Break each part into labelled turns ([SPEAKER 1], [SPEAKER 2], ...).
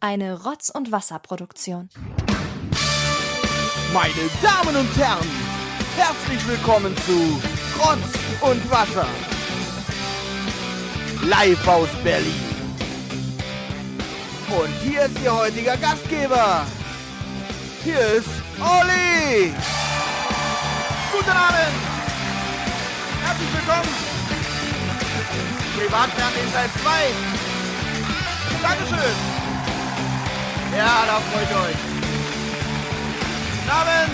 [SPEAKER 1] Eine Rotz- und Wasserproduktion.
[SPEAKER 2] Meine Damen und Herren, herzlich willkommen zu Rotz und Wasser. Live aus Berlin. Und hier ist Ihr heutiger Gastgeber. Hier ist Olli.
[SPEAKER 3] Guten Abend. Herzlich willkommen.
[SPEAKER 2] Privatfernsehen Teil 2.
[SPEAKER 3] Dankeschön.
[SPEAKER 2] Ja, da freut euch.
[SPEAKER 3] Guten Abend.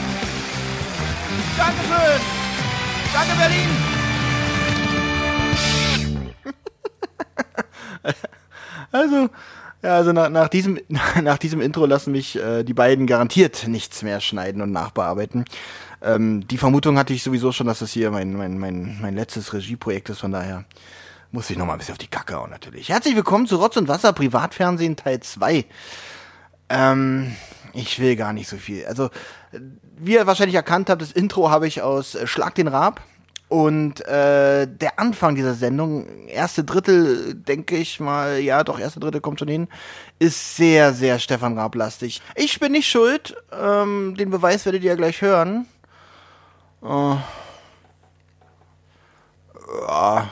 [SPEAKER 3] Dankeschön. Danke Berlin.
[SPEAKER 2] Also, ja, also nach, nach, diesem, nach diesem Intro lassen mich äh, die beiden garantiert nichts mehr schneiden und nachbearbeiten. Ähm, die Vermutung hatte ich sowieso schon, dass das hier mein, mein, mein, mein letztes Regieprojekt ist, von daher muss ich nochmal ein bisschen auf die Kacke hauen natürlich. Herzlich willkommen zu Rotz und Wasser Privatfernsehen Teil 2. Ähm, ich will gar nicht so viel. Also, äh, wie ihr wahrscheinlich erkannt habt, das Intro habe ich aus äh, Schlag den Raab. Und äh, der Anfang dieser Sendung, erste Drittel, denke ich mal, ja doch, erste Drittel kommt schon hin, ist sehr, sehr Stefan Raab-lastig. Ich bin nicht schuld, ähm, den Beweis werdet ihr ja gleich hören. Äh, ja,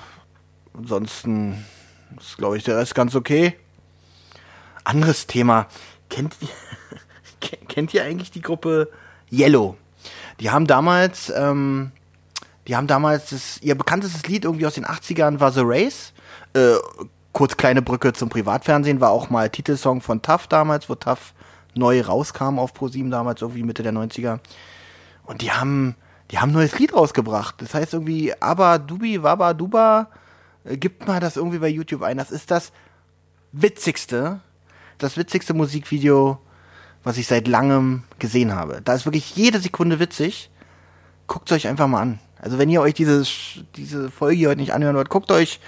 [SPEAKER 2] ansonsten ist, glaube ich, der Rest ganz okay. Anderes Thema. Kennt ihr, Ken- kennt ihr eigentlich die Gruppe Yellow? Die haben damals, ähm, die haben damals das, ihr bekanntestes Lied irgendwie aus den 80ern war The Race. Äh, kurz kleine Brücke zum Privatfernsehen war auch mal Titelsong von Tuff damals, wo Tuff neu rauskam auf ProSieben damals, irgendwie Mitte der 90er. Und die haben, die haben ein neues Lied rausgebracht. Das heißt irgendwie Aber Dubi, Waba Duba. Äh, Gibt mal das irgendwie bei YouTube ein. Das ist das witzigste, das witzigste Musikvideo, was ich seit langem gesehen habe. Da ist wirklich jede Sekunde witzig. Guckt euch einfach mal an. Also wenn ihr euch diese, Sch- diese Folge hier heute nicht anhören wollt, guckt euch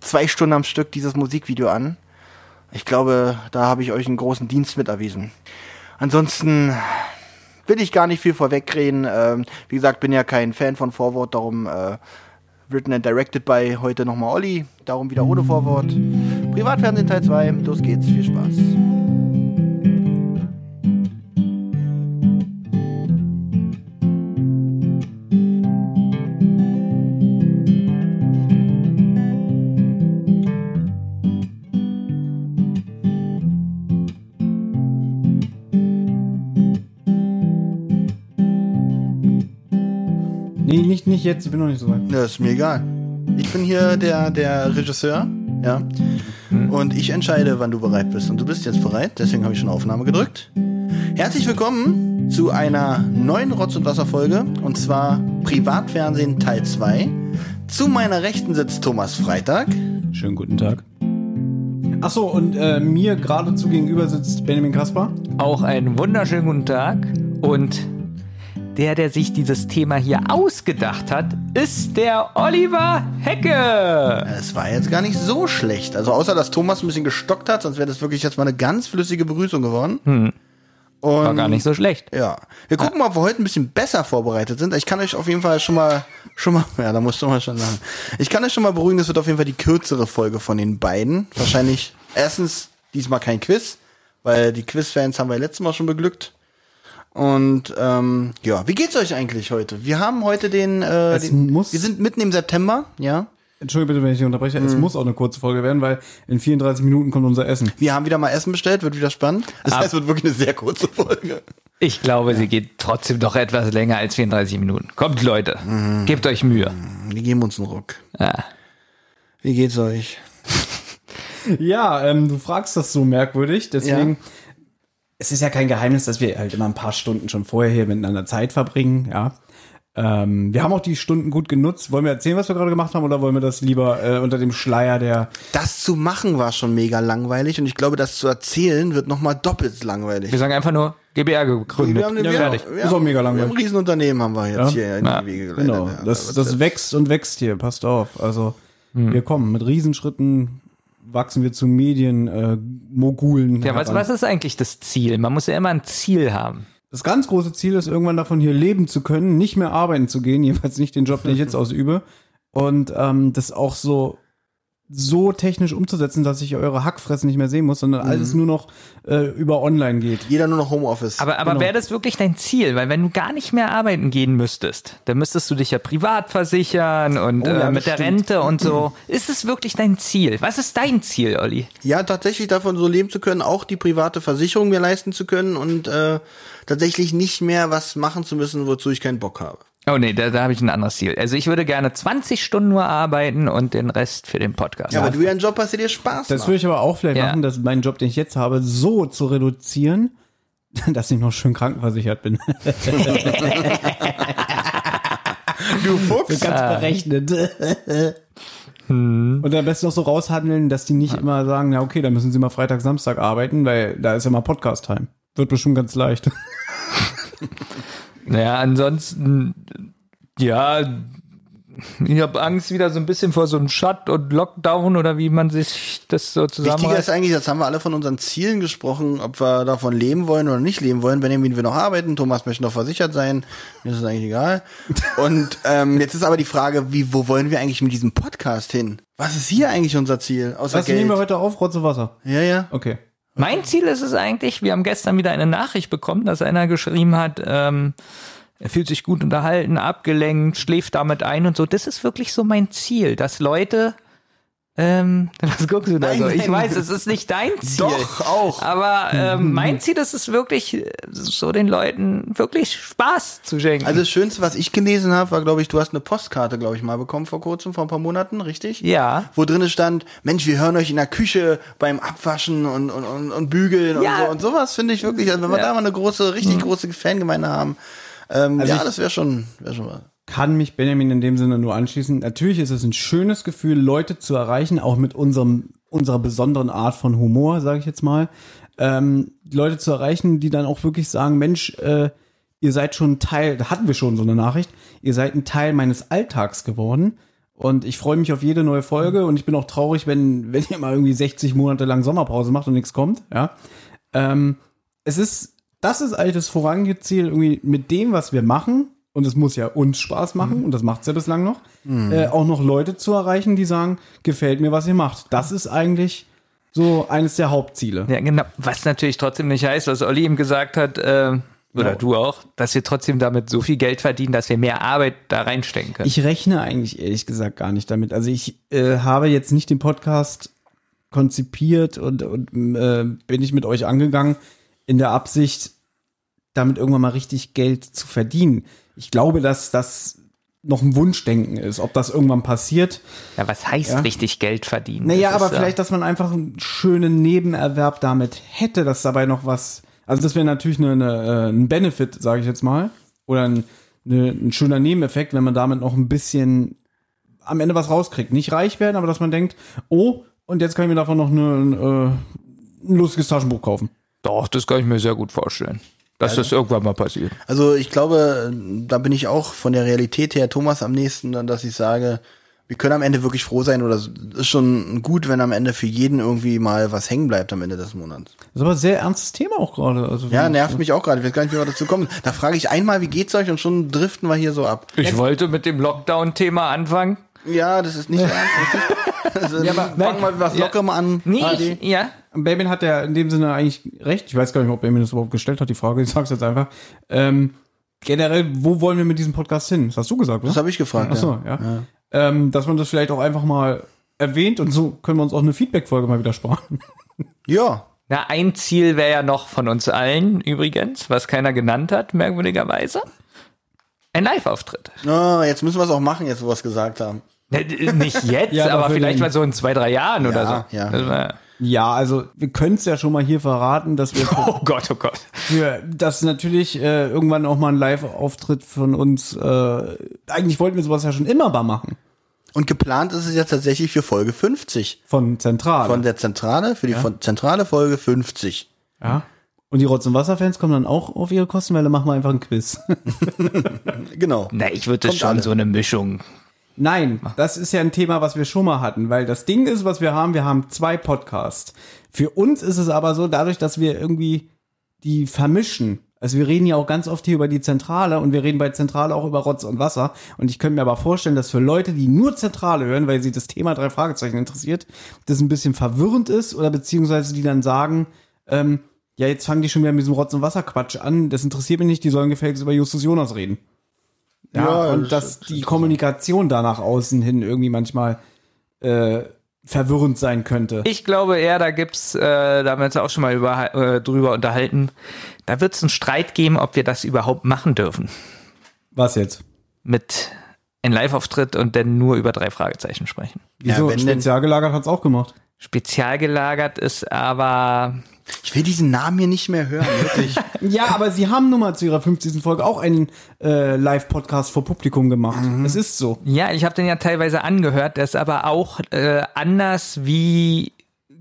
[SPEAKER 2] zwei Stunden am Stück dieses Musikvideo an. Ich glaube, da habe ich euch einen großen Dienst mit erwiesen. Ansonsten will ich gar nicht viel vorwegreden. Ähm, wie gesagt, bin ja kein Fan von Vorwort, darum äh, written and directed by heute nochmal Olli. Darum wieder ohne Vorwort. Privatfernsehen Teil 2. Los geht's. Viel Spaß.
[SPEAKER 4] Nee, nicht, nicht jetzt, ich bin noch nicht so weit.
[SPEAKER 2] Ja, ist mir egal. Ich bin hier der, der Regisseur. Ja.
[SPEAKER 5] Mhm.
[SPEAKER 2] Und ich entscheide, wann du bereit bist. Und du bist jetzt bereit, deswegen habe ich schon Aufnahme gedrückt. Herzlich willkommen zu einer neuen Rotz- und Wasser-Folge. Und zwar Privatfernsehen Teil 2. Zu meiner Rechten sitzt Thomas Freitag.
[SPEAKER 4] Schönen guten Tag. Achso, und äh, mir geradezu gegenüber sitzt Benjamin Kaspar.
[SPEAKER 5] Auch einen wunderschönen guten Tag. Und der, der sich dieses Thema hier ausgedacht hat, ist der Oliver Hecke.
[SPEAKER 2] Es war jetzt gar nicht so schlecht. Also außer, dass Thomas ein bisschen gestockt hat, sonst wäre das wirklich jetzt mal eine ganz flüssige Begrüßung geworden. Und
[SPEAKER 5] Hm. War gar nicht so schlecht.
[SPEAKER 2] Ja. Wir gucken mal, ob wir heute ein bisschen besser vorbereitet sind. Ich kann euch auf jeden Fall schon mal, schon mal, ja, da musst du mal schon sagen. Ich kann euch schon mal beruhigen, es wird auf jeden Fall die kürzere Folge von den beiden. Wahrscheinlich erstens diesmal kein Quiz, weil die Quiz-Fans haben wir letztes Mal schon beglückt. Und ähm, ja, wie geht's euch eigentlich heute? Wir haben heute den, äh,
[SPEAKER 4] Es
[SPEAKER 2] den
[SPEAKER 4] muss-
[SPEAKER 2] wir sind mitten im September, ja.
[SPEAKER 4] Entschuldige bitte, wenn ich dich unterbreche. Es muss auch eine kurze Folge werden, weil in 34 Minuten kommt unser Essen.
[SPEAKER 2] Wir haben wieder mal Essen bestellt, wird wieder spannend. Das heißt, wird wirklich eine sehr kurze Folge.
[SPEAKER 5] Ich glaube, sie geht trotzdem doch etwas länger als 34 Minuten. Kommt, Leute. Gebt euch Mühe. Ah.
[SPEAKER 2] Wir geben uns einen Ruck.
[SPEAKER 5] Mhm. Ja.
[SPEAKER 2] Wie geht's euch?
[SPEAKER 4] Ja, ähm, du fragst das so merkwürdig, deswegen.
[SPEAKER 2] Ja.
[SPEAKER 4] Es ist ja kein Geheimnis, dass wir halt immer ein paar Stunden schon vorher hier miteinander Zeit verbringen, ja. Ähm, wir haben auch die Stunden gut genutzt. Wollen wir erzählen, was wir gerade gemacht haben, oder wollen wir das lieber äh, unter dem Schleier der
[SPEAKER 2] Das zu machen war schon mega langweilig und ich glaube, das zu erzählen wird nochmal doppelt langweilig.
[SPEAKER 5] Wir sagen einfach nur, GBR gegründet.
[SPEAKER 2] wir
[SPEAKER 5] Fertig.
[SPEAKER 2] wir
[SPEAKER 4] Ist auch
[SPEAKER 2] haben-
[SPEAKER 4] mega langweilig.
[SPEAKER 2] Wir haben ein Riesenunternehmen haben wir jetzt
[SPEAKER 4] Ja.
[SPEAKER 2] hier in die
[SPEAKER 5] Ja,
[SPEAKER 2] Wege geleitet.
[SPEAKER 4] Genau,
[SPEAKER 2] ja.
[SPEAKER 4] das, das wächst und wächst hier, passt auf. Also
[SPEAKER 5] Hm.
[SPEAKER 4] wir kommen mit Riesenschritten, wachsen wir zu äh, Medienmogulen. Äh,
[SPEAKER 5] Ja, was, was
[SPEAKER 4] ist?
[SPEAKER 5] ist eigentlich das Ziel? Man muss ja immer ein Ziel haben.
[SPEAKER 4] Das ganz große Ziel ist, irgendwann davon hier leben zu können, nicht mehr arbeiten zu gehen, jedenfalls nicht den Job, den ich jetzt ausübe. Und ähm, das auch so so technisch umzusetzen, dass ich eure Hackfressen nicht mehr sehen muss, sondern alles nur noch äh, über online geht.
[SPEAKER 2] Jeder nur noch Homeoffice.
[SPEAKER 5] Aber, aber wäre das wirklich dein Ziel? Weil wenn du gar nicht mehr arbeiten gehen müsstest, dann müsstest du dich ja privat versichern und
[SPEAKER 4] ja,
[SPEAKER 5] äh, mit der
[SPEAKER 4] bestimmt.
[SPEAKER 5] Rente und so. Ist es wirklich dein Ziel? Was ist dein Ziel, Olli?
[SPEAKER 2] ja, tatsächlich davon so leben zu können, auch die private Versicherung mir leisten zu können und äh, tatsächlich nicht mehr was machen zu müssen, wozu ich keinen Bock habe.
[SPEAKER 5] Oh nee, da, da habe ich ein anderes Ziel. Also ich würde gerne 20 Stunden nur arbeiten und den Rest für den Podcast.
[SPEAKER 2] Ja, aber du ja einen Job hast, der dir Spaß
[SPEAKER 4] Das würde
[SPEAKER 2] macht.
[SPEAKER 4] ich aber auch vielleicht
[SPEAKER 5] Ja.
[SPEAKER 4] machen, dass meinen Job, den ich jetzt habe, so zu reduzieren, dass ich noch schön krankenversichert bin.
[SPEAKER 2] Du Fuchs.
[SPEAKER 4] Ganz berechnet. Und am besten noch so raushandeln, dass die nicht immer sagen, na okay, dann müssen sie mal Freitag, Samstag arbeiten, weil da ist ja mal Podcast-Time. Wird bestimmt ganz leicht.
[SPEAKER 5] Ja, ansonsten, ja, ich habe Angst wieder so ein bisschen vor so einem Shut und Lockdown oder wie man sich das so
[SPEAKER 2] Wichtiger ist
[SPEAKER 5] zusammenreißt.
[SPEAKER 2] eigentlich, jetzt haben wir alle von unseren Zielen gesprochen, ob wir davon leben wollen oder nicht leben wollen. Benjamin will noch arbeiten, Thomas möchte noch versichert sein. Mir ist es eigentlich egal. Und ähm, jetzt ist aber die Frage, wie, wo wollen wir eigentlich mit diesem Podcast hin? Was ist hier eigentlich unser Ziel? Außer
[SPEAKER 4] Was
[SPEAKER 2] Geld.
[SPEAKER 4] nehmen wir heute auf? Rotze Wasser.
[SPEAKER 2] ja, ja.
[SPEAKER 4] Okay.
[SPEAKER 5] Mein Ziel ist es eigentlich, wir haben gestern wieder eine Nachricht bekommen, dass einer geschrieben hat, ähm, er fühlt sich gut unterhalten, abgelenkt, schläft damit ein und so. Das ist wirklich so mein Ziel, dass Leute, ähm, was guckst du da
[SPEAKER 2] Nein,
[SPEAKER 5] so? Ich
[SPEAKER 2] nein.
[SPEAKER 5] weiß, es ist nicht dein Ziel.
[SPEAKER 2] Doch, auch. Mhm.
[SPEAKER 5] Aber ähm, mein Ziel ist es wirklich, äh, so den Leuten wirklich Spaß zu schenken.
[SPEAKER 2] Also das Schönste, was ich gelesen habe, war, glaube ich, du hast eine Postkarte, glaube ich, mal bekommen vor kurzem, vor ein paar Monaten, richtig?
[SPEAKER 5] Ja.
[SPEAKER 2] Wo drin stand, Mensch, wir hören euch in der Küche beim Abwaschen und, und, und, und Bügeln
[SPEAKER 5] Ja.
[SPEAKER 2] und so. Und sowas finde ich wirklich, also wenn wir
[SPEAKER 5] Ja. Mhm.
[SPEAKER 2] da mal eine große, richtig große Fangemeinde haben, ähm,
[SPEAKER 5] Also
[SPEAKER 2] ja,
[SPEAKER 4] ich-
[SPEAKER 2] das wäre schon, wär schon was.
[SPEAKER 4] Kann mich Benjamin in dem Sinne nur anschließen. Natürlich ist es ein schönes Gefühl, Leute zu erreichen, auch mit unserem, unserer besonderen Art von Humor, sage ich jetzt mal. Ähm, Leute zu erreichen, die dann auch wirklich sagen, Mensch, äh, ihr seid schon Teil, da hatten wir schon so eine Nachricht, ihr seid ein Teil meines Alltags geworden. Und ich freue mich auf jede neue Folge und ich bin auch traurig, wenn, wenn ihr mal irgendwie 60 Monate lang Sommerpause macht und nichts kommt, ja. Ähm, es ist, das ist eigentlich das vorrangige Ziel, irgendwie mit dem, was wir machen, und es muss ja uns Spaß machen, und das macht's ja bislang noch, äh, auch noch Leute zu erreichen, die sagen, gefällt mir, was ihr macht. Das ist eigentlich so eines der Hauptziele.
[SPEAKER 5] Ja, genau. Was natürlich trotzdem nicht heißt, was Olli ihm gesagt hat, äh, oder du auch, dass wir trotzdem damit so viel Geld verdienen, dass wir mehr Arbeit da reinstecken können.
[SPEAKER 4] Ich rechne eigentlich ehrlich gesagt gar nicht damit. Also ich äh, habe jetzt nicht den Podcast konzipiert und, und äh, bin ich mit euch angegangen in der Absicht, damit irgendwann mal richtig Geld zu verdienen. Ich glaube, dass das noch ein Wunschdenken ist, ob das irgendwann passiert.
[SPEAKER 5] ja, was heißt richtig Geld verdienen?
[SPEAKER 4] Naja,
[SPEAKER 5] Das
[SPEAKER 4] aber
[SPEAKER 5] ist, äh,
[SPEAKER 4] vielleicht, dass man einfach einen schönen Nebenerwerb damit hätte, dass dabei noch was. Also das wäre natürlich eine, eine, äh, ein Benefit, sage ich jetzt mal. Oder ein, eine, ein schöner Nebeneffekt, wenn man damit noch ein bisschen am Ende was rauskriegt. Nicht reich werden, aber dass man denkt, oh, und jetzt kann ich mir davon noch eine, äh, ein lustiges Taschenbuch kaufen.
[SPEAKER 5] Doch, das kann ich mir sehr gut vorstellen. Dass das irgendwann mal passiert.
[SPEAKER 2] Also ich glaube, da bin ich auch von der Realität her Thomas am nächsten, dann, dass ich sage, wir können am Ende wirklich froh sein oder es ist schon gut, wenn am Ende für jeden irgendwie mal was hängen bleibt am Ende des Monats.
[SPEAKER 4] Das ist aber ein sehr ernstes Thema auch gerade. Also
[SPEAKER 2] Ja,
[SPEAKER 5] Mhm.
[SPEAKER 2] ne. nervt mich auch gerade. Ich weiß gar nicht, wie wir dazu kommen. Da frage ich einmal, wie geht's euch? Und schon driften wir hier so ab.
[SPEAKER 5] Ich wollte mit dem Lockdown-Thema anfangen.
[SPEAKER 2] Ja, das ist nicht ernst. Also, ja, aber fangen wir was locker mal an.
[SPEAKER 5] Nee,
[SPEAKER 2] AD.
[SPEAKER 5] ich, ja.
[SPEAKER 4] Benjamin hat ja in dem Sinne eigentlich recht. Ich weiß gar nicht, ob Benjamin das überhaupt gestellt hat, die Frage. Ich sag's jetzt einfach. Ähm, generell, wo wollen wir mit diesem Podcast hin? Das hast du gesagt, oder?
[SPEAKER 2] Das habe ich gefragt.
[SPEAKER 4] Ach so,
[SPEAKER 2] ja.
[SPEAKER 4] ja. Ähm, dass man das vielleicht auch einfach mal erwähnt und so können wir uns auch eine Feedback-Folge mal wieder sparen.
[SPEAKER 2] ja.
[SPEAKER 5] Na, ein Ziel wäre ja noch von uns allen übrigens, was keiner genannt hat, merkwürdigerweise. Ein Live-Auftritt.
[SPEAKER 2] Na, jetzt müssen wir es auch machen, jetzt wo wir es gesagt haben.
[SPEAKER 5] Ne, Nicht jetzt,
[SPEAKER 4] Ja, aber
[SPEAKER 5] aber
[SPEAKER 4] für
[SPEAKER 5] vielleicht
[SPEAKER 4] den-
[SPEAKER 5] mal so in zwei, drei Jahren oder
[SPEAKER 2] Ja,
[SPEAKER 5] so.
[SPEAKER 2] ja.
[SPEAKER 5] Das war-
[SPEAKER 4] Ja, also wir können es ja schon mal hier verraten, dass wir
[SPEAKER 5] Oh Gott, oh Gott.
[SPEAKER 4] für, dass natürlich äh, irgendwann auch mal ein Live-Auftritt von uns, äh, eigentlich wollten wir sowas ja schon immer mal machen.
[SPEAKER 2] Und geplant ist es jetzt tatsächlich für Folge 50.
[SPEAKER 4] Von Zentral.
[SPEAKER 2] Von der Zentrale, für die von zentrale Folge 50.
[SPEAKER 4] ja. Und die Rotz- und Wasser-Fans kommen dann auch auf ihre Kosten, weil dann machen wir einfach ein Quiz.
[SPEAKER 2] Genau.
[SPEAKER 4] Hm.
[SPEAKER 5] Na, ich würde das
[SPEAKER 2] Kommt
[SPEAKER 5] schon
[SPEAKER 2] alle.
[SPEAKER 5] so eine Mischung.
[SPEAKER 4] Nein, das ist ja ein Thema, was wir schon mal hatten, weil das Ding ist, was wir haben, wir haben zwei Podcasts. Für uns ist es aber so, dadurch, dass wir irgendwie die vermischen, Also wir reden ja auch ganz oft hier über die Zentrale und wir reden bei Zentrale auch über Rotz und Wasser. Und ich könnte mir aber vorstellen, dass für Leute, die nur Zentrale hören, weil sie das Thema drei Fragezeichen interessiert, das ein bisschen verwirrend ist oder beziehungsweise die dann sagen, ähm, ja, jetzt fangen die schon wieder mit diesem Rotz- und Wasserquatsch an. Das interessiert mich nicht, die sollen gefälligst über Justus Jonas reden. Ja,
[SPEAKER 2] Ja,
[SPEAKER 4] und
[SPEAKER 2] das
[SPEAKER 4] dass die Kommunikation da nach außen hin irgendwie manchmal äh, verwirrend sein könnte.
[SPEAKER 5] Ich glaube eher, da gibt's, äh, da haben wir uns auch schon mal über, äh, drüber unterhalten, da wird's einen Streit geben, ob wir das überhaupt machen dürfen.
[SPEAKER 4] Was jetzt?
[SPEAKER 5] Mit einem Live-Auftritt und dann nur über drei Fragezeichen sprechen.
[SPEAKER 4] Wieso?
[SPEAKER 2] wenn denn-
[SPEAKER 4] Spezialgelagert hat's auch gemacht.
[SPEAKER 5] Spezial gelagert ist aber
[SPEAKER 2] Ich will diesen Namen hier nicht mehr hören, wirklich.
[SPEAKER 4] Ja, aber sie haben nun mal zu ihrer 50. Folge auch einen äh, Live-Podcast vor Publikum gemacht. Es ist so.
[SPEAKER 5] Ja, ich habe den ja teilweise angehört, der ist aber auch äh, anders wie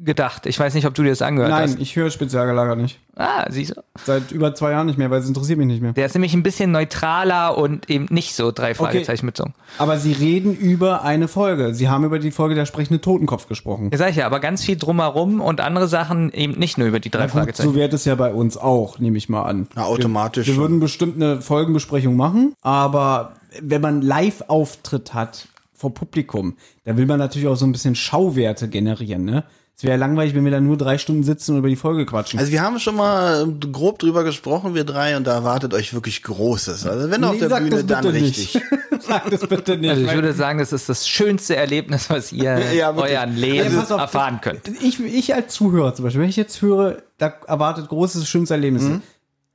[SPEAKER 5] gedacht. Ich weiß nicht, ob du dir das angehört
[SPEAKER 4] Nein,
[SPEAKER 5] hast.
[SPEAKER 4] ich höre Spezialgelagert nicht.
[SPEAKER 5] Ah, siehst du.
[SPEAKER 4] Seit über zwei Jahren nicht mehr, weil es interessiert mich nicht mehr.
[SPEAKER 5] Der ist nämlich ein bisschen neutraler und eben nicht so drei Fragezeichen mit so.
[SPEAKER 4] Aber sie reden über eine Folge. Sie haben über die Folge der sprechende Totenkopf gesprochen.
[SPEAKER 5] Ja, sag ich ja, aber ganz viel drumherum und andere Sachen eben nicht nur über die drei
[SPEAKER 4] Gut, so
[SPEAKER 5] Fragezeichen.
[SPEAKER 4] wäre das ja bei uns auch, nehme ich mal an.
[SPEAKER 2] Na, automatisch
[SPEAKER 4] Wir, wir
[SPEAKER 2] schon.
[SPEAKER 4] würden bestimmt eine Folgenbesprechung machen, aber wenn man einen Live-Auftritt hat vor Publikum, dann will man natürlich auch so ein bisschen Schauwerte generieren, ne? Es wäre ja langweilig, wenn wir da nur drei Stunden sitzen und über die Folge quatschen.
[SPEAKER 2] Also wir haben schon mal äh, grob drüber gesprochen, wir drei, und da erwartet euch wirklich Großes. Also wenn auf
[SPEAKER 4] Nee,
[SPEAKER 2] der
[SPEAKER 4] sag
[SPEAKER 2] Bühne,
[SPEAKER 4] das
[SPEAKER 2] dann
[SPEAKER 4] bitte
[SPEAKER 2] richtig.
[SPEAKER 4] nicht. sag das bitte nicht.
[SPEAKER 5] also ich
[SPEAKER 4] weil-
[SPEAKER 5] würde sagen, das ist das schönste Erlebnis, was ihr
[SPEAKER 2] Ja,
[SPEAKER 5] in
[SPEAKER 2] wirklich.
[SPEAKER 5] euren Leben
[SPEAKER 4] Ey, Also pass auf,
[SPEAKER 5] erfahren könnt.
[SPEAKER 4] ich, ich als Zuhörer zum Beispiel, wenn ich jetzt höre, da erwartet großes, schönes Erlebnis.
[SPEAKER 2] Mhm.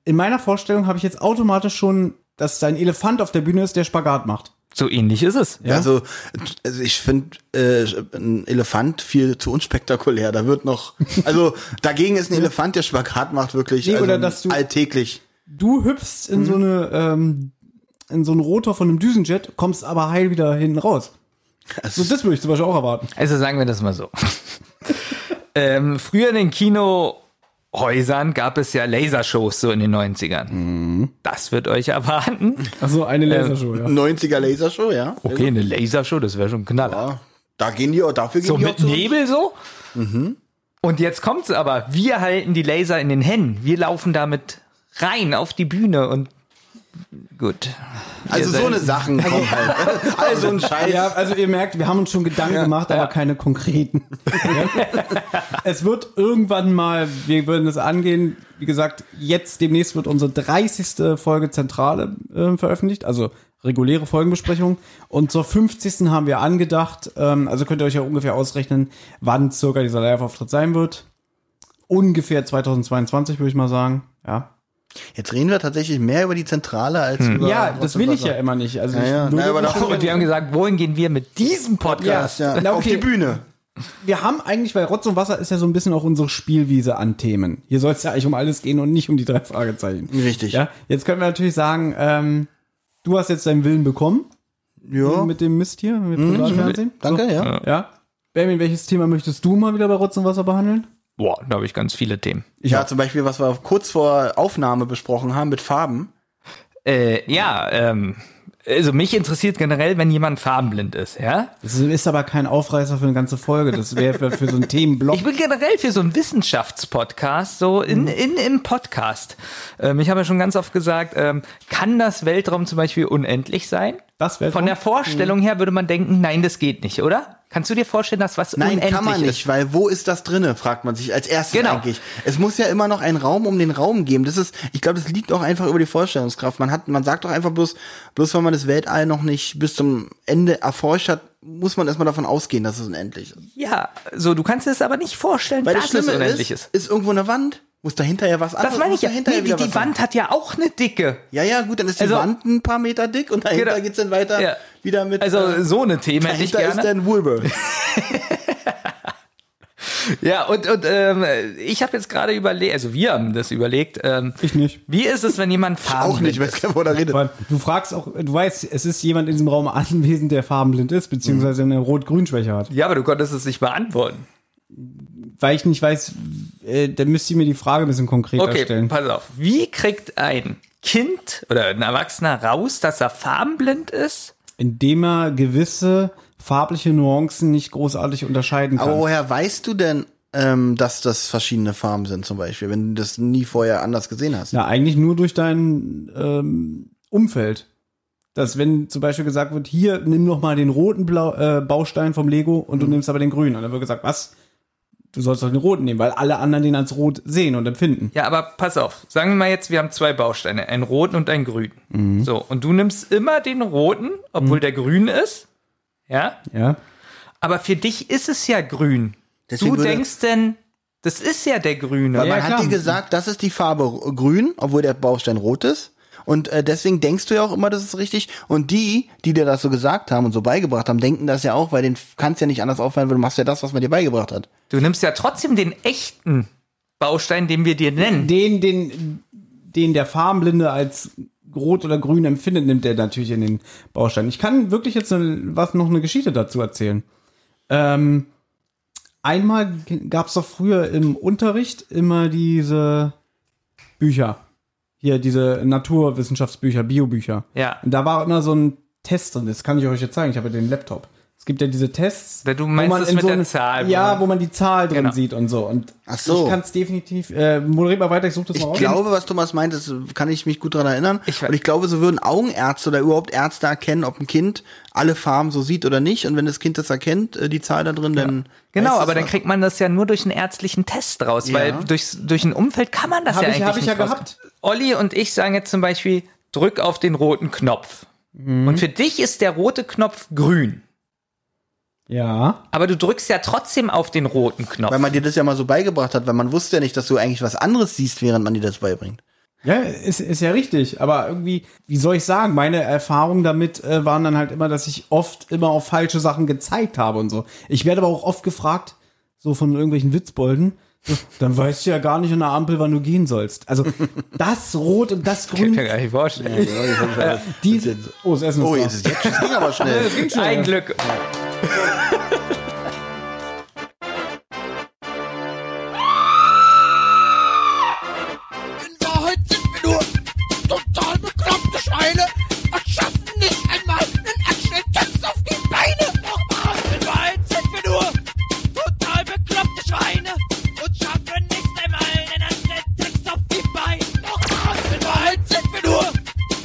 [SPEAKER 4] In meiner Vorstellung habe ich jetzt automatisch schon, dass da ein Elefant auf der Bühne ist, der Spagat macht.
[SPEAKER 5] So ähnlich ist es.
[SPEAKER 2] Also, also ich finde äh, ein Elefant viel zu unspektakulär. Da wird noch, also dagegen ist ein Elefant, der Spagat macht, wirklich
[SPEAKER 4] Nee,
[SPEAKER 2] also
[SPEAKER 4] oder dass du-
[SPEAKER 2] alltäglich.
[SPEAKER 4] Du hüpfst
[SPEAKER 2] Mhm.
[SPEAKER 4] in so eine, ähm, in so einen Rotor von einem Düsenjet, kommst aber heil wieder hinten raus. So, das würde ich zum Beispiel auch erwarten.
[SPEAKER 5] Also sagen wir das mal so. ähm, früher in den Kinohäusern gab es ja Lasershows so in den 90ern. Das wird euch erwarten.
[SPEAKER 4] Also
[SPEAKER 2] Ähm,
[SPEAKER 4] eine Lasershow, ja.
[SPEAKER 2] 90er Lasershow, ja.
[SPEAKER 5] Okay, eine Lasershow, das wäre schon ein Knaller.
[SPEAKER 2] ja. Da gehen die auch, dafür gehen
[SPEAKER 5] So
[SPEAKER 2] die auch
[SPEAKER 5] mit
[SPEAKER 2] zurück.
[SPEAKER 5] Nebel so.
[SPEAKER 2] Mhm.
[SPEAKER 5] Und jetzt kommt's aber. Wir halten die Laser in den Händen. Wir laufen damit rein auf die Bühne und gut.
[SPEAKER 2] Also
[SPEAKER 5] Ihr
[SPEAKER 2] so
[SPEAKER 5] seid-
[SPEAKER 2] eine Sachen kommen halt. All so ein Scheiß.
[SPEAKER 4] Ja, also ihr merkt, wir haben uns schon Gedanken gemacht, aber keine konkreten. Ja. es wird irgendwann mal, wir würden es angehen, wie gesagt, jetzt demnächst wird unsere 30. Folge Zentrale äh, veröffentlicht, also reguläre Folgenbesprechung. Und zur 50. haben wir angedacht, ähm, also könnt ihr euch ja ungefähr ausrechnen, wann circa dieser Live-Auftritt sein wird. Ungefähr 2022, würde ich mal sagen. Ja.
[SPEAKER 2] Jetzt reden wir tatsächlich mehr über die Zentrale als über
[SPEAKER 4] Hm. Ja,
[SPEAKER 2] Rotz
[SPEAKER 4] Äh, das
[SPEAKER 2] und
[SPEAKER 4] will ich
[SPEAKER 2] Wasser.
[SPEAKER 4] ja immer nicht. Also ich
[SPEAKER 2] ja.
[SPEAKER 4] würde
[SPEAKER 2] Ja, aber
[SPEAKER 4] mich
[SPEAKER 2] doch-
[SPEAKER 4] schon-
[SPEAKER 5] Und wir haben gesagt, wohin gehen wir mit diesem Podcast?
[SPEAKER 2] Ja,
[SPEAKER 4] Na,
[SPEAKER 2] auf
[SPEAKER 4] okay.
[SPEAKER 2] die Bühne.
[SPEAKER 4] wir haben eigentlich, weil Rotz und Wasser ist ja so ein bisschen auch unsere Spielwiese an Themen. Hier soll es ja eigentlich um alles gehen und nicht um die drei Fragezeichen.
[SPEAKER 2] Richtig.
[SPEAKER 4] Ja, jetzt können wir natürlich sagen, ähm, du hast jetzt deinen Willen bekommen
[SPEAKER 2] Ja.
[SPEAKER 4] mit dem Mist hier, mit Privatfernsehen.
[SPEAKER 2] Danke, ja.
[SPEAKER 4] So, ja. Benjamin, welches Thema möchtest du mal wieder bei Rotz und Wasser behandeln?
[SPEAKER 5] Boah, da habe ich ganz viele Themen.
[SPEAKER 2] ja, zum Beispiel, was wir kurz vor Aufnahme besprochen haben mit Farben.
[SPEAKER 5] Äh, ja, ähm, also mich interessiert generell, wenn jemand farbenblind ist, ja.
[SPEAKER 4] Das ist aber kein Aufreißer für eine ganze Folge. Das wäre für, für so einen Themenblock.
[SPEAKER 5] Ich bin generell für so einen Wissenschaftspodcast, so
[SPEAKER 2] Mhm.
[SPEAKER 5] in, in im Podcast. Ähm, ich habe ja schon ganz oft gesagt, ähm, kann das Weltraum zum Beispiel unendlich sein?
[SPEAKER 4] Das Weltraum?
[SPEAKER 5] Von der
[SPEAKER 2] Mhm.
[SPEAKER 5] Vorstellung her würde man denken, nein, das geht nicht, oder? Kannst du dir vorstellen, dass was
[SPEAKER 2] Nein,
[SPEAKER 5] unendlich
[SPEAKER 2] kann man nicht,
[SPEAKER 5] ist?
[SPEAKER 2] weil wo ist das drinne, fragt man sich als erstes
[SPEAKER 5] Genau.
[SPEAKER 2] eigentlich. Es muss ja immer noch einen Raum um den Raum geben. Das ist, ich glaube, das liegt auch einfach über die Vorstellungskraft. Man hat, man sagt doch einfach bloß, bloß weil man das Weltall noch nicht bis zum Ende erforscht hat, muss man erstmal davon ausgehen, dass es unendlich ist.
[SPEAKER 5] Ja, so du kannst dir das aber nicht vorstellen,
[SPEAKER 2] Weil das,
[SPEAKER 5] dass es
[SPEAKER 2] Schlimme
[SPEAKER 5] unendlich
[SPEAKER 2] ist,
[SPEAKER 5] ist.
[SPEAKER 2] ist, irgendwo eine Wand, muss dahinter ja was anderes.
[SPEAKER 5] Das meine ich
[SPEAKER 2] muss
[SPEAKER 5] ja.
[SPEAKER 2] dahinter
[SPEAKER 5] Nee, die,
[SPEAKER 2] wieder
[SPEAKER 5] die
[SPEAKER 2] was
[SPEAKER 5] Wand
[SPEAKER 2] sein.
[SPEAKER 5] hat ja auch eine dicke.
[SPEAKER 2] Ja, ja, gut, dann ist die
[SPEAKER 5] Also-
[SPEAKER 2] Wand ein paar Meter dick und dahinter
[SPEAKER 5] Genau.
[SPEAKER 2] geht's dann weiter
[SPEAKER 5] Ja.
[SPEAKER 2] wieder mit. äh,
[SPEAKER 5] Also so eine Themen hätte ich
[SPEAKER 2] dahinter ist
[SPEAKER 5] gerne.
[SPEAKER 2] dann Woolworth.
[SPEAKER 5] Ja, und, und ähm, ich habe jetzt gerade überlegt, also wir haben das überlegt. Ähm,
[SPEAKER 4] Ich nicht.
[SPEAKER 5] Wie ist es, wenn jemand
[SPEAKER 2] Auch nicht,
[SPEAKER 5] farbenblind
[SPEAKER 2] weiß gar nicht, wo da redet.
[SPEAKER 4] Vor allem, Du fragst auch, du weißt, es ist jemand in diesem Raum anwesend, der farbenblind ist, beziehungsweise eine Rot-Grün-Schwäche hat.
[SPEAKER 5] Ja, aber du konntest es nicht beantworten.
[SPEAKER 4] weil ich nicht weiß, äh, dann müsst ihr mir die Frage ein bisschen konkreter
[SPEAKER 5] Okay,
[SPEAKER 4] stellen.
[SPEAKER 5] pass auf. Wie kriegt ein Kind oder ein Erwachsener raus, dass er farbenblind ist?
[SPEAKER 4] Indem er gewisse farbliche Nuancen nicht großartig unterscheiden kann.
[SPEAKER 2] Aber woher weißt du denn, ähm, dass das verschiedene Farben sind zum Beispiel, wenn du das nie vorher anders gesehen hast.
[SPEAKER 4] Ja, eigentlich nur durch dein ähm, Umfeld. Dass wenn zum Beispiel gesagt wird, hier nimm noch mal den roten Blau, äh, Baustein vom Lego und du nimmst aber den grünen. Und dann wird gesagt, was? Du sollst doch den roten nehmen, weil alle anderen den als rot sehen und empfinden.
[SPEAKER 5] Ja, aber pass auf. Sagen wir mal jetzt, wir haben zwei Bausteine, einen roten und einen grünen.
[SPEAKER 2] Mhm.
[SPEAKER 5] So, und du nimmst immer den roten, obwohl der grün ist. Ja,
[SPEAKER 4] Ja.
[SPEAKER 5] aber für dich ist es ja grün.
[SPEAKER 2] Deswegen
[SPEAKER 5] du
[SPEAKER 2] würde-
[SPEAKER 5] denkst denn, das ist ja der grüne.
[SPEAKER 2] Weil man
[SPEAKER 4] Ja,
[SPEAKER 2] hat
[SPEAKER 4] klar.
[SPEAKER 2] dir gesagt, das ist die Farbe r- grün, obwohl der Baustein rot ist. Und äh, deswegen denkst du ja auch immer, das ist richtig. Und die, die dir das so gesagt haben und so beigebracht haben, denken das ja auch, weil den kannst ja nicht anders aufhören, weil du machst ja das, was man dir beigebracht hat.
[SPEAKER 5] Du nimmst ja trotzdem den echten Baustein, den wir dir nennen.
[SPEAKER 4] Den, den, den der Farbenblinde als rot oder grün empfindet, nimmt der natürlich in den Baustein. Ich kann wirklich jetzt eine, was noch eine Geschichte dazu erzählen. Ähm, einmal gab es doch früher im Unterricht immer diese Bücher. Hier diese Naturwissenschaftsbücher, Biobücher.
[SPEAKER 5] Ja.
[SPEAKER 4] Und da war immer so ein Test drin. Das kann ich euch jetzt zeigen. Ich habe ja den Laptop. Es gibt ja diese Tests.
[SPEAKER 5] Ja, du meinst das
[SPEAKER 4] in
[SPEAKER 5] mit
[SPEAKER 4] so
[SPEAKER 5] der
[SPEAKER 4] eine-
[SPEAKER 5] Zahl,
[SPEAKER 4] Ja,
[SPEAKER 5] wo-
[SPEAKER 4] wo man die Zahl drin
[SPEAKER 5] Genau.
[SPEAKER 4] sieht und so. Und
[SPEAKER 2] Ach so.
[SPEAKER 4] ich kann es definitiv. Äh, moderiert mal weiter, ich suche das mal
[SPEAKER 2] Ich
[SPEAKER 4] raus.
[SPEAKER 2] glaube, was Thomas meint, das kann ich mich gut daran erinnern.
[SPEAKER 5] Ich weiß-
[SPEAKER 2] und ich glaube, so würden Augenärzte oder überhaupt Ärzte erkennen, ob ein Kind alle Farben so sieht oder nicht. Und wenn das Kind das erkennt, äh, die Zahl da drin, dann.
[SPEAKER 5] Genau,
[SPEAKER 2] weiß
[SPEAKER 5] aber
[SPEAKER 2] es
[SPEAKER 5] dann
[SPEAKER 2] was.
[SPEAKER 5] kriegt man das ja nur durch einen ärztlichen Test raus, weil durch, durch ein Umfeld kann man das
[SPEAKER 4] Hab
[SPEAKER 5] ja
[SPEAKER 4] ich-
[SPEAKER 5] eigentlich
[SPEAKER 4] hab ich
[SPEAKER 5] nicht
[SPEAKER 4] ja
[SPEAKER 5] raus-
[SPEAKER 4] gehabt.
[SPEAKER 5] Olli und ich sagen jetzt zum Beispiel, drück auf den roten Knopf.
[SPEAKER 4] Mhm.
[SPEAKER 5] Und für dich ist der rote Knopf grün.
[SPEAKER 4] Ja.
[SPEAKER 5] Aber du drückst ja trotzdem auf den roten Knopf.
[SPEAKER 2] Weil man dir das ja mal so beigebracht hat, weil man wusste ja nicht, dass du eigentlich was anderes siehst, während man dir das beibringt.
[SPEAKER 4] Ja, ist, ist ja richtig. Aber irgendwie, wie soll ich sagen, meine Erfahrungen damit äh, waren dann halt immer, dass ich oft immer auf falsche Sachen gezeigt habe und so. Ich werde aber auch oft gefragt, so von irgendwelchen Witzbolden, so, dann weißt du ja gar nicht an der Ampel, wann du gehen sollst. Also das Rot und das
[SPEAKER 5] Ich
[SPEAKER 4] Grün,
[SPEAKER 5] kann mir gar nicht vorstellen.
[SPEAKER 4] die, oh, das Essen ist
[SPEAKER 2] Oh,
[SPEAKER 4] da.
[SPEAKER 2] jetzt ist jetzt das ging aber schnell.
[SPEAKER 5] Ein Glück.
[SPEAKER 6] In Wahrheit sind wir nur total bekloppte Schweine und schaffen nicht einmal einen Action-Tanz auf die Beine. Nochmal. In Wahrheit sind wir nur total bekloppte Schweine und schaffen nicht einmal einen Action-Tanz auf die Beine. Nochmal. In Wahrheit sind wir nur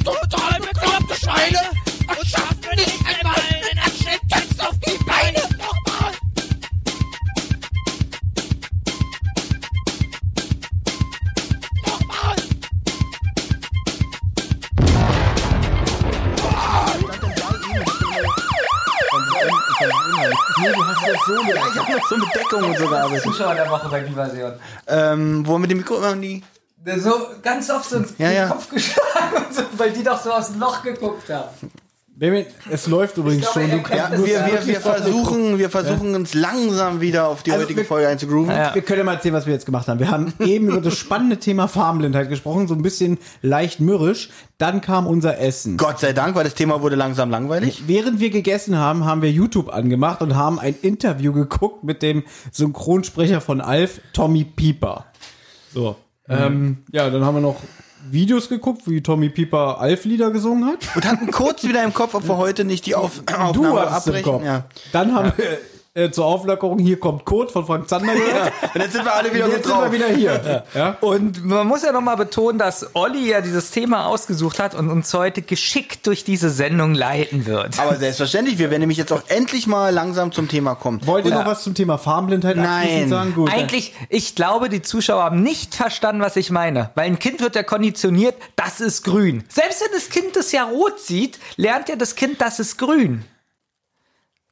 [SPEAKER 6] total bekloppte Schweine und schaffen nicht einmal einen Action-Tanz auf die Beine. Nochmal. Nochmal.
[SPEAKER 2] So mit Deckung und so gearbeitet.
[SPEAKER 5] Zuschauer der Woche bei Viva Seon.
[SPEAKER 2] Ähm, wo haben wir die Mikro immer die?
[SPEAKER 5] So ganz oft so ins
[SPEAKER 2] Ja, ja.
[SPEAKER 5] Kopf geschlagen, und so, weil die doch so aus dem Loch geguckt haben.
[SPEAKER 4] Benjamin, Es läuft übrigens
[SPEAKER 5] glaube,
[SPEAKER 4] schon.
[SPEAKER 5] er
[SPEAKER 4] Du
[SPEAKER 5] kennt
[SPEAKER 2] Ja,
[SPEAKER 4] kannst
[SPEAKER 5] das
[SPEAKER 4] nur
[SPEAKER 2] wir, wir,
[SPEAKER 4] wirklich
[SPEAKER 2] wir
[SPEAKER 4] von-
[SPEAKER 2] versuchen, wir versuchen uns langsam wieder auf die
[SPEAKER 4] Also
[SPEAKER 2] heutige
[SPEAKER 4] wir-
[SPEAKER 2] Folge einzugrooven.
[SPEAKER 5] Ja.
[SPEAKER 4] Wir können ja mal erzählen, was wir jetzt gemacht haben. Wir haben eben über das spannende Thema Farbenblindheit gesprochen, so ein bisschen leicht mürrisch. Dann kam unser Essen.
[SPEAKER 2] Gott sei Dank, weil das Thema wurde langsam langweilig.
[SPEAKER 4] Während wir gegessen haben, haben wir YouTube angemacht und haben ein Interview geguckt mit dem Synchronsprecher von Alf, Tommy Pieper. So.
[SPEAKER 2] Mhm.
[SPEAKER 4] Ähm, ja, dann haben wir noch Videos geguckt, wie Tommy Pieper Alf-Lieder gesungen hat.
[SPEAKER 2] Und hatten kurz wieder im Kopf, ob wir heute nicht die auf Aufnahme
[SPEAKER 4] hattest im
[SPEAKER 2] Genau, abbrechen.
[SPEAKER 4] Kopf.
[SPEAKER 2] Ja.
[SPEAKER 4] Dann haben wir äh, zur Auflockerung Hier kommt Kurt von Frank Zander gehört.
[SPEAKER 2] Und jetzt sind wir alle wieder
[SPEAKER 4] Jetzt
[SPEAKER 2] gut
[SPEAKER 4] sind
[SPEAKER 2] drauf.
[SPEAKER 4] wir wieder hier. Ja.
[SPEAKER 5] Und man muss ja nochmal betonen, dass Olli ja dieses Thema ausgesucht hat und uns heute geschickt durch diese Sendung leiten wird.
[SPEAKER 2] Aber selbstverständlich, wir werden nämlich jetzt auch endlich mal langsam zum Thema kommen.
[SPEAKER 4] Wollt ihr noch was zum Thema Farbenblindheit abschließend
[SPEAKER 2] Nein.
[SPEAKER 4] sagen? Gut.
[SPEAKER 5] Eigentlich, ich glaube, die Zuschauer haben nicht verstanden, was ich meine. Weil ein Kind wird ja konditioniert, das ist grün. Selbst wenn das Kind das ja rot sieht, lernt ja das Kind, das ist grün.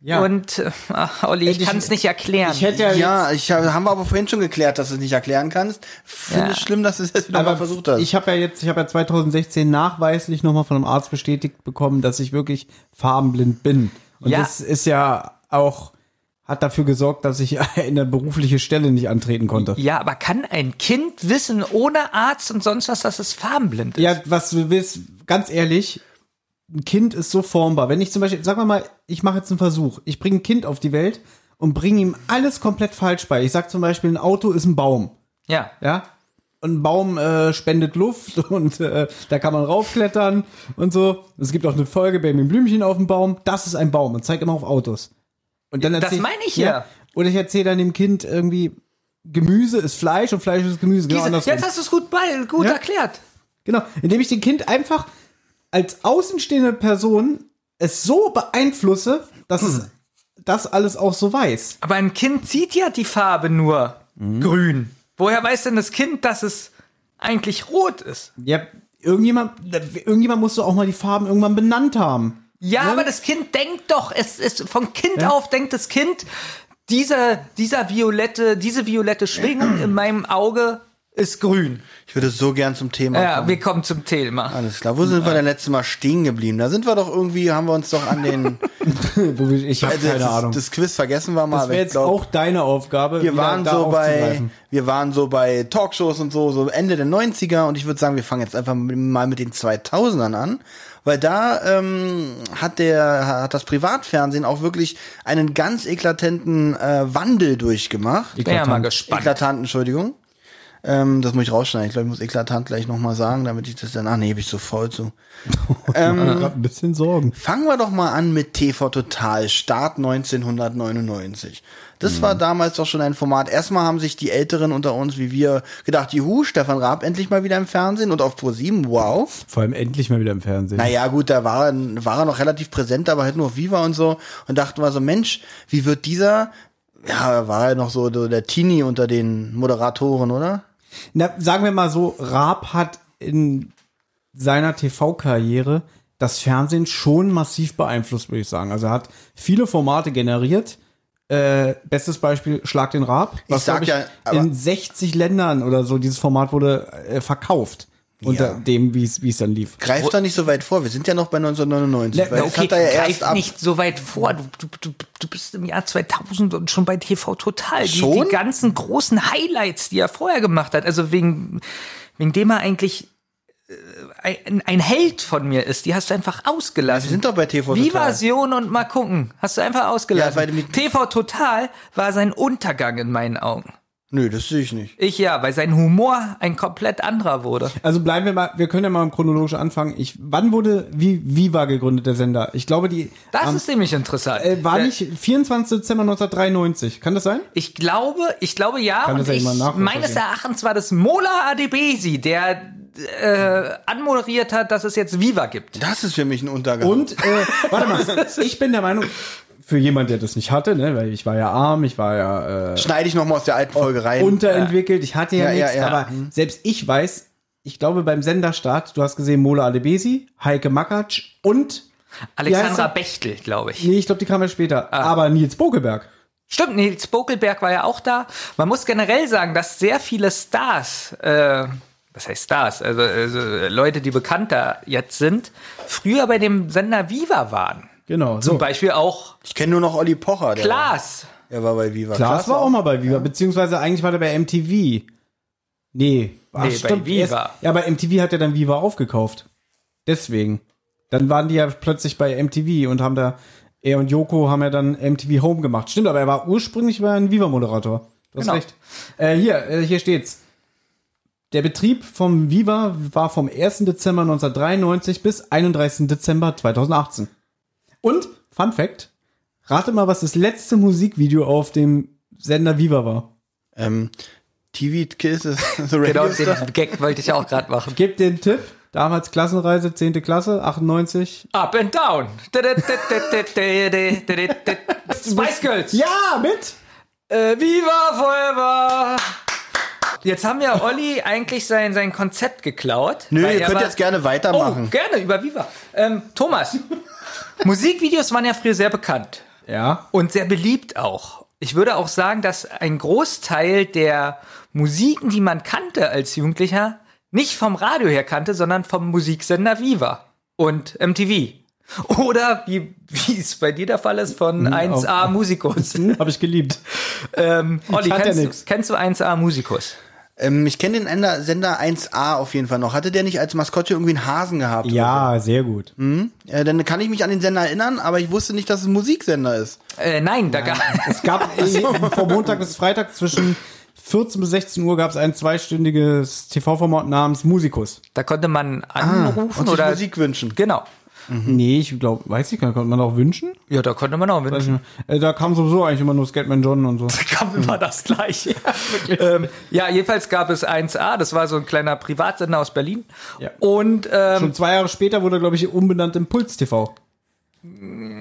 [SPEAKER 4] ja.
[SPEAKER 5] Und, äh, ach, Olli, ich,
[SPEAKER 4] Ich-
[SPEAKER 5] kann es nicht erklären.
[SPEAKER 4] ich hätte ja,
[SPEAKER 2] Ja, ich hab, haben wir aber vorhin schon geklärt, dass du es nicht erklären kannst. Finde
[SPEAKER 5] Ja.
[SPEAKER 2] es schlimm, dass du es jetzt wieder
[SPEAKER 4] Aber
[SPEAKER 2] mal versucht hast.
[SPEAKER 4] Ich habe ja jetzt, ich habe ja 2016 nachweislich nochmal von einem Arzt bestätigt bekommen, dass ich wirklich farbenblind bin. Und
[SPEAKER 5] Ja.
[SPEAKER 4] das ist ja auch, hat dafür gesorgt, dass ich eine berufliche Stelle nicht antreten konnte.
[SPEAKER 5] ja, aber kann ein Kind wissen, ohne Arzt und sonst was, dass es farbenblind ist?
[SPEAKER 4] Ja, was du willst, ganz ehrlich, ein Kind ist so formbar. Wenn ich zum Beispiel, sagen wir mal, ich mache jetzt einen Versuch. Ich bringe ein Kind auf die Welt und bringe ihm alles komplett falsch bei. Ich sag zum Beispiel, ein Auto ist ein Baum.
[SPEAKER 5] Ja.
[SPEAKER 4] ja. Und ein Baum äh, spendet Luft und äh, da kann man raufklettern und so. Es gibt auch eine Folge Baby Blümchen auf dem Baum. Das ist ein Baum und zeigt immer auf Autos. Und dann
[SPEAKER 5] Das
[SPEAKER 4] erzähl-
[SPEAKER 5] meine ich ja.
[SPEAKER 4] Oder ich erzähle dann dem Kind irgendwie, Gemüse ist Fleisch und Fleisch ist Gemüse. Genau
[SPEAKER 5] Diese,
[SPEAKER 4] andersrum.
[SPEAKER 5] jetzt hast du es gut, bei- gut
[SPEAKER 4] Ja.
[SPEAKER 5] erklärt.
[SPEAKER 4] Genau, indem ich dem Kind einfach als außenstehende Person es so beeinflusse, dass
[SPEAKER 5] Hm.
[SPEAKER 4] es das alles auch so weiß.
[SPEAKER 5] Aber ein Kind sieht ja die Farbe nur grün. Woher weiß denn das Kind, dass es eigentlich rot ist?
[SPEAKER 4] Ja, irgendjemand, irgendjemand musst du auch mal die Farben irgendwann benannt haben.
[SPEAKER 5] Ja, aber das Kind denkt doch, es ist von Kind auf denkt das Kind, dieser, dieser violette, diese violette Schwingung in meinem Auge ist grün.
[SPEAKER 2] Ich würde so gern zum Thema
[SPEAKER 5] Ja,
[SPEAKER 2] kommen.
[SPEAKER 5] wir kommen zum Thema.
[SPEAKER 2] Alles klar. Wo sind wir denn letztes Mal stehen geblieben? Da sind wir doch irgendwie, haben wir uns doch an den
[SPEAKER 4] Wo wir- Ich habe
[SPEAKER 2] Also
[SPEAKER 4] keine
[SPEAKER 2] das,
[SPEAKER 4] Ahnung.
[SPEAKER 2] Das Quiz vergessen wir mal.
[SPEAKER 4] Das
[SPEAKER 2] aber ich
[SPEAKER 4] wäre jetzt
[SPEAKER 2] glaub,
[SPEAKER 4] auch deine Aufgabe.
[SPEAKER 2] wir
[SPEAKER 4] wieder
[SPEAKER 2] waren
[SPEAKER 4] da
[SPEAKER 2] so bei,
[SPEAKER 4] aufzugreifen.
[SPEAKER 2] wir waren so bei Talkshows und so, so Ende der 90er und ich würde sagen, wir fangen jetzt einfach mal mit den 2000ern an, weil da ähm, hat der hat das Privatfernsehen auch wirklich einen ganz eklatanten äh, Wandel durchgemacht.
[SPEAKER 5] Bin ja mal
[SPEAKER 4] Eklatant.
[SPEAKER 5] gespannt.
[SPEAKER 2] Eklatant, Entschuldigung. Ähm, das muss ich rausschneiden. Ich glaube, ich muss eklatant gleich nochmal sagen, damit ich das dann. Ach nee, bin ich so faul zu. ähm,
[SPEAKER 4] Ich hab grad ein bisschen Sorgen.
[SPEAKER 2] Fangen wir doch mal an mit TV Total, Start 1999. Das war damals doch schon ein Format. Erstmal haben sich die Älteren unter uns, wie wir, gedacht, juhu, Stefan Raab endlich mal wieder im Fernsehen und auf Pro7, wow.
[SPEAKER 4] Vor allem endlich mal wieder im Fernsehen.
[SPEAKER 2] Naja, gut, da war, er- war er noch relativ präsent, aber halt nur auf Viva und so. Und dachten wir so, Mensch, wie wird dieser, ja, er war ja noch so der Teenie unter den Moderatoren, oder?
[SPEAKER 4] Na, sagen wir mal so, Raab hat in seiner TV-Karriere das Fernsehen schon massiv beeinflusst, würde ich sagen. Also er hat viele Formate generiert. Äh, bestes Beispiel, Schlag den Raab. Was,
[SPEAKER 2] sag
[SPEAKER 4] glaub
[SPEAKER 2] ja, aber-
[SPEAKER 4] in 60 Ländern oder so, dieses Format wurde äh, verkauft. Unter dem, wie es wie es dann lief.
[SPEAKER 2] Greift doch nicht so weit vor. Wir sind ja noch bei 1999.
[SPEAKER 4] Na,
[SPEAKER 2] weil
[SPEAKER 5] Ja,
[SPEAKER 2] das
[SPEAKER 5] Ne, okay,
[SPEAKER 2] hat er ja
[SPEAKER 5] greif
[SPEAKER 2] erst ab.
[SPEAKER 5] nicht so weit vor. Du, du, du, du bist im Jahr 2000 und schon bei TV Total. Die,
[SPEAKER 2] Schon?
[SPEAKER 5] die ganzen großen Highlights, die er vorher gemacht hat, also wegen, wegen dem er eigentlich äh, ein, ein Held von mir ist, die hast du einfach ausgelassen.
[SPEAKER 2] Wir sind doch bei TV
[SPEAKER 5] Wie
[SPEAKER 2] Total.
[SPEAKER 5] Version und mal gucken. Hast du einfach ausgelassen.
[SPEAKER 2] Ja, weil du mit-
[SPEAKER 5] TV Total war sein Untergang in meinen Augen.
[SPEAKER 2] Nö, das sehe ich nicht.
[SPEAKER 5] Ich ja, weil sein Humor ein komplett anderer wurde.
[SPEAKER 4] Also bleiben wir mal, wir können ja mal chronologisch anfangen. Ich, wann wurde wie Viva gegründet, der Sender? Ich glaube, die
[SPEAKER 5] Das ist nämlich interessant.
[SPEAKER 4] äh, war
[SPEAKER 5] Der-
[SPEAKER 4] nicht 24. Dezember 1993. Kann das sein?
[SPEAKER 5] Ich glaube, ich glaube ja.
[SPEAKER 4] Kann
[SPEAKER 5] und
[SPEAKER 4] das ja
[SPEAKER 5] ich,
[SPEAKER 4] jemand nachvollziehen?
[SPEAKER 5] meines Erachtens war das Mola Adebesi, der äh, anmoderiert hat, dass es jetzt Viva gibt.
[SPEAKER 2] Das ist für mich ein Untergang.
[SPEAKER 4] Und äh, warte mal, ich bin der Meinung, für jemand, der das nicht hatte, ne, weil ich war ja arm, ich war ja äh,
[SPEAKER 2] Schneide ich nochmal aus der alten Folge rein.
[SPEAKER 4] unterentwickelt, ich hatte ja,
[SPEAKER 2] Ja, ja,
[SPEAKER 4] nichts,
[SPEAKER 2] ja.
[SPEAKER 4] aber selbst ich weiß, ich glaube beim Senderstart, du hast gesehen Mola Adebesi, Heike Makatsch und wie heißt
[SPEAKER 5] Alexandra
[SPEAKER 4] er?
[SPEAKER 5] Bechtel, glaube ich.
[SPEAKER 4] Nee, ich glaube, die kam ja später, aber Nils Bokelberg.
[SPEAKER 5] Stimmt, Nils Bokelberg war ja auch da. Man muss generell sagen, dass sehr viele Stars, äh, was heißt Stars, also, also äh, Leute, die bekannter jetzt sind, früher bei dem Sender Viva waren.
[SPEAKER 4] Genau,
[SPEAKER 5] Zum
[SPEAKER 4] so.
[SPEAKER 5] Beispiel auch
[SPEAKER 2] Ich kenne nur noch Olli Pocher. Der
[SPEAKER 5] Klaas.
[SPEAKER 2] War, er war bei Viva.
[SPEAKER 4] Klaas war auch mal bei Viva, beziehungsweise eigentlich war der bei MTV. Nee, ach,
[SPEAKER 5] Nee, bei Viva.
[SPEAKER 4] Erst, ja, aber MTV hat ja dann Viva aufgekauft. Deswegen. Dann waren die ja plötzlich bei MTV und haben da, er und Joko haben ja dann MTV Home gemacht. Stimmt, aber er war ursprünglich war er ein Viva-Moderator. Du hast
[SPEAKER 5] Genau.
[SPEAKER 4] recht. Äh, hier, äh, hier steht's. Der Betrieb vom Viva war vom 1. Dezember 1993 bis 31. Dezember 2018. Und, Fun Fact, rate mal, was das letzte Musikvideo auf dem Sender Viva war.
[SPEAKER 2] Ähm, TV Kiss is the Radio
[SPEAKER 5] Genau,
[SPEAKER 2] Star.
[SPEAKER 5] den Gag wollte ich auch gerade machen.
[SPEAKER 4] Gebt den Tipp. Damals Klassenreise, 10. Klasse, 98.
[SPEAKER 5] Up and down. Spice Girls.
[SPEAKER 4] Ja, mit!
[SPEAKER 5] Äh, Viva Forever. Jetzt haben ja Olli eigentlich sein, sein Konzept geklaut.
[SPEAKER 2] Nö,
[SPEAKER 5] weil
[SPEAKER 2] ihr
[SPEAKER 5] er
[SPEAKER 2] könnt
[SPEAKER 5] war-
[SPEAKER 2] jetzt gerne
[SPEAKER 5] Oh,
[SPEAKER 2] weitermachen.
[SPEAKER 5] gerne, über Viva. Ähm, Thomas, Musikvideos waren ja früher sehr bekannt
[SPEAKER 4] Ja.
[SPEAKER 5] und sehr beliebt auch. Ich würde auch sagen, dass ein Großteil der Musiken, die man kannte als Jugendlicher, nicht vom Radio her kannte, sondern vom Musiksender Viva und MTV. Oder wie wie es bei dir der Fall ist, von
[SPEAKER 2] Hm,
[SPEAKER 5] 1A Musikus.
[SPEAKER 4] Habe ich geliebt.
[SPEAKER 5] ähm, Olli,
[SPEAKER 4] Ich hatte
[SPEAKER 5] kennst,
[SPEAKER 4] ja
[SPEAKER 5] du,
[SPEAKER 4] nix.
[SPEAKER 5] kennst du 1A Musikus?
[SPEAKER 2] Ähm, ich kenne den Ender- Sender 1A auf jeden Fall noch. Hatte der nicht als Maskottchen irgendwie einen Hasen gehabt?
[SPEAKER 4] Ja, sehr gut.
[SPEAKER 2] Äh, dann kann ich mich an den Sender erinnern, aber ich wusste nicht, dass es ein Musiksender ist.
[SPEAKER 5] Äh, nein, da gab
[SPEAKER 4] Es gab äh, von Montag bis Freitag zwischen 14 bis 16 Uhr gab es ein zweistündiges TV-Format namens Musikus.
[SPEAKER 5] Da konnte man anrufen
[SPEAKER 2] Ah, und sich
[SPEAKER 5] oder
[SPEAKER 2] Musik wünschen.
[SPEAKER 5] Genau.
[SPEAKER 4] Nee, ich glaube, weiß ich gar nicht, konnte man auch wünschen?
[SPEAKER 5] Ja, da konnte man auch wünschen.
[SPEAKER 4] Äh, Da kam sowieso eigentlich immer nur Scatman John und so.
[SPEAKER 5] kam immer das Gleiche. Ja, ähm, ja, jedenfalls gab es 1A, das war so ein kleiner Privatsender aus Berlin.
[SPEAKER 4] Ja.
[SPEAKER 5] Und
[SPEAKER 4] Schon
[SPEAKER 5] ähm,
[SPEAKER 4] zwei Jahre später wurde, glaube ich, umbenannt in Puls TV.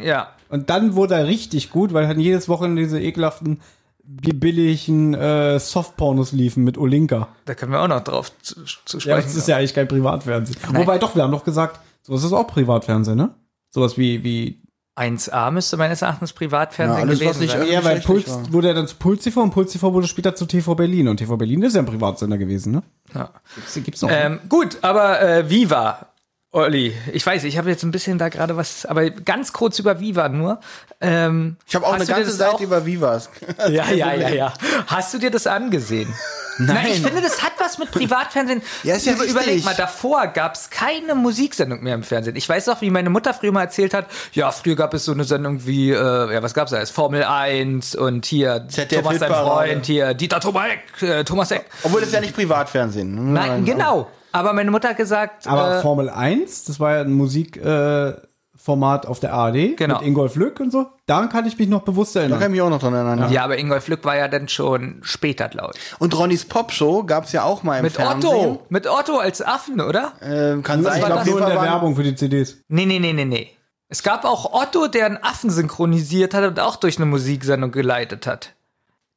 [SPEAKER 5] ja,
[SPEAKER 4] Und dann wurde er richtig gut, weil dann jedes Wochenende diese ekelhaften, bi- billigen äh, Softpornos liefen mit Olinka.
[SPEAKER 5] da können wir auch noch drauf zu, zu
[SPEAKER 4] Ja, aber
[SPEAKER 5] sprechen.
[SPEAKER 4] das ist ja eigentlich kein Privatfernsehen. Wobei doch, wir haben doch gesagt, sowas ist auch Privatfernsehen, ne? Sowas wie, wie
[SPEAKER 5] 1A müsste meines Erachtens Privatfernsehen
[SPEAKER 2] alles, was
[SPEAKER 5] gewesen
[SPEAKER 2] nicht
[SPEAKER 5] sein.
[SPEAKER 2] irgendwie-
[SPEAKER 4] Ja, weil
[SPEAKER 2] schlecht
[SPEAKER 4] Puls
[SPEAKER 2] nicht wahr?
[SPEAKER 4] wurde ja dann zu Puls TV und Puls TV wurde später zu TV Berlin. Und TV Berlin ist ja ein Privatsender gewesen, ne?
[SPEAKER 5] Ja.
[SPEAKER 4] Gibt's, gibt's
[SPEAKER 2] ne?
[SPEAKER 4] noch.
[SPEAKER 5] Ähm, gut, aber äh, Viva, Olli, ich weiß, ich habe jetzt ein bisschen da gerade was, aber ganz kurz über Viva nur. Ähm,
[SPEAKER 2] Ich habe auch
[SPEAKER 5] hast
[SPEAKER 2] eine
[SPEAKER 5] du dir
[SPEAKER 2] ganze
[SPEAKER 5] das
[SPEAKER 2] Seite
[SPEAKER 5] auch-
[SPEAKER 2] über Vivas.
[SPEAKER 5] Ja, ja, ja, ja. Hast du dir das angesehen? Nein. ich finde, das hat was mit Privatfernsehen.
[SPEAKER 2] Ja, ist ja
[SPEAKER 5] Über-
[SPEAKER 2] richtig.
[SPEAKER 5] Überleg mal, davor gab es keine Musiksendung mehr im Fernsehen. Ich weiß auch, wie meine Mutter früher mal erzählt hat, ja, früher gab es so eine Sendung wie, äh, ja, was gab's da? Als Formel 1 und hier
[SPEAKER 2] ZDF
[SPEAKER 5] Thomas sein
[SPEAKER 2] Hitparade.
[SPEAKER 5] Freund, hier Dieter Thomas Eck, äh, Thomas Eck.
[SPEAKER 2] Obwohl das ist ja nicht Privatfernsehen. Nein,
[SPEAKER 5] Nein, genau. Aber meine Mutter hat gesagt,
[SPEAKER 4] Aber
[SPEAKER 5] äh,
[SPEAKER 4] Formel 1, das war ja ein Musikformat äh, Format auf der ARD
[SPEAKER 5] Genau.
[SPEAKER 4] mit Ingolf Lück und so. Daran kann ich mich noch bewusst
[SPEAKER 2] Da kann
[SPEAKER 4] erinnern.
[SPEAKER 2] ich mich auch noch dran erinnern.
[SPEAKER 5] ja, aber Ingolf Lück war ja dann schon später, glaube ich.
[SPEAKER 2] Und Ronnys Popshow gab es ja auch mal im
[SPEAKER 5] Mit
[SPEAKER 2] Fernsehen.
[SPEAKER 5] Otto. Mit Otto als Affen, oder?
[SPEAKER 2] Ähm, kann sein.
[SPEAKER 4] Ich
[SPEAKER 5] war
[SPEAKER 4] glaube
[SPEAKER 5] das-
[SPEAKER 4] nur in der
[SPEAKER 2] waren-
[SPEAKER 4] Werbung für die CDs.
[SPEAKER 5] Nee, nee, nee, nee, nee. Es gab auch Otto, der einen Affen synchronisiert hat und auch durch eine Musiksendung geleitet hat.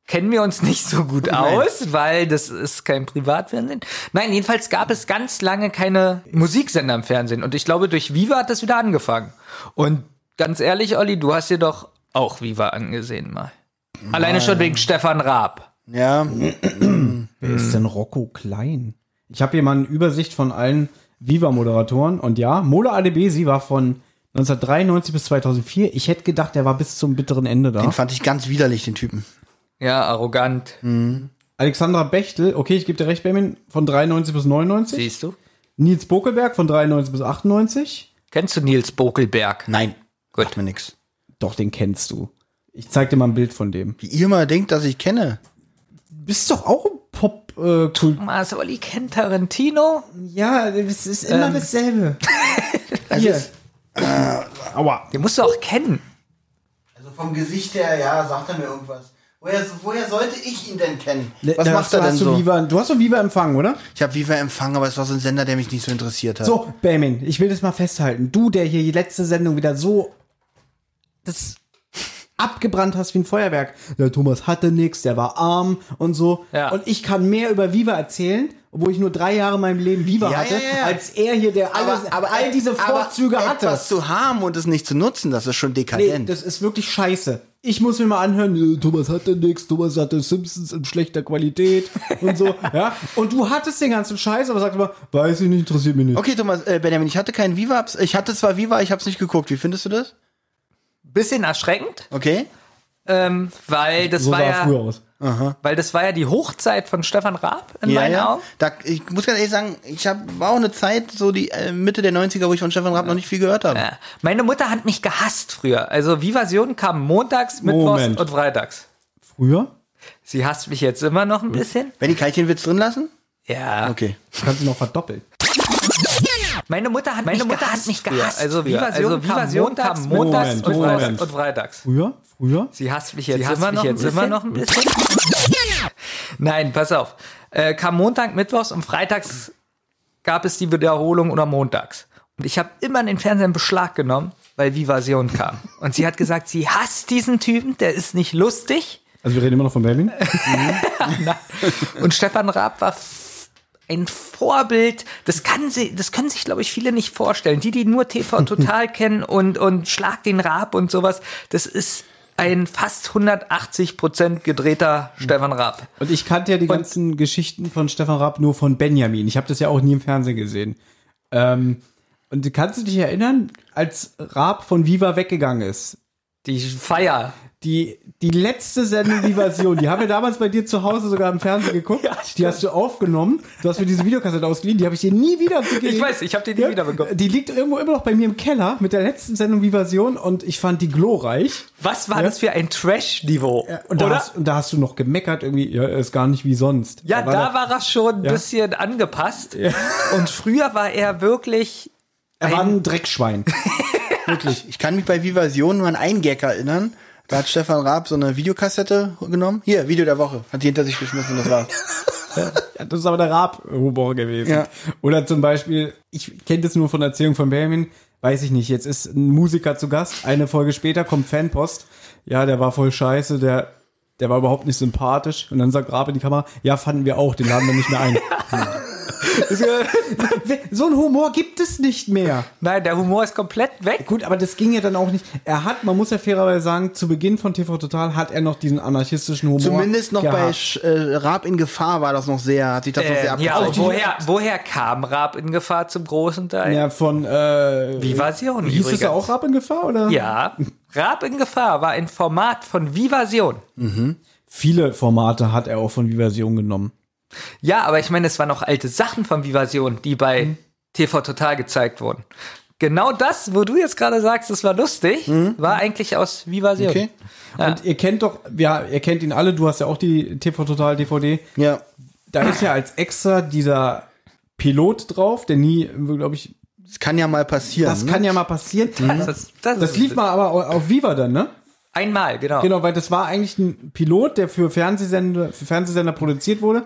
[SPEAKER 5] Kennen wir uns nicht so gut aus, weil das ist kein Privatfernsehen. Nein, jedenfalls gab es ganz lange keine Musiksender im Fernsehen. Und ich glaube, durch Viva hat das wieder angefangen. Und ganz ehrlich, Olli, du hast dir doch auch Viva angesehen mal. Alleine schon wegen Stefan Raab.
[SPEAKER 2] Ja,
[SPEAKER 4] Wer ist denn Rocco Klein? Ich habe hier mal eine Übersicht von allen Viva-Moderatoren. Und ja, Mola Adebesi war von 1993 bis 2004. Ich hätte gedacht, der war bis zum bitteren Ende da.
[SPEAKER 2] den fand ich ganz widerlich, den Typen.
[SPEAKER 5] Ja, arrogant.
[SPEAKER 4] Alexandra Bechtel, okay, ich gebe dir recht, Benjamin, von 93 bis 99.
[SPEAKER 5] Siehst du?
[SPEAKER 4] Nils Bokelberg von 93 bis 98.
[SPEAKER 5] Kennst du Nils Bokelberg?
[SPEAKER 2] Nein.
[SPEAKER 5] Gut.
[SPEAKER 2] Sagt mir nix.
[SPEAKER 4] Doch, den kennst du. Ich zeig dir mal ein Bild von dem.
[SPEAKER 2] Wie ihr mal denkt, dass ich kenne.
[SPEAKER 4] Bist doch auch ein pop äh, cool.
[SPEAKER 5] Thomas Olli kennt Tarantino?
[SPEAKER 4] Ja, es ist immer dasselbe. Hier. Aua.
[SPEAKER 5] Den musst du auch kennen.
[SPEAKER 2] Also vom Gesicht her, ja, sagt er mir irgendwas. Woher, woher sollte ich ihn denn kennen? Was
[SPEAKER 4] Na,
[SPEAKER 2] macht
[SPEAKER 4] hast du-
[SPEAKER 2] er denn
[SPEAKER 4] hast du
[SPEAKER 2] so?
[SPEAKER 4] Viva, du hast so Viva empfangen, oder?
[SPEAKER 2] Ich habe Viva empfangen, aber es war so ein Sender, der mich nicht so interessiert hat.
[SPEAKER 4] So, Benjamin, ich will das mal festhalten. Du, der hier die letzte Sendung wieder so das abgebrannt hast wie ein Feuerwerk. Der Thomas hatte nix, der war arm und so.
[SPEAKER 5] Ja.
[SPEAKER 4] Und ich kann mehr über Viva erzählen, obwohl ich nur drei Jahre in meinem Leben Viva
[SPEAKER 2] Ja,
[SPEAKER 4] hatte,
[SPEAKER 2] ja, ja. e-
[SPEAKER 4] als er hier, der alles, all diese Vorzüge
[SPEAKER 2] aber
[SPEAKER 4] hatte.
[SPEAKER 2] Etwas zu haben und es nicht zu nutzen, das ist schon
[SPEAKER 4] Nee,
[SPEAKER 2] dekadent.
[SPEAKER 4] das ist wirklich scheiße. Ich muss mir mal anhören, äh, Thomas hatte nix, Thomas hatte Simpsons in schlechter Qualität und so, ja. Und du hattest den ganzen Scheiß, aber sagst immer, weiß ich nicht, interessiert mich nicht.
[SPEAKER 2] okay, Thomas, äh, Benjamin, ich hatte keinen Viva. abs- Ich hatte zwar Viva, ich habe es nicht geguckt. Wie findest du das?
[SPEAKER 5] Bisschen erschreckend,
[SPEAKER 2] Okay.
[SPEAKER 5] ähm, weil das
[SPEAKER 4] so
[SPEAKER 5] war
[SPEAKER 4] sah er früher
[SPEAKER 5] ja,
[SPEAKER 4] aus.
[SPEAKER 5] weil das war ja die Hochzeit von Stefan Raab in meinen Augen.
[SPEAKER 2] Da, ich muss ganz ehrlich sagen, ich hab, war auch eine Zeit, so die äh, Mitte der 90er, wo ich von Stefan Raab noch nicht viel gehört habe.
[SPEAKER 5] Ja. Meine Mutter hat mich gehasst früher. Also Vivasion kam montags, mittwochs
[SPEAKER 4] Moment.
[SPEAKER 5] und freitags.
[SPEAKER 4] Früher?
[SPEAKER 5] Sie hasst mich jetzt immer noch ein bisschen.
[SPEAKER 2] Benny, kann ich den Witz drin lassen?
[SPEAKER 5] Ja.
[SPEAKER 2] Okay.
[SPEAKER 4] Kannst du noch verdoppeln.
[SPEAKER 5] Meine Mutter hat mich gehasst. früher. Also Vivasion,
[SPEAKER 4] Also
[SPEAKER 5] also Vivasion kam montags,
[SPEAKER 4] Moment,
[SPEAKER 5] und,
[SPEAKER 4] Moment.
[SPEAKER 5] Freitags und freitags.
[SPEAKER 4] Früher? Früher?
[SPEAKER 5] Sie hasst mich jetzt,
[SPEAKER 4] hasst
[SPEAKER 5] immer,
[SPEAKER 4] mich
[SPEAKER 5] noch
[SPEAKER 4] jetzt
[SPEAKER 5] ein
[SPEAKER 4] immer
[SPEAKER 5] bisschen?
[SPEAKER 4] noch ein
[SPEAKER 5] Nein, pass auf. Äh, kam Montag, Mittwochs und Freitags gab es die Wiederholung oder montags. Und ich habe immer den Fernseher in Beschlag genommen, weil Vivasion kam. Und sie hat gesagt, sie hasst diesen Typen, der ist nicht lustig.
[SPEAKER 4] Also wir reden immer noch von Berlin.
[SPEAKER 5] Und Stefan Raab war f- ein Vorbild. Das, kann sie, das können sich, glaube ich, viele nicht vorstellen. Die, die nur TV Total kennen und, und Schlag den Raab und sowas, das ist ein fast 180 Prozent gedrehter Stefan Raab.
[SPEAKER 4] Und ich kannte ja die ganzen Geschichten von Stefan Raab nur von Benjamin. Ich habe das ja auch nie im Fernsehen gesehen. Ähm, und du kannst du dich erinnern, als Raab von Viva weggegangen ist?
[SPEAKER 5] Die Feier.
[SPEAKER 4] Die, die letzte Sendung Vivasion, die haben wir damals bei dir zu Hause sogar im Fernsehen geguckt. die hast du aufgenommen. Du hast mir diese Videokassette ausgeliehen, die habe ich dir nie wieder gegeben.
[SPEAKER 5] Ich weiß, ich habe die nie wiederbekommen.
[SPEAKER 4] Die liegt irgendwo immer noch bei mir im Keller mit der letzten Sendung Vivasion und ich fand die glorreich.
[SPEAKER 5] Was war das für ein Trash-Niveau?
[SPEAKER 4] Und da,
[SPEAKER 5] oder?
[SPEAKER 4] hast, und da hast du noch gemeckert, irgendwie, ja, er ist gar nicht wie sonst.
[SPEAKER 5] ja, da war er schon ein
[SPEAKER 4] Ja.
[SPEAKER 5] bisschen angepasst. Und früher war er wirklich
[SPEAKER 4] Er war ein Dreckschwein.
[SPEAKER 2] Wirklich. Ich kann mich bei Vivasion nur an einen Gag erinnern. Da hat Stefan Raab so eine Videokassette genommen. Hier, Video der Woche. Hat die hinter sich geschmissen, das war's.
[SPEAKER 4] Ja, das ist aber der Raab-Humor gewesen.
[SPEAKER 2] Ja.
[SPEAKER 4] Oder zum Beispiel, ich kenne das nur von Erzählung von Benjamin, weiß ich nicht, jetzt ist ein Musiker zu Gast, eine Folge später kommt Fanpost, ja, der war voll scheiße, der, der war überhaupt nicht sympathisch und dann sagt Raab in die Kamera, ja, fanden wir auch, den laden wir nicht mehr ein. so ein Humor gibt es nicht mehr.
[SPEAKER 5] Nein, der Humor ist komplett weg.
[SPEAKER 4] Gut, aber das ging ja dann auch nicht. Er hat, man muss ja fairerweise sagen, zu Beginn von TV Total hat er noch diesen anarchistischen Humor.
[SPEAKER 2] Zumindest noch bei
[SPEAKER 4] gehabt.
[SPEAKER 2] Sch- äh, Raab in Gefahr war das noch sehr, hat sich das noch sehr
[SPEAKER 5] Äh, ja,
[SPEAKER 2] abgezeichnet.
[SPEAKER 5] und woher, woher kam Raab in Gefahr zum großen Teil?
[SPEAKER 4] ja, von äh,
[SPEAKER 5] Vivasion
[SPEAKER 4] Hieß
[SPEAKER 5] übrigens.
[SPEAKER 4] es ja auch Raab in Gefahr, oder?
[SPEAKER 5] Ja, Raab in Gefahr war ein Format von Vivasion.
[SPEAKER 4] Viele Formate hat er auch von Vivasion genommen.
[SPEAKER 5] Ja, aber ich meine, es waren noch alte Sachen von Vivasion, die bei
[SPEAKER 4] Mhm.
[SPEAKER 5] TV Total gezeigt wurden. Genau das, wo du jetzt gerade sagst, es war lustig,
[SPEAKER 4] Mhm.
[SPEAKER 5] war eigentlich aus Vivasion.
[SPEAKER 2] Okay.
[SPEAKER 4] Und ihr kennt doch, ja, ihr kennt ihn alle, du hast ja auch die TV Total DVD.
[SPEAKER 2] Ja.
[SPEAKER 4] Da ist ja als extra dieser Pilot drauf, der nie, glaube ich,
[SPEAKER 2] Das kann ja mal passieren.
[SPEAKER 4] das
[SPEAKER 2] ne?
[SPEAKER 4] kann ja mal passieren.
[SPEAKER 5] Das, ist- das
[SPEAKER 4] Das
[SPEAKER 5] ist-
[SPEAKER 4] lief mal aber au- auf Viva dann, ne?
[SPEAKER 5] Einmal, genau.
[SPEAKER 4] Genau, weil das war eigentlich ein Pilot, der für Fernsehsender, für Fernsehsender produziert wurde.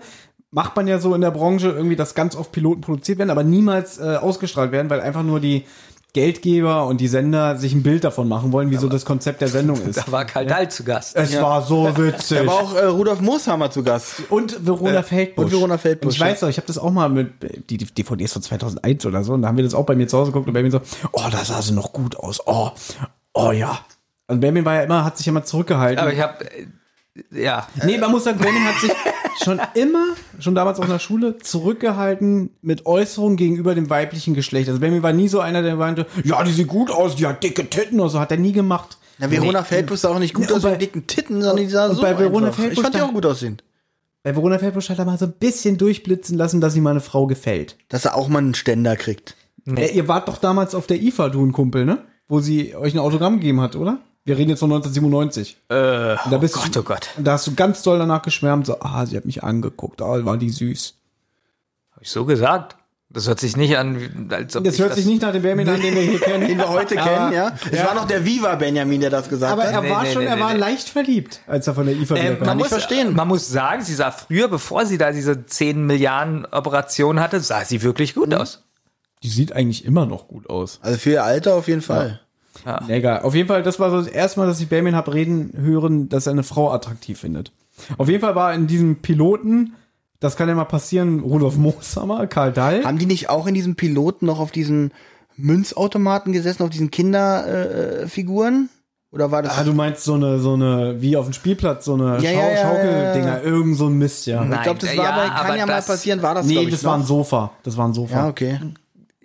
[SPEAKER 4] Macht man ja so in der Branche irgendwie, dass ganz oft Piloten produziert werden, aber niemals äh, ausgestrahlt werden, weil einfach nur die Geldgeber und die Sender sich ein Bild davon machen wollen, wie so das Konzept der Sendung ist.
[SPEAKER 5] Da war Karl Dahl zu Gast.
[SPEAKER 4] Es war so witzig.
[SPEAKER 2] Aber auch äh, Rudolf Mooshammer zu Gast.
[SPEAKER 4] Und Verona Feldbusch.
[SPEAKER 2] und Verona Feldbusch,
[SPEAKER 4] Und ich weiß noch, ich habe das auch mal mit, die die DVDs von 2001 oder so, und da haben wir das auch bei mir zu Hause geguckt und Benjamin so, oh, da sah sie noch gut aus, oh, oh ja. Und Benjamin war ja immer, hat sich ja immer zurückgehalten.
[SPEAKER 5] Aber ich habe, ja,
[SPEAKER 4] nee, man muss sagen, Benjamin hat sich schon immer, schon damals auch in der Schule, zurückgehalten mit Äußerungen gegenüber dem weiblichen Geschlecht. Also Benjamin war nie so einer, der meinte, ja, die sieht gut aus, die hat dicke Titten oder so, hat er nie gemacht.
[SPEAKER 2] Na, Verona Feldbusch sah auch nicht gut
[SPEAKER 4] Ja, und
[SPEAKER 2] aus mit
[SPEAKER 4] bei-
[SPEAKER 2] dicken Titten, sondern die sah
[SPEAKER 4] und
[SPEAKER 2] so
[SPEAKER 4] bei Verona
[SPEAKER 2] einfach. Ich
[SPEAKER 4] Feldbusch
[SPEAKER 2] fand die
[SPEAKER 4] dann-
[SPEAKER 2] auch gut aussehen.
[SPEAKER 4] Bei Verona Feldbusch hat er mal so ein bisschen durchblitzen lassen, dass ihm mal eine Frau gefällt.
[SPEAKER 2] Dass er auch mal einen Ständer kriegt.
[SPEAKER 4] Äh, ihr wart doch damals auf der IFA, du und Kumpel, ne? Wo sie euch ein Autogramm gegeben hat, oder? Wir reden jetzt von 1997. Äh, da bist
[SPEAKER 5] Gott,
[SPEAKER 4] du,
[SPEAKER 5] oh Gott.
[SPEAKER 4] Da hast du ganz doll danach geschwärmt, so, ah, sie hat mich angeguckt, ah, war die süß.
[SPEAKER 5] habe ich so gesagt. Das hört sich nicht an, wie- als ob
[SPEAKER 4] Das
[SPEAKER 5] ich
[SPEAKER 4] hört sich nicht nach dem Benjamin an, den wir hier
[SPEAKER 2] Den
[SPEAKER 4] kennen.
[SPEAKER 2] wir heute kennen, ja. Es war noch der Viva Benjamin, der das gesagt
[SPEAKER 4] Aber
[SPEAKER 2] hat.
[SPEAKER 4] er
[SPEAKER 5] Nee,
[SPEAKER 4] war
[SPEAKER 5] nee,
[SPEAKER 4] schon,
[SPEAKER 5] nee,
[SPEAKER 4] er
[SPEAKER 5] nee,
[SPEAKER 4] war
[SPEAKER 5] nee.
[SPEAKER 4] leicht verliebt, als er von der IFA
[SPEAKER 2] Ähm,
[SPEAKER 5] Äh,
[SPEAKER 4] wiederkam.
[SPEAKER 5] man, muss,
[SPEAKER 2] verstehen.
[SPEAKER 5] man muss sagen, sie sah früher, bevor sie da diese 10 Milliarden Operationen hatte, sah sie wirklich gut aus.
[SPEAKER 4] Die sieht eigentlich immer noch gut aus.
[SPEAKER 2] Also für ihr Alter auf jeden Fall.
[SPEAKER 4] Na, Egal. Auf jeden Fall, das war so das erste Mal, dass ich Benjamin hab reden hören, dass er eine Frau attraktiv findet. Auf jeden Fall war in diesem Piloten, das kann ja mal passieren, Rudolf Mooshammer, Karl Dahl.
[SPEAKER 2] Haben die nicht auch in diesem Piloten noch auf diesen Münzautomaten gesessen, auf diesen Kinderfiguren? Äh, Figuren? Oder war das?
[SPEAKER 4] Ah, du meinst so eine, so eine, wie auf dem Spielplatz, so eine
[SPEAKER 2] Ja,
[SPEAKER 4] ja,
[SPEAKER 2] ja, ja,
[SPEAKER 4] Schaukeldinger,
[SPEAKER 2] ja,
[SPEAKER 4] irgend so ein Mist, ja.
[SPEAKER 5] Nein,
[SPEAKER 2] ich glaube, das
[SPEAKER 5] äh,
[SPEAKER 2] war
[SPEAKER 5] ja,
[SPEAKER 2] bei kann
[SPEAKER 5] aber
[SPEAKER 2] ja mal
[SPEAKER 5] das-
[SPEAKER 2] passieren, war das
[SPEAKER 4] nee,
[SPEAKER 2] glaub ich
[SPEAKER 4] das war ein
[SPEAKER 2] noch.
[SPEAKER 4] Sofa. Das war ein Sofa.
[SPEAKER 2] Ja, okay.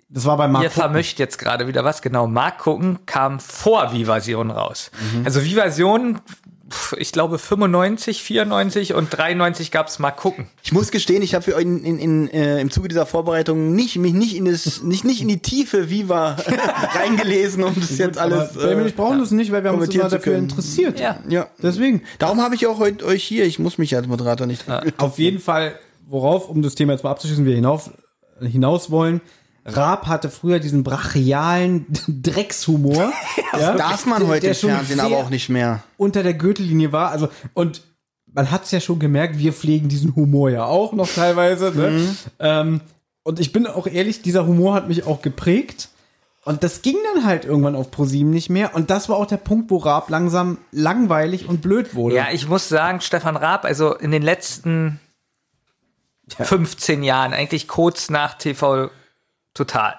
[SPEAKER 4] Das war bei
[SPEAKER 5] Ihr
[SPEAKER 4] Marco.
[SPEAKER 5] vermischt jetzt gerade wieder was genau. Mark gucken kam vor Vivasion raus. Also Vivasion, pf, ich glaube 95, 94 und 93 gab es Mark gucken.
[SPEAKER 2] Ich muss gestehen, ich habe in, in, in, äh, im Zuge dieser Vorbereitung nicht, mich nicht in, das, nicht, nicht in die Tiefe Viva reingelesen, um das jetzt alles.
[SPEAKER 4] Benjamin, ich brauche das nicht, weil wir haben uns
[SPEAKER 2] kommentieren
[SPEAKER 4] immer
[SPEAKER 2] zu
[SPEAKER 4] dafür
[SPEAKER 2] können.
[SPEAKER 4] interessiert.
[SPEAKER 5] Ja.
[SPEAKER 2] ja.
[SPEAKER 4] Deswegen.
[SPEAKER 2] Darum habe ich auch heute euch hier. Ich muss mich ja als Moderator nicht.
[SPEAKER 4] Auf jeden Fall, worauf, um das Thema jetzt mal abzuschließen, wir hinauf, hinaus wollen. Raab hatte früher diesen brachialen Dreckshumor. ja,
[SPEAKER 2] Darf man
[SPEAKER 4] der-
[SPEAKER 2] heute
[SPEAKER 4] der
[SPEAKER 2] im
[SPEAKER 4] schon
[SPEAKER 2] Fernsehen
[SPEAKER 4] sehr
[SPEAKER 2] aber auch nicht mehr.
[SPEAKER 4] unter der Gürtellinie war. Also, und man hat es ja schon gemerkt, wir pflegen diesen Humor ja auch noch teilweise. Ne?
[SPEAKER 5] Mhm.
[SPEAKER 4] Ähm, und ich bin auch ehrlich, dieser Humor hat mich auch geprägt. Und das ging dann halt irgendwann auf ProSieben nicht mehr. Und das war auch der Punkt, wo Raab langsam langweilig und blöd wurde.
[SPEAKER 5] Ja, ich muss sagen, Stefan Raab, also in den letzten 15 Jahren, eigentlich kurz nach TV Total,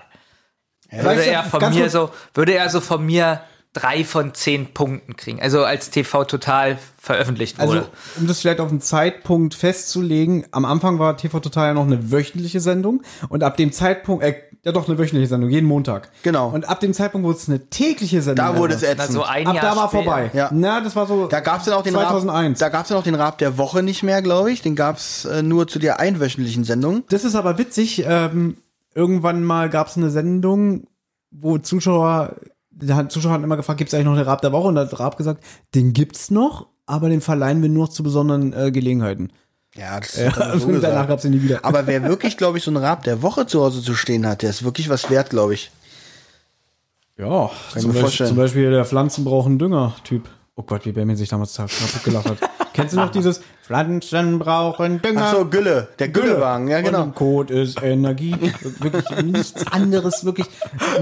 [SPEAKER 5] würde
[SPEAKER 4] Weißt du,
[SPEAKER 5] also er von
[SPEAKER 4] ganz
[SPEAKER 5] mir
[SPEAKER 4] kurz-
[SPEAKER 5] so, würde er so von mir drei von zehn Punkten kriegen. Also als TV Total veröffentlicht
[SPEAKER 4] Also,
[SPEAKER 5] wurde.
[SPEAKER 4] um das vielleicht auf den Zeitpunkt festzulegen, am Anfang war TV Total ja noch eine wöchentliche Sendung und ab dem Zeitpunkt, äh, ja doch eine wöchentliche Sendung, jeden Montag.
[SPEAKER 2] Genau.
[SPEAKER 4] Und ab dem Zeitpunkt wurde es eine tägliche Sendung.
[SPEAKER 2] Da wurde es ätzend.
[SPEAKER 5] also ein
[SPEAKER 4] Ab
[SPEAKER 5] Jahr
[SPEAKER 4] da war
[SPEAKER 5] später.
[SPEAKER 4] vorbei.
[SPEAKER 2] Ja.
[SPEAKER 4] Na, das war so.
[SPEAKER 2] Da gab es dann auch den
[SPEAKER 4] 2001.
[SPEAKER 2] Raab, da gab's dann auch den Raab der Woche nicht mehr, glaube ich. Den gab es äh, nur zu der einwöchentlichen Sendung.
[SPEAKER 4] das ist aber witzig. Ähm, irgendwann mal gab es eine Sendung, wo Zuschauer, da hat Zuschauer haben immer gefragt, gibt es eigentlich noch den Rab der Woche? Und da hat Rab gesagt, den gibt's noch, aber den verleihen wir nur zu besonderen äh, Gelegenheiten.
[SPEAKER 2] Ja, das
[SPEAKER 4] Und danach gab's ihn nie wieder.
[SPEAKER 2] Aber wer wirklich, glaube ich, so einen Raab der Woche zu Hause zu stehen hat, der ist wirklich was wert, glaube ich.
[SPEAKER 4] Ja, zum
[SPEAKER 2] mir
[SPEAKER 4] Beispiel,
[SPEAKER 2] vorstellen.
[SPEAKER 4] zum Beispiel der Pflanzen brauchen Dünger-Typ. Oh Gott, wie Benjamin sich damals da kaputt gelacht hat. Kennst du noch dieses Pflanzen brauchen Dünger?
[SPEAKER 2] Ach so, Gülle. Der Güllewagen, ja genau.
[SPEAKER 4] Und im Code ist Energie. Wirklich nichts anderes, wirklich.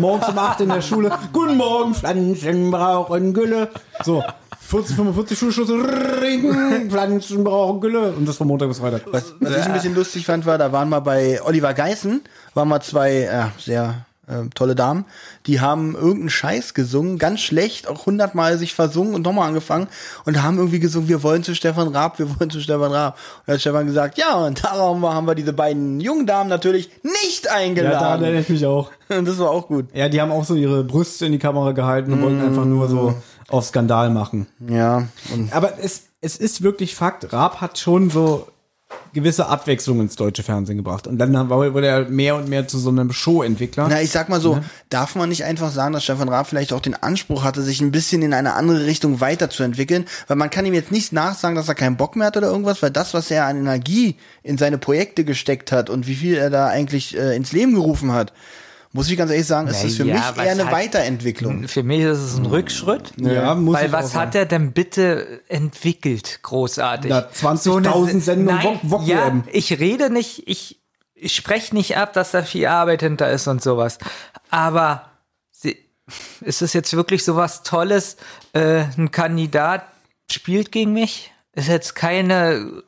[SPEAKER 4] Morgens um 8 in der Schule. Guten Morgen, Pflanzen brauchen Gülle. So, 14, 45 Schulschluss. Ring, Pflanzen brauchen Gülle. Und das von Montag bis Freitag.
[SPEAKER 2] Was, was ich ein bisschen lustig fand, war, da waren wir bei Oliver Geißen, waren mal zwei äh, sehr äh, tolle Damen, die haben irgendeinen Scheiß gesungen, ganz schlecht, auch hundertmal sich versungen und nochmal angefangen und haben irgendwie gesungen, wir wollen zu Stefan Raab, wir wollen zu Stefan Raab. Und dann hat Stefan gesagt, ja, und darum haben wir diese beiden jungen Damen natürlich nicht
[SPEAKER 4] Ja, da erinnere
[SPEAKER 2] eingeladen.
[SPEAKER 4] ich mich auch.
[SPEAKER 2] und das war auch gut.
[SPEAKER 4] Ja, die haben auch so ihre Brüste in die Kamera gehalten und
[SPEAKER 2] Mm.
[SPEAKER 4] wollten einfach nur so auf Skandal machen.
[SPEAKER 2] Ja, und
[SPEAKER 4] Aber es, es ist wirklich Fakt. Raab hat schon so gewisse Abwechslung ins deutsche Fernsehen gebracht. Und dann war- wurde er mehr und mehr zu so einem Show-Entwickler.
[SPEAKER 2] Na, ich sag mal so, darf man nicht einfach sagen, dass Stefan Raab vielleicht auch den Anspruch hatte, sich ein bisschen in eine andere Richtung weiterzuentwickeln, weil man kann ihm jetzt nicht nachsagen, dass er keinen Bock mehr hat oder irgendwas, weil das, was er an Energie in seine Projekte gesteckt hat und wie viel er da eigentlich äh, ins Leben gerufen hat, muss ich ganz ehrlich sagen, ist das für
[SPEAKER 5] ja,
[SPEAKER 2] mich
[SPEAKER 5] was
[SPEAKER 2] eher eine
[SPEAKER 5] hat-
[SPEAKER 2] Weiterentwicklung.
[SPEAKER 5] Für mich ist es ein Rückschritt.
[SPEAKER 4] Ja, Hm. muss
[SPEAKER 5] Weil
[SPEAKER 4] ich auch
[SPEAKER 5] was
[SPEAKER 4] sagen.
[SPEAKER 5] hat er denn bitte entwickelt, großartig?
[SPEAKER 4] Na, 20.000 Sendungen
[SPEAKER 5] Nein,
[SPEAKER 4] Wok- Wok
[SPEAKER 5] ja,
[SPEAKER 4] WM.
[SPEAKER 5] ich rede nicht, ich, ich spreche nicht ab, dass da viel Arbeit hinter ist und sowas. Aber sie, ist es jetzt wirklich sowas Tolles? Äh, ein Kandidat spielt gegen mich? Ist jetzt keine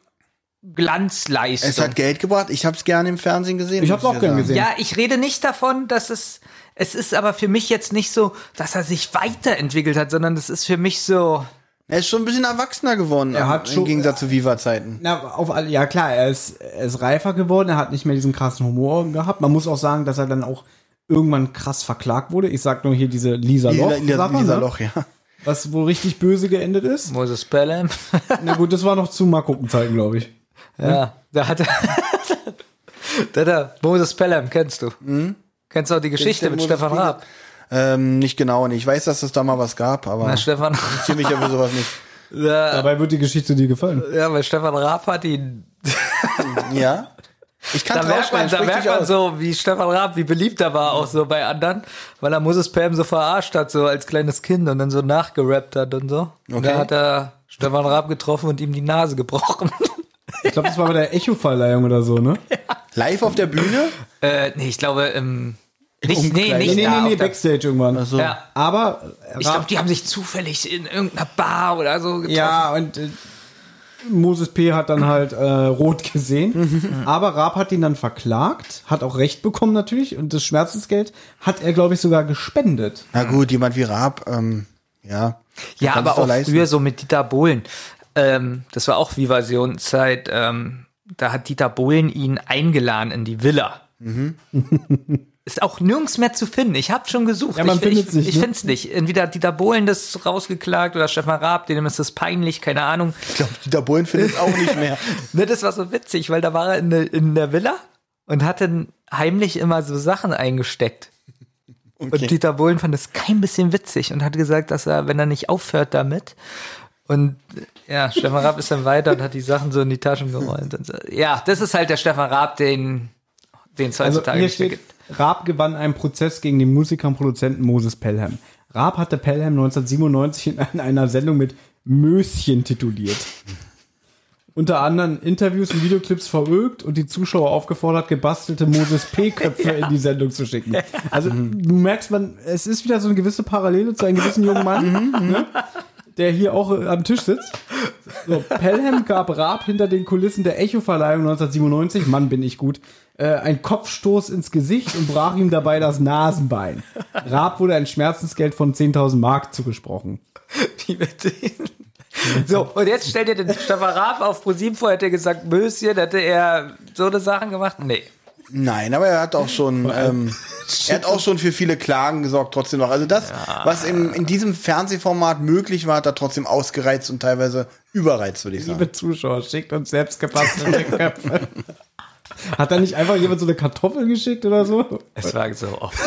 [SPEAKER 5] Glanzleistung.
[SPEAKER 2] Es hat Geld gebracht, ich hab's gerne im Fernsehen gesehen.
[SPEAKER 4] Ich hab's
[SPEAKER 2] muss
[SPEAKER 4] auch gern
[SPEAKER 2] sagen.
[SPEAKER 4] gesehen.
[SPEAKER 5] Ja, ich rede nicht davon, dass es. Es ist aber für mich jetzt nicht so, dass er sich weiterentwickelt hat, sondern das ist für mich so.
[SPEAKER 2] Er ist schon ein bisschen erwachsener geworden,
[SPEAKER 4] Er
[SPEAKER 2] ähm,
[SPEAKER 4] hat
[SPEAKER 2] im
[SPEAKER 4] schon-
[SPEAKER 2] Gegensatz zu Viva-Zeiten.
[SPEAKER 4] Na, auf alle, ja klar, er ist, er ist reifer geworden, er hat nicht mehr diesen krassen Humor gehabt. Man muss auch sagen, dass er dann auch irgendwann krass verklagt wurde. Ich sag nur hier diese Lisa Loch,
[SPEAKER 2] Lila- Lila-
[SPEAKER 4] sagt man,
[SPEAKER 2] Lisa
[SPEAKER 4] ne?
[SPEAKER 2] Loch, ja.
[SPEAKER 4] was wohl richtig böse geendet ist.
[SPEAKER 5] Moses Pelham.
[SPEAKER 4] Na gut, das war noch zu Markupenzeiten, glaube ich.
[SPEAKER 5] ja, Ne? da hat er. da hat er Moses Pelham, kennst du. Kennst du auch die Geschichte
[SPEAKER 2] den
[SPEAKER 5] mit
[SPEAKER 2] Moses
[SPEAKER 5] Stefan
[SPEAKER 2] Pelham?
[SPEAKER 5] Raab?
[SPEAKER 2] Ähm, nicht genau, und ich weiß, dass es da mal was gab, aber
[SPEAKER 5] Na, Stefan,
[SPEAKER 2] ich zieh mich ja für sowas nicht.
[SPEAKER 5] ja,
[SPEAKER 4] Dabei wird die Geschichte dir gefallen.
[SPEAKER 5] ja, weil Stefan Raab hat ihn.
[SPEAKER 2] Ja. Ich kann
[SPEAKER 5] Da merkt man,
[SPEAKER 2] draufschneiden,
[SPEAKER 5] da
[SPEAKER 2] sprich
[SPEAKER 5] merkt
[SPEAKER 2] dich
[SPEAKER 5] man
[SPEAKER 2] aus.
[SPEAKER 5] so, wie Stefan Raab, wie beliebt er war, auch so bei anderen, weil er Moses Pelham so verarscht hat, so als kleines Kind und dann so nachgerappt hat und so. Und
[SPEAKER 2] Okay.
[SPEAKER 5] da hat er Stefan Raab getroffen und ihm die Nase gebrochen.
[SPEAKER 4] Ich glaube, das war bei der Echo-Verleihung oder so, ne?
[SPEAKER 2] Live auf der Bühne?
[SPEAKER 5] äh, nee, ich glaube, ähm, nicht, nee, Ah.
[SPEAKER 2] Umkleide.
[SPEAKER 5] nicht
[SPEAKER 4] Nee, nee,
[SPEAKER 5] da.
[SPEAKER 4] nee, nee
[SPEAKER 5] auf der-
[SPEAKER 4] Backstage irgendwann.
[SPEAKER 2] so.
[SPEAKER 5] Ja.
[SPEAKER 4] Aber äh,
[SPEAKER 5] ich glaube, die haben sich zufällig in irgendeiner Bar oder so getroffen.
[SPEAKER 4] Ja, und äh, Moses P. hat dann halt äh, rot gesehen. aber Raab hat ihn dann verklagt, hat auch Recht bekommen natürlich. Und das Schmerzensgeld hat er, glaube ich, sogar gespendet.
[SPEAKER 2] Na gut, jemand wie Raab, ähm, ja.
[SPEAKER 5] Ja,
[SPEAKER 2] Kannst
[SPEAKER 5] aber
[SPEAKER 2] du
[SPEAKER 5] auch
[SPEAKER 2] leisten.
[SPEAKER 5] früher so mit Dieter Bohlen. Ähm, das war auch Vivasion-Zeit. Ähm, da hat Dieter Bohlen ihn eingeladen in die Villa.
[SPEAKER 4] Mhm.
[SPEAKER 5] Ist auch nirgends mehr zu finden. Ich habe schon gesucht.
[SPEAKER 4] Ja, man
[SPEAKER 5] ich
[SPEAKER 4] findet's
[SPEAKER 5] ich,
[SPEAKER 4] nicht,
[SPEAKER 5] ich
[SPEAKER 4] ne?
[SPEAKER 5] finde es nicht. Entweder hat Dieter Bohlen das rausgeklagt oder Stefan Raab, dem ist das peinlich, keine Ahnung.
[SPEAKER 2] Ich glaube, Dieter Bohlen findet es auch nicht mehr.
[SPEAKER 5] Ne, das war so witzig, weil da war er in, der- in der Villa und hatte heimlich immer so Sachen eingesteckt. Und Dieter Bohlen fand es kein bisschen witzig und hat gesagt, dass er, wenn er nicht aufhört damit, und äh, ja, Stefan Raab ist dann weiter und hat die Sachen so in die Taschen geräumt. Und so. Ja, das ist halt der Stefan Raab, den den es
[SPEAKER 4] Also
[SPEAKER 5] heutzutage
[SPEAKER 4] hier
[SPEAKER 5] nicht mehr
[SPEAKER 4] steht,
[SPEAKER 5] gibt.
[SPEAKER 4] Raab gewann einen Prozess gegen den Musiker und Produzenten Moses Pelham. Raab hatte Pelham 1997 in an- einer Sendung mit Möschen tituliert. Unter anderem Interviews und Videoclips verögt und die Zuschauer aufgefordert, gebastelte Moses P-Köpfe in die Sendung zu schicken. Also du merkst, man, es ist wieder so eine gewisse Parallele zu einem gewissen jungen Mann,
[SPEAKER 5] Mhm,
[SPEAKER 4] ne, der hier auch äh, am Tisch sitzt. So, Pelham gab Raab hinter den Kulissen der Echo-Verleihung 1997, Mann bin ich gut, äh, einen Kopfstoß ins Gesicht und brach ihm dabei das Nasenbein. Raab wurde ein Schmerzensgeld von 10.000 Mark zugesprochen.
[SPEAKER 5] Die mit den- So, und jetzt stellt ihr den Stefan Raab auf ProSieben vor, hätte er gesagt, Möschen, hätte er so eine Sachen gemacht? Nee.
[SPEAKER 2] Nein, aber er hat auch schon, ähm, er hat auch schon für viele Klagen gesorgt, trotzdem noch. Also das, was im, in diesem Fernsehformat möglich war, hat er trotzdem ausgereizt und teilweise überreizt, würde ich sagen.
[SPEAKER 4] Liebe Zuschauer, schickt uns selbst gebastelte Köpfe. Hat da nicht einfach jemand so eine Kartoffel geschickt oder so?
[SPEAKER 5] Es war so oft.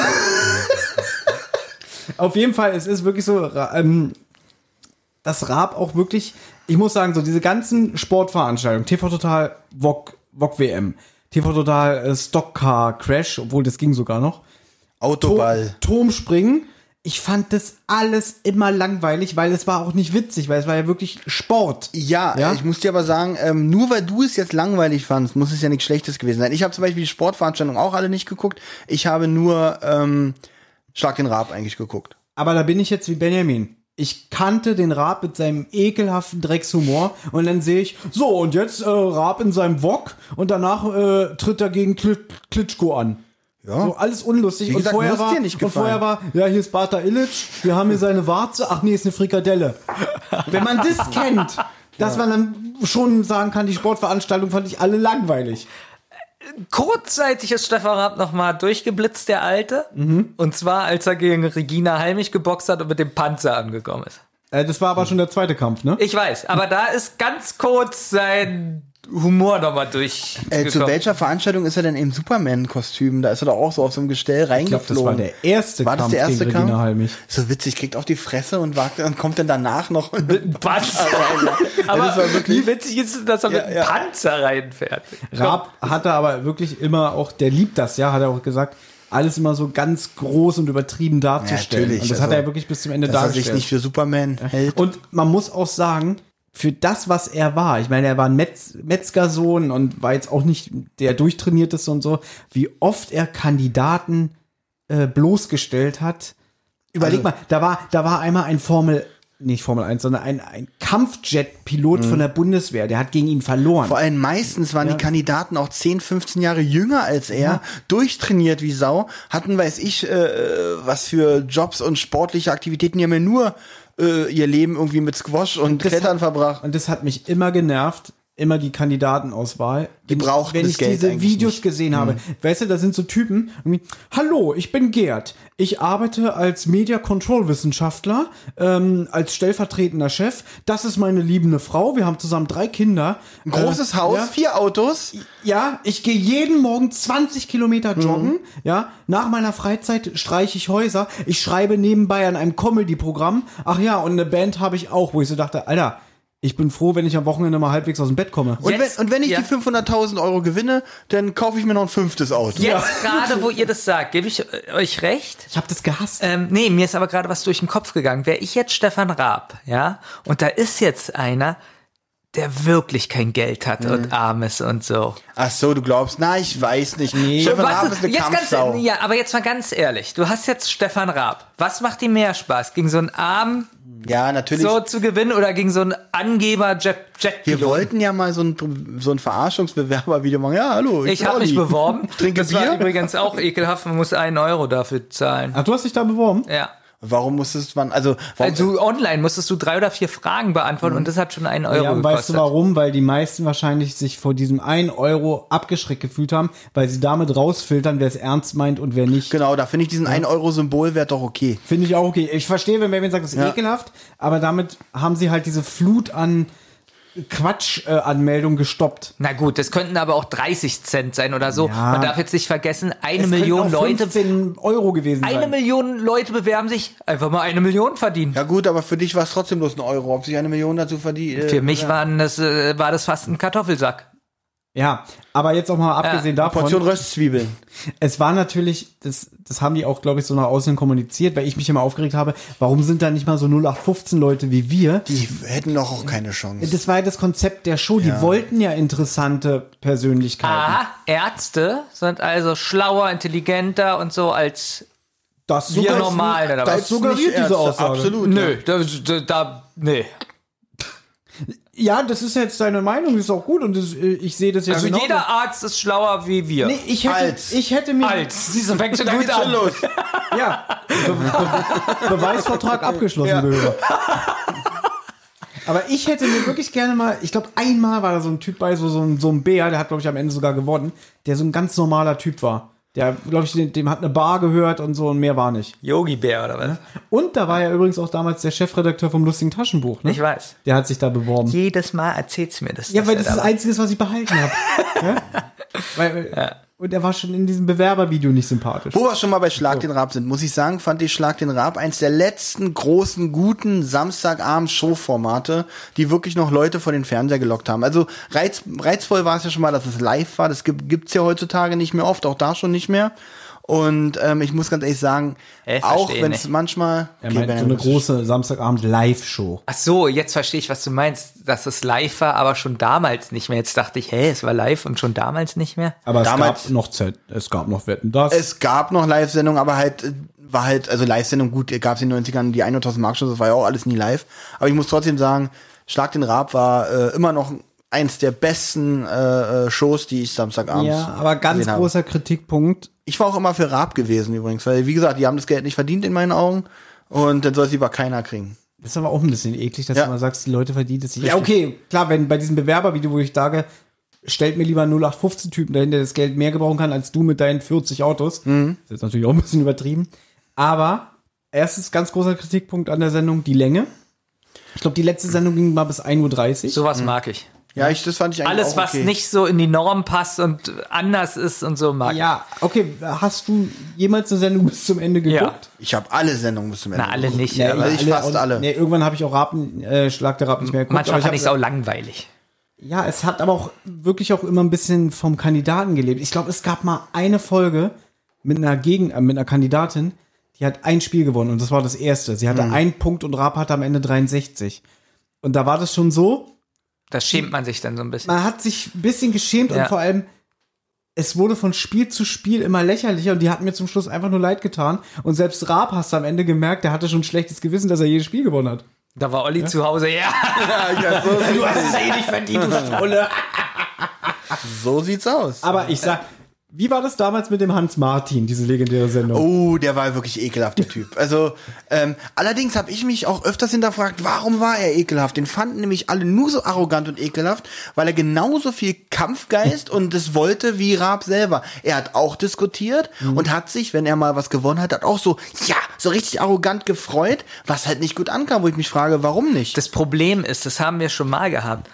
[SPEAKER 4] Auf jeden Fall, es ist wirklich so, Ra- ähm, dass Raab auch wirklich, ich muss sagen, so diese ganzen Sportveranstaltungen, TV Total, VOG, VOG WM, TV Total, äh, Stockcar Crash, obwohl das ging sogar noch,
[SPEAKER 2] Autoball.
[SPEAKER 4] Turmspringen. ich fand das alles immer langweilig, weil es war auch nicht witzig, weil es war ja wirklich Sport.
[SPEAKER 2] Ja,
[SPEAKER 4] Ja?
[SPEAKER 2] ich muss dir aber sagen, ähm, nur weil du es jetzt langweilig fandst, muss es ja nichts Schlechtes gewesen sein. Ich habe zum Beispiel die Sportveranstaltung auch alle nicht geguckt. Ich habe nur ähm, Schlag den Raab eigentlich geguckt.
[SPEAKER 4] Aber da bin ich jetzt wie Benjamin. Ich kannte den Raab mit seinem ekelhaften Dreckshumor und dann sehe ich, so und jetzt äh, Raab in seinem Wok und danach äh, tritt er gegen Kli- Klitschko an. Ja. So alles unlustig.
[SPEAKER 2] Wie gesagt,
[SPEAKER 4] und, vorher
[SPEAKER 2] muss
[SPEAKER 4] war,
[SPEAKER 2] dir nicht
[SPEAKER 4] und vorher war, ja, hier ist Bata Illich, wir haben hier seine Warze, ach nee, ist eine Frikadelle. Wenn man das kennt, dass man dann schon sagen kann, die Sportveranstaltung fand ich alle langweilig.
[SPEAKER 5] kurzzeitig ist Stefan Raab nochmal durchgeblitzt, der Alte. Und zwar, als er gegen Regina Halmich geboxt hat und mit dem Panzer angekommen ist.
[SPEAKER 4] Äh, das war aber
[SPEAKER 2] Hm.
[SPEAKER 4] schon der zweite Kampf, ne?
[SPEAKER 5] Ich weiß, aber da ist ganz kurz sein Humor nochmal durch.
[SPEAKER 2] Äh, zu welcher Veranstaltung ist er denn im Superman-Kostüm? Da ist er doch auch so auf so einem Gestell
[SPEAKER 4] Ich glaube,
[SPEAKER 2] reingeflogen.
[SPEAKER 4] das war der erste
[SPEAKER 2] War das
[SPEAKER 4] Kampf
[SPEAKER 2] der erste
[SPEAKER 4] gegen Regina
[SPEAKER 2] Kampf?
[SPEAKER 4] Halmich.
[SPEAKER 2] so witzig, kriegt auf die Fresse und, wagt, und kommt dann danach noch.
[SPEAKER 5] Panzer.
[SPEAKER 2] Ja, Also,
[SPEAKER 5] aber
[SPEAKER 2] das war wirklich-
[SPEAKER 5] wie witzig ist es, dass er mit einem
[SPEAKER 2] ja.
[SPEAKER 5] Panzer reinfährt?
[SPEAKER 4] Raab hatte aber wirklich immer auch, der liebt das, ja, hat er auch gesagt, alles immer so ganz groß und übertrieben darzustellen.
[SPEAKER 2] natürlich,
[SPEAKER 4] und das hat
[SPEAKER 2] also,
[SPEAKER 4] er ja wirklich bis zum Ende
[SPEAKER 2] dass er sich
[SPEAKER 4] dargestellt.
[SPEAKER 2] nicht für Superman hält.
[SPEAKER 4] und man muss auch sagen, für das, was er war, ich meine, er war ein Metz Metzgersohn und war jetzt auch nicht der durchtrainierteste und so, wie oft er Kandidaten äh, bloßgestellt hat. Überleg
[SPEAKER 2] Also
[SPEAKER 4] mal, da war, da war einmal ein Formel, nicht Formel 1, sondern ein, ein Kampfjet-Pilot
[SPEAKER 2] Mhm.
[SPEAKER 4] von der Bundeswehr, der hat gegen ihn verloren.
[SPEAKER 2] Vor allem meistens waren die Kandidaten auch 10, 15 Jahre jünger als er, durchtrainiert wie Sau, hatten weiß ich äh, was für Jobs und sportliche Aktivitäten, die haben ja nur äh, ihr Leben irgendwie mit Squash und
[SPEAKER 4] das
[SPEAKER 2] Klettern
[SPEAKER 4] hat-
[SPEAKER 2] verbracht.
[SPEAKER 4] Und das hat mich immer genervt, immer die Kandidatenauswahl. Die
[SPEAKER 2] brauchten
[SPEAKER 4] Wenn
[SPEAKER 2] das
[SPEAKER 4] ich
[SPEAKER 2] Geld
[SPEAKER 4] diese
[SPEAKER 2] eigentlich
[SPEAKER 4] Videos
[SPEAKER 2] nicht. Mhm.
[SPEAKER 4] gesehen habe. Weißt du, da sind so Typen, irgendwie, hallo, ich bin Gerd. Ich arbeite als Media Control Wissenschaftler, ähm, als stellvertretender Chef. Das ist meine liebende Frau. Wir haben zusammen drei Kinder. Ein
[SPEAKER 5] äh,
[SPEAKER 2] Großes Haus,
[SPEAKER 4] Ja,
[SPEAKER 2] vier Autos.
[SPEAKER 4] ja, ich gehe jeden Morgen 20
[SPEAKER 5] Mhm.
[SPEAKER 4] Kilometer joggen. Ja, nach meiner Freizeit streiche ich Häuser. Ich schreibe nebenbei an einem Comedy-Programm. Ach ja, und eine Band habe ich auch, wo ich so dachte, Alter, ich bin froh, wenn ich am Wochenende mal halbwegs aus dem Bett komme.
[SPEAKER 2] Und,
[SPEAKER 5] Jetzt-
[SPEAKER 2] wenn, und wenn ich
[SPEAKER 5] ja.
[SPEAKER 2] die 500.000 Euro gewinne, dann kaufe ich mir noch ein fünftes Auto.
[SPEAKER 5] Jetzt gerade, wo ihr das sagt, gebe ich äh, euch recht.
[SPEAKER 4] ich habe das gehasst.
[SPEAKER 5] Ähm, nee, mir ist aber gerade was durch den Kopf gegangen. Wäre ich jetzt Stefan Raab, ja, und da ist jetzt einer, der wirklich kein Geld hat
[SPEAKER 2] Mhm.
[SPEAKER 5] und arm ist und so.
[SPEAKER 2] Ach so, du glaubst, na, ich weiß nicht. Stefan
[SPEAKER 5] Was
[SPEAKER 2] Raab
[SPEAKER 5] ist-
[SPEAKER 2] ist eine
[SPEAKER 5] jetzt ganz,
[SPEAKER 2] Kampfsau.
[SPEAKER 5] ja, aber jetzt mal ganz ehrlich, du hast jetzt Stefan Raab. Was macht dir mehr Spaß, gegen so einen Arm
[SPEAKER 2] Ja, natürlich.
[SPEAKER 5] so zu gewinnen oder gegen so einen Angeber Jet, Jet
[SPEAKER 2] Wir wollten ja mal so ein, so ein Verarschungsbewerber-Video machen. Ja, hallo.
[SPEAKER 5] Ich
[SPEAKER 2] bin
[SPEAKER 5] habe mich
[SPEAKER 2] Olli.
[SPEAKER 5] beworben.
[SPEAKER 2] Trinke
[SPEAKER 5] das
[SPEAKER 2] Bier.
[SPEAKER 5] war übrigens auch ekelhaft. Man muss einen Euro dafür zahlen.
[SPEAKER 4] Ach, du hast dich da beworben?
[SPEAKER 5] Ja.
[SPEAKER 2] Warum musstest man, also, warum,
[SPEAKER 5] Also online musstest du drei oder vier Fragen beantworten
[SPEAKER 2] Mhm.
[SPEAKER 5] und das hat schon einen Euro
[SPEAKER 4] Ja, und
[SPEAKER 5] gekostet.
[SPEAKER 4] weißt du warum? Weil die meisten wahrscheinlich sich vor diesem 1 Euro abgeschreckt gefühlt haben, weil sie damit rausfiltern, wer es ernst meint und wer nicht.
[SPEAKER 2] genau, da finde ich diesen 1-Euro-Symbolwert doch okay.
[SPEAKER 4] Finde ich auch okay. Ich verstehe, wenn Benjamin sagt, das ist
[SPEAKER 2] Ja.
[SPEAKER 4] ekelhaft, aber damit haben sie halt diese Flut an Quatsch-Anmeldungen gestoppt.
[SPEAKER 5] Na gut, das könnten aber auch 30 Cent sein oder so.
[SPEAKER 4] Ja.
[SPEAKER 5] Man darf jetzt nicht vergessen, eine
[SPEAKER 4] Es
[SPEAKER 5] Million
[SPEAKER 4] könnten auch
[SPEAKER 5] Leute,
[SPEAKER 4] 15 Euro gewesen
[SPEAKER 5] eine
[SPEAKER 4] sein.
[SPEAKER 5] Million Leute bewerben sich, einfach mal eine Million verdienen.
[SPEAKER 2] Ja gut, aber für dich war es trotzdem bloß ein Euro, ob sich eine Million dazu verdient. äh,
[SPEAKER 5] Für mich waren das, äh, war das fast ein Kartoffelsack.
[SPEAKER 4] Ja, aber jetzt auch mal abgesehen davon,
[SPEAKER 2] Portion Röstzwiebeln.
[SPEAKER 4] es war natürlich, das, das haben die auch, glaube ich, so nach außen kommuniziert, weil ich mich immer aufgeregt habe, warum sind da nicht mal so 0815 Leute wie wir?
[SPEAKER 2] Die hätten doch auch keine Chance.
[SPEAKER 4] Das war ja das Konzept der Show, die wollten ja interessante Persönlichkeiten.
[SPEAKER 5] Aha, Ärzte sind also schlauer, intelligenter und so als
[SPEAKER 4] das
[SPEAKER 5] wir
[SPEAKER 4] suggeriert-
[SPEAKER 5] normal, oder
[SPEAKER 4] das
[SPEAKER 5] was?
[SPEAKER 4] suggeriert
[SPEAKER 2] Ärzte,
[SPEAKER 4] diese Aussage.
[SPEAKER 2] Absolut.
[SPEAKER 5] Nö, da, da, da
[SPEAKER 4] ne.
[SPEAKER 5] nee.
[SPEAKER 4] Ja, das ist jetzt deine Meinung, das ist auch gut und das, äh, ich sehe das jetzt
[SPEAKER 5] Also
[SPEAKER 4] genauso.
[SPEAKER 5] jeder Arzt ist schlauer wie wir.
[SPEAKER 4] Nee, ich hätte,
[SPEAKER 2] Als.
[SPEAKER 4] ich hätte mir.
[SPEAKER 5] Als. Siehst du, fängt schon damit an.
[SPEAKER 4] Ja. Be Be Beweisvertrag abgeschlossen, ja. Aber ich hätte mir wirklich gerne mal, ich glaube, einmal war da so ein Typ bei, so, so, ein, so ein Bär, der hat, glaube ich, am Ende sogar gewonnen, der so ein ganz normaler Typ war. Der, glaube ich, dem, dem hat eine Bar gehört und so und mehr war nicht.
[SPEAKER 5] Yogi-Bär oder was?
[SPEAKER 4] Und da war ja übrigens auch damals der Chefredakteur vom Lustigen Taschenbuch, ne?
[SPEAKER 5] Ich weiß.
[SPEAKER 4] Der hat sich da beworben.
[SPEAKER 5] Jedes Mal erzählt's mir das.
[SPEAKER 4] Ja,
[SPEAKER 5] dass
[SPEAKER 4] weil
[SPEAKER 5] er
[SPEAKER 4] das ist
[SPEAKER 5] da
[SPEAKER 4] das
[SPEAKER 5] war.
[SPEAKER 4] Einzige, was ich behalten habe. Und er war schon in diesem Bewerbervideo nicht sympathisch.
[SPEAKER 2] Wo wir schon mal bei Schlag den Raab sind, muss ich sagen, fand ich Schlag den Raab eins der letzten großen, guten Samstagabend-Showformate, die wirklich noch Leute vor den Fernseher gelockt haben. Also reiz, reizvoll war es ja schon mal, dass es live war. Das gibt gibt's ja heutzutage nicht mehr oft, auch da schon nicht mehr. Und ähm, ich muss ganz ehrlich sagen,
[SPEAKER 5] Äh,
[SPEAKER 2] auch
[SPEAKER 5] verstehe
[SPEAKER 2] wenn es
[SPEAKER 5] nicht.
[SPEAKER 2] manchmal
[SPEAKER 4] Er meint
[SPEAKER 2] wenn
[SPEAKER 4] so eine
[SPEAKER 2] er-
[SPEAKER 4] große Samstagabend-Live-Show.
[SPEAKER 5] Ach so, jetzt verstehe ich, was du meinst, dass es live war, aber schon damals nicht mehr. Jetzt dachte ich, hä, es war live und schon damals nicht mehr.
[SPEAKER 4] Aber
[SPEAKER 2] Damals-
[SPEAKER 4] es gab noch Z, es gab noch Wetten, das.
[SPEAKER 2] es gab noch Live-Sendungen, aber halt äh, war halt, also Live-Sendung gut, gab es in den 90ern die 100.000 mark shows das war ja auch alles nie live. Aber ich muss trotzdem sagen, Schlag den Raab war äh, immer noch eins der besten äh, äh, Shows, die ich Samstagabends
[SPEAKER 4] ja, aber ganz
[SPEAKER 2] gesehen habe.
[SPEAKER 4] großer Kritikpunkt.
[SPEAKER 2] Ich war auch immer für Raab gewesen übrigens, weil wie gesagt, die haben das Geld nicht verdient in meinen Augen und dann soll es lieber keiner kriegen.
[SPEAKER 4] Das ist aber auch ein bisschen eklig, dass
[SPEAKER 2] Ja.
[SPEAKER 4] du mal sagst, die Leute verdienen es nicht. Ja, okay, klar, wenn bei diesem Bewerbervideo, wo ich sage, stellt mir lieber einen 0815-Typen dahin, der das Geld mehr gebrauchen kann, als du mit deinen 40 Autos. Das ist jetzt natürlich auch ein bisschen übertrieben. Aber erstens ganz großer Kritikpunkt an der Sendung, die Länge. Ich glaube, die letzte Sendung ging mal bis 1.30 Uhr.
[SPEAKER 5] Sowas mag ich.
[SPEAKER 2] Ja, ich, das fand ich eigentlich
[SPEAKER 5] Alles,
[SPEAKER 2] auch
[SPEAKER 5] was
[SPEAKER 2] okay.
[SPEAKER 5] nicht so in die Norm passt und anders ist und so mag
[SPEAKER 4] Ja, okay, hast du jemals eine Sendung bis zum Ende
[SPEAKER 5] ich.
[SPEAKER 4] geguckt?
[SPEAKER 2] Ich habe alle Sendungen bis zum Ende.
[SPEAKER 5] Na, alle
[SPEAKER 2] geguckt.
[SPEAKER 5] nicht.
[SPEAKER 4] Ja,
[SPEAKER 5] aber
[SPEAKER 2] also ich fast
[SPEAKER 4] und-
[SPEAKER 2] alle.
[SPEAKER 4] Nee, irgendwann habe ich auch Rapen, äh, Schlag der Rapen nicht mehr geguckt.
[SPEAKER 5] manchmal
[SPEAKER 4] aber
[SPEAKER 5] fand ich es
[SPEAKER 4] hab-
[SPEAKER 5] auch langweilig.
[SPEAKER 4] Ja, es hat aber auch wirklich auch immer ein bisschen vom Kandidaten gelebt. Ich glaube, es gab mal eine Folge mit einer Gegen äh, mit einer Kandidatin, die hat ein Spiel gewonnen und das war das erste. Sie hatte einen Punkt und Rap hatte am Ende 63. Und da war das schon so,
[SPEAKER 5] Da schämt man sich dann so ein bisschen.
[SPEAKER 4] man hat sich ein bisschen geschämt
[SPEAKER 5] Ja.
[SPEAKER 4] und vor allem es wurde von Spiel zu Spiel immer lächerlicher und die hat mir zum Schluss einfach nur leid getan. Und selbst Raab hast du am Ende gemerkt, der hatte schon ein schlechtes Gewissen, dass er jedes Spiel gewonnen hat.
[SPEAKER 5] Da war Olli zu Hause, ja.
[SPEAKER 4] Du hast es eh nicht verdient, du Strolle.
[SPEAKER 2] So sieht's aus.
[SPEAKER 4] Aber ich sag, wie war das damals mit dem Hans Martin, diese legendäre Sendung?
[SPEAKER 2] Oh, der war wirklich ekelhaft, der Typ. Also, ähm, allerdings habe ich mich auch öfters hinterfragt, warum war er ekelhaft? Den fanden nämlich alle nur so arrogant und ekelhaft, weil er genauso viel Kampfgeist und das wollte wie Raab selber. Er hat auch diskutiert und hat sich, wenn er mal was gewonnen hat, hat auch so, ja, so richtig arrogant gefreut, was halt nicht gut ankam, wo ich mich frage, warum nicht?
[SPEAKER 5] Das Problem ist, das haben wir schon mal gehabt.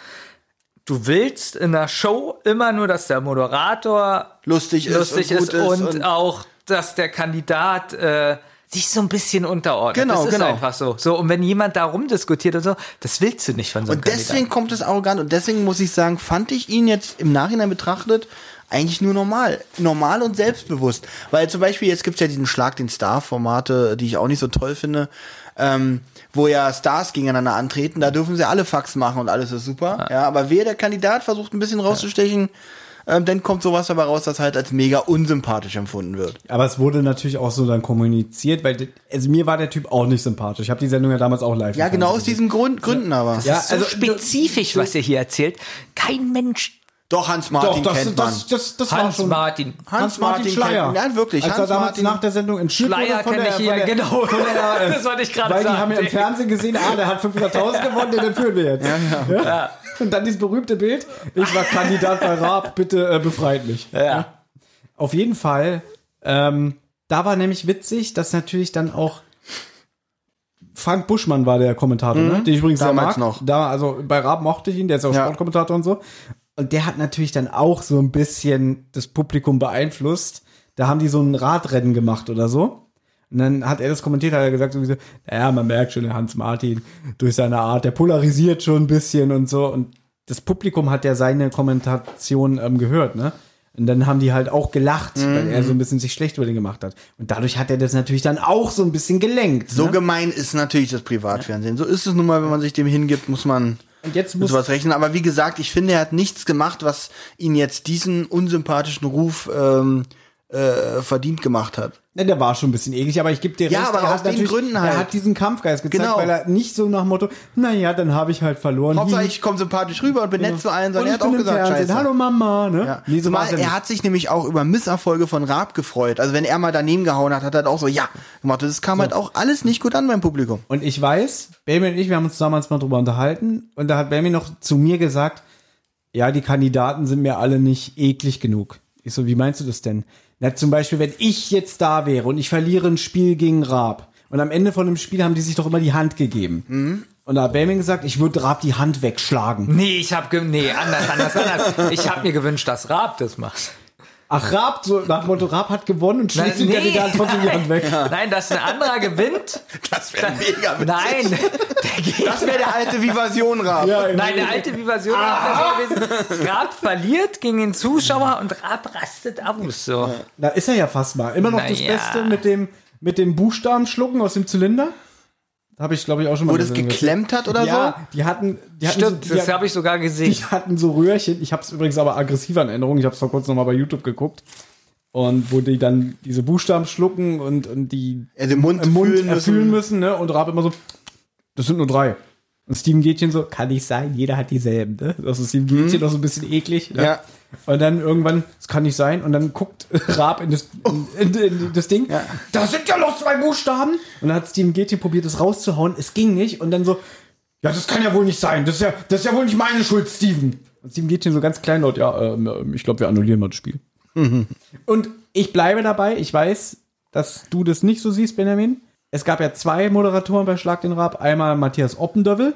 [SPEAKER 5] Du willst in der Show immer nur, dass der Moderator
[SPEAKER 2] Lustig ist
[SPEAKER 5] lustig
[SPEAKER 2] und
[SPEAKER 5] ist,
[SPEAKER 2] gut ist
[SPEAKER 5] und,
[SPEAKER 2] und-
[SPEAKER 5] auch, dass der Kandidat äh, sich so ein bisschen unterordnet.
[SPEAKER 2] Genau,
[SPEAKER 5] das ist
[SPEAKER 2] genau.
[SPEAKER 5] einfach so. So und wenn jemand da rumdiskutiert und so, das willst du nicht von so einem
[SPEAKER 2] Und deswegen kommt es arrogant und deswegen muss ich sagen, fand ich ihn jetzt im Nachhinein betrachtet eigentlich nur normal. Normal und selbstbewusst. Weil zum Beispiel, jetzt gibt's ja diesen Schlag den Star-Formate, die ich auch nicht so toll finde, ähm, wo ja Stars gegeneinander antreten, da dürfen sie alle Fax machen und alles ist super. Ja, aber wer der Kandidat versucht ein bisschen rauszustechen, ähm, dann kommt sowas dabei raus, das halt als mega unsympathisch empfunden wird.
[SPEAKER 4] Aber es wurde natürlich auch so dann kommuniziert, weil also mir war der Typ auch nicht sympathisch. Ich habe die Sendung ja damals auch live
[SPEAKER 2] Ja, genau aus
[SPEAKER 4] gesehen.
[SPEAKER 2] diesen Grund, Gründen aber.
[SPEAKER 4] Ja,
[SPEAKER 5] So
[SPEAKER 4] also
[SPEAKER 5] spezifisch, was ihr hier erzählt. Kein Mensch.
[SPEAKER 2] Doch, Hans
[SPEAKER 4] doch,
[SPEAKER 2] Martin
[SPEAKER 4] das,
[SPEAKER 2] kennt man.
[SPEAKER 4] das, das, das war
[SPEAKER 5] Hans
[SPEAKER 4] schon
[SPEAKER 5] Martin.
[SPEAKER 2] Hans-Martin kennt-
[SPEAKER 4] Nein,
[SPEAKER 2] Nein, wirklich,
[SPEAKER 4] Als er damals
[SPEAKER 2] Hans-Martin-
[SPEAKER 4] nach der Sendung entschieden
[SPEAKER 5] Schleier
[SPEAKER 4] wurde von
[SPEAKER 5] kenne
[SPEAKER 4] der,
[SPEAKER 5] ich hier,
[SPEAKER 4] von der,
[SPEAKER 5] genau.
[SPEAKER 4] von der,
[SPEAKER 5] Das wollte ich gerade
[SPEAKER 4] Weil
[SPEAKER 5] sagen.
[SPEAKER 4] die haben ja im Fernsehen gesehen, ah, der hat 500.000 gewonnen, den führen wir jetzt. Ja. Und dann dieses berühmte Bild, ich war Kandidat bei Raab, bitte äh, befreit mich.
[SPEAKER 5] Ja.
[SPEAKER 4] Auf jeden Fall, ähm, da war nämlich witzig, dass natürlich dann auch Frank Buschmann war der Kommentator, ne? den ich übrigens
[SPEAKER 2] Mhm. Damals
[SPEAKER 4] sehr mag.
[SPEAKER 2] noch.
[SPEAKER 4] Da, also bei Raab mochte ich ihn, der ist auch
[SPEAKER 2] Ja.
[SPEAKER 4] Sportkommentator und so. Und der hat natürlich dann auch so ein bisschen das Publikum beeinflusst. Da haben die so ein Radrennen gemacht oder so. Und dann hat er das kommentiert, hat er gesagt, irgendwie so, naja, man merkt schon, der Hans Martin durch seine Art, der polarisiert schon ein bisschen und so. Und das Publikum hat ja seine Kommentation ähm, gehört, ne? Und dann haben die halt auch gelacht, weil er so ein bisschen sich schlecht über den gemacht hat. Und dadurch hat er das natürlich dann auch so ein bisschen gelenkt.
[SPEAKER 2] So
[SPEAKER 4] ne?
[SPEAKER 2] gemein ist natürlich das Privatfernsehen. So ist es nun mal, wenn man sich dem hingibt, muss man
[SPEAKER 4] Und jetzt
[SPEAKER 2] mit
[SPEAKER 4] muss
[SPEAKER 2] sowas rechnen. Aber wie gesagt, ich finde, er hat nichts gemacht, was ihn jetzt diesen unsympathischen Ruf ähm, äh, verdient gemacht hat.
[SPEAKER 4] Ne, der war schon ein bisschen eklig, aber ich gebe dir
[SPEAKER 2] Ja,
[SPEAKER 4] recht.
[SPEAKER 2] aber
[SPEAKER 4] er
[SPEAKER 2] aus den Gründen halt.
[SPEAKER 4] Er hat diesen Kampfgeist gezeigt,
[SPEAKER 2] Genau.
[SPEAKER 4] weil er nicht so nach Motto, naja, dann habe ich halt verloren.
[SPEAKER 2] Hauptsache,
[SPEAKER 4] Hi.
[SPEAKER 2] ich komme sympathisch rüber und bin nett zu allen, sondern
[SPEAKER 4] Und
[SPEAKER 2] er hat
[SPEAKER 4] ich bin
[SPEAKER 2] auch
[SPEAKER 4] im
[SPEAKER 2] gesagt,
[SPEAKER 4] Fernsehen.
[SPEAKER 2] scheiße.
[SPEAKER 4] Hallo Mama, ne?
[SPEAKER 2] Ja.
[SPEAKER 4] Nee, so
[SPEAKER 2] Zumal
[SPEAKER 4] war's ja
[SPEAKER 2] er
[SPEAKER 4] nicht.
[SPEAKER 2] hat sich nämlich auch über Misserfolge von Raab gefreut. Also wenn er mal daneben gehauen hat, hat er halt auch so, ja, gemacht. Das kam halt auch alles nicht gut an beim Publikum.
[SPEAKER 4] Und ich weiß, Benjamin und ich, wir haben uns damals mal drüber unterhalten und da hat Benjamin noch zu mir gesagt, ja, die Kandidaten sind mir alle nicht eklig genug. Ich so, wie meinst du das denn? Na, zum Beispiel, wenn ich jetzt da wäre und ich verliere ein Spiel gegen Raab und am Ende von dem Spiel haben die sich doch immer die Hand gegeben. Und da hat Benjamin gesagt, ich würde Raab die Hand wegschlagen.
[SPEAKER 5] Nee, ich habe nee, anders, anders, anders. Ich habe mir gewünscht, dass Raab das macht.
[SPEAKER 4] Ach, Raab, so nach Motto, Raab hat gewonnen und schließt den
[SPEAKER 5] nee,
[SPEAKER 4] Kandidaten trotzdem jemand weg.
[SPEAKER 5] Nein, dass ein anderer gewinnt.
[SPEAKER 2] Das wäre mega witzig.
[SPEAKER 5] Nein, der geht.
[SPEAKER 2] Das wäre der alte Vivasion Raab.
[SPEAKER 4] Ja,
[SPEAKER 5] Nein, der alte Vivasion ah. gewesen. Raab verliert gegen den Zuschauer und Raab rastet aus. So.
[SPEAKER 4] Da ist er ja fast mal. Immer noch
[SPEAKER 5] Na
[SPEAKER 4] das
[SPEAKER 5] ja.
[SPEAKER 4] Beste mit dem, mit dem Buchstaben schlucken aus dem Zylinder. Habe ich, glaube ich, auch schon mal
[SPEAKER 2] Wo das
[SPEAKER 4] gesehen.
[SPEAKER 2] geklemmt hat oder
[SPEAKER 4] ja, die hatten, die hatten
[SPEAKER 5] Stimmt,
[SPEAKER 4] so, die,
[SPEAKER 5] das habe ich sogar gesehen.
[SPEAKER 4] die hatten so Röhrchen. Ich habe es übrigens aber aggressiver in Erinnerung. Ich habe es vor kurzem nochmal bei YouTube geguckt. Und wo die dann diese Buchstaben schlucken und, und die
[SPEAKER 2] so? Also im Mund,
[SPEAKER 4] im Mund
[SPEAKER 2] fühlen
[SPEAKER 4] erfüllen
[SPEAKER 2] müssen.
[SPEAKER 4] müssen, ne? Und Raab immer so, das sind nur drei. Und Steven Gätchen so, kann nicht sein, jeder hat dieselben, ne? Also Steven Gätchen noch so ein bisschen eklig. Ne?
[SPEAKER 2] Ja.
[SPEAKER 4] Und dann irgendwann, das kann nicht sein. Und dann guckt Raab in das, in, in das Ding. Da sind ja noch zwei Buchstaben. Und dann hat Steven Gätchen probiert, das rauszuhauen. Es ging nicht. Und dann so, ja, das kann ja wohl nicht sein. Das ist ja, das ist ja wohl nicht meine Schuld, Steven. Und Steven Gätchen so ganz kleinlaut, ja, ähm, ähm, ich glaube, wir annullieren mal das Spiel. Und ich bleibe dabei. Ich weiß, dass du das nicht so siehst, Benjamin. Es gab ja zwei Moderatoren bei Schlag den Rab. Einmal Matthias Oppendövel.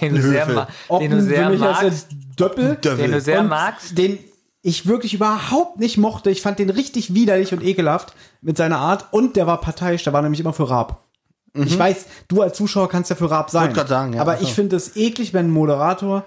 [SPEAKER 5] Den du sehr, ma den du sehr magst.
[SPEAKER 4] Döppel.
[SPEAKER 5] Den du sehr
[SPEAKER 4] Und
[SPEAKER 5] magst.
[SPEAKER 4] Den ich wirklich überhaupt nicht mochte. Ich fand den richtig widerlich und ekelhaft mit seiner Art. Und der war parteiisch. Der war nämlich immer für Raab. Ich weiß, du als Zuschauer kannst ja für Raab sein.
[SPEAKER 2] Mhm. grad sagen, ja.
[SPEAKER 4] aber
[SPEAKER 2] Ach so.
[SPEAKER 4] ich finde es eklig, wenn ein Moderator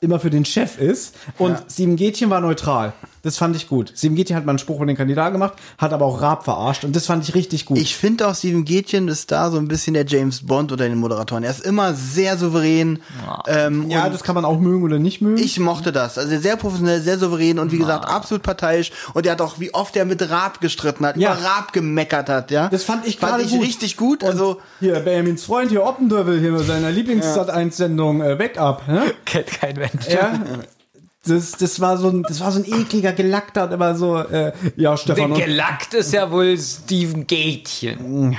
[SPEAKER 4] immer für den Chef ist. Und Steven Gätchen war neutral. Das fand ich gut. Steven Gätchen hat mal einen Spruch über den Kandidaten gemacht, hat aber auch Raab verarscht. Und das fand ich richtig gut.
[SPEAKER 2] Ich finde auch Steven Gätchen ist da so ein bisschen der James Bond unter den Moderatoren. Er ist immer sehr souverän. Ähm,
[SPEAKER 4] ja,
[SPEAKER 2] und
[SPEAKER 4] das kann man auch mögen oder nicht mögen.
[SPEAKER 2] ich mochte das. Also sehr professionell, sehr souverän und wie gesagt absolut parteiisch. Und er hat auch, wie oft er mit Raab gestritten hat,
[SPEAKER 4] Ja.
[SPEAKER 2] über Raab gemeckert hat. Ja,
[SPEAKER 4] Das fand ich gerade
[SPEAKER 2] ich
[SPEAKER 4] gut.
[SPEAKER 2] richtig gut.
[SPEAKER 4] Und
[SPEAKER 2] Also
[SPEAKER 4] hier, Benjamins Freund hier, Oppendövel, hier mit seiner Lieblingssat-1-Sendung äh, Backup. Ne?
[SPEAKER 5] Kennt kein Mensch.
[SPEAKER 4] Ja. Das, das, war so ein, das war so ein ekliger, gelackter und immer so, äh, ja, Stefan.
[SPEAKER 5] Den
[SPEAKER 4] Und,
[SPEAKER 5] gelackt ist ja wohl Steven Gätchen.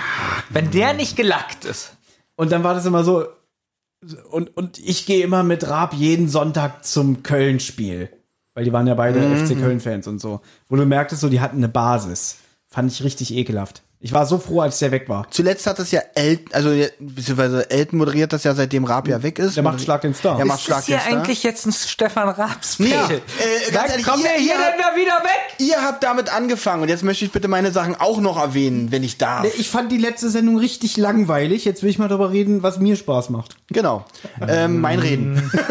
[SPEAKER 5] Wenn der nicht gelackt ist.
[SPEAKER 4] und dann war das immer so, und, und ich gehe immer mit Raab jeden Sonntag zum Köln-Spiel. Weil die waren ja beide
[SPEAKER 2] Mhm,
[SPEAKER 4] FC Köln-Fans und so. Wo du merktest, so, die hatten eine Basis. Fand ich richtig ekelhaft. Ich war so froh, als der weg war.
[SPEAKER 2] zuletzt hat das ja Elton, also beziehungsweise Elton moderiert das ja seitdem Raab ja weg ist.
[SPEAKER 4] Der macht Schlag den Star.
[SPEAKER 2] Der macht
[SPEAKER 5] Ist
[SPEAKER 2] Schlag
[SPEAKER 5] das hier
[SPEAKER 2] den Star.
[SPEAKER 5] eigentlich jetzt ein Stefan raabs
[SPEAKER 2] Ja,
[SPEAKER 5] ja,
[SPEAKER 2] äh, ganz ehrlich,
[SPEAKER 5] Komm
[SPEAKER 2] ihr-
[SPEAKER 5] der
[SPEAKER 2] ihr
[SPEAKER 5] hier denn mal wieder weg?
[SPEAKER 2] Ihr habt damit angefangen und jetzt möchte ich bitte meine Sachen auch noch erwähnen, wenn ich darf.
[SPEAKER 4] Ich fand die letzte Sendung richtig langweilig. Jetzt will ich mal darüber reden, was mir Spaß macht.
[SPEAKER 2] Genau. Ähm, mein Reden.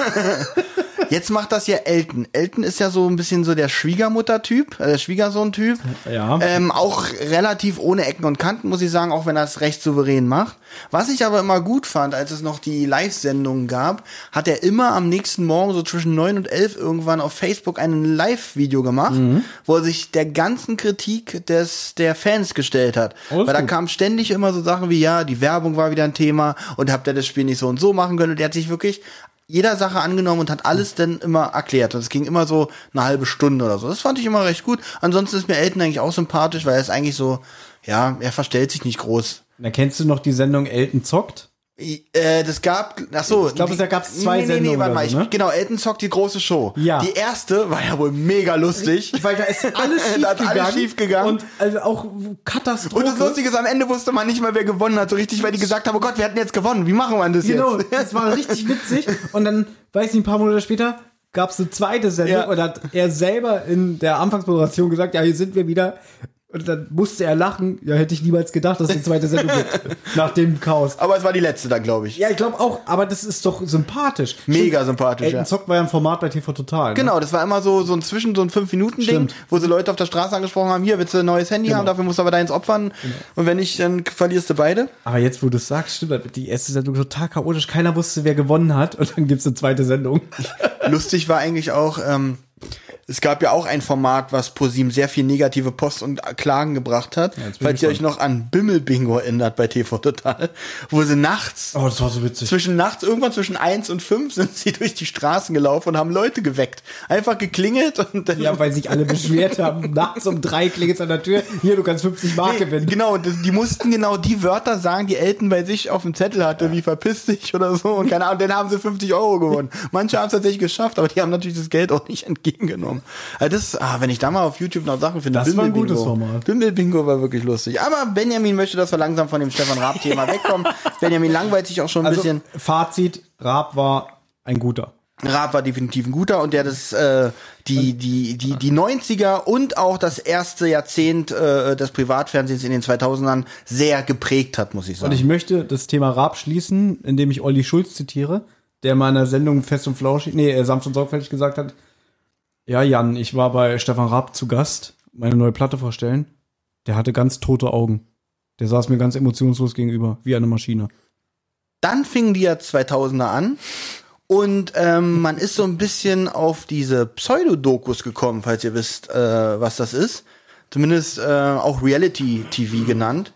[SPEAKER 2] Jetzt macht das ja Elton. Elton ist ja so ein bisschen so der Schwiegermutter-Typ, äh, der Schwiegersohn-Typ.
[SPEAKER 4] Ja.
[SPEAKER 2] Ähm, auch relativ ohne Ecken und Kanten, muss ich sagen, auch wenn er es recht souverän macht. Was ich aber immer gut fand, als es noch die Live-Sendungen gab, hat er immer am nächsten Morgen, so zwischen 9 und 11 irgendwann auf Facebook ein Live-Video gemacht,
[SPEAKER 4] Mhm.
[SPEAKER 2] wo er sich der ganzen Kritik des, der Fans gestellt hat.
[SPEAKER 4] Oh,
[SPEAKER 2] Weil da kamen ständig immer so Sachen wie, ja, die Werbung war wieder ein Thema und habt ihr das Spiel nicht so und so machen können und der hat sich wirklich jeder Sache angenommen und hat alles dann immer erklärt. Und es ging immer so eine halbe Stunde oder so. Das fand ich immer recht gut. Ansonsten ist mir Elton eigentlich auch sympathisch, weil er ist eigentlich so, ja, er verstellt sich nicht groß.
[SPEAKER 4] Da kennst du noch die Sendung Elton zockt?
[SPEAKER 2] I- Äh, das gab, ach so. Ich
[SPEAKER 4] glaube, da gab's zwei Sendungen
[SPEAKER 2] warte
[SPEAKER 4] oder
[SPEAKER 2] mal.
[SPEAKER 4] so,
[SPEAKER 2] ich-
[SPEAKER 4] ne?
[SPEAKER 2] Genau, Elton zockt die große Show.
[SPEAKER 4] Ja.
[SPEAKER 2] Die erste war ja wohl mega lustig.
[SPEAKER 4] Weil da ist alles schief
[SPEAKER 2] Da hat
[SPEAKER 4] gegangen.
[SPEAKER 2] alles schiefgegangen.
[SPEAKER 4] Und also auch Katastrophe.
[SPEAKER 2] Und das Lustige ist, am Ende wusste man nicht mal, wer gewonnen hat. So richtig, weil die gesagt haben, oh Gott, wir hatten jetzt gewonnen. Wie machen wir das
[SPEAKER 4] Genau,
[SPEAKER 2] jetzt?
[SPEAKER 4] das war richtig witzig. Und dann, weiß nicht, ein paar Monate später gab es eine zweite Sendung
[SPEAKER 2] Ja.
[SPEAKER 4] und da hat er selber in der Anfangsmoderation gesagt, ja, hier sind wir wieder. Und dann musste er lachen. Ja, hätte ich niemals gedacht, dass es eine zweite Sendung gibt. nach dem Chaos.
[SPEAKER 2] Aber es war die letzte dann, glaube ich.
[SPEAKER 4] Ja, ich glaube auch, aber das ist doch sympathisch.
[SPEAKER 2] Mega sympathisch,
[SPEAKER 4] Elton
[SPEAKER 2] ja.
[SPEAKER 4] Zockt war ja ein Format bei TV Total. Ne?
[SPEAKER 2] Genau, das war immer so, so ein Zwischen, so ein 5-Minuten-Ding,
[SPEAKER 4] Stimmt. Genau.
[SPEAKER 2] wo sie Leute auf der Straße angesprochen haben, hier willst du ein neues Handy haben, dafür musst du aber deins opfern. Und wenn nicht, dann verlierst du beide.
[SPEAKER 4] Aber jetzt, wo du es sagst, stimmt, die erste Sendung total chaotisch. Keiner wusste, wer gewonnen hat. Und dann gibt es eine zweite Sendung.
[SPEAKER 2] Lustig war eigentlich auch, ähm, es gab ja auch ein Format, was ProSieben sehr viel negative Post und Klagen gebracht hat.
[SPEAKER 4] jetzt bin
[SPEAKER 2] falls
[SPEAKER 4] ich
[SPEAKER 2] ihr euch noch an Bimmelbingo erinnert bei TV Total, wo sie nachts
[SPEAKER 4] Oh, das war so witzig.
[SPEAKER 2] zwischen nachts, irgendwann zwischen 1 und 5 sind sie durch die Straßen gelaufen und haben Leute geweckt. Einfach geklingelt und dann
[SPEAKER 4] Ja, weil sich alle beschwert haben. Nachts um drei klingelt an der Tür. Hier, du kannst 50 Mark
[SPEAKER 2] Nee,
[SPEAKER 4] gewinnen.
[SPEAKER 2] Genau, und das- die mussten genau die Wörter sagen, die Elton bei sich auf dem Zettel hatte, wie verpiss dich oder so. Und keine Ahnung, dann haben sie 50 Euro gewonnen. Manche haben es tatsächlich geschafft, aber die haben natürlich das Geld auch nicht entgegengenommen. Also das, ah, wenn ich da mal auf YouTube noch Sachen finde,
[SPEAKER 4] Das war ein
[SPEAKER 2] Bimmelbingo.
[SPEAKER 4] gutes Format.
[SPEAKER 2] Bimmelbingo war wirklich lustig. Aber Benjamin möchte, dass wir langsam von dem Stefan Raab-Thema wegkommen. Benjamin langweilt sich auch schon ein
[SPEAKER 4] Also,
[SPEAKER 2] bisschen.
[SPEAKER 4] Fazit, Raab Also, war ein guter.
[SPEAKER 2] Raab war definitiv ein guter und der das äh, die die die die 90er und auch das erste Jahrzehnt äh, des Privatfernsehens in den 2000ern sehr geprägt hat, muss ich
[SPEAKER 4] Und
[SPEAKER 2] sagen.
[SPEAKER 4] ich möchte das Thema Raab schließen, indem ich Olli Schulz zitiere, der in meiner Sendung Fest und Flauschig, nee, äh, sanft und sorgfältig gesagt hat, ja, Jan, ich war bei Stefan Raab zu Gast, meine neue Platte vorstellen. Der hatte ganz tote Augen. Der saß mir ganz emotionslos gegenüber, wie eine Maschine.
[SPEAKER 2] Dann fingen die ja 2000er an und ähm, man ist so ein bisschen auf diese Pseudodokus gekommen, falls ihr wisst, äh, was das ist. Zumindest äh, auch Reality TV genannt.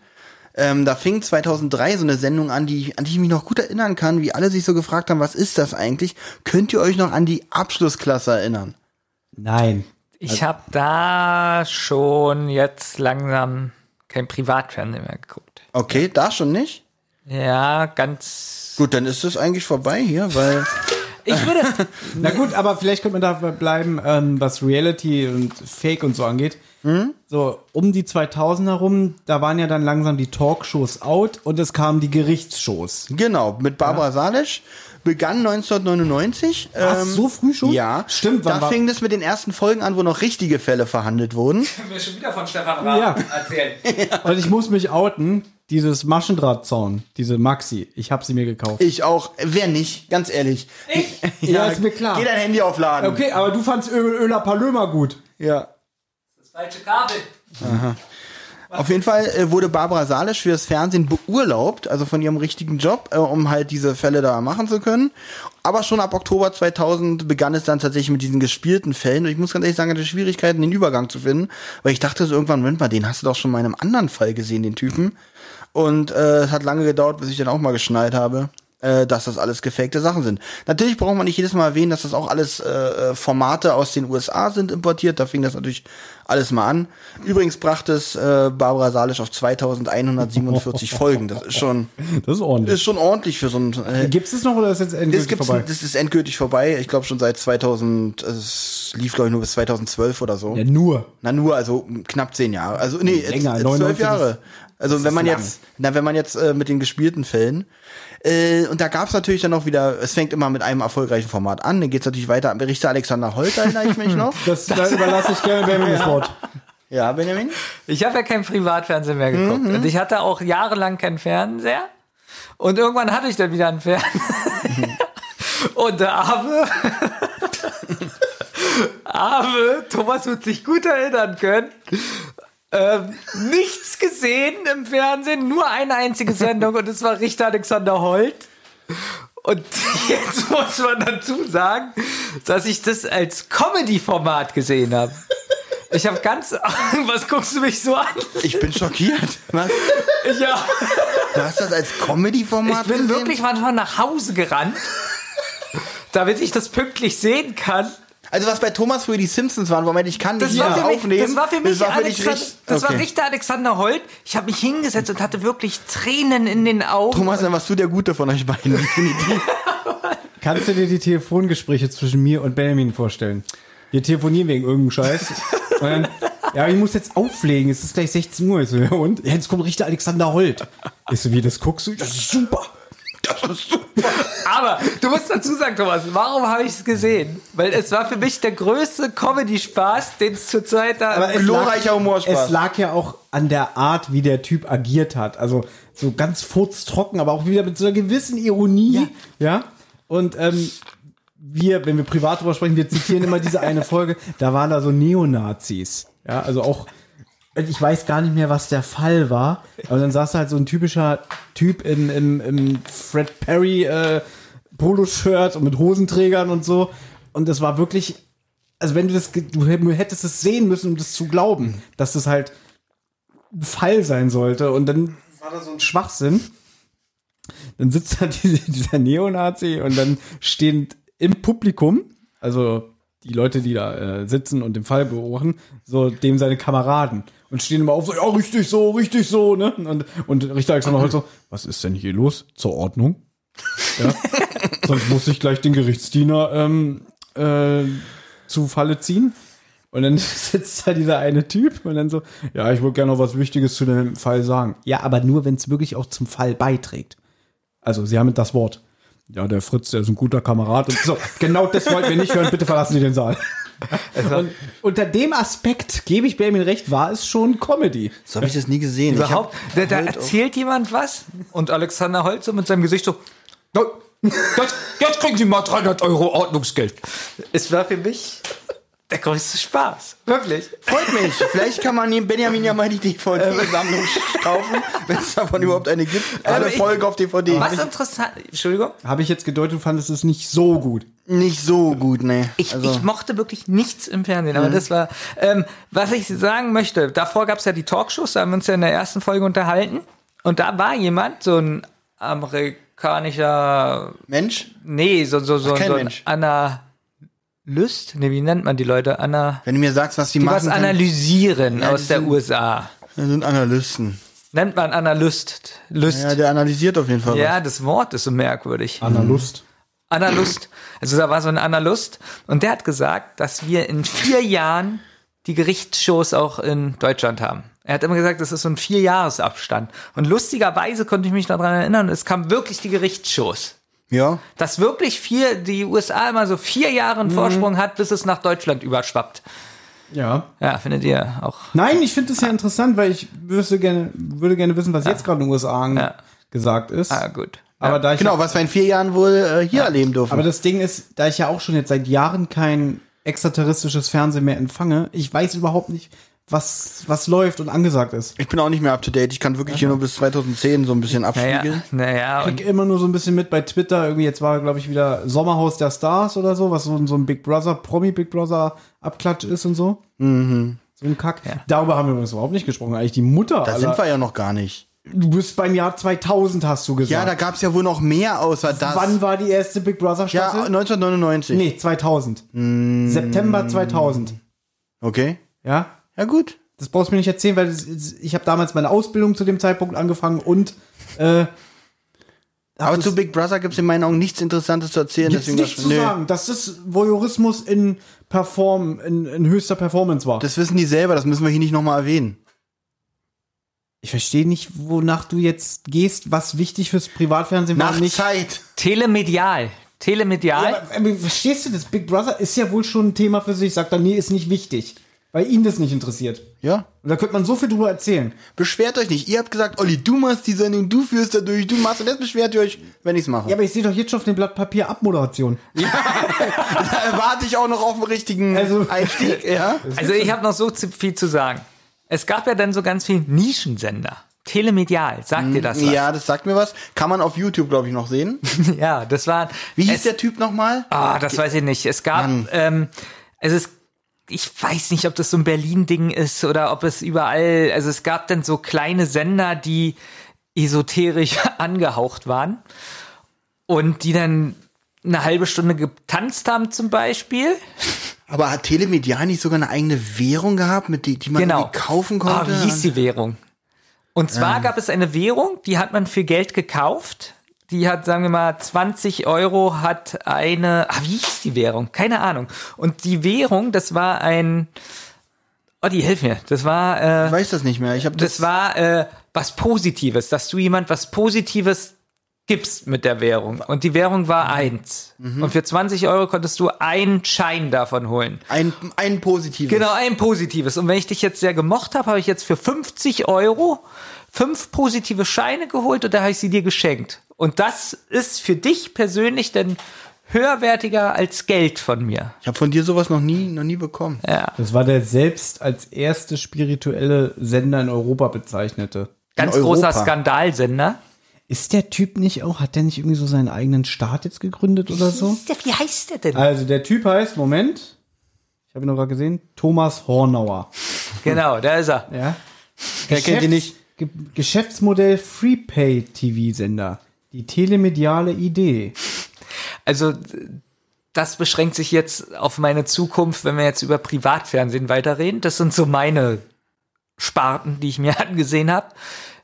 [SPEAKER 2] Ähm, da fing 2003 so eine Sendung an, die, an die ich mich noch gut erinnern kann, wie alle sich so gefragt haben, was ist das eigentlich? Könnt ihr euch noch an die Abschlussklasse erinnern?
[SPEAKER 4] Nein.
[SPEAKER 5] Ich habe da schon jetzt langsam kein Privatfernsehen mehr geguckt.
[SPEAKER 2] Okay, da schon nicht?
[SPEAKER 5] Ja, ganz.
[SPEAKER 2] Gut, dann ist es eigentlich vorbei hier, weil
[SPEAKER 5] Ich würde,
[SPEAKER 4] Na gut, aber vielleicht könnte man da bleiben, ähm, was Reality und Fake und so angeht.
[SPEAKER 2] Mhm.
[SPEAKER 4] So, um die 2000er rum, da waren ja dann langsam die Talkshows out und es kamen die Gerichtsshows.
[SPEAKER 2] genau, mit Barbara Salisch begann ähm, 1999.
[SPEAKER 4] Was, so früh schon?
[SPEAKER 2] Ja,
[SPEAKER 4] Hm? Stimmt, wann
[SPEAKER 2] Da
[SPEAKER 4] war-
[SPEAKER 2] fing es mit den ersten Folgen an, wo noch richtige Fälle verhandelt wurden.
[SPEAKER 5] mir schon wieder von Stefan Raab
[SPEAKER 4] Ja.
[SPEAKER 5] erzählen.
[SPEAKER 4] Und ich muss mich outen, dieses Maschendrahtzaun, diese Maxi, ich habe sie mir gekauft.
[SPEAKER 2] Ich auch. Wer nicht? Ganz ehrlich.
[SPEAKER 4] ja, ist mir klar.
[SPEAKER 2] Geh dein Handy aufladen.
[SPEAKER 4] Okay, aber du fandst Öl Öler Palömer gut.
[SPEAKER 2] Ja.
[SPEAKER 5] Das falsche Kabel.
[SPEAKER 2] Auf jeden Fall äh, wurde Barbara Salisch fürs Fernsehen beurlaubt, also von ihrem richtigen Job, äh, um halt diese Fälle da machen zu können. Aber schon ab Oktober 2000 begann es dann tatsächlich mit diesen gespielten Fällen. Und ich muss ganz ehrlich sagen, hatte Schwierigkeiten, den Übergang zu finden, weil ich dachte so irgendwann, Moment mal, den hast du doch schon mal in einem anderen Fall gesehen, den Typen. Und äh, es hat lange gedauert, bis ich dann auch mal geschnallt habe, äh, dass das alles gefakte Sachen sind. Natürlich braucht man nicht jedes Mal erwähnen, dass das auch alles äh, äh, Formate aus den USA sind importiert. Da fing das natürlich alles mal an. Übrigens brachte es äh, Barbara Salisch auf 2147 Folgen. Das ist schon,
[SPEAKER 4] Das ist ordentlich.
[SPEAKER 2] ist schon ordentlich für so ein... Äh,
[SPEAKER 4] Gibt's es noch oder ist jetzt endgültig
[SPEAKER 2] das, gibt's,
[SPEAKER 4] vorbei?
[SPEAKER 2] das ist endgültig vorbei. Ich glaube schon seit 2000, es lief glaube ich nur bis 2012 oder so.
[SPEAKER 4] ja, nur.
[SPEAKER 2] Na nur, also knapp zehn Jahre. Also nee,
[SPEAKER 4] Länger,
[SPEAKER 2] jetzt, jetzt
[SPEAKER 4] 99
[SPEAKER 2] zwölf
[SPEAKER 4] ist-
[SPEAKER 2] Jahre. Also wenn man
[SPEAKER 4] lang.
[SPEAKER 2] jetzt, na wenn man jetzt äh, mit den gespielten Fällen. Äh, und da gab es natürlich dann auch wieder, es fängt immer mit einem erfolgreichen Format an, dann geht es natürlich weiter. Richter Alexander Holt erinnere ich mich noch.
[SPEAKER 4] Das, da überlasse ich gerne Benjamin das Wort.
[SPEAKER 2] Ja, Benjamin?
[SPEAKER 5] Ich habe ja kein Privatfernsehen mehr geguckt. Und ich hatte auch jahrelang keinen Fernseher. Und irgendwann hatte ich dann wieder einen Fernseher. Und der Abe, Abe, Thomas wird sich gut erinnern können, ähm, nichts gesehen im Fernsehen, nur eine einzige Sendung und es war Richter Alexander Holt. Und jetzt muss man dazu sagen, dass ich das als Comedy-Format gesehen habe. Ich habe ganz. Was guckst du mich so an?
[SPEAKER 2] Ich bin schockiert. Was?
[SPEAKER 5] Ja.
[SPEAKER 2] Du hast das als
[SPEAKER 5] Ich
[SPEAKER 2] Comedy-Format
[SPEAKER 5] bin
[SPEAKER 2] gesehen?
[SPEAKER 5] wirklich manchmal nach Hause gerannt, damit ich das pünktlich sehen kann.
[SPEAKER 2] Also was bei Thomas früher die Simpsons waren, Moment, ich kann nicht mehr aufnehmen.
[SPEAKER 5] das war für mich
[SPEAKER 2] das war für dich
[SPEAKER 5] Alexander,
[SPEAKER 2] richtig.
[SPEAKER 5] das war
[SPEAKER 2] okay.
[SPEAKER 5] Richter Alexander Holt. Ich habe mich hingesetzt und hatte wirklich Tränen in den Augen.
[SPEAKER 2] Thomas, dann warst du der Gute von euch beiden. definitiv.
[SPEAKER 4] Kannst du dir die Telefongespräche zwischen mir und Benjamin vorstellen? Wir telefonieren wegen irgendeinem Scheiß. Und dann, ja, ich muss jetzt auflegen, es ist gleich 16 Uhr. Ich so, ja, und? Ja, jetzt kommt Richter Alexander Holt. Ich so, wie, das guckst du? Das ist super.
[SPEAKER 5] Aber du musst dazu sagen, Thomas, warum habe ich es gesehen? Weil es war für mich der größte Comedy-Spaß, den es zurzeit da.
[SPEAKER 4] Aber es
[SPEAKER 2] Glorreicher
[SPEAKER 4] lag,
[SPEAKER 2] Humorspaß.
[SPEAKER 4] Es lag ja auch an der Art, wie der Typ agiert hat. Also so ganz furztrocken, aber auch wieder mit so einer gewissen Ironie. Ja. Und ähm, wir, wenn wir privat drüber sprechen, wir zitieren immer diese eine Folge, da waren da so Neonazis. Ja, also auch, ich weiß gar nicht mehr, was der Fall war, aber dann saß da halt so ein typischer Typ im, im, im Fred Perry äh, Poloshirt und mit Hosenträgern und so. Und das war wirklich also wenn du das, ge- du hättest es sehen müssen, um das zu glauben, dass das halt ein Fall sein sollte und dann war da so ein Schwachsinn. Dann sitzt da diese, dieser Neonazi und dann stehen im Publikum, also die Leute, die da äh, sitzen und den Fall beobachten, so dem seine Kameraden und stehen immer auf so, ja, richtig so, richtig so, ne? Und, und Richter Alexander Holt so, was ist denn hier los? Zur Ordnung? Ja. Sonst muss ich gleich den Gerichtsdiener ähm, äh, zu Falle ziehen. Und dann sitzt da dieser eine Typ und dann so, ja, ich würde gerne noch was Wichtiges zu dem Fall sagen. Ja, aber nur, wenn es wirklich auch zum Fall beiträgt. Also, sie haben das Wort. ja, der Fritz, der ist ein guter Kamerad. Und so, genau das wollten wir nicht hören, bitte verlassen Sie den Saal. Und unter dem Aspekt, gebe ich Benjamin recht, war es schon Comedy.
[SPEAKER 2] So habe ich das nie gesehen. Ich
[SPEAKER 5] Überhaupt,
[SPEAKER 2] hab-
[SPEAKER 5] da, da erzählt jemand was und Alexander Holz so mit seinem Gesicht so, "Na, jetzt, jetzt kriegen Sie mal 300 Euro Ordnungsgeld. Es war für mich der größte Spaß. Wirklich.
[SPEAKER 2] Freut mich. Vielleicht kann man ihm Benjamin ja mal die DVD-Sammlung kaufen, wenn es davon überhaupt eine gibt. Alle
[SPEAKER 5] ich-
[SPEAKER 2] Folge auf DVD.
[SPEAKER 5] Was interessant, Entschuldigung,
[SPEAKER 4] Habe ich jetzt gedeutet, du fandest es nicht so gut.
[SPEAKER 2] Nicht so gut, ne.
[SPEAKER 5] ich, ich mochte wirklich nichts im Fernsehen, aber das war, ähm, was ich sagen möchte, davor gab es ja die Talkshows, da haben wir uns ja in der ersten Folge unterhalten und da war jemand, so ein amerikanischer
[SPEAKER 2] Mensch,
[SPEAKER 5] Nee, so, so, so,
[SPEAKER 2] kein
[SPEAKER 5] so ein
[SPEAKER 2] Mensch.
[SPEAKER 5] Analyst? Nee, wie nennt man die Leute? Ana,
[SPEAKER 2] wenn du mir sagst, was die,
[SPEAKER 5] die was
[SPEAKER 2] machen, dann,
[SPEAKER 5] analysieren
[SPEAKER 2] Ja, die
[SPEAKER 5] aus der
[SPEAKER 2] sind-
[SPEAKER 5] USA.
[SPEAKER 2] das sind Analysten.
[SPEAKER 5] Nennt man Analyst. Lust.
[SPEAKER 2] Ja,
[SPEAKER 5] Ja,
[SPEAKER 2] der analysiert auf jeden Fall was.
[SPEAKER 5] das Wort ist so merkwürdig.
[SPEAKER 4] Anna Lust.
[SPEAKER 5] Analyst. Also da war so ein Analyst und der hat gesagt, dass wir in vier Jahren die Gerichtsshows auch in Deutschland haben. Er hat immer gesagt, das ist so ein Vierjahresabstand. Und lustigerweise konnte ich mich daran erinnern, es kamen wirklich die Gerichtsshows.
[SPEAKER 2] Ja.
[SPEAKER 5] dass wirklich vier, die USA immer so vier Jahre
[SPEAKER 4] Mhm.
[SPEAKER 5] einen Vorsprung hat, bis es nach Deutschland überschwappt.
[SPEAKER 4] Ja.
[SPEAKER 5] Ja, findet ihr auch.
[SPEAKER 4] Nein, ich finde es ja interessant, weil ich wüsste gerne, würde gerne wissen, was jetzt gerade in den USA an-
[SPEAKER 5] Ja.
[SPEAKER 4] gesagt ist.
[SPEAKER 5] Ah, gut.
[SPEAKER 4] Aber da ich
[SPEAKER 2] Genau, was wir in vier Jahren wohl äh, hier erleben dürfen.
[SPEAKER 4] Aber das Ding ist, da ich ja auch schon jetzt seit Jahren kein extraterrestrisches Fernsehen mehr empfange, ich weiß überhaupt nicht, was, was läuft und angesagt ist.
[SPEAKER 2] ich bin auch nicht mehr up to date. Ich kann wirklich hier nur bis 2010 so ein bisschen
[SPEAKER 5] Ja,
[SPEAKER 2] abspiegeln.
[SPEAKER 5] naja,
[SPEAKER 4] Ich
[SPEAKER 5] und
[SPEAKER 4] krieg immer nur so ein bisschen mit bei Twitter, irgendwie jetzt war, glaube ich, wieder Sommerhaus der Stars oder so, was so, ein- so ein Big Brother, Promi-Big Brother-Abklatsch ist und so. Mhm. So ein Kack. Darüber haben wir übrigens überhaupt nicht gesprochen. Eigentlich die Mutter.
[SPEAKER 2] Da
[SPEAKER 4] aller-
[SPEAKER 2] sind wir ja noch gar nicht.
[SPEAKER 4] du bist beim Jahr 2000, hast du gesagt.
[SPEAKER 2] Ja, da gab es ja wohl noch mehr außer das.
[SPEAKER 4] Wann war die erste
[SPEAKER 2] ja,
[SPEAKER 4] Big
[SPEAKER 2] Mm.
[SPEAKER 4] Brother-Staffel?
[SPEAKER 2] 1999.
[SPEAKER 4] Nee, 2000. September 2000.
[SPEAKER 2] Okay.
[SPEAKER 4] Ja?
[SPEAKER 2] Ja, gut.
[SPEAKER 4] Das brauchst du mir nicht erzählen, weil das, ich habe damals meine Ausbildung zu dem Zeitpunkt angefangen und äh,
[SPEAKER 2] Aber zu Big Brother gibt es in meinen Augen nichts Interessantes zu erzählen.
[SPEAKER 4] gibt's
[SPEAKER 2] deswegen
[SPEAKER 4] nichts
[SPEAKER 2] das-
[SPEAKER 4] zu
[SPEAKER 2] Nö.
[SPEAKER 4] sagen. Das ist Voyeurismus in Perform, in, in höchster Performance war.
[SPEAKER 2] Das wissen die selber, das müssen wir hier nicht nochmal erwähnen.
[SPEAKER 4] ich verstehe nicht, wonach du jetzt gehst, was wichtig fürs Privatfernsehen war
[SPEAKER 2] Nach
[SPEAKER 4] und nicht.
[SPEAKER 2] Zeit.
[SPEAKER 5] telemedial.
[SPEAKER 4] Ja,
[SPEAKER 5] Telemedial.
[SPEAKER 4] aber, aber verstehst du das? Big Brother ist ja wohl schon ein Thema für sich. Sagt er, nee, ist nicht wichtig. Weil ihn das nicht interessiert.
[SPEAKER 2] Ja.
[SPEAKER 4] Und da könnte man so viel drüber erzählen.
[SPEAKER 2] Beschwert euch nicht. Ihr habt gesagt, Olli, du machst die Sendung, du führst dadurch, du machst und jetzt beschwert ihr euch, wenn ich's mache.
[SPEAKER 4] Ja, aber ich sehe doch jetzt schon auf dem Blatt Papier Abmoderation.
[SPEAKER 2] da erwarte ich auch noch auf den richtigen
[SPEAKER 4] Also-
[SPEAKER 2] Einstieg. Ja.
[SPEAKER 5] also ich habe noch so zu, viel zu sagen. Es gab ja dann so ganz viele Nischensender. Telemedial, sagt ihr das was?
[SPEAKER 2] Mm, ja, das sagt mir was. Kann man auf YouTube, glaube ich, noch sehen.
[SPEAKER 5] ja das war.
[SPEAKER 2] Wie hieß
[SPEAKER 5] es,
[SPEAKER 2] der Typ nochmal?
[SPEAKER 5] Ah, das weiß ich nicht. Es gab, ähm, es ist, ich weiß nicht, ob das so ein Berlin-Ding ist oder ob es überall, also es gab dann so kleine Sender, die esoterisch angehaucht waren und die dann eine halbe Stunde getanzt haben zum Beispiel.
[SPEAKER 2] Aber hat Telemedial nicht sogar eine eigene Währung gehabt, mit die, die man
[SPEAKER 5] Genau.
[SPEAKER 2] irgendwie kaufen
[SPEAKER 5] Ah,
[SPEAKER 2] konnte? Ähm.
[SPEAKER 5] wie hieß die Währung? Und zwar gab es eine Währung, die hat man für Geld gekauft. Die hat, sagen wir mal, 20 Euro hat eine, ah, wie hieß die Währung? Keine Ahnung. Und die Währung, das war ein, oh, die hilf mir. Das war,
[SPEAKER 2] ich
[SPEAKER 5] äh,
[SPEAKER 2] weiß das nicht mehr. Ich habe das,
[SPEAKER 5] das war, äh, was Positives, dass du jemand was Positives gibst mit der Währung. Und die Währung
[SPEAKER 2] Mhm.
[SPEAKER 5] war eins. Und für 20 Euro konntest du einen Schein davon holen.
[SPEAKER 2] ein, ein positives.
[SPEAKER 5] Genau, ein positives. Und wenn ich dich jetzt sehr gemocht habe, habe ich jetzt für 50 Euro fünf positive Scheine geholt und da habe ich sie dir geschenkt. Und das ist für dich persönlich denn höherwertiger als Geld von mir.
[SPEAKER 2] Ich habe von dir sowas noch nie, noch nie bekommen.
[SPEAKER 4] Das war der selbst als erste spirituelle Sender in Europa bezeichnete.
[SPEAKER 5] Ganz
[SPEAKER 2] In
[SPEAKER 5] großer
[SPEAKER 2] Europa.
[SPEAKER 5] Skandalsender.
[SPEAKER 4] Ist der Typ nicht auch, hat der nicht irgendwie so seinen eigenen Staat jetzt gegründet oder so?
[SPEAKER 5] Ist der- Wie heißt der denn?
[SPEAKER 4] Also der Typ heißt, Moment, ich habe ihn noch gerade gesehen, Thomas Hornauer.
[SPEAKER 5] Genau, da ist er.
[SPEAKER 4] Ja.
[SPEAKER 2] Wer kennt ihn nicht?
[SPEAKER 4] Ge Geschäftsmodell Freepay-TV-Sender. Die telemediale Idee.
[SPEAKER 5] Also das beschränkt sich jetzt auf meine Zukunft, wenn wir jetzt über Privatfernsehen weiterreden. Das sind so meine Sparten, die ich mir angesehen habe.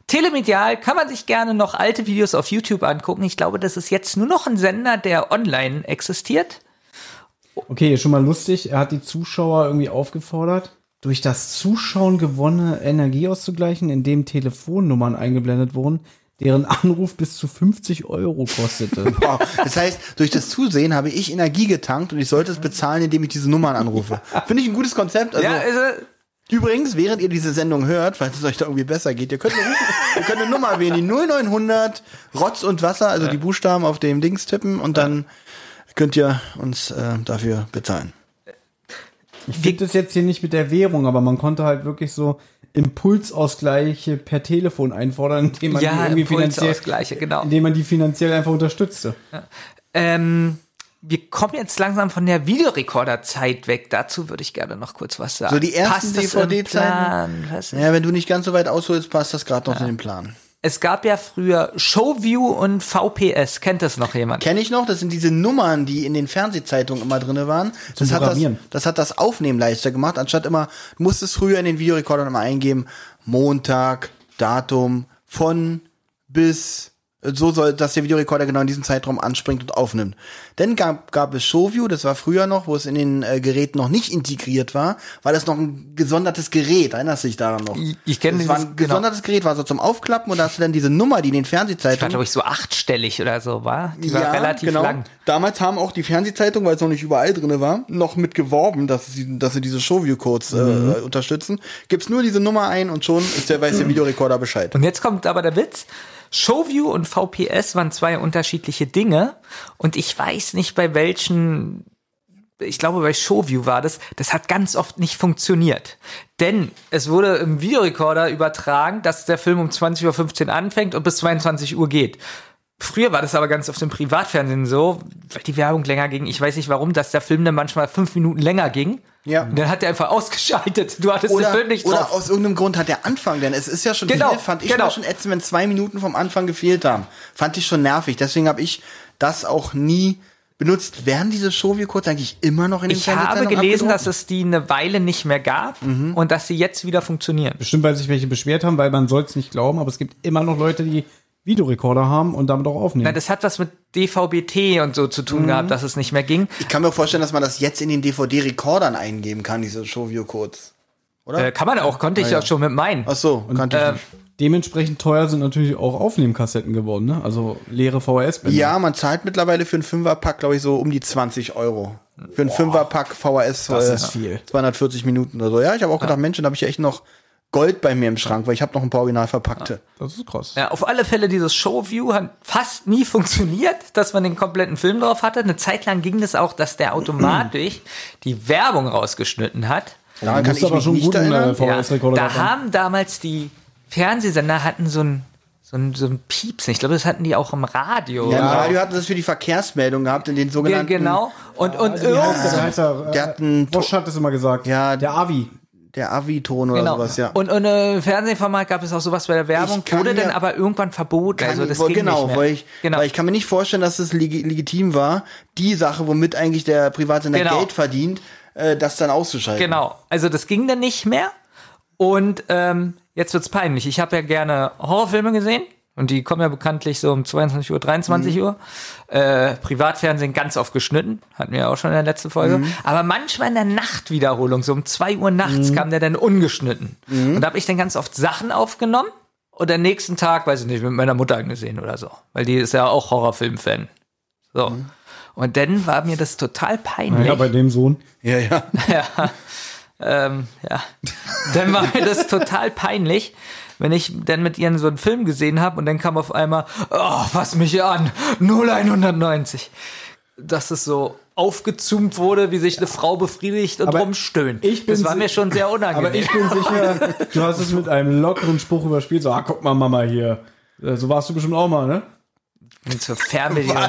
[SPEAKER 5] Telemedial kann man sich gerne noch alte Videos auf YouTube angucken. Ich glaube, das ist jetzt nur noch ein Sender, der online existiert.
[SPEAKER 4] Okay, schon mal lustig. Er hat die Zuschauer irgendwie aufgefordert, durch das Zuschauen gewonnene Energie auszugleichen, indem Telefonnummern eingeblendet wurden, deren Anruf bis zu 50 Euro kostete.
[SPEAKER 2] Wow. Das heißt, durch das Zusehen habe ich Energie getankt und ich sollte es bezahlen, indem ich diese Nummern anrufe. Finde ich ein gutes Konzept. Also,
[SPEAKER 5] Ja, ist,
[SPEAKER 2] Übrigens, während ihr diese Sendung hört, falls es euch da irgendwie besser geht, ihr könnt eine, ihr könnt eine Nummer wählen, die 0900 Rotz und Wasser, also die Buchstaben auf dem Dings tippen und dann könnt ihr uns äh, dafür bezahlen.
[SPEAKER 4] Ich finde das jetzt hier nicht mit der Währung, aber man konnte halt wirklich so Impulsausgleiche per Telefon einfordern, indem man die
[SPEAKER 5] ja,
[SPEAKER 4] irgendwie finanziell,
[SPEAKER 5] Impulsausgleiche, genau.
[SPEAKER 4] indem man die finanziell einfach unterstützte.
[SPEAKER 5] Ähm, wir kommen jetzt langsam von der Videorekorderzeit weg. Dazu würde ich gerne noch kurz was sagen.
[SPEAKER 2] So die ersten
[SPEAKER 5] Passt das im
[SPEAKER 2] DVD-Zeiten?
[SPEAKER 5] Plan? Passt das-
[SPEAKER 2] Ja, wenn du nicht ganz so weit ausholst, passt das gerade noch in den Plan.
[SPEAKER 5] Es gab ja früher Showview und VPS. Kennt das noch jemand?
[SPEAKER 2] Kenne ich noch, das sind diese Nummern, die in den Fernsehzeitungen immer drinne waren. Das hat das,
[SPEAKER 4] Programmieren.
[SPEAKER 2] das hat das Aufnehmen leichter gemacht, anstatt immer, du musstest früher in den Videorekordern immer eingeben, Montag, Datum, von bis, so soll, dass der Videorekorder genau in diesem Zeitraum anspringt und aufnimmt. Dann gab, gab es Showview, das war früher noch, wo es in den äh, Geräten noch nicht integriert war, war das noch ein gesondertes Gerät, erinnerst du dich daran noch?
[SPEAKER 5] Ich- ich kenn
[SPEAKER 2] das war
[SPEAKER 5] dieses-
[SPEAKER 2] ein
[SPEAKER 5] genau.
[SPEAKER 2] gesondertes Gerät, war so zum Aufklappen und da hast du dann diese Nummer, die in den
[SPEAKER 5] Die war,
[SPEAKER 2] Fernsehzeitungen
[SPEAKER 5] glaube ich, so achtstellig oder so, war? Die war relativ lang.
[SPEAKER 2] genau. Damals haben auch die Fernsehzeitungen, weil es noch nicht überall drin war, noch mit geworben, dass sie, dass sie diese Showview-Codes
[SPEAKER 5] Mhm.
[SPEAKER 2] äh, unterstützen. Gibt's nur diese Nummer ein und schon ist der, weiß der Videorekorder Bescheid.
[SPEAKER 5] Und jetzt kommt aber der Witz. Showview und VPS waren zwei unterschiedliche Dinge. Und ich weiß nicht, bei welchen, ich glaube, bei Showview war das, das hat ganz oft nicht funktioniert. Denn es wurde im Videorekorder übertragen, dass der Film um 20.15 Uhr anfängt und bis 22 Uhr geht. Früher war das aber ganz oft im Privatfernsehen so, weil die Werbung länger ging. Ich weiß nicht warum, dass der Film dann manchmal fünf Minuten länger ging.
[SPEAKER 2] Ja.
[SPEAKER 5] Und dann hat er einfach ausgeschaltet. Du hattest den
[SPEAKER 2] Oder,
[SPEAKER 5] Film nicht
[SPEAKER 2] oder
[SPEAKER 5] drauf.
[SPEAKER 2] aus irgendeinem Grund hat der Anfang, denn es ist ja schon,
[SPEAKER 5] Genau,
[SPEAKER 2] viel, fand ich
[SPEAKER 5] genau.
[SPEAKER 2] immer schon ätzend, wenn zwei Minuten vom Anfang gefehlt haben. Fand ich schon nervig. Deswegen habe ich das auch nie benutzt. Werden diese Showview-Codes eigentlich immer noch in den
[SPEAKER 5] Ich habe
[SPEAKER 2] Fernsehzeitungen
[SPEAKER 5] gelesen,
[SPEAKER 2] abgedruckt? Mhm.
[SPEAKER 5] dass es die eine Weile nicht mehr gab und dass sie jetzt wieder funktionieren.
[SPEAKER 4] Bestimmt, weil sich welche beschwert haben, weil man soll es nicht glauben, aber es gibt immer noch Leute, die Videorekorder haben und damit auch
[SPEAKER 5] Na,
[SPEAKER 4] aufnehmen.
[SPEAKER 5] das hat was mit DVB-T und so zu tun
[SPEAKER 2] Mhm.
[SPEAKER 5] gehabt, dass es nicht mehr ging.
[SPEAKER 2] Ich kann mir vorstellen, dass man das jetzt in den DVD-Rekordern eingeben kann, diese Showview-Codes.
[SPEAKER 5] Äh, kann man auch, konnte ich ja schon mit meinen.
[SPEAKER 2] Ach so, kannte
[SPEAKER 5] äh,
[SPEAKER 2] ich nicht.
[SPEAKER 4] Dementsprechend teuer sind natürlich auch Aufnehmkassetten geworden, ne? Also leere VHS-Bänder.
[SPEAKER 2] Ja, man zahlt mittlerweile für einen Fünferpack, glaube ich, so um die 20 Euro. Für einen Fünferpack VHS. Das
[SPEAKER 4] ist viel.
[SPEAKER 2] 240 äh, Minuten oder so. Ja, ich habe auch gedacht, Mensch, dann habe ich ja echt noch Gold bei mir im Schrank, weil ich habe noch ein paar original verpackte.
[SPEAKER 4] Das ist krass.
[SPEAKER 5] Ja, auf alle Fälle, dieses Showview hat fast nie funktioniert, dass man den kompletten Film drauf hatte. Eine Zeit lang ging das auch, dass der automatisch die Werbung rausgeschnitten hat.
[SPEAKER 2] Daran kann
[SPEAKER 4] musst
[SPEAKER 2] ich
[SPEAKER 4] aber
[SPEAKER 2] mich
[SPEAKER 4] schon
[SPEAKER 2] nicht
[SPEAKER 4] guten, äh,
[SPEAKER 2] erinnern.
[SPEAKER 5] Ja,
[SPEAKER 4] VHS-Rekorder
[SPEAKER 5] da
[SPEAKER 4] gehabt haben.
[SPEAKER 5] haben damals die Fernsehsender hatten so ein so ein, so ein Pieps. Ich glaube, das hatten die auch im Radio.
[SPEAKER 2] Ja, Im Radio hatten sie es für die Verkehrsmeldung gehabt, in den
[SPEAKER 5] Ja,
[SPEAKER 2] sogenannten.
[SPEAKER 5] genau. Und, und
[SPEAKER 4] Also, wie heißt der? Der heißt ja, äh,
[SPEAKER 2] Der hat einen
[SPEAKER 4] Bosch hat das immer gesagt.
[SPEAKER 2] Ja,
[SPEAKER 4] der Avi.
[SPEAKER 2] Der Aviton oder sowas, ja.
[SPEAKER 5] Genau. Und, und äh, im Fernsehformat gab es auch sowas bei der Werbung,
[SPEAKER 2] Ich kann
[SPEAKER 5] wurde
[SPEAKER 2] mir-
[SPEAKER 5] dann aber irgendwann verboten.
[SPEAKER 2] Kann-
[SPEAKER 5] Also das
[SPEAKER 2] wo-
[SPEAKER 5] ging
[SPEAKER 2] genau,
[SPEAKER 5] nicht mehr.
[SPEAKER 2] Weil ich,
[SPEAKER 5] genau,
[SPEAKER 2] weil ich kann mir nicht vorstellen, dass es legi- legitim war, die Sache, womit eigentlich der Privatsender
[SPEAKER 5] Genau.
[SPEAKER 2] Geld verdient, äh, das dann auszuschalten.
[SPEAKER 5] genau. Also das ging dann nicht mehr. Und ähm, jetzt wird's peinlich. Ich habe ja gerne Horrorfilme gesehen. Und die kommen ja bekanntlich so um 22 Uhr, 23 Uhr. Äh, Privatfernsehen ganz oft geschnitten. Hatten wir ja auch schon in der letzten Folge. Aber manchmal in der Nachtwiederholung, so um 2 Uhr nachts, kam der dann ungeschnitten. Und da habe ich dann ganz oft Sachen aufgenommen. Und am nächsten Tag, weiß ich nicht, mit meiner Mutter angesehen oder so. Weil die ist ja auch Horrorfilm-Fan. So. Und dann war mir das total peinlich.
[SPEAKER 4] Ja, bei dem Sohn.
[SPEAKER 2] Ja, ja.
[SPEAKER 5] Ähm, ja. Dann war mir das total peinlich, wenn ich dann mit ihren so einen Film gesehen habe und dann kam auf einmal, oh, fass mich an, 0190. Dass es so aufgezoomt wurde, wie sich eine Frau befriedigt und
[SPEAKER 4] Aber
[SPEAKER 5] rumstöhnt.
[SPEAKER 4] ich bin
[SPEAKER 5] das war
[SPEAKER 4] si-
[SPEAKER 5] mir schon sehr unangenehm.
[SPEAKER 4] Aber ich bin sicher, du hast es mit einem lockeren Spruch überspielt. So, ah, guck mal, Mama hier. Äh, So warst du bestimmt auch mal, ne?
[SPEAKER 5] bin zur Fernbedienung.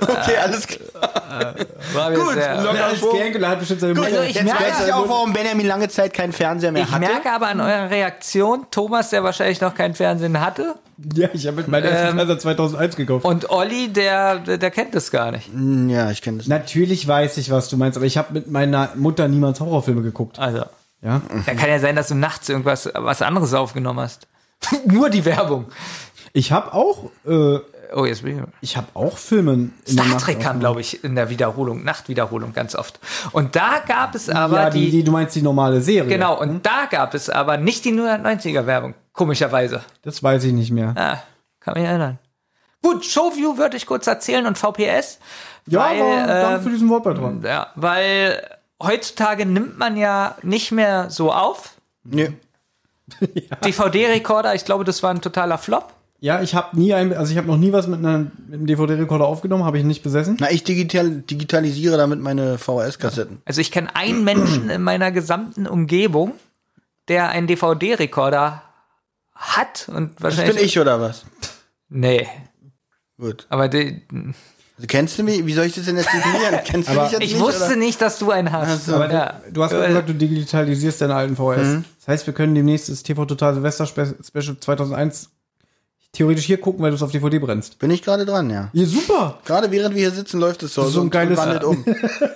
[SPEAKER 2] Okay, alles klar.
[SPEAKER 5] War mir
[SPEAKER 2] Gut,
[SPEAKER 5] sehr,
[SPEAKER 2] locker.
[SPEAKER 4] Als Gangler hat bestimmt seine Mutter.
[SPEAKER 5] Also ich
[SPEAKER 2] Jetzt
[SPEAKER 5] merke-
[SPEAKER 2] weiß ich auch, warum Benjamin lange Zeit keinen Fernseher mehr
[SPEAKER 5] ich
[SPEAKER 2] hatte.
[SPEAKER 5] merke aber an eurer Reaktion, Thomas, der wahrscheinlich noch kein Fernsehen hatte,
[SPEAKER 4] Ja, ich habe mit meinem ersten Fernseher 2001 gekauft.
[SPEAKER 5] Ähm, und Olli, der, der, der kennt das gar nicht.
[SPEAKER 2] ja, ich kenne das.
[SPEAKER 4] Natürlich weiß ich, was du meinst, aber ich habe mit meiner Mutter niemals Horrorfilme geguckt.
[SPEAKER 5] Also.
[SPEAKER 4] Ja.
[SPEAKER 5] Da kann ja sein, dass du nachts irgendwas was anderes aufgenommen hast. Nur die Werbung.
[SPEAKER 4] Ich habe auch, äh,
[SPEAKER 5] Oh, jetzt bin ich.
[SPEAKER 4] ich habe auch Filme. in der
[SPEAKER 5] Star
[SPEAKER 4] Nacht
[SPEAKER 5] Trek kam, glaube ich, in der Wiederholung, Nachtwiederholung ganz oft. Und da gab es
[SPEAKER 4] aufgenommen.
[SPEAKER 5] aber
[SPEAKER 4] Ja,
[SPEAKER 5] die,
[SPEAKER 4] die, die, du meinst die normale Serie.
[SPEAKER 5] genau, und da gab es aber nicht die 990er Werbung. komischerweise.
[SPEAKER 4] Das weiß ich nicht mehr.
[SPEAKER 5] Ah, kann mich erinnern. Gut, Showview würde ich kurz erzählen und VPS.
[SPEAKER 4] ja,
[SPEAKER 5] weil,
[SPEAKER 4] aber danke
[SPEAKER 5] ähm,
[SPEAKER 4] für diesen Wortbeitrag.
[SPEAKER 5] Ja, weil heutzutage nimmt man ja nicht mehr so auf.
[SPEAKER 2] Nee.
[SPEAKER 5] DVD-Rekorder, ich glaube, das war ein totaler Flop.
[SPEAKER 4] Ja, ich habe nie ein, also ich habe noch nie was mit, einer, mit einem DVD-Rekorder aufgenommen, habe ich nicht besessen.
[SPEAKER 2] Na, ich digital, digitalisiere damit meine VHS-Kassetten.
[SPEAKER 5] Also ich kenne einen Menschen in meiner gesamten Umgebung, der einen DVD-Rekorder hat und
[SPEAKER 2] Das
[SPEAKER 5] wahrscheinlich.
[SPEAKER 2] bin ich oder was?
[SPEAKER 5] Nee,
[SPEAKER 2] Gut.
[SPEAKER 5] aber die,
[SPEAKER 2] Also, kennst du mich? Wie soll ich das denn jetzt definieren? Kennst du mich jetzt
[SPEAKER 5] ich
[SPEAKER 2] nicht?
[SPEAKER 5] wusste
[SPEAKER 2] oder?
[SPEAKER 5] nicht, dass du einen hast.
[SPEAKER 4] Aber
[SPEAKER 5] ja.
[SPEAKER 4] du, du hast gerade gesagt, du digitalisierst deine alten VHS. Das heißt, wir können demnächst das TV Total Silvester Spe- Special 2001 theoretisch hier gucken, weil du es auf DVD brennst.
[SPEAKER 2] Bin ich gerade dran, ja.
[SPEAKER 4] Ja, super.
[SPEAKER 2] Gerade während wir hier sitzen, läuft es so.
[SPEAKER 4] ist so ein geiles-
[SPEAKER 2] wandelt um.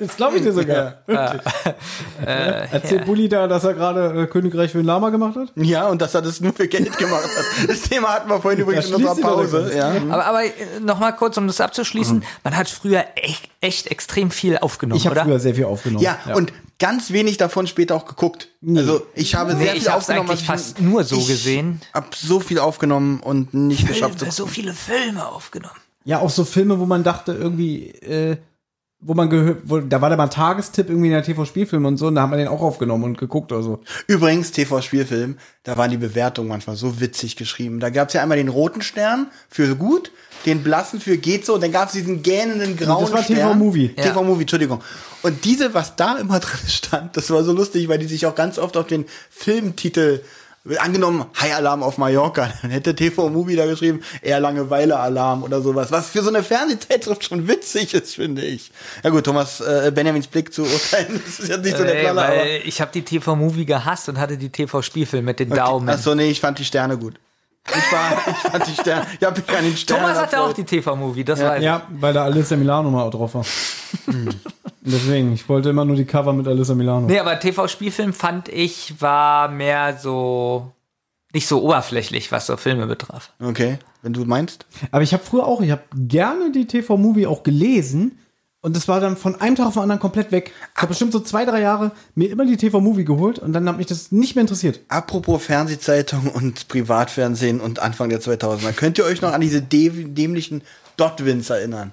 [SPEAKER 4] Das glaube ich dir sogar. Ah. Wirklich. Erzählt Bulli da, dass er gerade äh, Königreich für den Lama gemacht hat?
[SPEAKER 2] Ja, und dass er das nur für Geld gemacht hat. Das Thema hatten wir vorhin übrigens in
[SPEAKER 4] schließt
[SPEAKER 2] unserer
[SPEAKER 4] sich doch der
[SPEAKER 2] Pause.
[SPEAKER 4] Kreis.
[SPEAKER 2] Ja.
[SPEAKER 5] Aber, aber äh, noch mal kurz, um das abzuschließen, man hat früher echt, echt extrem viel aufgenommen,
[SPEAKER 4] Ich habe
[SPEAKER 5] oder?
[SPEAKER 4] früher sehr viel aufgenommen.
[SPEAKER 2] Ja, und ganz wenig davon später auch geguckt. Also ich habe
[SPEAKER 5] nee,
[SPEAKER 2] sehr viel
[SPEAKER 5] ich habe
[SPEAKER 2] aufgenommen.
[SPEAKER 5] eigentlich
[SPEAKER 2] was ich-
[SPEAKER 5] fast nur so
[SPEAKER 2] ich
[SPEAKER 5] gesehen.
[SPEAKER 2] Hab so viel aufgenommen und nicht geschafft.
[SPEAKER 5] Filme, so viele Filme aufgenommen.
[SPEAKER 4] Ja, auch so Filme, wo man dachte, irgendwie, äh, wo man gehört, wo, da war da mal ein Tagestipp irgendwie in der TV-Spielfilm und so, und da hat man den auch aufgenommen und geguckt oder so.
[SPEAKER 2] Übrigens, TV-Spielfilm, da waren die Bewertungen manchmal so witzig geschrieben. Da gab's ja einmal den roten Stern für gut, den blassen für geht so und dann gab's diesen gähnenden grauen
[SPEAKER 4] Das war
[SPEAKER 2] Stern.
[SPEAKER 4] TV-Movie.
[SPEAKER 5] Ja.
[SPEAKER 2] TV-Movie, Entschuldigung. Und diese, was da immer drin stand, das war so lustig, weil die sich auch ganz oft auf den Filmtitel äh, Angenommen, High Alarm auf Mallorca, dann hätte TV-Movie da geschrieben, eher Langeweile-Alarm oder sowas. Was für so eine Fernsehzeitschrift schon witzig ist, finde ich. Ja gut, Thomas, äh, Benjamins Blick zu urteilen, das ist ja nicht so der
[SPEAKER 5] Ey,
[SPEAKER 2] Knaller, aber...
[SPEAKER 5] Äh, weil ich habe die TV-Movie gehasst und hatte die TV-Spielfilm mit den Daumen.
[SPEAKER 2] Achso, nee, ich fand die Sterne gut. Ich, war, ich fand die Sterne. Ich hab mich an den Sternen.
[SPEAKER 5] Thomas hatte auch
[SPEAKER 2] erfreut.
[SPEAKER 5] die TV-Movie, das weiß ich.
[SPEAKER 4] Ja, weil da Alyssa Milano mal drauf war. Und Deswegen, ich wollte immer nur die Cover mit Alyssa Milano.
[SPEAKER 5] Nee, aber TV-Spielfilm fand ich war mehr so nicht so oberflächlich, was so Filme betraf.
[SPEAKER 2] Okay, wenn du meinst.
[SPEAKER 4] Aber ich habe früher auch, ich habe gerne die TV-Movie auch gelesen und das war dann von einem Tag auf den anderen komplett weg. Ich habe bestimmt so zwei, drei Jahre mir immer die TV-Movie geholt und dann hat mich das nicht mehr interessiert.
[SPEAKER 2] Apropos Fernsehzeitung und Privatfernsehen und Anfang der 2000er. Könnt ihr euch noch an diese dä- dämlichen Dotwins erinnern?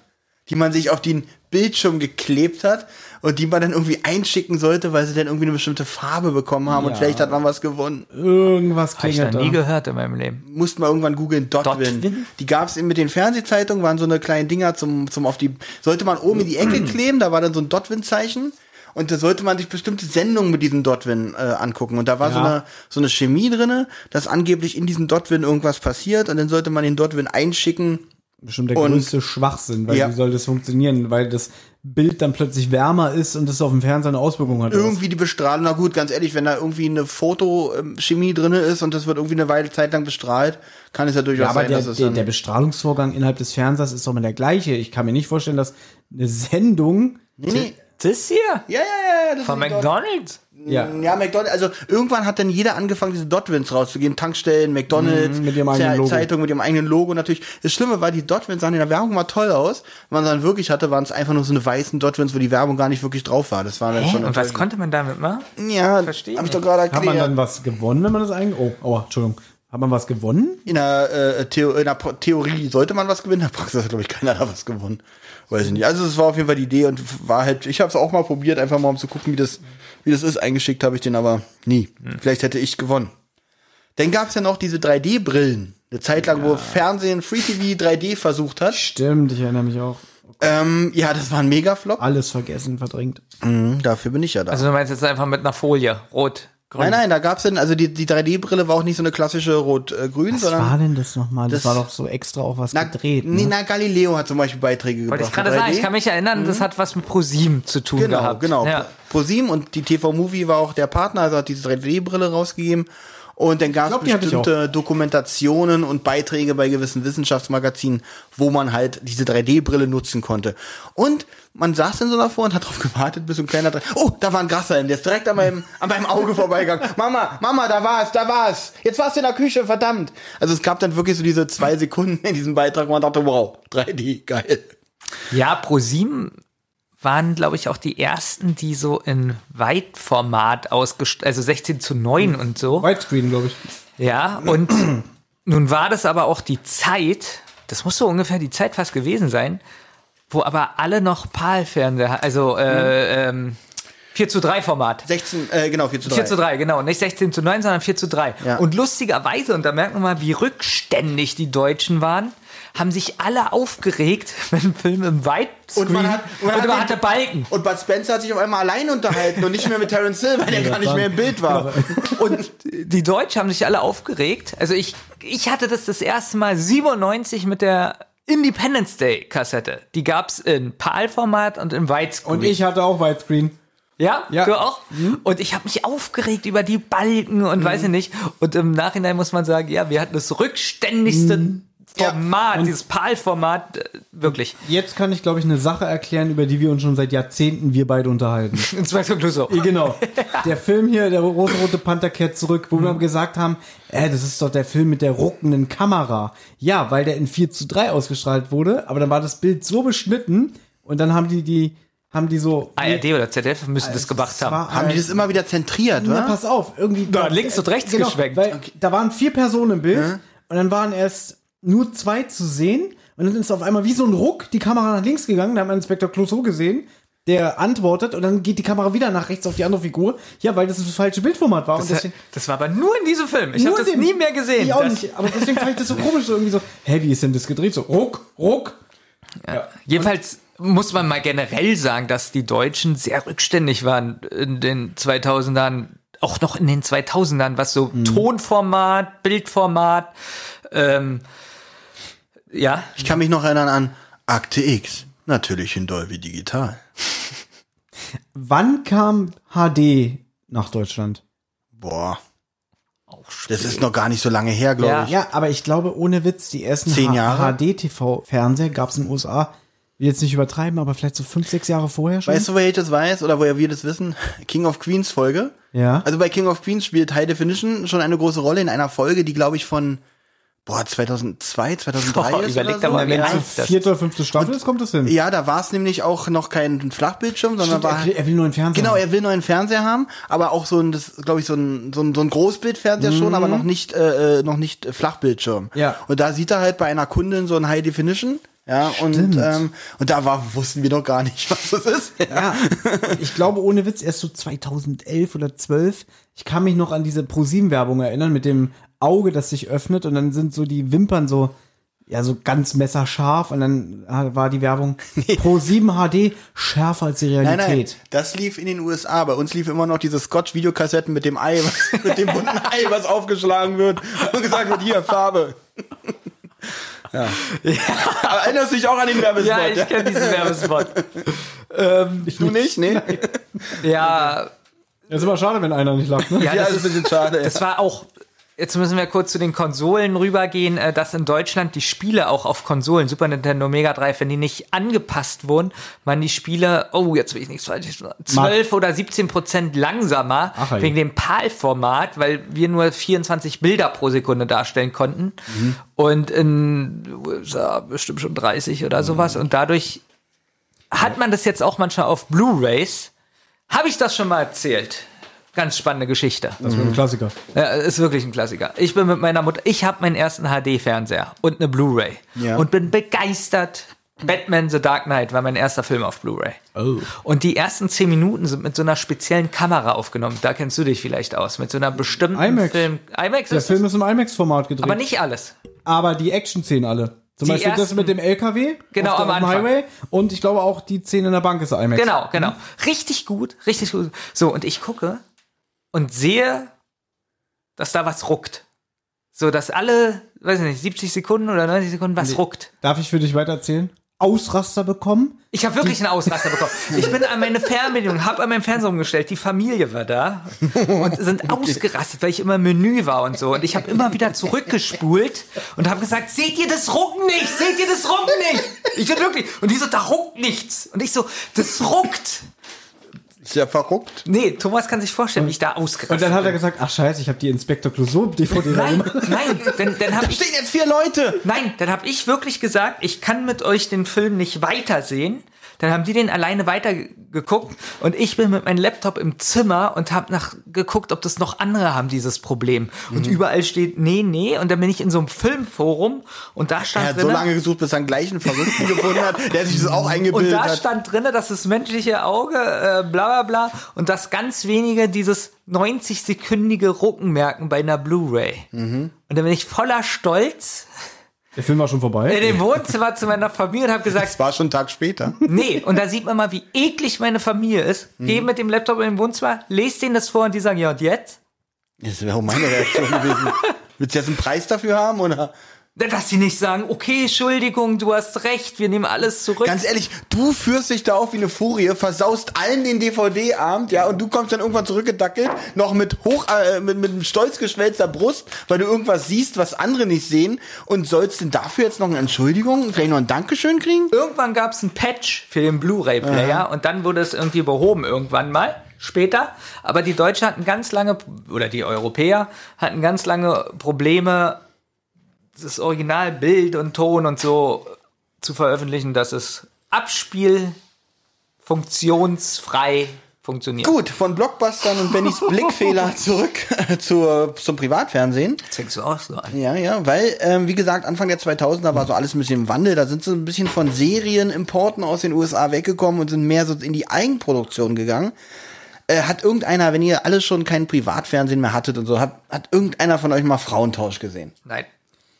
[SPEAKER 2] Die man sich auf den Bildschirm geklebt hat und die man dann irgendwie einschicken sollte, weil sie dann irgendwie eine bestimmte Farbe bekommen haben und vielleicht hat man was gewonnen.
[SPEAKER 4] Irgendwas
[SPEAKER 5] Habe ich noch
[SPEAKER 4] klingelt
[SPEAKER 5] nie
[SPEAKER 4] da.
[SPEAKER 5] gehört in meinem Leben.
[SPEAKER 2] mussten wir irgendwann googeln, Dotwin.
[SPEAKER 5] Dotwin?
[SPEAKER 2] Die gab es mit den Fernsehzeitungen, waren so eine kleine Dinger zum, zum auf die, sollte man oben in die
[SPEAKER 4] Mhm.
[SPEAKER 2] Ecke kleben, da war dann so ein Dotwin-Zeichen. Und da sollte man sich bestimmte Sendungen mit diesem Dotwin äh, angucken. Und da war so,
[SPEAKER 4] Ja.
[SPEAKER 2] eine, so eine Chemie drinne, dass angeblich in diesem Dotwin irgendwas passiert. Und dann sollte man den Dotwin einschicken.
[SPEAKER 4] Bestimmt der
[SPEAKER 2] Und-
[SPEAKER 4] größte Schwachsinn, weil
[SPEAKER 2] Ja.
[SPEAKER 4] wie soll das funktionieren? Weil das Bild dann plötzlich wärmer ist und das auf dem Fernseher eine Auswirkung hat.
[SPEAKER 2] Irgendwie die Bestrahlung, na gut, ganz ehrlich, wenn da irgendwie eine Fotochemie drinne ist und das wird irgendwie eine Weile Zeit lang bestrahlt, kann es ja durchaus
[SPEAKER 4] Ja, aber
[SPEAKER 2] sein,
[SPEAKER 4] der,
[SPEAKER 2] dass es
[SPEAKER 4] der,
[SPEAKER 2] dann-
[SPEAKER 4] der Bestrahlungsvorgang innerhalb des Fernsehers ist doch immer der gleiche. Ich kann mir nicht vorstellen, dass eine Sendung.
[SPEAKER 2] nee,
[SPEAKER 5] Das hier?
[SPEAKER 2] ja, ja, ja, ja, das
[SPEAKER 5] Von
[SPEAKER 2] sind die Dotwins.
[SPEAKER 5] McDonalds?
[SPEAKER 4] Ja.
[SPEAKER 2] Ja, McDonald's, also irgendwann hat dann jeder angefangen, diese Dotwins rauszugeben. Tankstellen, McDonalds,
[SPEAKER 4] Mhm, mit ihrem eigenen
[SPEAKER 2] Ze-
[SPEAKER 4] Logo.
[SPEAKER 2] Zeitung mit ihrem eigenen Logo natürlich. Das Schlimme war, die Dotwins sahen in der Werbung mal toll aus. Wenn man sie dann wirklich hatte, waren es einfach nur so eine weißen Dotwins, wo die Werbung gar nicht wirklich drauf war. Das war dann schon
[SPEAKER 5] Und was konnte man damit machen?
[SPEAKER 2] Ja, hab
[SPEAKER 5] Verstehe
[SPEAKER 2] ich
[SPEAKER 5] nicht.
[SPEAKER 2] doch gerade
[SPEAKER 4] Hat man
[SPEAKER 2] erklärt.
[SPEAKER 4] dann was gewonnen, wenn man das eigentlich. Oh, aua, Entschuldigung. Hat man was gewonnen?
[SPEAKER 2] In der, äh, Theo in der Pro- Theorie sollte man was gewinnen. In der Praxis hat, glaube ich, keiner da was gewonnen. Weiß ich nicht. Also es war auf jeden Fall die Idee und war halt, ich habe es auch mal probiert, einfach mal um zu gucken, wie das, wie das ist. Eingeschickt habe ich den aber nie. Vielleicht hätte ich gewonnen. Dann gab es ja noch diese 3D-Brillen. Eine Zeit lang, wo Fernsehen Free TV 3D versucht hat.
[SPEAKER 4] Stimmt, ich erinnere mich auch.
[SPEAKER 2] Ähm, ja, das war ein Mega-Flop.
[SPEAKER 4] Alles vergessen, verdrängt.
[SPEAKER 2] Mhm, Dafür bin ich ja da.
[SPEAKER 5] Also du meinst jetzt einfach mit einer Folie, rot, grün.
[SPEAKER 2] nein, nein, da gab es dann, also die, die 3D-Brille war auch nicht so eine klassische Rot-Grün,
[SPEAKER 4] Was war
[SPEAKER 2] sondern.
[SPEAKER 4] denn das nochmal? Das,
[SPEAKER 2] das-
[SPEAKER 4] war doch so extra auf was
[SPEAKER 2] Na,
[SPEAKER 4] gedreht.
[SPEAKER 2] nee,
[SPEAKER 4] ne?
[SPEAKER 2] na, Galileo hat zum Beispiel Beiträge
[SPEAKER 5] Wollte ich
[SPEAKER 2] gebracht.
[SPEAKER 5] gerade
[SPEAKER 2] mit
[SPEAKER 5] sagen,
[SPEAKER 2] 3D.
[SPEAKER 5] ich kann mich erinnern, das hat was mit ProSieben zu tun
[SPEAKER 2] Genau,
[SPEAKER 5] gehabt.
[SPEAKER 2] genau.
[SPEAKER 5] Ja.
[SPEAKER 2] ProSieben und die TV Movie war auch der Partner, also hat diese 3D-Brille rausgegeben. Und dann gab es
[SPEAKER 4] glaub, die hatte ich
[SPEAKER 2] bestimmte Dokumentationen und Beiträge bei gewissen Wissenschaftsmagazinen, wo man halt diese 3D-Brille nutzen konnte. Und man saß dann so davor und hat drauf gewartet, bis so ein kleiner... Dre oh, da war ein Grashalm, der ist direkt an meinem, an meinem Auge vorbeigegangen. Mama, Mama, da war es, da war es. Jetzt warst du in der Küche, verdammt. Also es gab dann wirklich so diese zwei Sekunden in diesem Beitrag, wo man dachte, wow, 3D, geil.
[SPEAKER 5] Ja, ProSieben waren, glaube ich, auch die ersten, die so in Weitformat ausgestrahlt, also 16 zu 9 und so.
[SPEAKER 4] Widescreen, glaube ich.
[SPEAKER 5] Ja, und nun war das aber auch die Zeit, das muss so ungefähr die Zeit fast gewesen sein, wo aber alle noch PAL-Fernseher, also äh, ähm, 4 zu 3 Format.
[SPEAKER 2] 16, äh, genau, 4 zu 3.
[SPEAKER 5] 4 zu 3, genau. Nicht 16 zu 9, sondern 4 zu 3.
[SPEAKER 2] Ja.
[SPEAKER 5] Und lustigerweise, und da merkt man mal, wie rückständig die Deutschen waren, haben sich alle aufgeregt, wenn ein Film im Widescreen
[SPEAKER 2] Und man hat- und man hat den-
[SPEAKER 5] hatte Balken.
[SPEAKER 2] Und Bud Spencer hat sich auf einmal allein unterhalten und nicht mehr mit Terence Hill, weil er gar nicht mehr im Bild war.
[SPEAKER 4] genau.
[SPEAKER 5] Und die Deutschen haben sich alle aufgeregt. Also ich, ich hatte das das erste Mal 97 mit der Independence Day Kassette. Die gab's in PAL-Format und im Widescreen.
[SPEAKER 4] Und ich hatte auch Widescreen.
[SPEAKER 5] Ja,
[SPEAKER 4] Ja. Mhm.
[SPEAKER 5] du auch? Und ich habe mich aufgeregt über die Balken und weiß ich nicht. Und im Nachhinein muss man sagen, ja, wir hatten das rückständigste
[SPEAKER 4] Mhm.
[SPEAKER 5] Format, dieses PAL-Format, äh, wirklich.
[SPEAKER 4] Jetzt kann ich, glaube ich, eine Sache erklären, über die wir uns schon seit Jahrzehnten wir beide unterhalten.
[SPEAKER 5] Inspektor Clouseau.
[SPEAKER 4] Ja, genau. Der Film hier, der rote rote Panther kehrt zurück, wo wir gesagt haben, äh, das ist doch der Film mit der ruckenden Kamera. Ja, weil der in 4 zu 3 ausgestrahlt wurde, aber dann war das Bild so beschnitten und dann haben die die haben die so
[SPEAKER 5] ARD oder ZDF müssen das gemacht
[SPEAKER 4] Es
[SPEAKER 5] haben.
[SPEAKER 4] war
[SPEAKER 2] Haben die
[SPEAKER 4] ein-
[SPEAKER 2] das immer wieder zentriert,
[SPEAKER 4] Na,
[SPEAKER 2] wa?
[SPEAKER 4] pass auf, irgendwie genau,
[SPEAKER 5] Da links und rechts geschwenkt.
[SPEAKER 4] Weil da waren vier Personen im Bild und dann waren erst nur zwei zu sehen und dann ist auf einmal wie so ein Ruck die Kamera nach links gegangen, da hat man Inspektor Clouseau gesehen. Der antwortet und dann geht die Kamera wieder nach rechts auf die andere Figur. Ja, weil das das falsche Bildformat war. und
[SPEAKER 5] Das,
[SPEAKER 4] deswegen,
[SPEAKER 5] das war aber nur in diesem Film. Ich
[SPEAKER 4] Nur
[SPEAKER 5] habe das
[SPEAKER 4] dem-
[SPEAKER 5] nie mehr gesehen.
[SPEAKER 4] Ich auch
[SPEAKER 5] Das-
[SPEAKER 4] nicht. Aber deswegen fand ich das so komisch, so irgendwie so, hä, wie ist denn das gedreht? So, ruck, ruck.
[SPEAKER 5] Jedenfalls muss man mal generell sagen, dass die Deutschen sehr rückständig waren in den 2000ern, auch noch in den 2000ern, was so Tonformat, Bildformat, ähm, ja,
[SPEAKER 2] Ich kann mich noch erinnern an Akte X. Natürlich in Dolby Digital.
[SPEAKER 4] Wann kam HD nach Deutschland?
[SPEAKER 2] Boah. Das ist noch gar nicht so lange her, glaube
[SPEAKER 5] Ja.
[SPEAKER 2] ich.
[SPEAKER 4] Ja, aber ich glaube, ohne Witz, die ersten
[SPEAKER 2] Zehn Jahre?
[SPEAKER 4] HD-TV-Fernseher gab es in den USA. Will jetzt nicht übertreiben, aber vielleicht so fünf, sechs Jahre vorher schon.
[SPEAKER 2] Weißt du, woher ich das weiß oder woher wir das wissen? King of Queens Folge.
[SPEAKER 4] Ja.
[SPEAKER 2] Also bei King of Queens spielt High Definition schon eine große Rolle in einer Folge, die glaube ich von boah 2002, 2003
[SPEAKER 5] Boah,
[SPEAKER 2] ist.
[SPEAKER 5] überleg
[SPEAKER 2] oder
[SPEAKER 5] da
[SPEAKER 2] so.
[SPEAKER 5] mal, wie
[SPEAKER 2] ja.
[SPEAKER 5] alt
[SPEAKER 4] also vierte oder fünfte Staffel ist, kommt das hin.
[SPEAKER 2] ja, da war es nämlich auch noch kein Flachbildschirm, sondern
[SPEAKER 4] Stimmt,
[SPEAKER 2] war
[SPEAKER 4] er, will- er will nur einen Fernseher.
[SPEAKER 2] Genau, er will neuen Fernseher haben, aber auch so ein, das glaube ich, so ein, so ein, so ein Großbildfernseher schon, aber noch nicht, äh, äh, noch nicht äh, Flachbildschirm.
[SPEAKER 4] Ja.
[SPEAKER 2] Und da sieht er halt bei einer Kundin so ein High Definition. Ja, und, ähm, und da war, wussten wir noch gar nicht, was das ist.
[SPEAKER 4] Ja, ich glaube, ohne Witz, erst so 2011 oder 12. Ich kann mich noch an diese ProSieben-Werbung erinnern mit dem Auge, das sich öffnet und dann sind so die Wimpern so, ja, so ganz messerscharf und dann ah, war die Werbung ProSieben HD schärfer als die
[SPEAKER 2] Nein, nein,
[SPEAKER 4] Realität.
[SPEAKER 2] das lief in den USA. Bei uns lief immer noch diese Scotch-Videokassetten mit dem Ei, was, mit dem bunten Ei, was aufgeschlagen wird und gesagt wird, hier, Farbe. Ja. Aber erinnerst du dich auch an den Werbespot?
[SPEAKER 5] ja, ich kenne diesen Werbespot.
[SPEAKER 2] du nicht? Nee?
[SPEAKER 5] Ja,
[SPEAKER 4] Das ist immer schade, wenn einer nicht lacht, ne?
[SPEAKER 5] ja,
[SPEAKER 2] Ja,
[SPEAKER 5] das
[SPEAKER 2] das ist ein bisschen schade. ja.
[SPEAKER 5] Das war auch. Jetzt müssen wir kurz zu den Konsolen rübergehen, äh, dass in Deutschland die Spiele auch auf Konsolen, Super Nintendo, Mega Drive, wenn die nicht angepasst wurden, man die Spiele, oh, jetzt will ich nichts falsch, sagen, 12 oder 17 Prozent langsamer
[SPEAKER 4] Ach, ey.
[SPEAKER 5] wegen dem PAL-Format, weil wir nur 24 Bilder pro Sekunde darstellen konnten und in USA bestimmt schon 30 oder sowas und dadurch hat man das jetzt auch manchmal auf Blu-rays. Habe ich das schon mal erzählt? Ganz spannende Geschichte.
[SPEAKER 4] Das war ein Klassiker.
[SPEAKER 5] Ja, ist wirklich ein Klassiker. Ich bin mit meiner Mutter, ich habe meinen ersten HD-Fernseher und eine Blu-ray und bin begeistert. Batman The Dark Knight war mein erster Film auf Blu-ray. Und die ersten zehn Minuten sind mit so einer speziellen Kamera aufgenommen. Da kennst du dich vielleicht aus. Mit so einer bestimmten
[SPEAKER 4] IMAX.
[SPEAKER 5] Film. IMAX
[SPEAKER 4] Der
[SPEAKER 5] ist Film
[SPEAKER 4] Film ist im IMAX-Format gedreht.
[SPEAKER 5] aber nicht alles.
[SPEAKER 4] aber die Action-Szenen alle. Zum
[SPEAKER 5] Die
[SPEAKER 4] Beispiel das
[SPEAKER 5] ersten-
[SPEAKER 4] mit dem LKW.
[SPEAKER 5] Genau,
[SPEAKER 4] auf
[SPEAKER 5] am
[SPEAKER 4] dem auf dem
[SPEAKER 5] Anfang.
[SPEAKER 4] Highway. Und ich glaube auch die Szene in der Bank ist IMAX.
[SPEAKER 5] Genau, genau. Richtig gut, richtig gut. So, und ich gucke und sehe, dass da was ruckt. So, dass alle, weiß ich nicht, 70 Sekunden oder 90 Sekunden was ruckt.
[SPEAKER 4] Darf ich für dich weitererzählen? Ausraster bekommen.
[SPEAKER 5] Ich habe wirklich einen Ausraster bekommen. Ich bin an meine Fernbedienung, habe an meinem Fernseher umgestellt. Die Familie war da und sind ausgerastet, weil ich immer im Menü war und so. Und ich habe immer wieder zurückgespult und habe gesagt: Seht ihr das Rucken nicht? Seht ihr das Rucken nicht? Ich bin wirklich. Und die so: Da ruckt nichts. Und ich so: Das ruckt.
[SPEAKER 2] Ist ja verguckt.
[SPEAKER 5] Nee, Thomas kann sich vorstellen, wie ich da ausgerastet
[SPEAKER 4] Und dann hat er gesagt, ach scheiße, ich habe die Inspektor Clouseau DVD da
[SPEAKER 5] Nein,
[SPEAKER 4] gemacht.
[SPEAKER 5] nein, dann, dann habe ich
[SPEAKER 2] Stehen jetzt vier Leute.
[SPEAKER 5] Nein, dann habe ich wirklich gesagt, ich kann mit euch den Film nicht weitersehen. Dann haben die den alleine weitergeguckt und ich bin mit meinem Laptop im Zimmer und habe nach geguckt, ob das noch andere haben, dieses Problem. Und überall steht, nee, nee. Und dann bin ich in so einem Filmforum und da stand
[SPEAKER 2] Er hat so
[SPEAKER 5] drinne-
[SPEAKER 2] lange gesucht, bis er einen gleichen Verrückten gefunden hat, der sich das auch
[SPEAKER 5] und
[SPEAKER 2] eingebildet
[SPEAKER 5] da
[SPEAKER 2] hat.
[SPEAKER 5] stand drin, dass das menschliche Auge, äh, bla bla bla, und dass ganz wenige dieses 90-sekündige Rucken merken bei einer Blu-ray.
[SPEAKER 2] Mhm.
[SPEAKER 5] Und dann bin ich voller Stolz
[SPEAKER 4] Der Film war schon vorbei.
[SPEAKER 5] in dem Wohnzimmer zu meiner Familie und habe gesagt,
[SPEAKER 2] Das war schon einen Tag später.
[SPEAKER 5] nee. Und da sieht man mal, wie eklig meine Familie ist.
[SPEAKER 2] Mhm.
[SPEAKER 5] Geh mit dem Laptop in den Wohnzimmer, lese denen das vor und die sagen, ja und jetzt?
[SPEAKER 2] Das wäre auch meine Reaktion gewesen. Willst du jetzt einen Preis dafür haben? Oder?
[SPEAKER 5] Dass sie nicht sagen, okay, Entschuldigung, du hast recht, wir nehmen alles zurück.
[SPEAKER 2] Ganz ehrlich, du führst dich da auf wie eine Furie, versaust allen den DVD-Abend, ja, und du kommst dann irgendwann zurückgedackelt, noch mit hoch, äh, mit, mit einem stolz geschwellter Brust, weil du irgendwas siehst, was andere nicht sehen, und sollst denn dafür jetzt noch eine Entschuldigung, vielleicht noch ein Dankeschön kriegen?
[SPEAKER 5] irgendwann gab es einen Patch für den Blu-ray-Player und dann wurde es irgendwie behoben irgendwann mal später. Aber die Deutschen hatten ganz lange oder die Europäer hatten ganz lange Probleme, das Originalbild und Ton und so zu veröffentlichen, dass es abspielfunktionsfrei funktioniert.
[SPEAKER 2] Gut, von Blockbustern und Bennys Blickfehler zurück äh, zur, zum Privatfernsehen.
[SPEAKER 5] Das fängst du auch so an.
[SPEAKER 2] Ja, ja, weil, ähm, wie gesagt, Anfang der 2000er war so alles ein bisschen im Wandel. Da sind sie ein bisschen von Serienimporten aus den USA weggekommen und sind mehr so in die Eigenproduktion gegangen. Äh, hat irgendeiner, wenn ihr alle schon kein Privatfernsehen mehr hattet und so, hat, hat irgendeiner von euch mal Frauentausch gesehen?
[SPEAKER 5] Nein.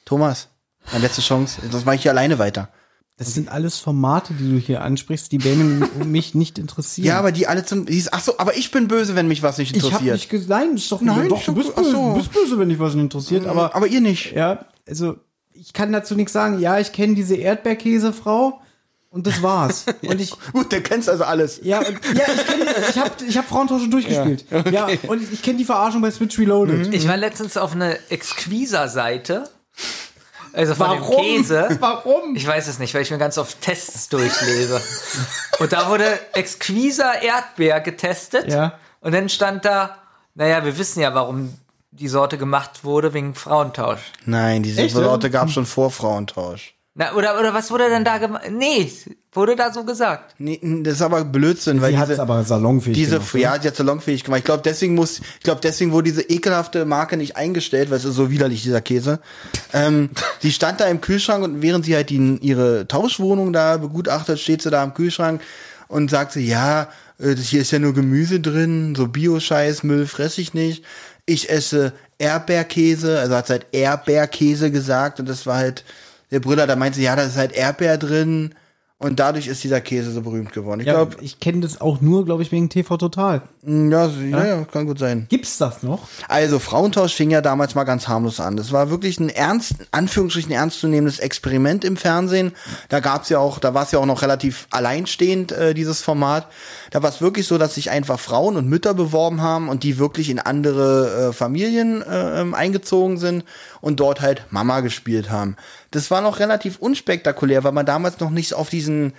[SPEAKER 2] Thomas, meine letzte Chance. Das mache ich hier alleine weiter.
[SPEAKER 4] Das sind alles Formate, die du hier ansprichst, die Benjamin und mich nicht interessieren.
[SPEAKER 2] Ja, aber die alle zum, die ist, ach so, aber ich bin böse, wenn mich was nicht
[SPEAKER 4] ich habe
[SPEAKER 2] interessiert.
[SPEAKER 4] nicht gesagt, nein, ist doch
[SPEAKER 2] Nein,
[SPEAKER 4] doch,
[SPEAKER 2] ich
[SPEAKER 4] du
[SPEAKER 2] hab-
[SPEAKER 4] bist
[SPEAKER 2] ach
[SPEAKER 4] böse,
[SPEAKER 2] so.
[SPEAKER 4] du bist böse, wenn dich was nicht interessiert, aber,
[SPEAKER 2] aber ihr nicht.
[SPEAKER 4] ja, also ich kann dazu nichts sagen. Ja, ich kenne diese Erdbeerkäsefrau und das war's. und ich
[SPEAKER 2] Gut, du kennst also alles.
[SPEAKER 4] ja, und, ja, ich, kenn, äh, ich habe ich hab Frauentausch schon durchgespielt. Ja, Mhm. und ich, ich kenne die Verarschung bei Switch Reloaded.
[SPEAKER 5] Ich war letztens auf einer Exquisa-Seite. Also von
[SPEAKER 4] Warum?
[SPEAKER 5] dem Käse.
[SPEAKER 4] Warum?
[SPEAKER 5] Ich weiß es nicht, weil ich mir ganz oft Tests durchlese. und da wurde exquiser Erdbeer getestet.
[SPEAKER 4] Ja.
[SPEAKER 5] Und dann stand da, naja, wir wissen ja, warum die Sorte gemacht wurde, wegen Frauentausch.
[SPEAKER 2] Nein, diese Sorte gab schon vor Frauentausch.
[SPEAKER 5] Na, oder, oder was wurde denn da gemacht? Nee, wurde da so gesagt.
[SPEAKER 2] Nee, das ist aber Blödsinn, weil
[SPEAKER 4] Die hat's
[SPEAKER 2] diese,
[SPEAKER 4] aber salonfähig
[SPEAKER 2] Diese,
[SPEAKER 4] gemacht.
[SPEAKER 2] ja, die hat salonfähig gemacht. Ich glaube, deswegen muss, ich glaube, deswegen wurde diese ekelhafte Marke nicht eingestellt, weil es ist so widerlich, dieser Käse. Ähm, die stand da im Kühlschrank und während sie halt die, ihre Tauschwohnung da begutachtet, steht sie da im Kühlschrank und sagt sie, ja, äh, das hier ist ja nur Gemüse drin, so Bio-Scheiß, Müll fresse ich nicht. Ich esse Erdbeerkäse, also hat sie halt Erdbeerkäse gesagt und das war halt, der Brüller, da meinte sie, ja, da ist halt Erdbeer drin und dadurch ist dieser Käse so berühmt geworden. Ich
[SPEAKER 4] Ja,
[SPEAKER 2] glaube,
[SPEAKER 4] ich kenne das auch nur, glaube ich, wegen TV Total.
[SPEAKER 2] ja, so- ja, ja, kann gut sein.
[SPEAKER 4] Gibt's das noch?
[SPEAKER 2] Also Frauentausch fing ja damals mal ganz harmlos an. Das war wirklich ein ernst, in Anführungsstrichen ernstzunehmendes Experiment im Fernsehen. Da gab's ja auch, da war es ja auch noch relativ alleinstehend äh, dieses Format. Da war es wirklich so, dass sich einfach Frauen und Mütter beworben haben und die wirklich in andere äh, Familien äh, ähm, eingezogen sind und dort halt Mama gespielt haben. Das war noch relativ unspektakulär, weil man damals noch nicht auf diesen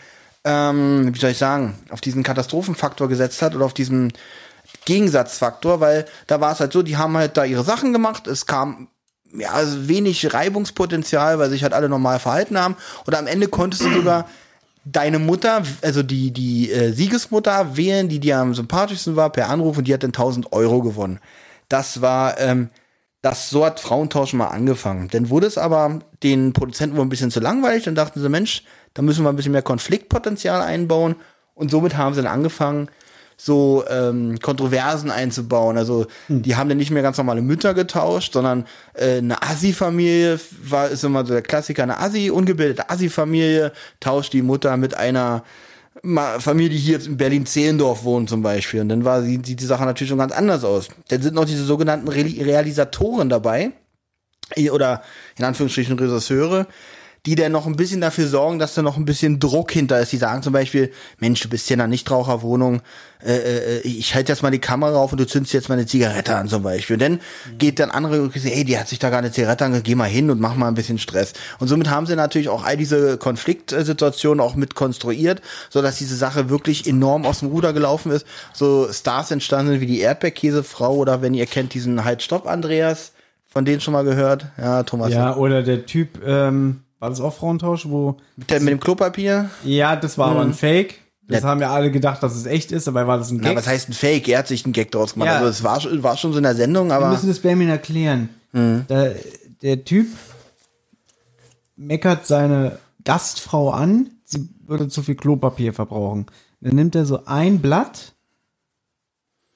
[SPEAKER 2] ähm, wie soll ich sagen, auf diesen Katastrophenfaktor gesetzt hat oder auf diesen Gegensatzfaktor, weil da war es halt so, die haben halt da ihre Sachen gemacht, es kam ja also wenig Reibungspotenzial, weil sich halt alle normal verhalten haben und am Ende konntest du sogar deine Mutter, also die die äh, Siegesmutter wählen, die dir am sympathischsten war per Anruf und die hat dann 1000 Euro gewonnen. Das war ähm, das, so hat Frauentausch mal angefangen. Dann wurde es aber den Produzenten wohl ein bisschen zu langweilig. Dann dachten sie, Mensch, da müssen wir ein bisschen mehr Konfliktpotenzial einbauen. Und somit haben sie dann angefangen, so ähm, Kontroversen einzubauen. Also die haben dann nicht mehr ganz normale Mütter getauscht, sondern äh, eine Assi-Familie war ist immer so der Klassiker, eine Assi, ungebildete Assi-Familie tauscht die Mutter mit einer Ma- Familie, die hier jetzt in Berlin-Zehlendorf wohnt zum Beispiel. Und dann war, sieht, sieht die Sache natürlich schon ganz anders aus. Dann sind noch diese sogenannten Reali- Realisatoren dabei, eh, oder in Anführungsstrichen Regisseure, die dann noch ein bisschen dafür sorgen, dass da noch ein bisschen Druck hinter ist. Die sagen zum Beispiel, Mensch, du bist hier in einer Nichtraucherwohnung, äh, äh, ich halte jetzt mal die Kamera auf und du zündest jetzt mal eine Zigarette an zum Beispiel. Und dann geht dann andere und sagen, ey, die hat sich da gar eine Zigarette angehört, geh mal hin und mach mal ein bisschen Stress. Und somit haben sie natürlich auch all diese Konfliktsituationen auch mit konstruiert, sodass diese Sache wirklich enorm aus dem Ruder gelaufen ist. So Stars entstanden sind wie die Erdbeerkäsefrau oder wenn ihr kennt diesen Halt Stopp Andreas, von denen schon mal gehört. Ja, Thomas.
[SPEAKER 4] Ja, oder der Typ, ähm, war das auch Frauentausch, wo Mhm.
[SPEAKER 2] Mit, der, mit dem Klopapier?
[SPEAKER 4] Ja, das war aber ein Fake. Das haben ja alle gedacht, dass es echt ist, dabei war das ein
[SPEAKER 2] Na,
[SPEAKER 4] Gag.
[SPEAKER 2] was heißt ein Fake? Er hat sich einen Gag draus gemacht.
[SPEAKER 4] Ja.
[SPEAKER 2] Also es war, schon- war schon so in der Sendung,
[SPEAKER 4] Wir
[SPEAKER 2] aber Mhm.
[SPEAKER 4] müssen das Benjamin erklären. Da, der Typ meckert seine Gastfrau an, sie würde zu viel Klopapier verbrauchen. Dann nimmt er so ein Blatt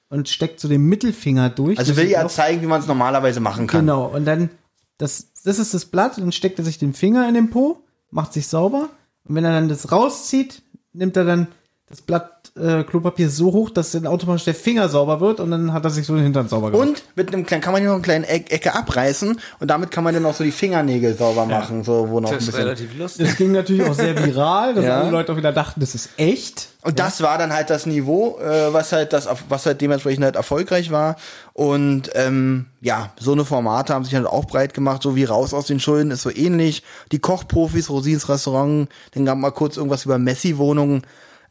[SPEAKER 4] und steckt so den Mittelfinger durch.
[SPEAKER 2] also will ja zeigen, wie man es normalerweise machen kann.
[SPEAKER 4] Genau, und dann, das, das ist das Blatt, dann steckt er sich den Finger in den Po, macht sich sauber. Und wenn er dann das rauszieht, nimmt er dann das Blatt äh, Klopapier so hoch, dass dann automatisch der Finger sauber wird und dann hat er sich so den Hintern sauber gemacht.
[SPEAKER 2] Und mit einem kleinen, kann man hier noch eine kleine Eck- Ecke abreißen und damit kann man dann auch so die Fingernägel sauber machen, so wo noch ein bisschen.
[SPEAKER 5] lustig.
[SPEAKER 4] Das ging natürlich auch sehr viral, dass
[SPEAKER 2] Ja.
[SPEAKER 4] alle Leute auch wieder dachten, das ist echt.
[SPEAKER 2] Und das war dann halt das Niveau, äh, was halt das, was halt dementsprechend halt erfolgreich war. Und ähm, ja, so eine Formate haben sich halt auch breit gemacht, so wie raus aus den Schulden ist so ähnlich. Die Kochprofis, Rosins Restaurant, dann gab mal kurz irgendwas über Messi-Wohnungen,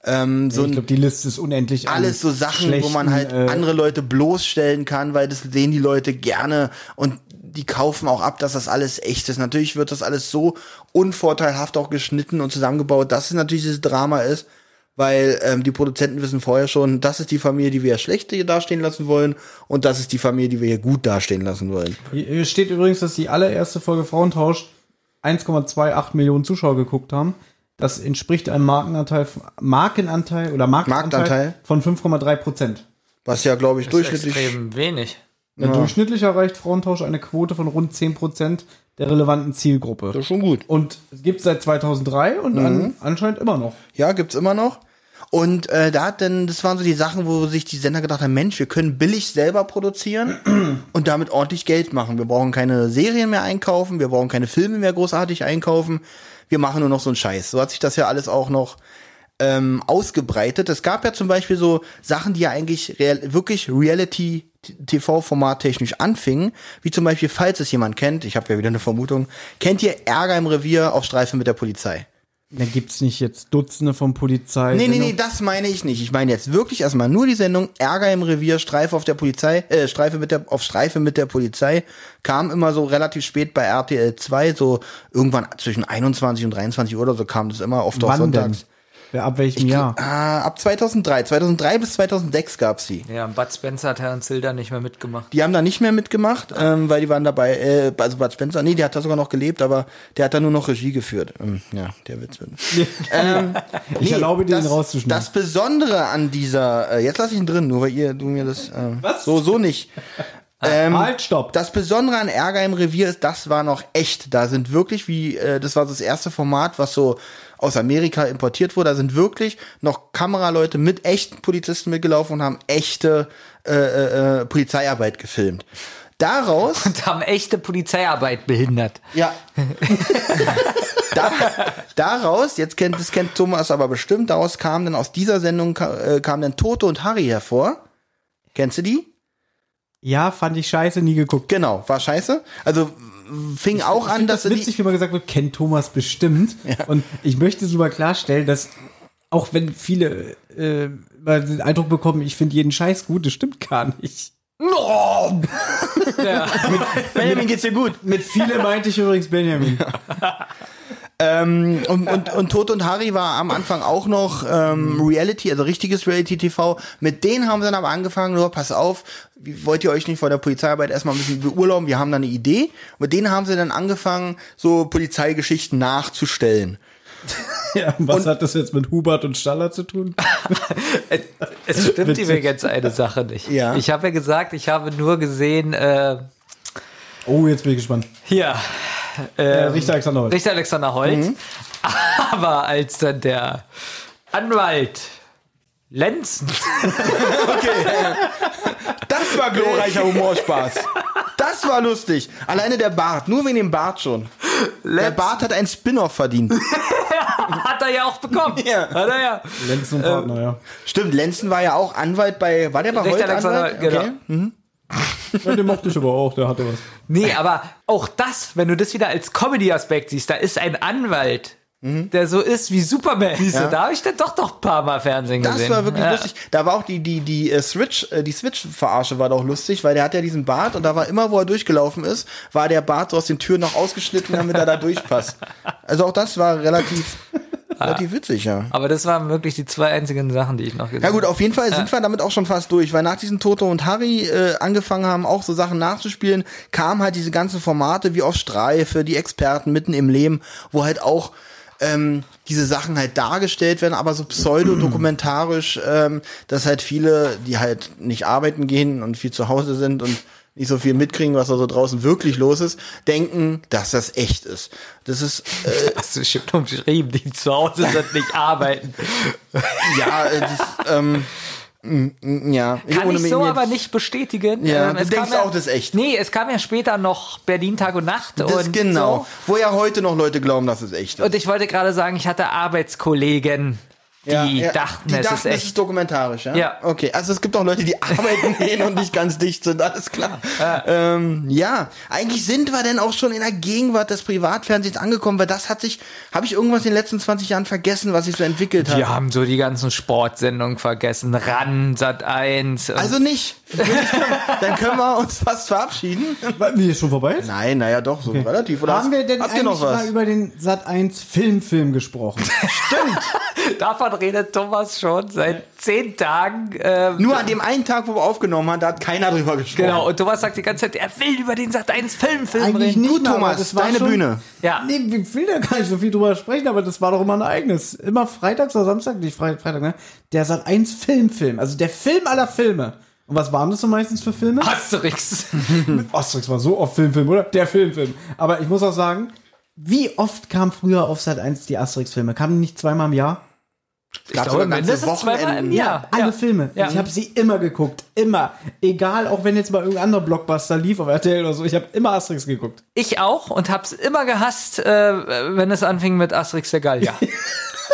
[SPEAKER 2] ähm, so
[SPEAKER 4] ich
[SPEAKER 2] ein
[SPEAKER 4] glaube, die Liste ist unendlich. an
[SPEAKER 2] alles so Sachen, wo
[SPEAKER 4] schlechten,
[SPEAKER 2] man halt
[SPEAKER 4] äh,
[SPEAKER 2] andere Leute bloßstellen kann, weil das sehen die Leute gerne und die kaufen auch ab, dass das alles echt ist. Natürlich wird das alles so unvorteilhaft auch geschnitten und zusammengebaut, dass es natürlich dieses Drama ist, weil ähm, die Produzenten wissen vorher schon, das ist die Familie, die wir hier schlecht hier dastehen lassen wollen und das ist die Familie, die wir hier gut dastehen lassen wollen.
[SPEAKER 4] Hier- Hier steht übrigens, dass die allererste Folge Frauentausch 1,28 Millionen Zuschauer geguckt haben. Das entspricht einem Markenanteil, von- Markenanteil oder Marktanteil,
[SPEAKER 2] Marktanteil.
[SPEAKER 4] von 5,3 Prozent.
[SPEAKER 2] Was ja, glaube ich, durchschnittlich
[SPEAKER 5] Extrem wenig.
[SPEAKER 4] Durchschnittlich erreicht Frauentausch eine Quote von rund 10 Prozent der relevanten Zielgruppe.
[SPEAKER 2] Das ist schon gut. Mhm.
[SPEAKER 4] Und es gibt seit 2003 und an, anscheinend immer noch.
[SPEAKER 2] Ja, gibt's immer noch. Und äh, da hat denn, das waren so die Sachen, wo sich die Sender gedacht haben, Mensch, wir können billig selber produzieren und damit ordentlich Geld machen. Wir brauchen keine Serien mehr einkaufen, wir brauchen keine Filme mehr großartig einkaufen. Wir machen nur noch so einen Scheiß. So hat sich das ja alles auch noch ähm, ausgebreitet. Es gab ja zum Beispiel so Sachen, die ja eigentlich real, wirklich Reality TV-Format technisch anfingen, wie zum Beispiel, falls es jemand kennt, ich habe ja wieder eine Vermutung, kennt ihr Ärger im Revier auf Streife mit der Polizei?
[SPEAKER 4] Da gibt es nicht jetzt Dutzende von Polizei.
[SPEAKER 2] Nee, nee, nee, das meine ich nicht. Ich meine jetzt wirklich erstmal nur die Sendung Ärger im Revier, Streife auf der Polizei, äh, Streife mit der, auf Streife mit der Polizei, kam immer so relativ spät bei RTL 2, so irgendwann zwischen 21 und 23 Uhr oder so kam das immer oft auf
[SPEAKER 4] Wann denn?
[SPEAKER 2] sonntags.
[SPEAKER 4] Wer, ab welchem Jahr?
[SPEAKER 2] Ah, ab 2003, 2003 bis 2006 gab's die.
[SPEAKER 5] Ja, Bud Spencer hat Herrn Zilder nicht mehr mitgemacht.
[SPEAKER 2] Die haben da nicht mehr mitgemacht, ähm, weil die waren dabei, äh, also Bud Spencer, nee, der hat da sogar noch gelebt, aber der hat da nur noch Regie geführt. Ähm, ja, der Witz wird. ähm,
[SPEAKER 4] Ich erlaube dir,
[SPEAKER 2] das,
[SPEAKER 4] ihn rauszuschneiden.
[SPEAKER 2] Das Besondere an dieser, äh, jetzt lasse ich ihn drin, nur weil ihr, du mir das, ähm,
[SPEAKER 4] Was?
[SPEAKER 2] so, so nicht.
[SPEAKER 4] halt, stopp.
[SPEAKER 2] Ähm, Das Besondere an Ärger im Revier ist, das war noch echt. Da sind wirklich, wie, äh, das war so das erste Format, was so aus Amerika importiert wurde, da sind wirklich noch Kameraleute mit echten Polizisten mitgelaufen und haben echte äh, äh, Polizeiarbeit gefilmt. Daraus
[SPEAKER 5] Und haben echte Polizeiarbeit behindert.
[SPEAKER 2] ja. da, daraus, jetzt kennt, das kennt Thomas aber bestimmt, daraus kam dann aus dieser Sendung ka- äh, kam dann Toto und Harry hervor. Kennst du die?
[SPEAKER 4] Ja, fand ich scheiße, nie geguckt.
[SPEAKER 2] Genau, war scheiße. Also w- fing auch an, dass
[SPEAKER 4] das
[SPEAKER 2] sie
[SPEAKER 4] witzig,
[SPEAKER 2] die.
[SPEAKER 4] wie man gesagt wird, kennt Thomas bestimmt. Und ich möchte es nur mal klarstellen, dass auch wenn viele äh, mal den Eindruck bekommen, ich finde jeden Scheiß gut, das stimmt gar nicht.
[SPEAKER 2] Benjamin geht's dir gut.
[SPEAKER 4] Mit viele meinte ich übrigens Benjamin.
[SPEAKER 2] Ähm, und, und, und Tod und Harry war am Anfang auch noch ähm, Reality, also richtiges Reality-TV. Mit denen haben sie dann aber angefangen, nur pass auf, wie- wollt ihr euch nicht vor der Polizeiarbeit erstmal ein bisschen beurlauben, wir haben da eine Idee. Mit denen haben sie dann angefangen, so Polizeigeschichten nachzustellen.
[SPEAKER 4] Ja, was hat das jetzt mit Hubert und Staller zu tun?
[SPEAKER 5] Es stimmt mir jetzt eine Sache nicht.
[SPEAKER 2] Ja.
[SPEAKER 5] Ich habe ja gesagt, ich habe nur gesehen, äh,
[SPEAKER 4] Oh, jetzt bin ich gespannt.
[SPEAKER 5] hier,
[SPEAKER 4] Äh,
[SPEAKER 2] Ähm,
[SPEAKER 4] Richter Alexander Holt.
[SPEAKER 5] Richter Alexander Holt.
[SPEAKER 2] Mhm.
[SPEAKER 5] Aber als dann der Anwalt Lenzen
[SPEAKER 2] Das war glorreicher Humorspaß. Das war lustig. Alleine der Bart, nur wegen dem Bart schon. Der Bart hat einen Spin-off verdient.
[SPEAKER 5] hat er ja auch bekommen.
[SPEAKER 2] Ja.
[SPEAKER 5] Hat er ja.
[SPEAKER 4] Lenz und
[SPEAKER 2] Ähm.
[SPEAKER 4] Partner, ja.
[SPEAKER 2] Stimmt, Lenzen war ja auch Anwalt bei, war der bei
[SPEAKER 5] Richter
[SPEAKER 2] heute
[SPEAKER 5] Alexander,
[SPEAKER 2] Anwalt?
[SPEAKER 5] genau.
[SPEAKER 4] ja. Den mochte ich aber auch, der hatte was.
[SPEAKER 5] Nee, aber auch das, wenn du das wieder als Comedy-Aspekt siehst, da ist ein Anwalt,
[SPEAKER 2] Mhm.
[SPEAKER 5] der so ist wie Superman. Siehst du, Da habe ich dann doch noch ein paar Mal Fernsehen
[SPEAKER 2] Das
[SPEAKER 5] gesehen.
[SPEAKER 2] war wirklich
[SPEAKER 5] ja.
[SPEAKER 2] lustig. Da war auch die, die, die äh, Switch, äh, die Switch-Verarsche war doch lustig, weil der hat ja diesen Bart und da war immer, wo er durchgelaufen ist, war der Bart so aus den Türen noch ausgeschnitten, damit er da durchpasst. Also auch das war relativ Relativ witzig, ja.
[SPEAKER 5] Aber das waren wirklich die zwei einzigen Sachen, die ich noch gesehen
[SPEAKER 2] Ja gut,
[SPEAKER 5] habe.
[SPEAKER 2] auf jeden Fall sind wir damit auch schon fast durch, weil nach diesen Toto und Harry äh, angefangen haben, auch so Sachen nachzuspielen, kamen halt diese ganzen Formate wie auf Streife, die Experten mitten im Leben, wo halt auch ähm, diese Sachen halt dargestellt werden, aber so pseudodokumentarisch, ähm, dass halt viele, die halt nicht arbeiten gehen und viel zu Hause sind und nicht so viel mitkriegen, was da so draußen wirklich los ist, denken, dass das echt ist. Das ist äh,
[SPEAKER 5] Hast du schon umschrieben, die zu Hause sind, nicht arbeiten.
[SPEAKER 2] ja, äh, das, ähm, mm, mm, ja.
[SPEAKER 5] Kann ich
[SPEAKER 2] mich
[SPEAKER 5] so
[SPEAKER 2] jetzt-
[SPEAKER 5] aber nicht bestätigen. Ähm,
[SPEAKER 2] Ja, du
[SPEAKER 5] es
[SPEAKER 2] denkst
[SPEAKER 5] kam
[SPEAKER 2] auch, das ist echt.
[SPEAKER 5] Nee, es kam ja später noch Berlin Tag und Nacht.
[SPEAKER 2] Das
[SPEAKER 5] und
[SPEAKER 2] genau. Wo ja heute noch Leute glauben, dass es echt
[SPEAKER 5] So.
[SPEAKER 2] ist.
[SPEAKER 5] Und ich wollte gerade sagen, ich hatte Arbeitskollegen, die
[SPEAKER 2] Ja, ja,
[SPEAKER 5] dachten,
[SPEAKER 2] die
[SPEAKER 5] es
[SPEAKER 2] dachten,
[SPEAKER 5] ist echt.
[SPEAKER 2] dokumentarisch, ja?
[SPEAKER 5] Ja.
[SPEAKER 2] Okay, also es gibt auch Leute, die arbeiten gehen und nicht ganz dicht sind, alles klar. Ähm, ja, eigentlich sind wir denn auch schon in der Gegenwart des Privatfernsehens angekommen, weil das hat sich, habe ich irgendwas in den letzten 20 Jahren vergessen, was sich so entwickelt hat?
[SPEAKER 5] Die haben so die ganzen Sportsendungen vergessen. Ran, Sat 1.
[SPEAKER 2] Also nicht. Wirklich, Dann können wir uns fast verabschieden.
[SPEAKER 4] Wie ist schon vorbei?
[SPEAKER 2] Nein, naja, doch, so relativ. Oder
[SPEAKER 4] Haben
[SPEAKER 2] hast-
[SPEAKER 4] wir denn
[SPEAKER 2] habt ihr
[SPEAKER 4] eigentlich
[SPEAKER 2] noch was?
[SPEAKER 4] mal über den Sat 1 Filmfilm gesprochen?
[SPEAKER 5] davon redet Thomas schon seit zehn Tagen. Ähm,
[SPEAKER 2] Nur an dem einen Tag, wo wir aufgenommen haben, da hat keiner drüber gesprochen.
[SPEAKER 5] genau, und Thomas sagt die ganze Zeit, er will über den Sat 1 Filmfilm
[SPEAKER 4] eigentlich
[SPEAKER 5] reden.
[SPEAKER 4] nicht,
[SPEAKER 2] Gut,
[SPEAKER 4] aber
[SPEAKER 2] Thomas,
[SPEAKER 4] das war
[SPEAKER 2] deine
[SPEAKER 4] schon,
[SPEAKER 2] Bühne.
[SPEAKER 5] Ja.
[SPEAKER 4] Nee, ich will da gar nicht so viel drüber sprechen, aber das war doch immer ein eigenes. Immer freitags oder Samstag, nicht Fre Freitag, ne? Der Sat 1 Filmfilm, also der Film aller Filme. Und was waren das so meistens für Filme?
[SPEAKER 5] Asterix.
[SPEAKER 4] Asterix war so oft Filmfilm, oder? Der Filmfilm. Aber ich muss auch sagen, wie oft kam früher auf Sat 1 die Asterix-Filme? Kamen die nicht zweimal im Jahr?
[SPEAKER 5] Ich glaube, mindestens zweimal im Jahr.
[SPEAKER 4] Alle Filme.
[SPEAKER 5] Ja.
[SPEAKER 4] Ich habe sie immer geguckt. Immer. Egal, auch wenn jetzt mal irgendein anderer Blockbuster lief auf RTL oder so. Ich habe immer Asterix geguckt.
[SPEAKER 5] Ich auch und hab's immer gehasst, äh, wenn es anfing mit Asterix der Gallier.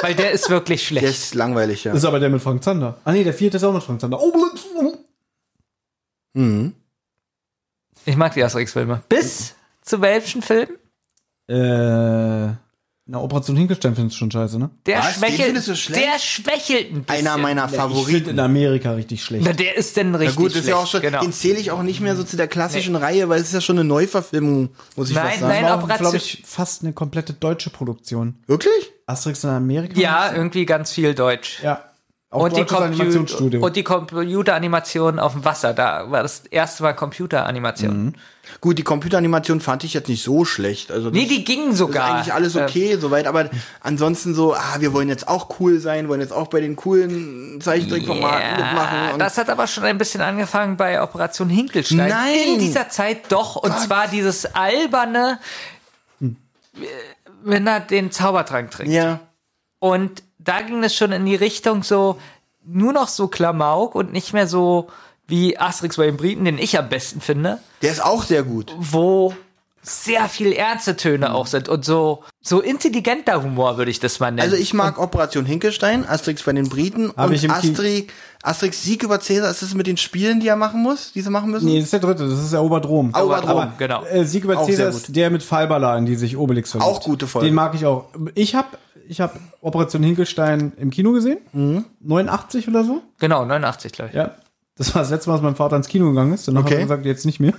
[SPEAKER 5] Weil der ist wirklich schlecht.
[SPEAKER 2] Der ist langweilig, ja.
[SPEAKER 4] Das ist aber der mit Frank Zander. Ah nee, der vierte ist auch mit Frank Zander. Oh, blitz.
[SPEAKER 5] Ich mag die Asterix-Filme.
[SPEAKER 2] Hm.
[SPEAKER 5] Bis zu welchen Film?
[SPEAKER 4] Äh, na, Operation Hinkelstein findest du schon scheiße, ne?
[SPEAKER 5] Der
[SPEAKER 2] Was? Den
[SPEAKER 5] schwächelt.
[SPEAKER 2] findest du schlecht?
[SPEAKER 5] Der schwächelt ein bisschen.
[SPEAKER 2] Einer meiner
[SPEAKER 4] Ich finde
[SPEAKER 2] Favoriten.
[SPEAKER 4] in Amerika richtig schlecht.
[SPEAKER 5] Na, der ist denn richtig.
[SPEAKER 2] Na gut, ist ja auch schon,
[SPEAKER 5] schlecht,
[SPEAKER 2] den
[SPEAKER 5] Genau.
[SPEAKER 2] zähle ich auch nicht mehr so zu der klassischen Reihe, weil es ist ja schon eine Neuverfilmung, muss ich
[SPEAKER 5] Nein,
[SPEAKER 2] fast sagen.
[SPEAKER 5] nein.
[SPEAKER 4] Das war,
[SPEAKER 5] Operation-
[SPEAKER 4] glaube ich, fast eine komplette deutsche Produktion.
[SPEAKER 2] Wirklich?
[SPEAKER 4] Asterix in Amerika?
[SPEAKER 5] Ja, irgendwie ganz viel Deutsch.
[SPEAKER 4] Ja. Auch
[SPEAKER 5] Und die,
[SPEAKER 4] deutsches
[SPEAKER 5] Compu-
[SPEAKER 4] Animationsstudio.
[SPEAKER 5] und die Computeranimation auf dem Wasser, da war das erste Mal Computeranimation.
[SPEAKER 2] Mhm. Gut, die Computeranimation fand ich jetzt nicht so schlecht. Also das
[SPEAKER 5] Nee, die gingen
[SPEAKER 2] ist
[SPEAKER 5] sogar. äh,
[SPEAKER 2] eigentlich alles okay soweit, aber ansonsten so, ah, wir wollen jetzt auch cool sein, wollen jetzt auch bei den coolen Zeichentrickformaten mitmachen.
[SPEAKER 5] Ja,
[SPEAKER 2] Und
[SPEAKER 5] das hat aber schon ein bisschen angefangen bei Operation Hinkelstein.
[SPEAKER 2] Nein!
[SPEAKER 5] In dieser Zeit doch. Und zwar dieses alberne, äh, wenn er den Zaubertrank trinkt.
[SPEAKER 2] ja.
[SPEAKER 5] Und da ging es schon in die Richtung so, nur noch so Klamauk und nicht mehr so wie Asterix bei den Briten, den ich am besten finde,
[SPEAKER 2] Der ist auch sehr gut.
[SPEAKER 5] wo sehr viel ernste Töne auch sind und so, so intelligenter Humor würde ich das mal nennen.
[SPEAKER 2] Also ich mag Operation Hinkelstein, Asterix bei den Briten
[SPEAKER 4] Hab ich
[SPEAKER 2] und
[SPEAKER 4] im Kino-
[SPEAKER 2] Asterix, Asterix Sieg über Cäsar. Ist das mit den Spielen, die er machen muss, die sie machen müssen?
[SPEAKER 4] Nee, das ist der dritte, das ist Erobert Rom.
[SPEAKER 2] Erobert Rom,
[SPEAKER 5] genau.
[SPEAKER 4] Äh, Sieg über
[SPEAKER 2] Auch
[SPEAKER 4] Caesar
[SPEAKER 2] sehr
[SPEAKER 4] ist der mit Fallballer, in die sich Obelix verliebt.
[SPEAKER 2] Auch gute Folge.
[SPEAKER 4] Den mag ich auch. Ich habe ich hab Operation Hinkelstein im Kino gesehen.
[SPEAKER 2] Mhm.
[SPEAKER 4] 89 oder so.
[SPEAKER 5] genau, 89 glaube ich.
[SPEAKER 4] Ja. Das war das letzte Mal, dass mein Vater ins Kino gegangen ist. Danach
[SPEAKER 2] Okay.
[SPEAKER 4] hat er gesagt, jetzt nicht mehr.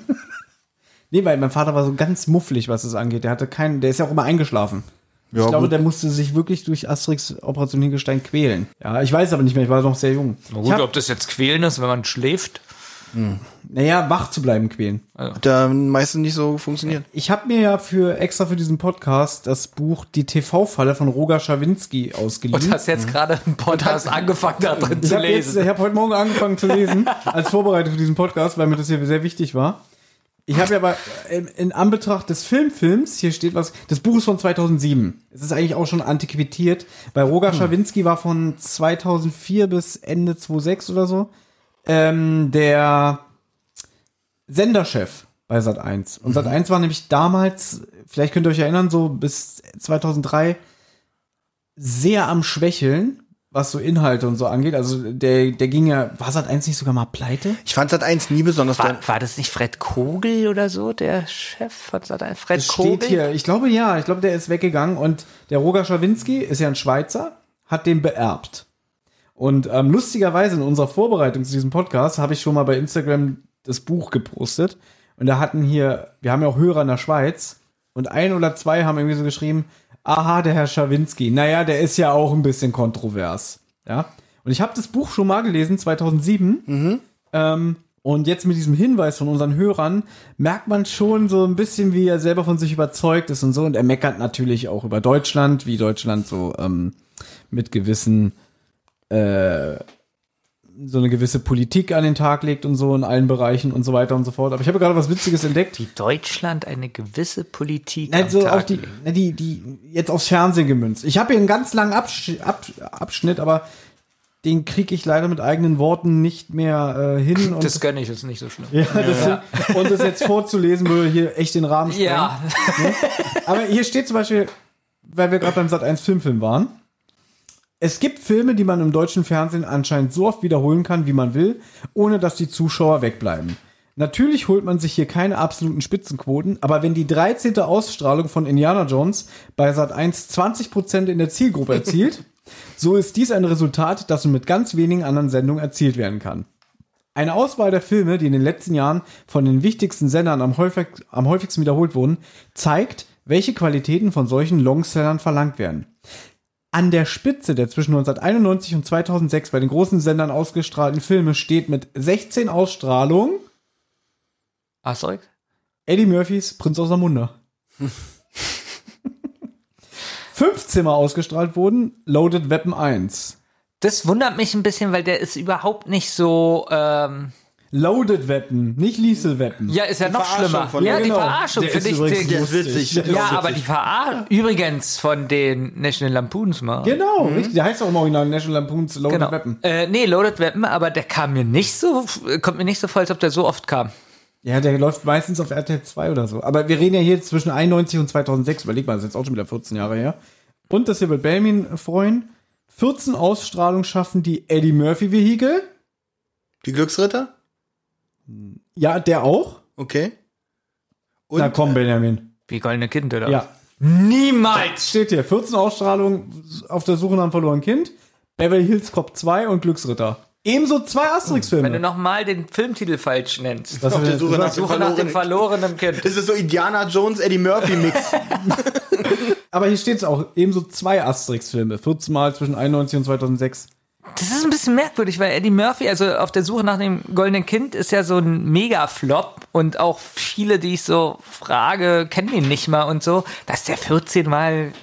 [SPEAKER 4] nee, weil mein Vater war so ganz mufflig, was es angeht. Der hatte keinen, der ist ja auch immer eingeschlafen. ich glaube,
[SPEAKER 2] gut.
[SPEAKER 4] der musste sich wirklich durch Asterix Operation Hinkelstein quälen. Ja, ich weiß aber nicht mehr, ich war noch sehr jung. Ich hab,
[SPEAKER 5] das jetzt quälen ist, wenn man schläft.
[SPEAKER 4] naja, wach zu bleiben quälen.
[SPEAKER 2] Hat da meistens nicht so funktioniert.
[SPEAKER 4] Ich habe mir ja für extra für diesen Podcast das Buch Die TV-Falle von Roger Schawinski ausgeliehen.
[SPEAKER 5] Und das jetzt gerade im Podcast angefangen da drin
[SPEAKER 4] Hm? ich
[SPEAKER 5] zu
[SPEAKER 4] habe
[SPEAKER 5] lesen.
[SPEAKER 4] hab heute Morgen angefangen zu lesen, als Vorbereitung für diesen Podcast, weil mir das hier sehr wichtig war. Ich habe ja aber in, in Anbetracht des Filmfilms, hier steht was, das Buch ist von 2007. Es ist eigentlich auch schon antiquiert, weil Roger
[SPEAKER 5] Hm.
[SPEAKER 4] Schawinski war von 2004 bis Ende 2006 oder so ähm, der Senderchef bei Sat1.
[SPEAKER 5] Mhm.
[SPEAKER 4] Und Sat1 war nämlich damals, vielleicht könnt ihr euch erinnern, so bis 2003 sehr am Schwächeln, was so Inhalte und so angeht. Also der, der ging ja, war Sat1 nicht sogar mal pleite?
[SPEAKER 2] Ich fand Sat 1 nie besonders doll.
[SPEAKER 5] War, war das nicht Fred Kogel oder so, der Chef von Satan? Fred
[SPEAKER 4] Es
[SPEAKER 5] Kogel?
[SPEAKER 4] steht hier, ich glaube ja, ich glaube, der ist weggegangen und der Roger Schawinski ist ja ein Schweizer, hat den beerbt. Und ähm, lustigerweise in unserer Vorbereitung zu diesem Podcast habe ich schon mal bei Instagram das Buch gepostet und da hatten hier, wir haben ja auch Hörer in der Schweiz und ein oder zwei haben irgendwie so geschrieben, aha, der Herr Schawinski, naja, der ist ja auch ein bisschen kontrovers. Ja. Und ich habe das Buch schon mal gelesen, 2007. Ähm, und jetzt mit diesem Hinweis von unseren Hörern merkt man schon so ein bisschen, wie er selber von sich überzeugt ist und so. Und er meckert natürlich auch über Deutschland, wie Deutschland so ähm, mit gewissen äh, so eine gewisse Politik an den Tag legt und so in allen Bereichen und so weiter und so fort. Aber ich habe gerade was Witziges entdeckt.
[SPEAKER 5] Wie Deutschland eine gewisse Politik
[SPEAKER 4] Also
[SPEAKER 5] am Tag
[SPEAKER 4] auf die,
[SPEAKER 5] legt.
[SPEAKER 4] na, die, die jetzt aufs Fernsehen gemünzt. Ich habe hier einen ganz langen Absch Ab Abschnitt, aber den kriege ich leider mit eigenen Worten nicht mehr äh, hin. Und,
[SPEAKER 5] Das gönne ich, ist nicht so schlimm.
[SPEAKER 4] ja, das, und das jetzt vorzulesen würde hier echt den Rahmen sprengen.
[SPEAKER 5] Ja.
[SPEAKER 4] Aber hier steht zum Beispiel, weil wir gerade beim Sat 1 Filmfilm waren. Es gibt Filme, die man im deutschen Fernsehen anscheinend so oft wiederholen kann, wie man will, ohne dass die Zuschauer wegbleiben. Natürlich holt man sich hier keine absoluten Spitzenquoten, aber wenn die 13. Ausstrahlung von Indiana Jones bei Sat 1 20% in der Zielgruppe erzielt, so ist dies ein Resultat, das nur mit ganz wenigen anderen Sendungen erzielt werden kann. Eine Auswahl der Filme, die in den letzten Jahren von den wichtigsten Sendern am, häufig, am häufigsten wiederholt wurden, zeigt, welche Qualitäten von solchen Longsellern verlangt werden. An der Spitze der zwischen 1991 und 2006 bei den großen Sendern ausgestrahlten Filme steht mit 16 Ausstrahlungen
[SPEAKER 5] Asterix?
[SPEAKER 4] Eddie Murphys Prinz aus Amunda. 15 Mal ausgestrahlt wurden Loaded Weapon 1.
[SPEAKER 5] Das wundert mich ein bisschen, weil der ist überhaupt nicht so. Ähm,
[SPEAKER 4] Loaded Weapon, nicht Liesel Weapon.
[SPEAKER 5] ja, ist ja noch schlimmer. Ja, die
[SPEAKER 4] Genau.
[SPEAKER 5] Verarschung
[SPEAKER 4] Der
[SPEAKER 5] finde
[SPEAKER 4] ist
[SPEAKER 5] ich.
[SPEAKER 4] übrigens
[SPEAKER 5] den-
[SPEAKER 2] ist witzig. Der
[SPEAKER 5] ja, aber die Verarschung. Übrigens von den National Lampoons mal.
[SPEAKER 4] Genau, richtig. Der heißt auch im Original National Lampoons Loaded
[SPEAKER 5] Mhm. Genau.
[SPEAKER 4] Weapon.
[SPEAKER 5] Äh, nee, Loaded Weapon, aber der kam mir nicht so, kommt mir nicht so vor, als ob der so oft kam.
[SPEAKER 4] Ja, der läuft meistens auf RTL 2 oder so. Aber wir reden ja hier zwischen 91 und 2006. Überleg mal, das ist jetzt auch schon wieder 14 Jahre her. Und das hier wird Belmin freuen. 14 Ausstrahlungen schaffen die Eddie Murphy-Vehikel.
[SPEAKER 2] Die Glücksritter?
[SPEAKER 4] Ja, der auch.
[SPEAKER 2] Okay. Und
[SPEAKER 4] Na komm, Benjamin.
[SPEAKER 5] Wie goldene Kind, oder?
[SPEAKER 4] Ja.
[SPEAKER 5] Niemals!
[SPEAKER 4] Steht hier, 14 Ausstrahlungen auf der Suche nach einem verlorenen Kind. Beverly Hills Cop 2 und Glücksritter. Ebenso zwei
[SPEAKER 5] Wenn du
[SPEAKER 4] Asterix-Filme.
[SPEAKER 5] nochmal den Filmtitel falsch nennst.
[SPEAKER 4] Was
[SPEAKER 2] auf
[SPEAKER 4] hab ich
[SPEAKER 2] der
[SPEAKER 4] jetzt
[SPEAKER 2] Suche nach
[SPEAKER 4] gesagt?
[SPEAKER 2] dem
[SPEAKER 5] Suche nach dem
[SPEAKER 2] verlorenen.
[SPEAKER 5] verlorenen Kind.
[SPEAKER 2] Das ist so Indiana Jones, Eddie Murphy Mix.
[SPEAKER 4] Aber hier steht es auch, ebenso zwei Asterix-Filme. 14 Mal zwischen 91 und 2006.
[SPEAKER 5] Das ist ein bisschen merkwürdig, weil Eddie Murphy, also auf der Suche nach dem goldenen Kind, ist ja so ein Mega-Flop und auch viele, die ich so frage, kennen ihn nicht mal und so. Dass der 14 Mal.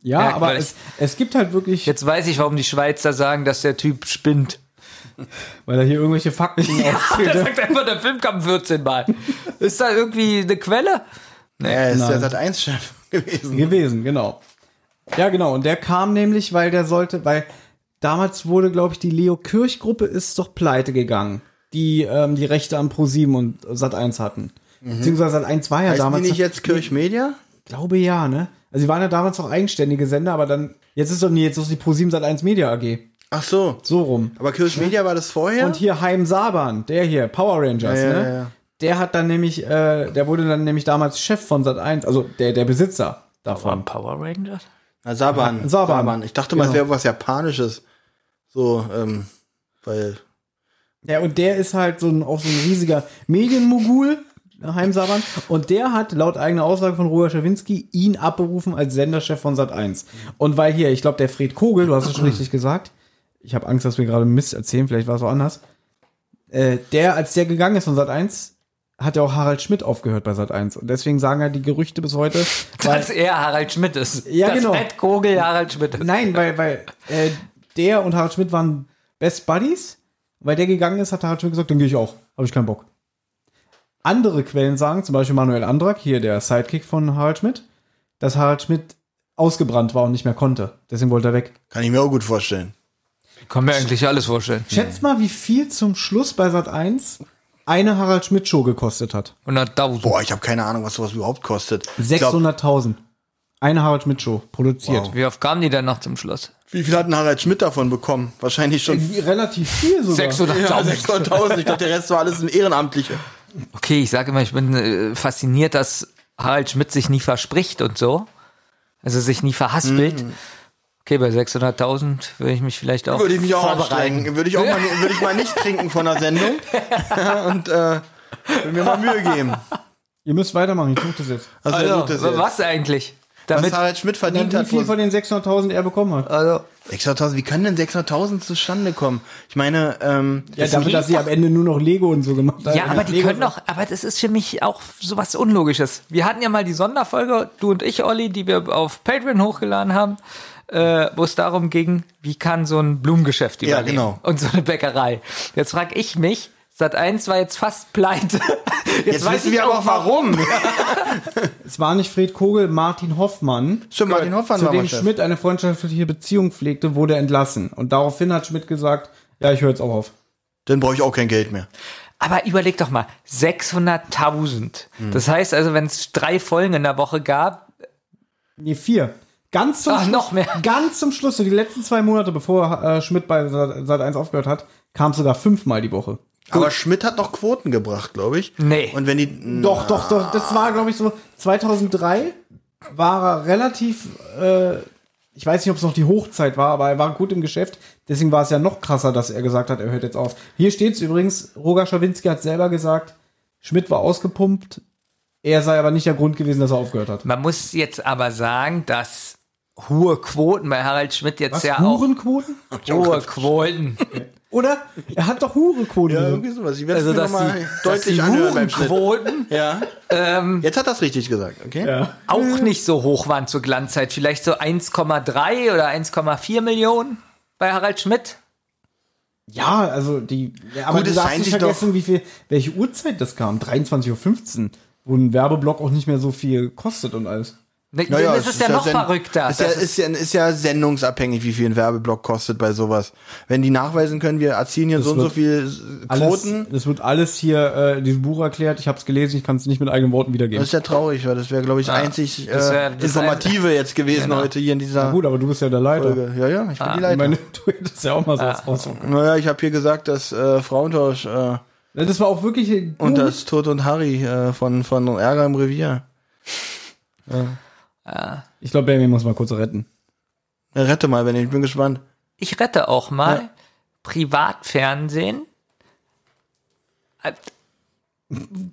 [SPEAKER 4] Ja,
[SPEAKER 5] Merkwürdig.
[SPEAKER 4] aber es, es gibt halt wirklich...
[SPEAKER 5] Jetzt weiß ich, warum die Schweizer sagen, dass der Typ spinnt.
[SPEAKER 4] Weil er hier irgendwelche Fakten aufzählt.
[SPEAKER 5] Der sagt einfach, der Film kam 14 Mal. Ist da irgendwie eine Quelle?
[SPEAKER 2] Er ist der Sat 1 Chef gewesen.
[SPEAKER 4] gewesen, genau. Ja, genau. Und der kam nämlich, weil der sollte, weil damals wurde, glaube ich, die Leo Kirch Gruppe ist doch pleite gegangen, die ähm, die Rechte am Pro 7 und Sat 1 hatten. Beziehungsweise Sat 1 war ja
[SPEAKER 2] Mhm. Heißt die
[SPEAKER 4] damals,
[SPEAKER 2] nicht jetzt Kirchmedia?
[SPEAKER 4] ich glaube ja, ne? Also sie waren ja damals noch eigenständige Sender, aber dann jetzt ist doch nie, jetzt ist die Pro 7 Sat 1 Media AG
[SPEAKER 2] Ach so.
[SPEAKER 4] so rum.
[SPEAKER 2] Aber Kirchmedia war das vorher?
[SPEAKER 4] Und hier Heim Saban, der hier, Power Rangers,
[SPEAKER 2] Ja, ja,
[SPEAKER 4] ne?
[SPEAKER 2] ja.
[SPEAKER 4] Der hat dann nämlich, äh, der wurde dann nämlich damals Chef von Sat 1, also der, der Besitzer davon.
[SPEAKER 5] Power Rangers?
[SPEAKER 2] Na, Saban.
[SPEAKER 4] Saban.
[SPEAKER 2] Ich dachte mal, es
[SPEAKER 4] Genau.
[SPEAKER 2] wäre was Japanisches. So, ähm, weil.
[SPEAKER 4] Ja, und der ist halt so ein, auch so ein riesiger Medienmogul, Heimsabern. Und der hat laut eigener Aussage von Robert Schawinski ihn abberufen als Senderchef von Sat1. Und weil hier, ich glaube, der Fred Kogel, du hast es schon richtig gesagt, ich habe Angst, dass wir gerade Mist erzählen, vielleicht war es auch anders. Äh, der, als der gegangen ist von Sat1, hat ja auch Harald Schmidt aufgehört bei Sat1. Und deswegen sagen ja die Gerüchte bis heute, weil
[SPEAKER 5] Dass er Harald Schmidt ist.
[SPEAKER 4] Ja,
[SPEAKER 5] Dass
[SPEAKER 4] genau.
[SPEAKER 5] Fred Kogel Harald Schmidt ist.
[SPEAKER 4] Nein, weil, weil äh, der und Harald Schmidt waren Best Buddies. Weil der gegangen ist, hat Harald Schmidt gesagt, dann gehe ich auch. Habe ich keinen Bock. Andere Quellen sagen, zum Beispiel Manuel Andrak, hier der Sidekick von Harald Schmidt, dass Harald Schmidt ausgebrannt war und nicht mehr konnte. Deswegen wollte er weg.
[SPEAKER 2] Kann ich mir auch gut vorstellen.
[SPEAKER 5] Kann mir eigentlich alles vorstellen.
[SPEAKER 2] Hm.
[SPEAKER 4] Schätzt mal, wie viel zum Schluss bei Sat 1 eine Harald Schmidt Show gekostet hat.
[SPEAKER 5] 100.000.
[SPEAKER 2] Boah, ich habe keine Ahnung, was sowas überhaupt kostet. Ich glaub,
[SPEAKER 4] 600.000. Eine Harald Schmidt Show produziert.
[SPEAKER 5] Wie oft kamen die dann noch zum Schluss?
[SPEAKER 2] Wie viel hat denn Harald Schmidt davon bekommen? Wahrscheinlich schon
[SPEAKER 4] Relativ viel sogar.
[SPEAKER 5] 600.000.
[SPEAKER 2] 600.000. Ich glaube, der Rest war alles ein Ehrenamtliche.
[SPEAKER 5] Okay, ich sage immer, ich bin äh, fasziniert, dass Harald Schmidt sich nie verspricht und so. Also sich nie verhaspelt. Okay, bei 600.000 würde ich mich vielleicht auch
[SPEAKER 2] Hm. Würde ich mich auch
[SPEAKER 5] vorbereiten.
[SPEAKER 2] anstrengen. Würde ich auch mal, würde ich mal nicht trinken von der Sendung. Und, äh, will mir mal Mühe geben.
[SPEAKER 4] Ihr müsst weitermachen, ich tue das jetzt.
[SPEAKER 2] Also,
[SPEAKER 5] Also,
[SPEAKER 2] versucht das jetzt.
[SPEAKER 5] was eigentlich? Damit,
[SPEAKER 2] was Harald Schmidt verdient
[SPEAKER 4] Wie
[SPEAKER 2] hat.
[SPEAKER 4] viel
[SPEAKER 2] vor-
[SPEAKER 4] von den 600.000 er bekommen hat.
[SPEAKER 5] also,
[SPEAKER 2] 600.000, wie kann denn 600.000 zustande kommen? Ich meine, ähm,
[SPEAKER 4] Ja, Äh, dafür, dass sie am Ende nur noch Lego und so gemacht haben.
[SPEAKER 2] Äh,
[SPEAKER 5] ja, aber die
[SPEAKER 4] Lego-
[SPEAKER 5] können doch, aber das ist für mich auch sowas Unlogisches. Wir hatten ja mal die Sonderfolge, du und ich, Olli, die wir auf Patreon hochgeladen haben, äh, wo es darum ging, wie kann so ein Blumengeschäft
[SPEAKER 2] Ja,
[SPEAKER 5] überleben
[SPEAKER 2] genau.
[SPEAKER 5] und so eine Bäckerei. Jetzt frage ich mich, Sat 1 war jetzt fast pleite. Jetzt,
[SPEAKER 2] wissen wir aber auch warum.
[SPEAKER 4] Es war nicht Fred Kogel, Martin Hoffmann.
[SPEAKER 2] Stimmt, Martin Hoffmann
[SPEAKER 4] zu
[SPEAKER 2] war
[SPEAKER 4] dem
[SPEAKER 2] mal Chef.
[SPEAKER 4] Schmidt eine freundschaftliche Beziehung pflegte, wurde entlassen. Und daraufhin hat Schmidt gesagt, ja, ich höre jetzt auch auf.
[SPEAKER 2] Dann brauche ich auch kein Geld mehr.
[SPEAKER 5] Aber überleg doch mal, 600.000.
[SPEAKER 2] Hm.
[SPEAKER 5] Das heißt also, wenn es drei Folgen in der Woche gab,
[SPEAKER 4] Nee, vier. Ganz zum
[SPEAKER 5] Ach,
[SPEAKER 4] Schluss,
[SPEAKER 5] Ah, noch mehr.
[SPEAKER 4] Ganz zum Schluss, so die letzten zwei Monate, bevor äh, Schmidt bei Sat 1 aufgehört hat, kam es sogar fünfmal die Woche.
[SPEAKER 2] Aber Schmidt hat noch Quoten gebracht, glaube ich.
[SPEAKER 5] Nee.
[SPEAKER 2] Und wenn die.
[SPEAKER 4] Doch, doch, doch. Das war, glaube ich, so 2003 war er relativ, äh, ich weiß nicht, ob es noch die Hochzeit war, aber er war gut im Geschäft. Deswegen war es ja noch krasser, dass er gesagt hat, er hört jetzt auf. Hier steht es übrigens, Roger Schawinski hat selber gesagt, Schmidt war ausgepumpt. Er sei aber nicht der Grund gewesen, dass er aufgehört hat.
[SPEAKER 5] man muss jetzt aber sagen, dass hohe Quoten bei Harald Schmidt jetzt ja auch
[SPEAKER 4] Hurenquoten?
[SPEAKER 2] Oh
[SPEAKER 5] hohe Quoten.
[SPEAKER 4] Oder? Er hat doch Hurenquoten.
[SPEAKER 2] Ja,
[SPEAKER 4] gesagt.
[SPEAKER 2] irgendwie sowas. Ich werde
[SPEAKER 5] Also
[SPEAKER 2] also,
[SPEAKER 5] dass
[SPEAKER 2] das
[SPEAKER 5] die,
[SPEAKER 2] mal
[SPEAKER 5] dass
[SPEAKER 2] deutlich
[SPEAKER 5] die
[SPEAKER 2] anhören beim Schnitt.
[SPEAKER 5] Hurenquoten
[SPEAKER 2] Ja. Jetzt hat das richtig gesagt, okay?
[SPEAKER 5] auch nicht so hoch waren zur Glanzzeit. Vielleicht so 1,3 oder 1,4 Millionen bei Harald Schmidt.
[SPEAKER 4] Ja, also die. Ja, aber
[SPEAKER 2] Gut,
[SPEAKER 4] du
[SPEAKER 2] es
[SPEAKER 4] darfst
[SPEAKER 2] scheint
[SPEAKER 4] nicht
[SPEAKER 2] sich
[SPEAKER 4] vergessen, wie viel, welche Uhrzeit das kam. 23.15 Uhr, wo ein Werbeblock auch nicht mehr so viel kostet und alles.
[SPEAKER 5] Ne,
[SPEAKER 2] Naja,
[SPEAKER 5] das ist, ja noch
[SPEAKER 2] sen-
[SPEAKER 5] verrückter.
[SPEAKER 2] Ist ja,
[SPEAKER 5] Das ist-
[SPEAKER 2] ist, ja, ist ja sendungsabhängig, wie viel ein Werbeblock kostet bei sowas. Wenn die nachweisen können, wir erzielen hier so und so
[SPEAKER 4] wird
[SPEAKER 2] viel
[SPEAKER 4] Alles,
[SPEAKER 2] Quoten,
[SPEAKER 4] Das wird alles hier äh, in diesem Buch erklärt. Ich habe es gelesen, ich kann es nicht mit eigenen Worten
[SPEAKER 2] das
[SPEAKER 4] wiedergeben.
[SPEAKER 2] ist ja traurig, weil das wäre, glaube ich, einzig äh,
[SPEAKER 5] das wär- das
[SPEAKER 2] informative jetzt gewesen
[SPEAKER 5] Genau. Ah,
[SPEAKER 2] heute hier in dieser
[SPEAKER 4] Gut, aber du bist ja der Leiter.
[SPEAKER 2] Folge. Ah. Ja, ja, ich bin die
[SPEAKER 4] Ich
[SPEAKER 2] Leiter.
[SPEAKER 4] meine, du hättest ja auch mal sowas rausgefunden.
[SPEAKER 2] Naja, ich habe hier gesagt, dass äh, Frauentausch äh,
[SPEAKER 4] Das war auch wirklich gut.
[SPEAKER 2] und das Tod und Harry äh, von, von Ärger im Revier.
[SPEAKER 4] ich glaube, Benjamin muss mal kurz retten.
[SPEAKER 2] Äh, Rette mal, wenn ich bin gespannt.
[SPEAKER 5] ich rette auch mal Privatfernsehen. Äh,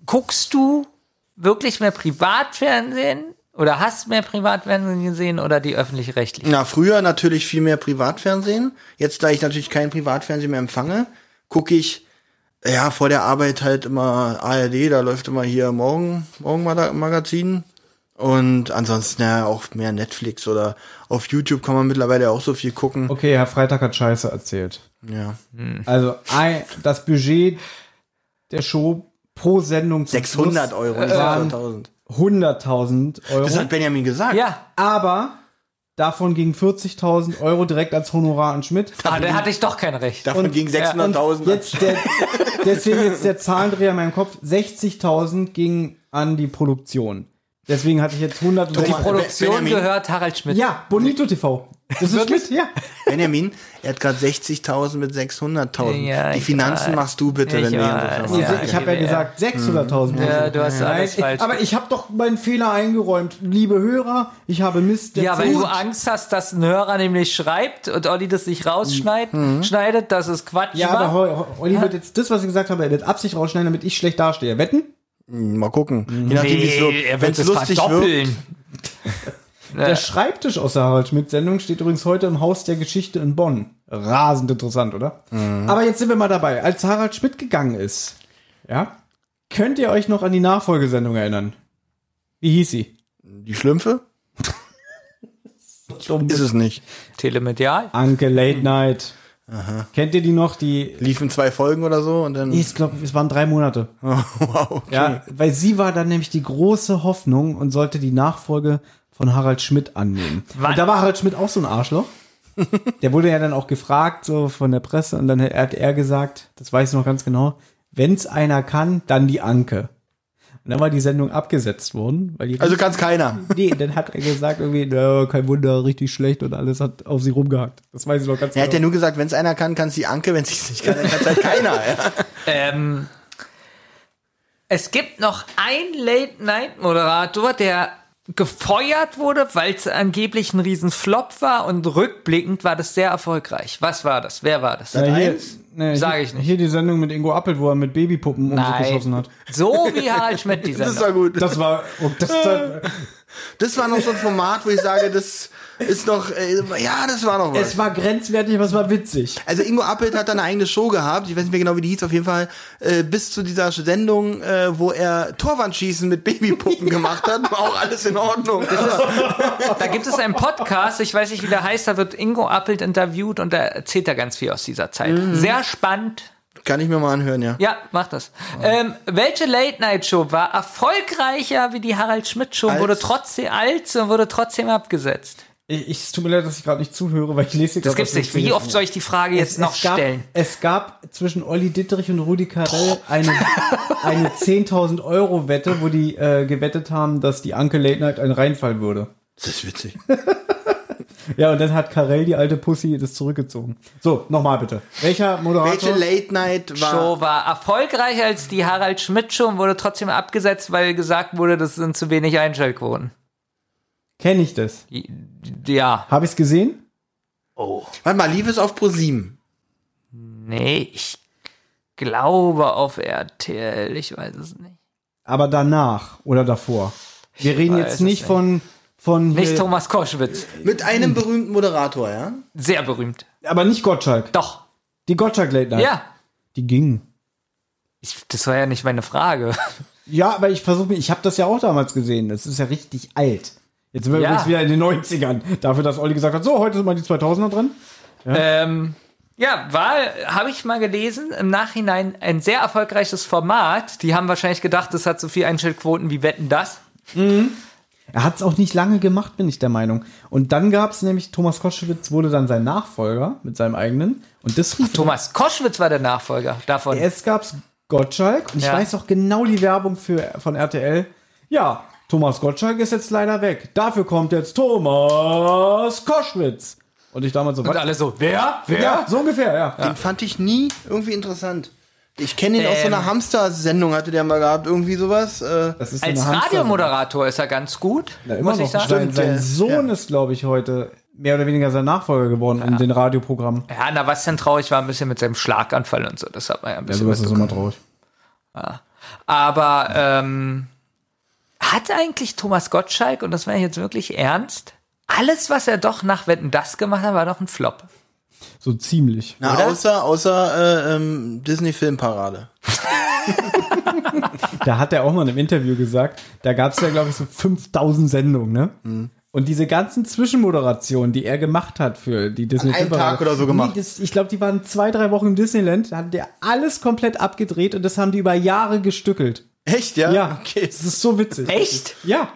[SPEAKER 5] Guckst du wirklich mehr Privatfernsehen oder hast mehr Privatfernsehen gesehen oder die öffentlich-rechtlichen?
[SPEAKER 2] Na, früher natürlich viel mehr Privatfernsehen. Jetzt, da ich natürlich kein Privatfernsehen mehr empfange, gucke ich ja vor der Arbeit halt immer ARD, da läuft immer hier morgen, morgen Magazin. Und ansonsten ja auch mehr Netflix oder auf YouTube kann man mittlerweile auch so viel gucken.
[SPEAKER 4] Okay, Herr Freitag hat Scheiße erzählt.
[SPEAKER 2] Ja.
[SPEAKER 4] Also ein, das Budget der Show pro Sendung zum
[SPEAKER 2] 600
[SPEAKER 4] Schluss
[SPEAKER 5] äh,
[SPEAKER 2] Euro,
[SPEAKER 5] ähm,
[SPEAKER 2] nicht
[SPEAKER 4] waren
[SPEAKER 2] 600.000.
[SPEAKER 4] 100.000 Euro.
[SPEAKER 2] Das hat Benjamin gesagt.
[SPEAKER 5] Ja,
[SPEAKER 4] Aber davon gingen 40.000 Euro direkt als Honorar an Schmidt.
[SPEAKER 5] ah, da hatte ich doch kein Recht.
[SPEAKER 2] Davon
[SPEAKER 5] Und-
[SPEAKER 2] ging
[SPEAKER 5] ja, und
[SPEAKER 2] 600.000.
[SPEAKER 4] Jetzt der, deswegen jetzt der Zahlendreher in meinem Kopf. 60.000 gingen an die Produktion. Deswegen hatte ich jetzt 100
[SPEAKER 5] Die
[SPEAKER 2] Thomas-
[SPEAKER 5] Produktion
[SPEAKER 2] Benjamin.
[SPEAKER 5] gehört Harald Schmidt.
[SPEAKER 4] Ja, Bonito TV. Das ist Schmidt, ja.
[SPEAKER 2] Benjamin, er hat gerade 60.000 mit 600.000.
[SPEAKER 5] Ja,
[SPEAKER 2] Die
[SPEAKER 5] ich
[SPEAKER 2] Finanzen
[SPEAKER 5] weiß.
[SPEAKER 2] machst du bitte,
[SPEAKER 5] Ich
[SPEAKER 2] wenn wir
[SPEAKER 5] weiß.
[SPEAKER 2] hier so
[SPEAKER 4] Nee,
[SPEAKER 5] Ja,
[SPEAKER 4] Also, ich habe ja
[SPEAKER 5] GWR.
[SPEAKER 4] gesagt 600.000.
[SPEAKER 5] Ja, du hast
[SPEAKER 4] Nein,
[SPEAKER 5] alles falsch.
[SPEAKER 4] aber ich habe doch meinen Fehler eingeräumt. Liebe Hörer, ich habe Mist.
[SPEAKER 5] Ja, weil du
[SPEAKER 4] erzählt.
[SPEAKER 5] Angst hast, dass ein Hörer nämlich schreibt und Olli das nicht rausschneidet,
[SPEAKER 2] Mhm.
[SPEAKER 5] schneidet, dass es Quatsch
[SPEAKER 4] ja, aber
[SPEAKER 5] war.
[SPEAKER 4] Ho- Ho- Olli wird jetzt das, was ich gesagt habe, er wird Absicht rausschneiden, damit ich schlecht dastehe. Wetten?
[SPEAKER 2] Mal gucken. Je nachdem, wie es
[SPEAKER 5] Nee,
[SPEAKER 2] wirkt. Wenn es lustig wirkt.
[SPEAKER 5] verdoppeln.
[SPEAKER 4] Der Schreibtisch aus der Harald Schmidt-Sendung steht übrigens heute im Haus der Geschichte in Bonn. Rasend interessant, oder? Aber jetzt sind wir mal dabei. Als Harald Schmidt gegangen ist, ja, könnt ihr euch noch an die Nachfolgesendung erinnern? Wie hieß sie?
[SPEAKER 2] Die Schlümpfe? Ist es nicht.
[SPEAKER 5] Telemedial.
[SPEAKER 4] Anke Late Night. Kennt ihr die noch? Die
[SPEAKER 2] Liefen zwei Folgen oder so und dann.
[SPEAKER 4] ich glaube, es waren drei Monate.
[SPEAKER 2] wow. okay.
[SPEAKER 4] Ja, weil sie war dann nämlich die große Hoffnung und sollte die Nachfolge von Harald Schmidt annehmen. Und da war Harald Schmidt auch so ein Arschloch. Der wurde ja dann auch gefragt, so von der Presse, und dann hat er gesagt, das weiß ich noch ganz genau, wenn's einer kann, dann die Anke. Und dann war die Sendung abgesetzt worden, weil die
[SPEAKER 2] Also kann es keiner.
[SPEAKER 4] nee, dann hat er gesagt irgendwie, na, kein Wunder, richtig schlecht und alles hat auf sie rumgehackt. Das weiß ich noch ganz
[SPEAKER 2] Er
[SPEAKER 4] genau.
[SPEAKER 2] hat ja nur gesagt, wenn es einer kann, kann es die Anke, wenn es nicht kann, dann kann es halt keiner. Ja.
[SPEAKER 5] Ähm, es gibt noch einen Late-Night-Moderator, der gefeuert wurde, weil es angeblich ein Riesenflop war und rückblickend war das sehr erfolgreich. Was war das? Wer war das?
[SPEAKER 4] ja, hier,
[SPEAKER 2] Eins?
[SPEAKER 4] nee,
[SPEAKER 5] Sag
[SPEAKER 4] hier-
[SPEAKER 5] ich nicht.
[SPEAKER 4] Hier die Sendung mit Ingo Appelt, wo er mit Babypuppen um sich
[SPEAKER 5] Nein. halt
[SPEAKER 4] geschossen hat.
[SPEAKER 5] So wie Harald Schmidt die
[SPEAKER 2] Das war
[SPEAKER 5] Sendung.
[SPEAKER 2] gut.
[SPEAKER 4] Das war. Oh, das, das,
[SPEAKER 2] Das war noch so ein Format, wo ich sage, das ist noch, äh, ja, das war noch was.
[SPEAKER 4] Es war grenzwertig, aber es war witzig.
[SPEAKER 2] Also Ingo Appelt hat da eine eigene Show gehabt, ich weiß nicht mehr genau, wie die hieß, auf jeden Fall, äh, bis zu dieser Sendung, äh, wo er Torwandschießen mit Babypuppen gemacht hat, war auch alles in Ordnung.
[SPEAKER 5] Da gibt es einen Podcast, ich weiß nicht, wie der heißt, da wird Ingo Appelt interviewt und da erzählt er ganz viel aus dieser Zeit.
[SPEAKER 2] Mhm.
[SPEAKER 5] Sehr spannend.
[SPEAKER 2] Kann ich mir mal anhören, ja.
[SPEAKER 5] Ja, mach das. Ähm, welche Late-Night-Show war erfolgreicher wie die Harald-Schmidt-Show,
[SPEAKER 2] Als-
[SPEAKER 5] wurde trotzdem alt und wurde trotzdem abgesetzt?
[SPEAKER 4] Ich, ich, es tut mir leid, dass ich gerade nicht zuhöre, weil ich lese
[SPEAKER 5] Das gibt's nicht. Wie oft soll ich die Frage jetzt noch
[SPEAKER 4] gab,
[SPEAKER 5] stellen?
[SPEAKER 4] Es gab zwischen Olli Dittrich und Rudi Carell eine, eine 10.000 Euro Wette, wo die äh, gewettet haben, dass die Anke Late Night ein Reinfall würde.
[SPEAKER 2] Das ist witzig.
[SPEAKER 4] Ja, und dann hat Carell, die alte Pussy, das zurückgezogen. So, nochmal bitte. Welcher Moderator?
[SPEAKER 2] Welche Late Night war?
[SPEAKER 5] Show war erfolgreicher als die Harald Schmidt Show und wurde trotzdem abgesetzt, weil gesagt wurde, das sind zu wenig Einschaltquoten.
[SPEAKER 4] Kenne ich das?
[SPEAKER 5] Ja,
[SPEAKER 4] Habe ich es gesehen?
[SPEAKER 2] Warte mal, lief es auf ProSieben.
[SPEAKER 5] nee, ich glaube auf RTL, ich weiß es nicht.
[SPEAKER 4] Aber danach oder davor? Wir reden
[SPEAKER 5] weiß es
[SPEAKER 4] jetzt nicht
[SPEAKER 5] nicht.
[SPEAKER 4] von von
[SPEAKER 5] Nicht
[SPEAKER 4] hier-
[SPEAKER 5] Thomas Koschwitz,
[SPEAKER 2] Mit einem berühmten Moderator, ja?
[SPEAKER 5] sehr berühmt.
[SPEAKER 4] aber nicht Gottschalk.
[SPEAKER 5] Doch,
[SPEAKER 4] Die Gottschalk Late Night.
[SPEAKER 5] ja.
[SPEAKER 4] Die ging.
[SPEAKER 5] Ich, das war ja nicht meine Frage.
[SPEAKER 4] Ja, aber ich versuche mich, ich habe das ja auch damals gesehen. Das ist ja richtig alt. Jetzt sind wir
[SPEAKER 5] Ja.
[SPEAKER 4] übrigens wieder in den 90ern. Dafür, dass Olli gesagt hat, so, heute sind mal die 2000er dran.
[SPEAKER 5] Ähm, ja, war, habe ich mal gelesen, im Nachhinein ein sehr erfolgreiches Format. Die haben wahrscheinlich gedacht, das hat so viel Einschaltquoten wie Wetten das.
[SPEAKER 4] Er hat es auch nicht lange gemacht, bin ich der Meinung. Und dann gab es nämlich, Thomas Koschewitz wurde dann sein Nachfolger mit seinem eigenen. Und das rief
[SPEAKER 5] Thomas Koschwitz war der Nachfolger davon.
[SPEAKER 4] Es gab's Gottschalk und ich
[SPEAKER 5] Ja.
[SPEAKER 4] weiß auch genau die Werbung für, von RTL. Ja, Thomas Gottschalk ist jetzt leider weg. Dafür kommt jetzt Thomas Koschwitz. Und ich damals so,
[SPEAKER 5] Und
[SPEAKER 4] was?
[SPEAKER 5] alle so, wer? Wer?
[SPEAKER 4] Ja, so ungefähr, ja.
[SPEAKER 2] Den fand ich nie irgendwie interessant. Ich kenne ihn aus so
[SPEAKER 5] Ähm.
[SPEAKER 2] einer Hamster-Sendung, hatte der mal gehabt, irgendwie sowas. Äh,
[SPEAKER 4] Das ist so
[SPEAKER 5] Als
[SPEAKER 4] eine Hamster-
[SPEAKER 5] Radiomoderator ist er ganz gut,
[SPEAKER 4] Ja, immer
[SPEAKER 5] muss ich
[SPEAKER 4] noch.
[SPEAKER 5] sagen.
[SPEAKER 4] Sein, sein
[SPEAKER 2] ja.
[SPEAKER 4] Sohn ist, glaube ich, heute mehr oder weniger sein Nachfolger geworden in den Radioprogrammen.
[SPEAKER 5] Ja, na, was denn traurig war, ein bisschen mit seinem Schlaganfall und so, das hat man ja ein bisschen mitbekommen.
[SPEAKER 4] immer traurig.
[SPEAKER 5] Aber ähm, hat eigentlich Thomas Gottschalk, und das war jetzt wirklich ernst, alles, was er doch nach Wetten das gemacht hat, war doch ein Flop.
[SPEAKER 4] So ziemlich.
[SPEAKER 2] na, außer außer äh, ähm, Disney-Filmparade.
[SPEAKER 4] Da hat er auch mal in einem Interview gesagt, da gab es ja, glaube ich, so 5000 Sendungen, ne?
[SPEAKER 2] Mhm.
[SPEAKER 4] Und diese ganzen Zwischenmoderationen, die er gemacht hat für die disney
[SPEAKER 2] einem Tag oder so gemacht.
[SPEAKER 4] Nee, das, ich glaube, die waren zwei, drei Wochen im Disneyland, da hat der alles komplett abgedreht und das haben die über Jahre gestückelt.
[SPEAKER 2] Echt, ja?
[SPEAKER 4] Ja,
[SPEAKER 2] Okay.
[SPEAKER 4] das ist so witzig.
[SPEAKER 5] Echt?
[SPEAKER 4] Ja,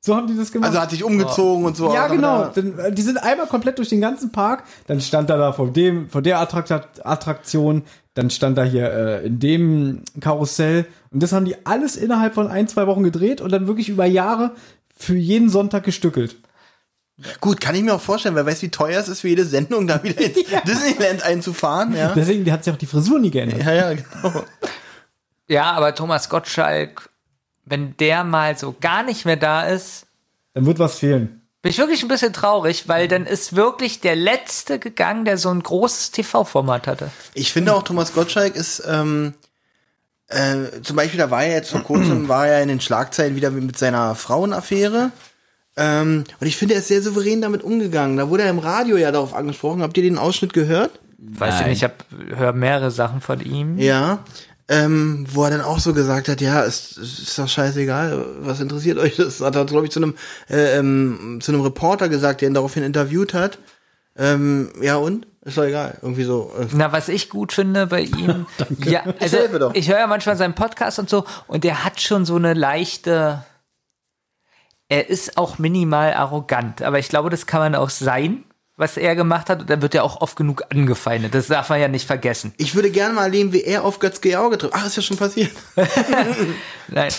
[SPEAKER 4] so haben die das gemacht.
[SPEAKER 2] Also hat sich umgezogen und so.
[SPEAKER 4] ja,
[SPEAKER 2] auch noch
[SPEAKER 4] genau.
[SPEAKER 2] da.
[SPEAKER 4] Dann, äh, die sind einmal komplett durch den ganzen Park. Dann stand er da vor dem, vor der Attrakt Attraktion. Dann stand er hier äh, in dem Karussell. Und das haben die alles innerhalb von ein, zwei Wochen gedreht und dann wirklich über Jahre für jeden Sonntag gestückelt.
[SPEAKER 2] Gut, kann ich mir auch vorstellen, wer weiß, wie teuer es ist für jede Sendung, da wieder ins Disneyland einzufahren. Ja,
[SPEAKER 4] Deswegen die hat sich auch die Frisur nie geändert.
[SPEAKER 2] ja, ja genau.
[SPEAKER 5] Ja, aber Thomas Gottschalk, wenn der mal so gar nicht mehr da ist,
[SPEAKER 4] Dann wird was fehlen.
[SPEAKER 5] bin ich wirklich ein bisschen traurig, weil dann ist wirklich der Letzte gegangen, der so ein großes TV-Format hatte.
[SPEAKER 2] Ich finde auch, Thomas Gottschalk ist, ähm, äh, zum Beispiel, da war er jetzt vor kurzem, war er in den Schlagzeilen wieder mit seiner Frauenaffäre. Ähm, und ich finde, er ist sehr souverän damit umgegangen. Da wurde er im Radio ja darauf angesprochen. Habt ihr den Ausschnitt gehört?
[SPEAKER 5] Weiß ich nicht, ich hab, höre mehrere Sachen von ihm.
[SPEAKER 2] Ja. Ähm, wo er dann auch so gesagt hat, ja, ist, ist doch scheißegal, was interessiert euch das? Hat er, glaube ich, zu einem, äh, ähm, zu einem Reporter gesagt, der ihn daraufhin interviewt hat. Ähm, ja und? Ist doch egal. Irgendwie so. Äh,
[SPEAKER 5] Na, was ich gut finde bei ihm, ja, also
[SPEAKER 2] helfe doch.
[SPEAKER 5] ich höre ja manchmal seinen Podcast und so, und der hat schon so eine leichte, er ist auch minimal arrogant, aber ich glaube, das kann man auch sein, was er gemacht hat, und er wird ja auch oft genug angefeindet, das darf man ja nicht vergessen.
[SPEAKER 2] Ich würde gerne mal erleben, wie er auf Götz George trifft. Ach, ist ja schon passiert.
[SPEAKER 5] Nein.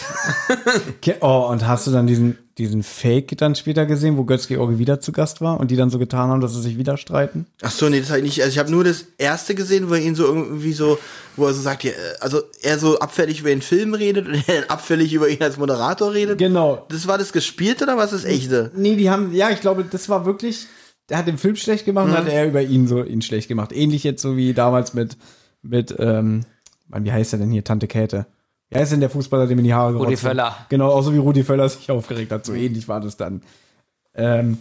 [SPEAKER 4] Ke- Oh, und hast du dann diesen, diesen Fake dann später gesehen, wo Götz-George wieder zu Gast war und die dann so getan haben, dass sie sich wieder streiten?
[SPEAKER 2] Ach so, nee, das halt nicht. Also ich habe nur das erste gesehen, wo er ihn so irgendwie so, wo er so sagt, ja, äh, also er so abfällig über den Film redet und er dann abfällig über ihn als Moderator redet.
[SPEAKER 4] Genau.
[SPEAKER 2] Das war das gespielt oder was das echte?
[SPEAKER 4] Nee, die haben, ja, ich glaube, das war wirklich, der hat den Film schlecht gemacht und hat er über ihn so ihn schlecht gemacht. Ähnlich jetzt so wie damals mit, mit, ähm, Mann, wie heißt er denn hier, Tante Käthe? Er ist denn der Fußballer, dem in die Haare gerotzt hat?
[SPEAKER 5] Völler.
[SPEAKER 4] Genau, auch so wie Rudi Völler sich aufgeregt hat. So ähnlich war das dann. Ähm,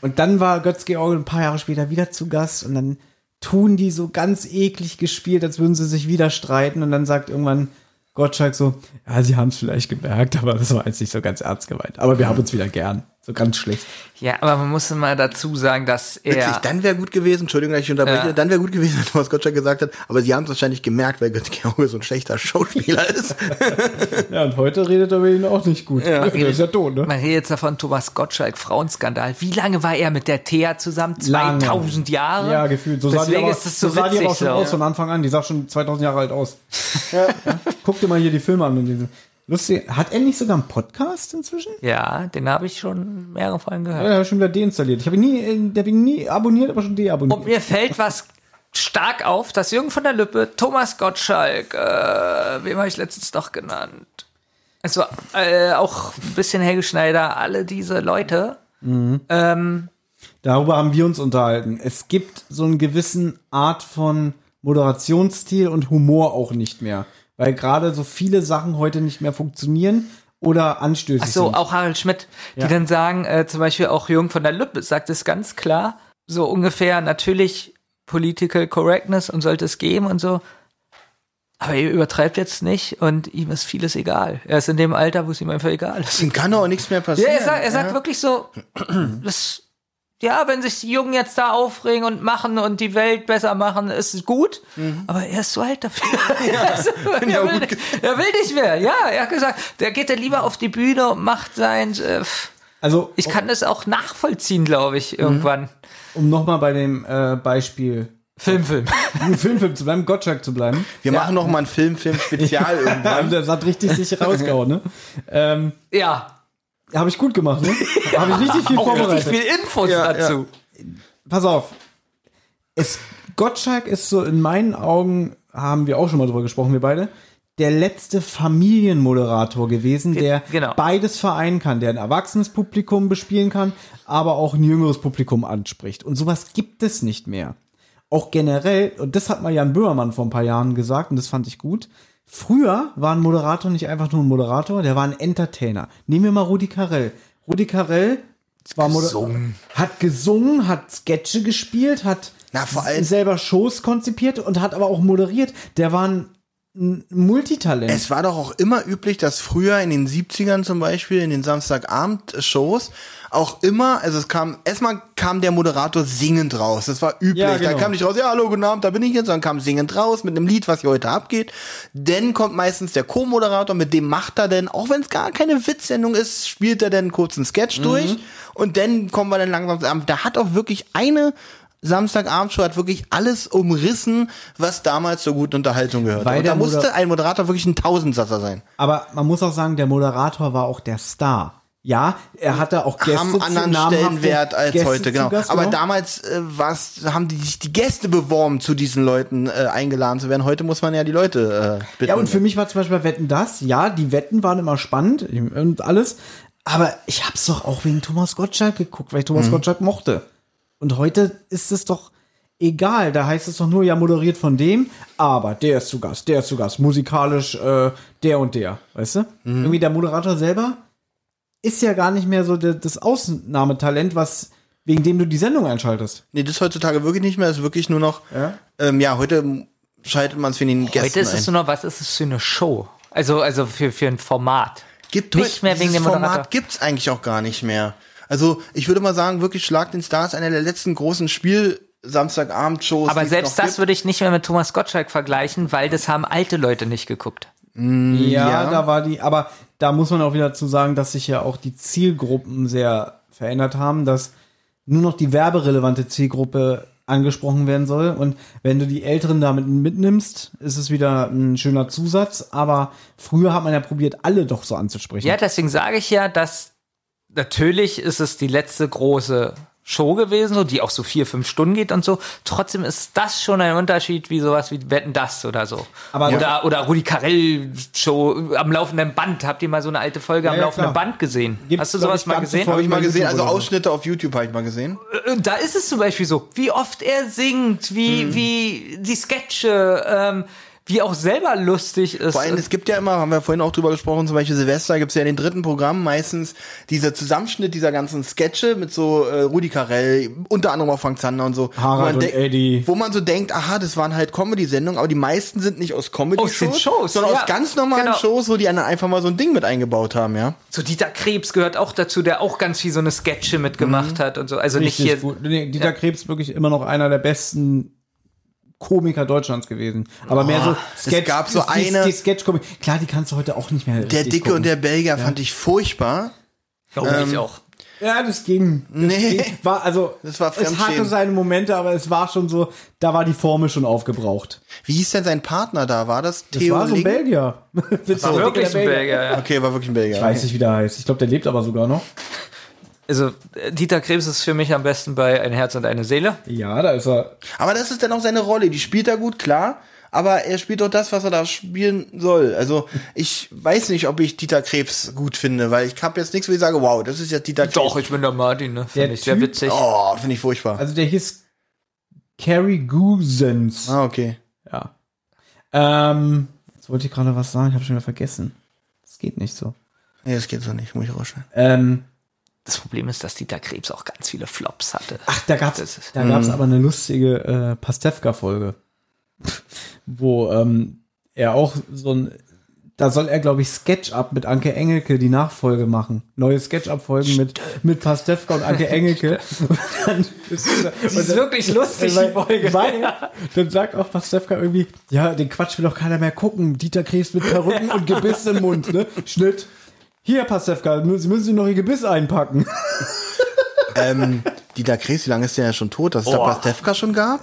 [SPEAKER 4] und dann war Götz-George ein paar Jahre später wieder zu Gast und dann tun die so ganz eklig gespielt, als würden sie sich wieder streiten und dann sagt irgendwann Gottschalk so, ja, sie haben es vielleicht gemerkt, aber das war jetzt nicht so ganz ernst gemeint. Aber wir haben uns wieder gern. So ganz schlecht.
[SPEAKER 5] Ja, aber man muss mal dazu sagen, dass
[SPEAKER 2] Witzig,
[SPEAKER 5] er.
[SPEAKER 2] dann wäre gut gewesen, Entschuldigung, dass ich unterbreche,
[SPEAKER 5] Ja.
[SPEAKER 2] dann wäre gut gewesen, wenn Thomas Gottschalk gesagt hat, aber sie haben es wahrscheinlich gemerkt, weil Götz-George so ein schlechter Schauspieler ist.
[SPEAKER 4] Ja, und heute redet er über ihn auch nicht gut. Ja. Der ist ja tot, ne?
[SPEAKER 5] Man redet jetzt davon, Thomas Gottschalk, Frauenskandal. Wie lange war er mit der Thea zusammen?
[SPEAKER 4] Lange.
[SPEAKER 5] 2000 Jahre?
[SPEAKER 4] Ja, gefühlt. So sah die
[SPEAKER 5] Deswegen
[SPEAKER 4] aber,
[SPEAKER 5] ist das so,
[SPEAKER 4] so sah die
[SPEAKER 5] witzig.
[SPEAKER 4] aber auch schon
[SPEAKER 5] so,
[SPEAKER 4] aus
[SPEAKER 5] ja.
[SPEAKER 4] von Anfang an. Die sah schon 2000 Jahre alt aus. Ja. Guck dir mal hier die Filme an. Und diese. Lustig. Hat er nicht sogar einen Podcast inzwischen?
[SPEAKER 5] ja, den habe ich schon mehrere Folgen gehört.
[SPEAKER 4] Ja, er hat schon wieder deinstalliert. Ich habe ihn nie, äh, der bin nie abonniert, aber schon
[SPEAKER 5] Und
[SPEAKER 4] deabonniert.
[SPEAKER 5] Oh, mir fällt was stark auf, dass Jürgen von der Lippe, Thomas Gottschalk, äh, wem habe ich letztens noch genannt? Also äh, auch ein bisschen Helge Schneider, alle diese Leute. Ähm,
[SPEAKER 4] Darüber haben wir uns unterhalten. Es gibt so einen gewissen Art von Moderationsstil und Humor auch nicht mehr, weil gerade so viele Sachen heute nicht mehr funktionieren oder anstößig
[SPEAKER 5] ach so,
[SPEAKER 4] sind.
[SPEAKER 5] auch Harald Schmidt, die
[SPEAKER 4] Ja.
[SPEAKER 5] dann sagen, äh, zum Beispiel auch Jürgen von der Lippe sagt es ganz klar, so ungefähr natürlich Political Correctness und sollte es geben und so. Aber ihr übertreibt jetzt nicht und ihm ist vieles egal. Er ist in dem Alter, wo es ihm einfach egal ist.
[SPEAKER 2] Ihm kann doch nichts mehr
[SPEAKER 5] Ja,
[SPEAKER 2] passieren.
[SPEAKER 5] er sagt, er sagt wirklich so, das, ja, wenn sich die Jungen jetzt da aufregen und machen und die Welt besser machen, ist es gut,
[SPEAKER 2] Mhm.
[SPEAKER 5] aber er ist zu alt dafür. also, er, will, nicht- er will nicht mehr, ja, er hat gesagt, der geht dann lieber auf die Bühne und macht sein, äh, pff.
[SPEAKER 4] also
[SPEAKER 2] Oh.
[SPEAKER 5] ich kann das auch nachvollziehen, glaube ich,
[SPEAKER 2] Mhm.
[SPEAKER 5] irgendwann.
[SPEAKER 4] um nochmal bei dem äh, Beispiel um
[SPEAKER 5] Film, Film.
[SPEAKER 4] Filmfilm zu bleiben, Gottschalk zu bleiben.
[SPEAKER 2] Wir machen noch mal ein Film-Film-Spezial irgendwann.
[SPEAKER 4] Ja, das hat richtig sich rausgehauen, ne? Ähm,
[SPEAKER 5] Ja,
[SPEAKER 4] Habe ich gut gemacht, ne? Habe ich richtig viel
[SPEAKER 5] auch richtig
[SPEAKER 4] vorbereitet.
[SPEAKER 5] viel Infos dazu.
[SPEAKER 4] Pass auf. Es, Gottschalk ist so in meinen Augen, haben wir auch schon mal drüber gesprochen, wir beide, der letzte Familienmoderator gewesen, der
[SPEAKER 5] genau.
[SPEAKER 4] beides vereinen kann, der ein erwachsenes Publikum bespielen kann, aber auch ein jüngeres Publikum anspricht. Und sowas gibt es nicht mehr. Auch generell, und das hat mal Jan Böhmermann vor ein paar Jahren gesagt, und das fand ich gut. Früher war ein Moderator nicht einfach nur ein Moderator, der war ein Entertainer. Nehmen wir mal Rudi Carell. Rudi Carell war gesungen. hat gesungen, hat Sketche gespielt, hat
[SPEAKER 2] Na, vor allem-
[SPEAKER 4] selber Shows konzipiert und hat aber auch moderiert. Der war ein, ein Multitalent.
[SPEAKER 2] Es war doch auch immer üblich, dass früher in den 70ern zum Beispiel, in den Samstagabend-Shows, auch immer, also es kam, erstmal kam der Moderator singend raus. Das war üblich.
[SPEAKER 4] Ja, genau.
[SPEAKER 2] Da kam nicht raus, ja, hallo, guten Abend, da bin ich jetzt, sondern kam singend raus mit einem Lied, was hier heute abgeht. Dann kommt meistens der Co-Moderator, mit dem macht er denn, auch wenn es gar keine Witzsendung ist, spielt er dann einen kurzen Sketch
[SPEAKER 4] Mhm.
[SPEAKER 2] durch. Und dann kommen wir dann langsam zusammen. Da hat auch wirklich eine Samstagabendshow hat wirklich alles umrissen, was damals zur guten Unterhaltung gehört.
[SPEAKER 4] Weil
[SPEAKER 2] Und
[SPEAKER 4] der
[SPEAKER 2] da musste
[SPEAKER 4] Moder-
[SPEAKER 2] ein Moderator wirklich ein Tausendsasser sein.
[SPEAKER 4] aber man muss auch sagen, der Moderator war auch der Star. Ja, er hatte auch Gäste
[SPEAKER 2] haben
[SPEAKER 4] zu-
[SPEAKER 2] anderen
[SPEAKER 4] namhafte
[SPEAKER 2] Stellenwert als
[SPEAKER 4] Gäste
[SPEAKER 2] heute,
[SPEAKER 4] zu
[SPEAKER 2] genau.
[SPEAKER 4] Gast,
[SPEAKER 2] Aber
[SPEAKER 4] genau.
[SPEAKER 2] damals äh, war's, haben die sich die Gäste beworben, zu diesen Leuten äh, eingeladen zu werden. Heute muss man ja die Leute äh, bitten.
[SPEAKER 4] Ja, und für mich war zum Beispiel bei Wetten das, ja, die Wetten waren immer spannend und alles, aber ich hab's doch auch wegen Thomas Gottschalk geguckt, weil ich Thomas Gottschalk mochte. Und heute ist es doch egal, da heißt es doch nur, ja, moderiert von dem, aber der ist zu Gast, der ist zu Gast, musikalisch äh, der und der, weißt du? Irgendwie der Moderator selber ist ja gar nicht mehr so de- das Ausnahmetalent, was wegen dem du die Sendung einschaltest.
[SPEAKER 2] nee, das ist heutzutage wirklich nicht mehr. Das ist wirklich nur noch, ja, ähm, ja heute schaltet man es für den Gästen
[SPEAKER 5] Heute ist es
[SPEAKER 2] ein.
[SPEAKER 5] nur noch, was ist es für eine Show? Also, also für, für ein Format.
[SPEAKER 2] Gibt
[SPEAKER 5] nicht
[SPEAKER 2] heute
[SPEAKER 5] mehr wegen
[SPEAKER 2] dieses
[SPEAKER 5] dem Moderator.
[SPEAKER 2] Format gibt's eigentlich auch gar nicht mehr. Also ich würde mal sagen, wirklich Schlag den Stars, einer der letzten großen Spiel Samstagabend-Shows.
[SPEAKER 5] Aber
[SPEAKER 2] die es
[SPEAKER 5] selbst
[SPEAKER 2] noch
[SPEAKER 5] das
[SPEAKER 2] gibt.
[SPEAKER 5] würde ich nicht mehr mit Thomas Gottschalk vergleichen, weil das haben alte Leute nicht geguckt.
[SPEAKER 4] Ja,
[SPEAKER 2] Ja.
[SPEAKER 4] da war die, aber da muss man auch wieder zu sagen, dass sich ja auch die Zielgruppen sehr verändert haben, dass nur noch die werberelevante Zielgruppe angesprochen werden soll. Und wenn du die Älteren damit mitnimmst, ist es wieder ein schöner Zusatz. Aber früher hat man ja probiert, alle doch so anzusprechen.
[SPEAKER 5] Ja, deswegen sage ich ja, dass natürlich ist es die letzte große Show gewesen, so, die auch so vier, fünf Stunden geht und so. Trotzdem ist das schon ein Unterschied wie sowas wie Wetten das oder so.
[SPEAKER 4] Aber-
[SPEAKER 5] oder, oder Rudi Carell Show am laufenden Band. Habt ihr mal so eine alte Folge am
[SPEAKER 4] ja,
[SPEAKER 5] laufenden
[SPEAKER 4] klar.
[SPEAKER 5] Band gesehen?
[SPEAKER 4] Gibt's,
[SPEAKER 5] Hast du
[SPEAKER 4] glaub
[SPEAKER 5] sowas
[SPEAKER 4] ich,
[SPEAKER 5] mal
[SPEAKER 4] ganze
[SPEAKER 5] gesehen?
[SPEAKER 4] Folgen
[SPEAKER 2] Hab ich mal
[SPEAKER 4] bei
[SPEAKER 2] gesehen,
[SPEAKER 4] YouTube
[SPEAKER 2] also
[SPEAKER 4] oder so.
[SPEAKER 2] Ausschnitte auf YouTube habe ich mal gesehen.
[SPEAKER 5] Und da
[SPEAKER 4] Hm.
[SPEAKER 5] ist es zum Beispiel so, wie oft er singt, wie, wie die Sketche, ähm, die auch selber lustig ist.
[SPEAKER 2] Vor allem, es gibt ja immer, haben wir vorhin auch drüber gesprochen, zum Beispiel Silvester gibt es ja in den dritten Programmen meistens dieser Zusammenschnitt dieser ganzen Sketche mit so äh, Rudi Carell, unter anderem auch Frank Zander und so.
[SPEAKER 4] Harald
[SPEAKER 2] wo man
[SPEAKER 4] und
[SPEAKER 2] denkt-
[SPEAKER 4] Eddie.
[SPEAKER 2] Wo man so denkt, aha, das waren halt Comedy-Sendungen, aber die meisten sind nicht aus Comedy-Shows,
[SPEAKER 5] den Shows,
[SPEAKER 2] sondern
[SPEAKER 5] ja.
[SPEAKER 2] aus ganz normalen
[SPEAKER 5] Genau.
[SPEAKER 2] Shows, wo die anderen einfach mal so ein Ding mit eingebaut haben, ja.
[SPEAKER 5] so Dieter Krebs gehört auch dazu, der auch ganz viel so eine Sketche mitgemacht hat und so. Also
[SPEAKER 4] Mhm. Richtig
[SPEAKER 5] nicht hier.
[SPEAKER 4] gut. Nee, Dieter Krebs wirklich immer noch einer der besten Komiker Deutschlands gewesen. Aber mehr so Sketch.
[SPEAKER 2] Oh, gab so
[SPEAKER 4] die,
[SPEAKER 2] eine-
[SPEAKER 4] Die Sketch-Komik. Klar, die kannst du heute auch nicht mehr.
[SPEAKER 2] Der
[SPEAKER 4] richtig
[SPEAKER 2] Dicke
[SPEAKER 4] gucken.
[SPEAKER 2] und der Belgier fand ich furchtbar.
[SPEAKER 5] Glaube Oh,
[SPEAKER 4] Ähm,
[SPEAKER 5] ich auch.
[SPEAKER 4] Ja, das ging. Das
[SPEAKER 2] Nee.
[SPEAKER 4] ging. War, also,
[SPEAKER 2] Das war
[SPEAKER 4] es hatte
[SPEAKER 2] Fremdschämen.
[SPEAKER 4] seine Momente, aber es war schon so, da war die Formel schon aufgebraucht.
[SPEAKER 2] Wie hieß denn sein Partner da? War das
[SPEAKER 4] Das
[SPEAKER 2] Theo
[SPEAKER 4] war so ein
[SPEAKER 2] Link?
[SPEAKER 4] Belgier. Das war
[SPEAKER 5] Wirklich so ein Belgier, ja.
[SPEAKER 2] Okay, war wirklich ein Belgier.
[SPEAKER 4] Ich weiß nicht, wie der heißt. Ich glaube, der lebt aber sogar noch.
[SPEAKER 5] Also äh, Dieter Krebs ist für mich am besten bei Ein Herz und eine Seele.
[SPEAKER 4] Ja, da ist er.
[SPEAKER 2] Aber das ist dann auch seine Rolle. Die spielt er gut, klar. Aber er spielt doch das, was er da spielen soll. Also ich weiß nicht, ob ich Dieter Krebs gut finde, weil ich habe jetzt nichts, wo ich sage, wow, das ist jetzt Dieter
[SPEAKER 5] Doch,
[SPEAKER 2] Krebs.
[SPEAKER 5] ich bin der Martin, ne?
[SPEAKER 4] Der
[SPEAKER 5] Finde ich sehr
[SPEAKER 4] Typ-
[SPEAKER 5] witzig.
[SPEAKER 2] Oh, finde ich furchtbar.
[SPEAKER 4] Also, der hieß Cary Goosens.
[SPEAKER 2] ah, okay.
[SPEAKER 4] Ja. Ähm, jetzt wollte ich gerade was sagen, ich habe schon wieder vergessen. Das geht nicht so.
[SPEAKER 2] Nee, das geht so nicht, muss ich rausschneiden.
[SPEAKER 4] Ähm,
[SPEAKER 5] Das Problem ist, dass Dieter Krebs auch ganz viele Flops hatte.
[SPEAKER 4] ach, da gab's,
[SPEAKER 5] Das ist- Mhm.
[SPEAKER 4] da gab's aber eine lustige äh, Pastewka-Folge, wo ähm, er auch so ein, da soll er, glaube ich, Sketch-Up mit Anke Engelke die Nachfolge machen. Neue Sketch-Up-Folgen mit, mit Pastewka und Anke Engelke. und dann ist,
[SPEAKER 5] Das ist wirklich lustig, die
[SPEAKER 4] weil,
[SPEAKER 5] Folge.
[SPEAKER 4] weil dann sagt auch Pastewka irgendwie, ja, den Quatsch will doch keiner mehr gucken. Dieter Krebs mit Perücken und Gebiss im Mund, ne? Schnitt. Hier, Pastewka, mü- Sie müssen sich noch Ihr Gebiss einpacken.
[SPEAKER 2] ähm, Dieter Krebs, wie lange ist der ja schon tot? Dass es da Pastewka schon gab?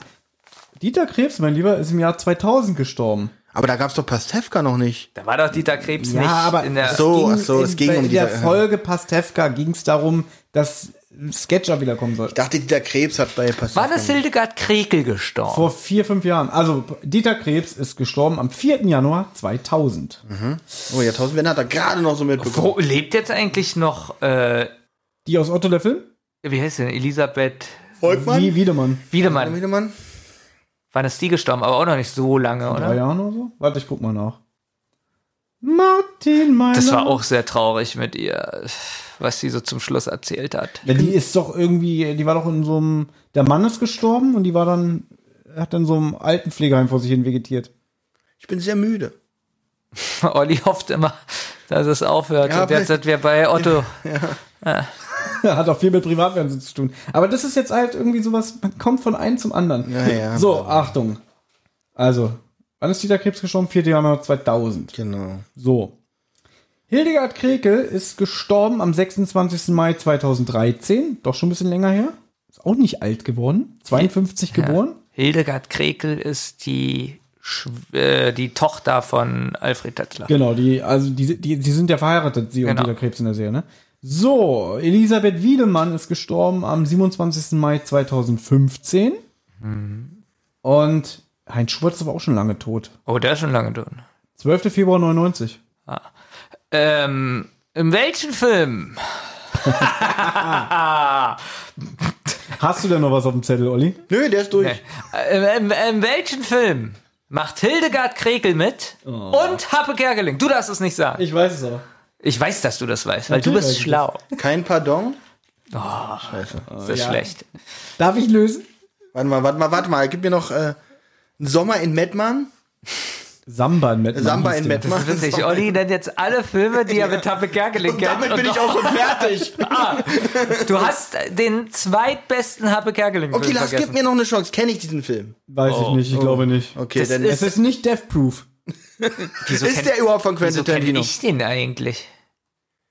[SPEAKER 4] Dieter Krebs, mein Lieber, ist im Jahr 2000 gestorben.
[SPEAKER 2] Aber da gab es doch Pastewka noch nicht.
[SPEAKER 5] Da war doch Dieter Krebs nicht in der.
[SPEAKER 2] so, ach so, es ging um
[SPEAKER 4] in der
[SPEAKER 2] diese-
[SPEAKER 4] Folge Pastewka ging es darum, dass Sketcher wiederkommen soll.
[SPEAKER 2] Ich dachte, Dieter Krebs hat bei Pastewka...
[SPEAKER 5] Wann ist Hildegard Krekel gestorben?
[SPEAKER 4] Vor vier, fünf Jahren. Also, Dieter Krebs ist gestorben am 4. Januar 2000.
[SPEAKER 2] Oh, Jahrtausendwende hat er gerade noch so mitbekommen.
[SPEAKER 5] Wo lebt jetzt eigentlich noch, äh,
[SPEAKER 4] Die aus Otto Löffel?
[SPEAKER 5] wie heißt sie denn, Elisabeth
[SPEAKER 2] Volkmann?
[SPEAKER 4] Wie Wiedemann.
[SPEAKER 5] Wiedemann?
[SPEAKER 2] Wiedemann?
[SPEAKER 5] Wann ist die gestorben? Aber auch noch nicht so lange,
[SPEAKER 4] drei
[SPEAKER 5] oder?
[SPEAKER 4] Jahren oder so? Warte, ich guck mal nach. Martin, mein
[SPEAKER 5] Das war auch sehr traurig mit ihr, was sie so zum Schluss erzählt hat.
[SPEAKER 4] Ja, die ist doch irgendwie, die war doch in so einem, der Mann ist gestorben und die war dann, hat dann so einem alten Pflegeheim vor sich hin vegetiert.
[SPEAKER 2] Ich bin sehr müde.
[SPEAKER 5] Olli hofft immer, dass es aufhört.
[SPEAKER 2] Ja,
[SPEAKER 5] Und jetzt
[SPEAKER 2] aber-
[SPEAKER 5] sind wir bei Otto.
[SPEAKER 4] hat auch viel mit Privatfernsehen zu tun. Aber das ist jetzt halt irgendwie sowas, man kommt von einem zum anderen.
[SPEAKER 2] Ja, ja.
[SPEAKER 4] So, Achtung. Also, wann ist Dieter Krebs gestorben? 4. Januar 2000.
[SPEAKER 2] Genau.
[SPEAKER 4] So. Hildegard Krekel ist gestorben am 26. Mai 2013. Doch schon ein bisschen länger her. Ist auch nicht alt geworden. 52 geboren.
[SPEAKER 5] Hildegard Krekel ist die, Schw- äh, die Tochter von Alfred Tetzler.
[SPEAKER 4] Genau, die, also die, die, die sind ja verheiratet, sie
[SPEAKER 5] Genau.
[SPEAKER 4] und Dieter Krebs in der Serie, ne? So, Elisabeth Wiedemann ist gestorben am 27. Mai 2015.
[SPEAKER 5] Mhm.
[SPEAKER 4] Und Heinz Schwarz ist aber auch schon lange tot.
[SPEAKER 5] Oh, der ist schon lange tot.
[SPEAKER 4] 12. Februar 99.
[SPEAKER 5] Ähm, in welchem Film?
[SPEAKER 4] Hast du denn noch was auf dem Zettel, Olli?
[SPEAKER 2] Nö, der ist durch.
[SPEAKER 5] Äh, In, in, in welchem Film macht Hildegard Krekel mit
[SPEAKER 2] Oh.
[SPEAKER 5] und Happe Kerkeling? Du darfst es nicht sagen.
[SPEAKER 4] Ich weiß es aber.
[SPEAKER 5] Ich weiß, dass du das weißt, weil du
[SPEAKER 4] Natürlich
[SPEAKER 5] bist schlau.
[SPEAKER 2] Kein Pardon? Oh,
[SPEAKER 5] Das ist schlecht.
[SPEAKER 4] Darf ich lösen?
[SPEAKER 2] Warte mal, warte mal, warte mal. Gib mir noch äh, einen Sommer in Mettmann.
[SPEAKER 4] Samba in Mettmann.
[SPEAKER 2] Samba
[SPEAKER 4] hieß
[SPEAKER 2] in
[SPEAKER 4] der.
[SPEAKER 2] Mettmann.
[SPEAKER 5] Das ist witzig. Olli nennt jetzt alle Filme, die er mit Happe Kerkeling
[SPEAKER 2] Und
[SPEAKER 5] kennt.
[SPEAKER 2] damit bin ich auch schon fertig.
[SPEAKER 5] Ah, Du hast den zweitbesten Happe Kerkeling
[SPEAKER 2] Okay, Lars,
[SPEAKER 5] vergessen.
[SPEAKER 2] gib mir noch eine Chance. Kenne ich diesen Film?
[SPEAKER 4] Weiß ich nicht, ich glaube nicht.
[SPEAKER 2] Oh, Okay,
[SPEAKER 5] Das
[SPEAKER 2] dann
[SPEAKER 5] ist-
[SPEAKER 2] ist,
[SPEAKER 4] Es ist nicht Death Proof.
[SPEAKER 5] Wieso kenn-
[SPEAKER 2] der überhaupt von Quentin
[SPEAKER 5] Wieso kenne
[SPEAKER 2] Tarantino?
[SPEAKER 5] ich den eigentlich?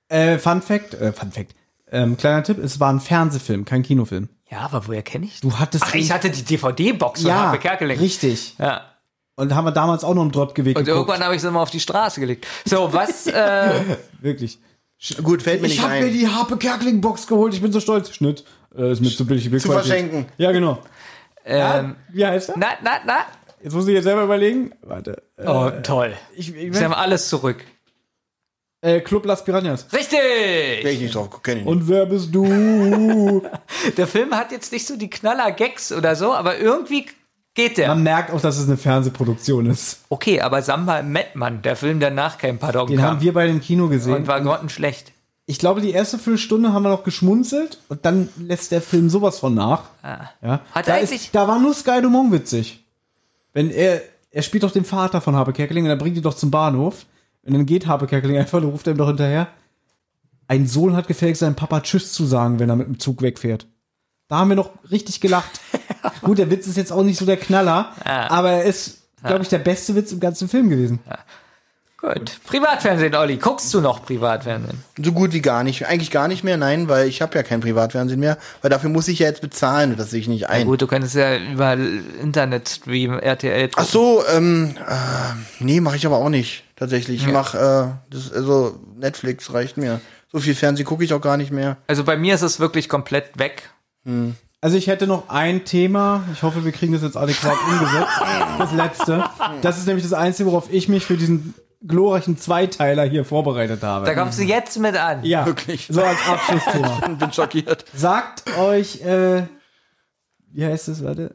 [SPEAKER 4] Äh, Fun Fact, äh, Fun Fact. Ähm, kleiner Tipp, es war ein Fernsehfilm, kein Kinofilm.
[SPEAKER 5] Ja, aber woher kenne ich den?
[SPEAKER 4] Du hattest
[SPEAKER 5] Ach, ich hatte die DVD-Box von
[SPEAKER 4] ja,
[SPEAKER 5] Happe Kerkeling.
[SPEAKER 4] richtig.
[SPEAKER 5] Ja.
[SPEAKER 4] Und haben wir damals auch noch im Drop-Geweg
[SPEAKER 5] Und irgendwann habe ich sie mal auf die Straße gelegt. So, was, äh,
[SPEAKER 4] Wirklich.
[SPEAKER 2] Gut, fällt mir
[SPEAKER 4] Ich
[SPEAKER 2] nicht
[SPEAKER 4] habe mir
[SPEAKER 2] ein.
[SPEAKER 4] die Harpe Kerkeling Box geholt, ich bin so stolz. Schnitt. Äh, ist mir zu billig. Zu
[SPEAKER 2] verschenken.
[SPEAKER 4] Ja, genau.
[SPEAKER 5] ähm,
[SPEAKER 4] Wie heißt er?
[SPEAKER 5] na, na, na.
[SPEAKER 4] Jetzt muss ich jetzt selber überlegen. Warte. Äh,
[SPEAKER 5] Oh, toll.
[SPEAKER 4] ich, ich,
[SPEAKER 5] Sie haben alles zurück.
[SPEAKER 4] äh, Club Las Piranhas.
[SPEAKER 5] Richtig!
[SPEAKER 2] Kenn ich nicht drauf. Kenn ich nicht.
[SPEAKER 4] Und wer bist du?
[SPEAKER 5] Der Film hat jetzt nicht so die Knaller-Gags oder so, aber irgendwie Geht der?
[SPEAKER 4] Man merkt auch, dass es eine Fernsehproduktion ist.
[SPEAKER 5] Okay, aber Samba im Mettmann, der Film, der nach kein Pardon
[SPEAKER 4] Den
[SPEAKER 5] kam.
[SPEAKER 4] haben wir bei dem Kino gesehen.
[SPEAKER 5] und war grottenschlecht.
[SPEAKER 4] Ich glaube, die erste Viertelstunde haben wir noch geschmunzelt und dann lässt der Film sowas von nach. Ja.
[SPEAKER 5] Ah. Hat
[SPEAKER 4] da,
[SPEAKER 5] eigentlich-
[SPEAKER 4] ist, da war nur Sky Dumont witzig. Wenn er, er spielt doch den Vater von Habe Kerkeling und er bringt ihn doch zum Bahnhof. Und dann geht Habe Kerkeling einfach und ruft ihm doch hinterher. Ein Sohn hat gefälligst seinem Papa Tschüss zu sagen, wenn er mit dem Zug wegfährt. Da haben wir noch richtig gelacht. Gut, der Witz ist jetzt auch nicht so der Knaller,
[SPEAKER 5] Ah.
[SPEAKER 4] aber er ist, glaube ich, der beste Witz im ganzen Film gewesen.
[SPEAKER 5] Gut. Privatfernsehen, Olli. Guckst du noch Privatfernsehen?
[SPEAKER 2] So gut wie gar nicht. Eigentlich gar nicht mehr, nein, weil ich habe ja kein Privatfernsehen mehr. Weil dafür muss ich ja jetzt bezahlen und das sehe ich nicht ein.
[SPEAKER 5] Gut, du könntest ja über Internet streamen, RTL.
[SPEAKER 2] Ach so, ähm, äh, nee, mache ich aber auch nicht. Tatsächlich. Ich mach, äh, das, also Netflix reicht mir. So viel Fernsehen gucke ich auch gar nicht mehr.
[SPEAKER 5] Also bei mir ist es wirklich komplett weg.
[SPEAKER 4] Also ich hätte noch ein Thema. Ich hoffe, wir kriegen das jetzt adäquat umgesetzt. Das letzte. Das ist nämlich das Einzige, worauf ich mich für diesen glorreichen Zweiteiler hier vorbereitet habe.
[SPEAKER 5] Da kommst du jetzt mit an.
[SPEAKER 4] ja, wirklich. So als Abschlussthema.
[SPEAKER 2] Und bin schockiert.
[SPEAKER 4] Sagt euch, äh, wie heißt es, warte?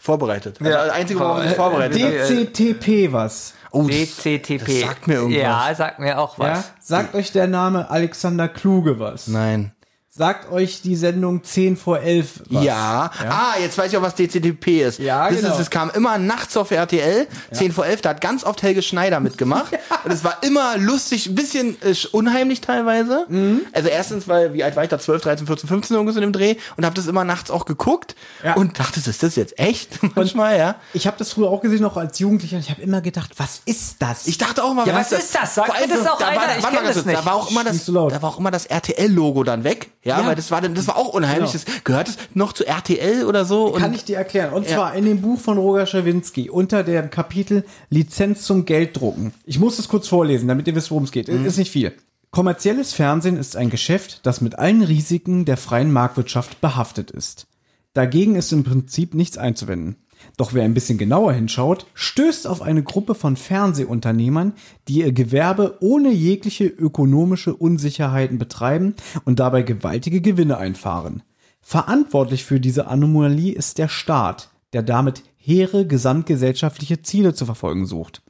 [SPEAKER 2] Vorbereitet. Ja, also, einzige, worauf ich mich vorbereitet habe.
[SPEAKER 4] DCTP was.
[SPEAKER 2] Oh, das-
[SPEAKER 5] DCTP.
[SPEAKER 2] Das sagt mir irgendwas.
[SPEAKER 5] Ja, sagt mir auch
[SPEAKER 4] Ja?
[SPEAKER 5] was.
[SPEAKER 4] Sagt euch der Name Alexander Kluge was.
[SPEAKER 2] Nein.
[SPEAKER 4] Sagt euch die Sendung 10 vor 11 was.
[SPEAKER 2] Ja. Ah, jetzt weiß ich auch, was DCDP ist.
[SPEAKER 4] Ja,
[SPEAKER 2] das
[SPEAKER 4] genau.
[SPEAKER 2] ist, es kam immer nachts auf RTL, 10 vor 11, da hat ganz oft Helge Schneider mitgemacht. Und es war immer lustig, ein bisschen äh, unheimlich teilweise.
[SPEAKER 5] Mhm.
[SPEAKER 2] Also erstens, weil, wie alt war ich da? 12, 13, 14, 15 irgendwas in dem Dreh und habe das immer nachts auch geguckt
[SPEAKER 4] Ja.
[SPEAKER 2] und dachte, ist das jetzt echt? Manchmal, ja.
[SPEAKER 4] Ich habe das früher auch gesehen, noch als Jugendlicher. und Ich habe immer gedacht, was ist das?
[SPEAKER 2] Ich dachte auch mal,
[SPEAKER 5] Ja, was ist das? Sag
[SPEAKER 2] Vor
[SPEAKER 5] mir
[SPEAKER 2] allem
[SPEAKER 5] das
[SPEAKER 2] so-
[SPEAKER 5] auch einer,
[SPEAKER 2] da- warte
[SPEAKER 5] ich
[SPEAKER 2] mal
[SPEAKER 5] kenn
[SPEAKER 2] ganz
[SPEAKER 5] das
[SPEAKER 2] kurz,
[SPEAKER 5] nicht.
[SPEAKER 2] Da war auch immer das,
[SPEAKER 4] Nicht so laut.
[SPEAKER 2] da war auch immer das RTL-Logo dann weg. Ja,
[SPEAKER 4] Ja.
[SPEAKER 2] weil das war, dann- das war auch unheimlich. Das, gehört es noch zu RTL oder so?
[SPEAKER 4] Kann ich dir erklären. Und zwar in dem Buch von Roger Schawinski unter dem Kapitel Lizenz zum Gelddrucken. Ich muss das kurz vorlesen, damit ihr wisst, worum es geht. Ist nicht viel. Kommerzielles Fernsehen ist ein Geschäft, das mit allen Risiken der freien Marktwirtschaft behaftet ist. Dagegen ist im Prinzip nichts einzuwenden. Doch wer ein bisschen genauer hinschaut, stößt auf eine Gruppe von Fernsehunternehmern, die ihr Gewerbe ohne jegliche ökonomische Unsicherheiten betreiben und dabei gewaltige Gewinne einfahren. Verantwortlich für diese Anomalie ist der Staat, der damit hehre gesamtgesellschaftliche Ziele zu verfolgen sucht.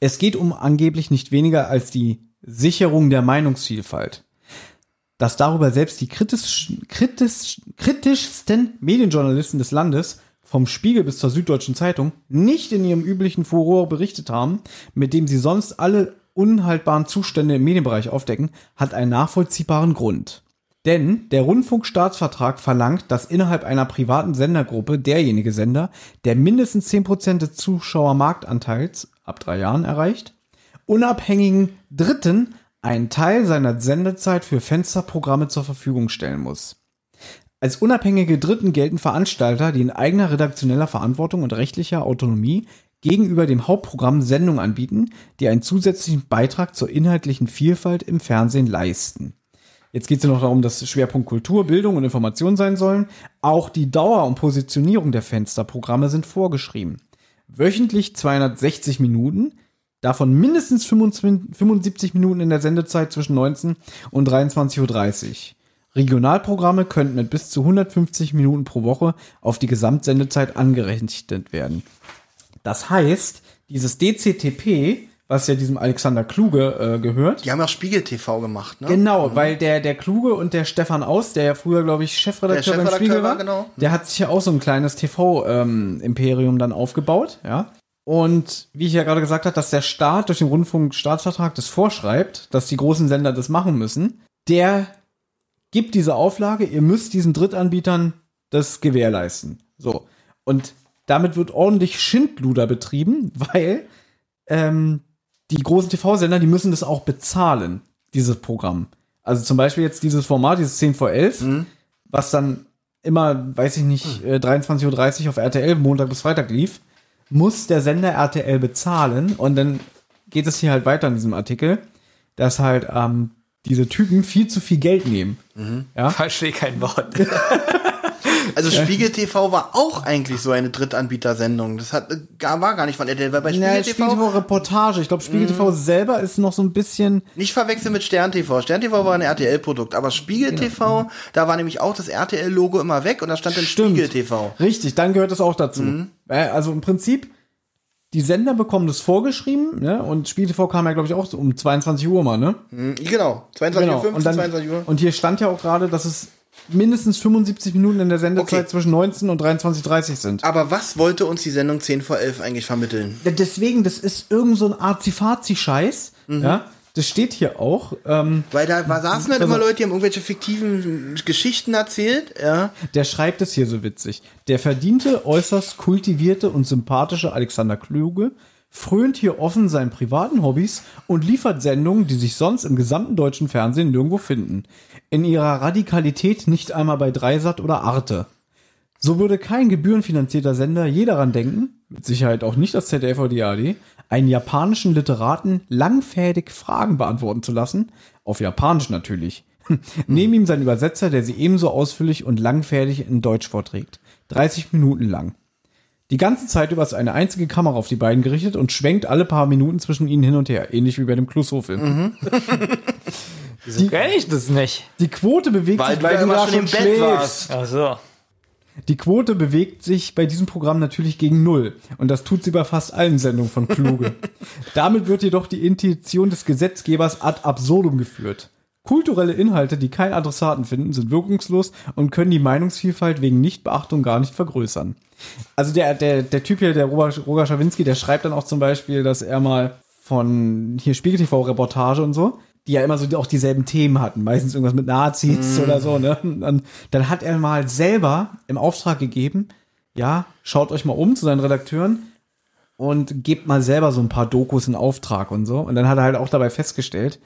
[SPEAKER 4] Es geht um angeblich nicht weniger als die Sicherung der Meinungsvielfalt. Dass darüber selbst die kritisch, kritisch, kritischsten Medienjournalisten des Landes, vom Spiegel bis zur Süddeutschen Zeitung, nicht in ihrem üblichen Furore berichtet haben, mit dem sie sonst alle unhaltbaren Zustände im Medienbereich aufdecken, hat einen nachvollziehbaren Grund. Denn der Rundfunkstaatsvertrag verlangt, dass innerhalb einer privaten Sendergruppe derjenige Sender, der mindestens 10% des Zuschauermarktanteils ab drei Jahren erreicht, unabhängigen Dritten einen Teil seiner Sendezeit für Fensterprogramme zur Verfügung stellen muss. Als unabhängige Dritten gelten Veranstalter, die in eigener redaktioneller Verantwortung und rechtlicher Autonomie gegenüber dem Hauptprogramm Sendungen anbieten, die einen zusätzlichen Beitrag zur inhaltlichen Vielfalt im Fernsehen leisten. Jetzt geht es noch darum, dass Schwerpunkt Kultur, Bildung und Information sein sollen. Auch die Dauer und Positionierung der Fensterprogramme sind vorgeschrieben. Wöchentlich 260 Minuten, davon mindestens 25 75 Minuten in der Sendezeit zwischen 19 und 23.30 Uhr. Regionalprogramme könnten mit bis zu 150 Minuten pro Woche auf die Gesamtsendezeit angerechnet werden. Das heißt, dieses DCTP, was ja diesem Alexander Kluge äh, gehört,
[SPEAKER 2] Die haben ja auch Spiegel TV gemacht, ne?
[SPEAKER 4] Genau, weil der, der Kluge und der Stefan Aus, der ja früher, glaube ich, Chefredakteur,
[SPEAKER 2] Der Chefredakteur
[SPEAKER 4] beim Spiegel
[SPEAKER 2] war,
[SPEAKER 4] war,
[SPEAKER 2] genau.
[SPEAKER 4] der hat sich ja auch so ein kleines TV-Imperium dann aufgebaut, ja. Und wie ich ja gerade gesagt habe, dass der Staat durch den Rundfunkstaatsvertrag das vorschreibt, dass die großen Sender das machen müssen, der gibt diese Auflage, ihr müsst diesen Drittanbietern das gewährleisten. So. Und damit wird ordentlich Schindluder betrieben, weil ähm, die großen TV-Sender, die müssen das auch bezahlen, dieses Programm. Also zum Beispiel jetzt dieses Format, dieses 10 vor 11, was dann immer, weiß ich
[SPEAKER 2] Hm.
[SPEAKER 4] nicht, äh, 23.30 Uhr auf RTL, Montag bis Freitag lief, muss der Sender RTL bezahlen und dann geht es hier halt weiter in diesem Artikel, dass halt ähm, diese Typen viel zu viel Geld nehmen.
[SPEAKER 5] Verstehe kein Wort.
[SPEAKER 2] Also Spiegel TV war auch eigentlich so eine Drittanbietersendung. Das hat, gar- war gar nicht von RTL, weil bei Spiegel, Mhm.
[SPEAKER 4] Ja,
[SPEAKER 2] TV,
[SPEAKER 4] Spiegel TV Reportage. Ich glaube, Spiegel TV selber ist noch so ein bisschen.
[SPEAKER 2] nicht verwechseln mit Stern TV. Stern TV war ein RTL-Produkt, aber Spiegel TV, da war nämlich auch das RTL-Logo immer weg und da stand dann Spiegel Mhm. TV.
[SPEAKER 4] Richtig, dann gehört es auch dazu. Äh, Also im Prinzip, die Sender bekommen das vorgeschrieben, ne? Und Spiegel TV kam ja, glaube ich, auch so um 22 Uhr mal, ne?
[SPEAKER 2] Genau, 22.15 Uhr,
[SPEAKER 4] Und, dann,
[SPEAKER 2] 22 Uhr.
[SPEAKER 4] und hier stand ja auch gerade, dass es mindestens 75 Minuten in der Sendezeit
[SPEAKER 2] Okay. Ah.
[SPEAKER 4] zwischen 19 und 23.30 sind.
[SPEAKER 2] Aber was wollte uns die Sendung 10 vor 11 eigentlich vermitteln?
[SPEAKER 4] Deswegen, das ist irgend so ein Arzi-Fazi-Scheiß,
[SPEAKER 2] Mhm.
[SPEAKER 4] ja? Das steht hier auch. Ähm,
[SPEAKER 2] Weil da war, saßen halt immer Leute, die haben irgendwelche fiktiven Geschichten erzählt, ja.
[SPEAKER 4] Der schreibt es hier so witzig. Der verdiente, äußerst kultivierte und sympathische Alexander Kluge frönt hier offen seinen privaten Hobbys und liefert Sendungen, die sich sonst im gesamten deutschen Fernsehen nirgendwo finden. In ihrer Radikalität nicht einmal bei Dreisat oder Arte. So würde kein gebührenfinanzierter Sender je daran denken, mit Sicherheit auch nicht das ZDF oder die ARD, einen japanischen Literaten langfädig Fragen beantworten zu lassen, auf Japanisch natürlich. Neben ihm sein Übersetzer, der sie ebenso ausführlich und langfädig in Deutsch vorträgt. 30 Minuten lang. Die ganze Zeit über ist eine einzige Kamera auf die beiden gerichtet und schwenkt alle paar Minuten zwischen ihnen hin und her, ähnlich wie bei dem Klushof-Film.
[SPEAKER 2] Mhm.
[SPEAKER 5] Kenn ich das nicht.
[SPEAKER 4] Die Quote bewegt sich,
[SPEAKER 2] du immer schon im Bett warst.
[SPEAKER 5] Ach so.
[SPEAKER 4] Die Quote bewegt sich bei diesem Programm natürlich gegen Null. Und das tut sie bei fast allen Sendungen von Kluge. Damit wird jedoch die Intention des Gesetzgebers ad absurdum geführt. Kulturelle Inhalte, die keinen Adressaten finden, sind wirkungslos und können die Meinungsvielfalt wegen Nichtbeachtung gar nicht vergrößern. Also der, der, der Typ hier, der Robert, Roger Schawinski, der schreibt dann auch zum Beispiel, dass er mal von hier Spiegel TV Reportage und so, die ja immer so die- auch dieselben Themen hatten, meistens irgendwas mit Nazis oder so, ne? Und dann hat er mal selber im Auftrag gegeben, ja, schaut euch mal um zu seinen Redakteuren und gebt mal selber so ein paar Dokus in Auftrag und so. Und dann hat er halt auch dabei festgestellt,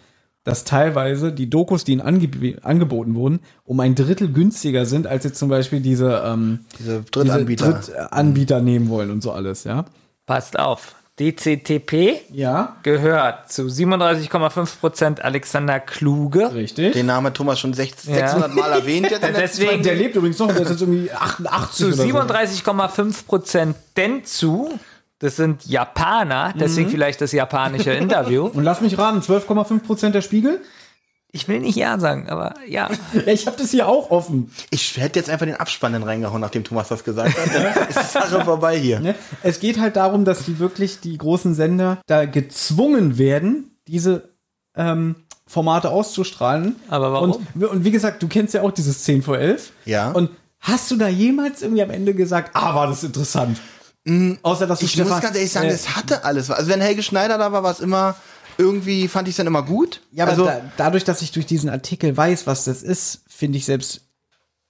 [SPEAKER 4] dass teilweise die Dokus, die ihnen angeb angeboten wurden, um ein Drittel günstiger sind, als jetzt zum Beispiel diese, ähm,
[SPEAKER 2] Diese
[SPEAKER 4] diese
[SPEAKER 2] Drittanbieter.
[SPEAKER 4] Drittanbieter nehmen wollen und so alles, ja.
[SPEAKER 5] Passt auf. DCTP
[SPEAKER 4] Ja.
[SPEAKER 5] gehört zu 37,5% Alexander Kluge.
[SPEAKER 4] Richtig.
[SPEAKER 2] Den Namen hat Thomas schon 600 Mal erwähnt jetzt. in der-
[SPEAKER 5] Deswegen
[SPEAKER 4] Der lebt übrigens noch, und der ist jetzt irgendwie 88
[SPEAKER 5] zu
[SPEAKER 4] oder so.
[SPEAKER 5] 37,5% Dentsu. Das sind Japaner,
[SPEAKER 2] Mhm.
[SPEAKER 5] deswegen vielleicht das japanische Interview.
[SPEAKER 4] Und lass mich raten, 12,5% der Spiegel?
[SPEAKER 5] Ich will nicht Ja sagen, aber ja.
[SPEAKER 4] Ja, ich habe das hier auch offen.
[SPEAKER 2] Ich hätte jetzt einfach den Abspann dann reingehauen, nachdem Thomas das gesagt hat. Dann ist die Sache vorbei hier.
[SPEAKER 4] Ne? Es geht halt darum, dass die wirklich die großen Sender da gezwungen werden, diese ähm, Formate auszustrahlen.
[SPEAKER 5] Aber warum?
[SPEAKER 4] Und, und wie gesagt, du kennst ja auch dieses 10 vor 11.
[SPEAKER 2] Ja.
[SPEAKER 4] Und hast du da jemals irgendwie am Ende gesagt, ah, war das interessant? Außer dass du
[SPEAKER 2] Mm, Ich muss ganz ehrlich sagen,
[SPEAKER 4] äh,
[SPEAKER 2] das hatte alles. was. Also wenn Helge Schneider da war, war es immer, irgendwie fand ich es dann immer gut.
[SPEAKER 4] Ja, aber
[SPEAKER 2] also,
[SPEAKER 4] da, dadurch, dass ich durch diesen Artikel weiß, was das ist, finde ich selbst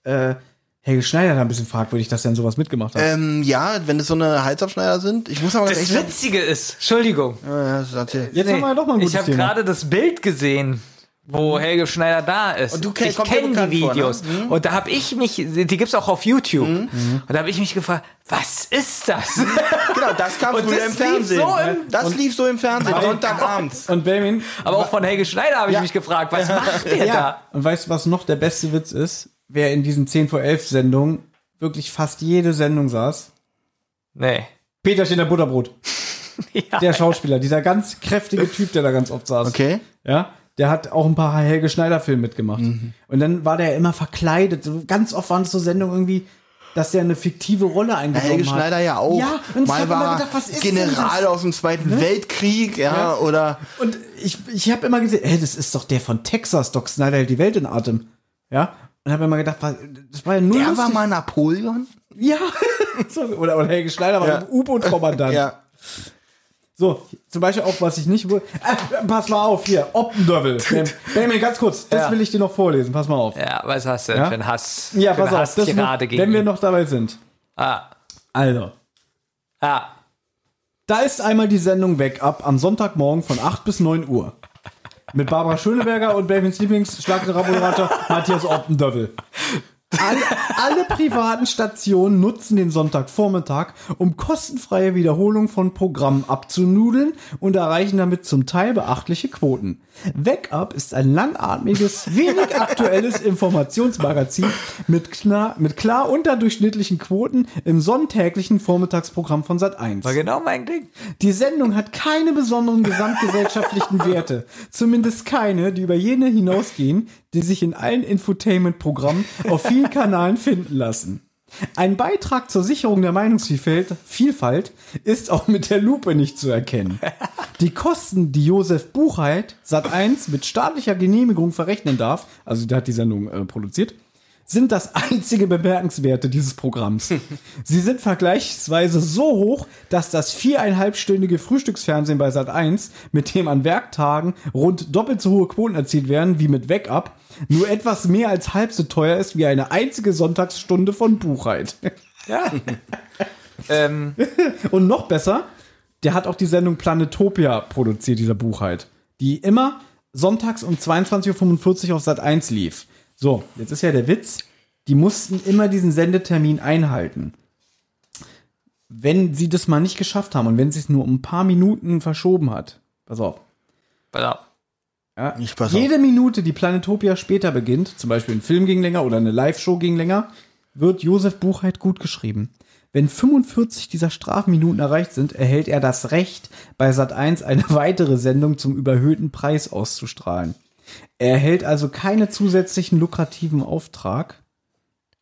[SPEAKER 4] äh, Helge Schneider da ein bisschen fragwürdig, dass er an sowas mitgemacht hat.
[SPEAKER 2] ähm, ja, wenn es so eine Halsabschneider sind, ich muss aber ganz
[SPEAKER 5] Das
[SPEAKER 2] ehrlich sagen,
[SPEAKER 5] Witzige ist, Also Entschuldigung,
[SPEAKER 2] ja, das erzähl.
[SPEAKER 4] Jetzt haben wir doch mal ein gutes
[SPEAKER 5] ich habe
[SPEAKER 4] Thema. Mhm.
[SPEAKER 5] gerade das Bild gesehen, wo Helge Schneider da ist.
[SPEAKER 2] Und du kenn-
[SPEAKER 5] ich
[SPEAKER 2] kommt dir
[SPEAKER 5] kenne
[SPEAKER 2] bekannt
[SPEAKER 5] die
[SPEAKER 2] vor, ne?
[SPEAKER 5] Videos. Und da habe ich mich, die gibt's auch auf YouTube.
[SPEAKER 4] Mhm.
[SPEAKER 5] Und da habe ich mich gefragt, was ist das?
[SPEAKER 2] Genau, das kam
[SPEAKER 5] Und
[SPEAKER 2] früher
[SPEAKER 5] das
[SPEAKER 2] im
[SPEAKER 5] lief
[SPEAKER 2] Fernsehen. ne?
[SPEAKER 5] so im-
[SPEAKER 2] das lief so im Fernsehen,
[SPEAKER 4] Mein
[SPEAKER 2] Sonntagabends.
[SPEAKER 4] Und Benjamin,
[SPEAKER 5] aber auch von Helge Schneider habe ich mich gefragt, was macht der da?
[SPEAKER 4] Ja. Und weißt du, was noch der beste Witz ist? Wer in diesen 10 vor 11 Sendungen wirklich fast jede Sendung saß?
[SPEAKER 5] Nee.
[SPEAKER 4] Peterchen der Butterbrot.
[SPEAKER 5] Ja.
[SPEAKER 4] Der Schauspieler, dieser ganz kräftige Typ, der da ganz oft saß.
[SPEAKER 2] Okay.
[SPEAKER 4] Ja. Der hat auch ein paar Helge Schneider-Filme mitgemacht.
[SPEAKER 2] Mhm.
[SPEAKER 4] Und dann war der immer verkleidet. So Ganz oft waren es so Sendungen irgendwie, dass der eine fiktive Rolle eingenommen
[SPEAKER 2] Helge
[SPEAKER 4] hat.
[SPEAKER 2] Schneider ja auch.
[SPEAKER 4] Ja, und ich hab
[SPEAKER 2] Mal
[SPEAKER 4] immer
[SPEAKER 2] war
[SPEAKER 4] gedacht, was ist denn
[SPEAKER 2] General
[SPEAKER 4] das? Ne?
[SPEAKER 2] aus dem Zweiten Weltkrieg, ja, oder
[SPEAKER 4] Und ich, ich habe immer gesehen, hey, das ist doch der von Texas, Doc Snyder hält die Welt in Atem. Ja. Und habe immer gedacht, was- das war ja nur
[SPEAKER 2] der
[SPEAKER 4] lustig.
[SPEAKER 2] war mal Napoleon.
[SPEAKER 4] Ja. so, oder, oder Helge Schneider war
[SPEAKER 2] Ja.
[SPEAKER 4] ein U-Boot-Kommandant.
[SPEAKER 2] Ja.
[SPEAKER 4] So, zum Beispiel auch, was ich nicht wohl. Ah, pass mal auf, hier, Oppendövel. Ben- Benjamin, ganz kurz, das
[SPEAKER 5] Ja.
[SPEAKER 4] will ich dir noch vorlesen, pass mal auf.
[SPEAKER 5] Ja, was hast du denn
[SPEAKER 4] Ja?
[SPEAKER 5] für einen Hass?
[SPEAKER 4] Ja,
[SPEAKER 5] für
[SPEAKER 4] pass
[SPEAKER 5] einen
[SPEAKER 4] auf, das
[SPEAKER 5] Hass-Tirade
[SPEAKER 4] wird,
[SPEAKER 5] gegen
[SPEAKER 4] wenn wir
[SPEAKER 5] ihn?
[SPEAKER 4] noch dabei sind.
[SPEAKER 5] Ah,
[SPEAKER 4] Also,
[SPEAKER 5] ah.
[SPEAKER 4] da ist einmal die Sendung weg ab am Sonntagmorgen von 8 bis 9 Uhr. Mit Barbara Schöneberger und Benjamins Lieblings Schlagraboderator Matthias Oppendövel. Alle, alle privaten Stationen nutzen den Sonntagvormittag, um kostenfreie Wiederholung von Programmen abzunudeln und erreichen damit zum Teil beachtliche Quoten. Wake Up ist ein langatmiges, wenig aktuelles Informationsmagazin mit, kna mit klar unterdurchschnittlichen Quoten im sonntäglichen Vormittagsprogramm von
[SPEAKER 5] War
[SPEAKER 4] Sat1.
[SPEAKER 5] genau mein Ding.
[SPEAKER 4] Die Sendung hat keine besonderen gesamtgesellschaftlichen Werte. Zumindest keine, die über jene hinausgehen, die sich in allen Infotainment-Programmen auf vielen Kanalen finden lassen. Ein Beitrag zur Sicherung der Meinungsvielfalt Vielfalt ist auch mit der Lupe nicht zu erkennen. Die Kosten, die Josef Buchheit Sat1 mit staatlicher Genehmigung verrechnen darf, also der hat die Sendung äh, produziert, sind das einzige Bemerkenswerte dieses Programms. Sie sind vergleichsweise so hoch, dass das viereinhalbstündige Frühstücksfernsehen bei Sat1, mit dem an Werktagen rund doppelt so hohe Quoten erzielt werden wie mit Wake-up, nur etwas mehr als halb so teuer ist wie eine einzige Sonntagsstunde von Buchheit.
[SPEAKER 5] Ja. ähm,
[SPEAKER 4] Und noch besser, der hat auch die Sendung Planetopia produziert, dieser Buchheit, die immer sonntags um 22.45 Uhr auf Sat 1 lief. So, jetzt ist ja der Witz, die mussten immer diesen Sendetermin einhalten. Wenn sie das mal nicht geschafft haben und wenn sie es nur um ein paar Minuten verschoben hat, pass auf,
[SPEAKER 5] pass auf.
[SPEAKER 3] Ich pass auf.
[SPEAKER 4] jede Minute, die Planetopia später beginnt, zum Beispiel ein Film ging länger oder eine Live-Show ging länger, wird Josef Buchheit gut geschrieben. Wenn 45 dieser Strafminuten erreicht sind, erhält er das Recht, bei Sat1 eine weitere Sendung zum überhöhten Preis auszustrahlen. Er erhält also keine zusätzlichen lukrativen Auftrag.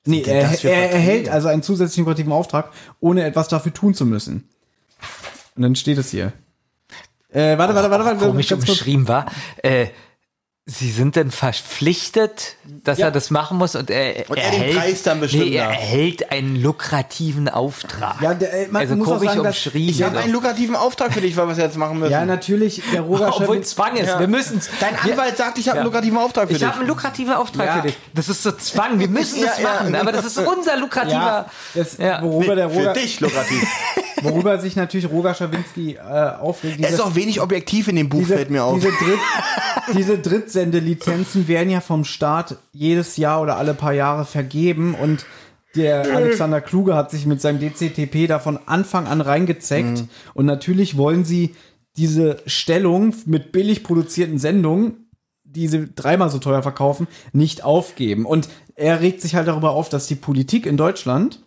[SPEAKER 4] Nee,
[SPEAKER 3] denn
[SPEAKER 4] er,
[SPEAKER 3] das für
[SPEAKER 4] er erhält
[SPEAKER 3] Verträge?
[SPEAKER 4] also einen zusätzlichen lukrativen Auftrag, ohne etwas dafür tun zu müssen. Und dann steht es hier. Äh, warte, warte, warte, warte.
[SPEAKER 5] Komisch
[SPEAKER 4] ganz kurz.
[SPEAKER 5] umschrieben war. Äh, Sie sind dann verpflichtet, dass
[SPEAKER 4] Ja.
[SPEAKER 5] er das machen muss und er,
[SPEAKER 2] Und er den Preis dann bestimmen
[SPEAKER 5] nee, er
[SPEAKER 2] darf.
[SPEAKER 5] erhält einen lukrativen Auftrag.
[SPEAKER 4] Ja, der- äh, man
[SPEAKER 5] also
[SPEAKER 4] muss auch
[SPEAKER 5] komisch
[SPEAKER 4] sagen, dass-
[SPEAKER 5] umschrieben.
[SPEAKER 2] Ich habe einen lukrativen Auftrag für dich, weil was wir jetzt machen müssen.
[SPEAKER 4] Ja, natürlich, der Roger
[SPEAKER 5] Obwohl
[SPEAKER 4] Schöffel-
[SPEAKER 5] Zwang ist, wir müssen es.
[SPEAKER 2] Dein Anwalt Halt sagt, ich habe einen lukrativen Auftrag für
[SPEAKER 5] Ich
[SPEAKER 2] dich.
[SPEAKER 5] habe einen lukrativen Auftrag
[SPEAKER 2] Ja.
[SPEAKER 5] für dich. Das ist so Zwang, wir müssen
[SPEAKER 2] Ja,
[SPEAKER 5] das
[SPEAKER 2] ja,
[SPEAKER 5] machen,
[SPEAKER 2] genau.
[SPEAKER 5] aber das ist unser lukrativer.
[SPEAKER 4] Ja, das,
[SPEAKER 5] Ja.
[SPEAKER 4] Worüber, der
[SPEAKER 2] für
[SPEAKER 4] Roger,
[SPEAKER 2] dich lukrativ.
[SPEAKER 4] worüber sich natürlich Roger Schawinski äh,
[SPEAKER 2] Es
[SPEAKER 4] aufregt. diese-
[SPEAKER 2] ist auch wenig objektiv in dem Buch,
[SPEAKER 4] diese,
[SPEAKER 2] fällt mir auf.
[SPEAKER 4] Diese, Dritt, diese Drittsendelizenzen werden ja vom Staat jedes Jahr oder alle paar Jahre vergeben und der Alexander Kluge hat sich mit seinem DCTP da von Anfang an reingezeckt
[SPEAKER 2] Mhm.
[SPEAKER 4] und natürlich wollen sie diese Stellung mit billig produzierten Sendungen, die sie dreimal so teuer verkaufen, nicht aufgeben. Und er regt sich halt darüber auf, dass die Politik in Deutschland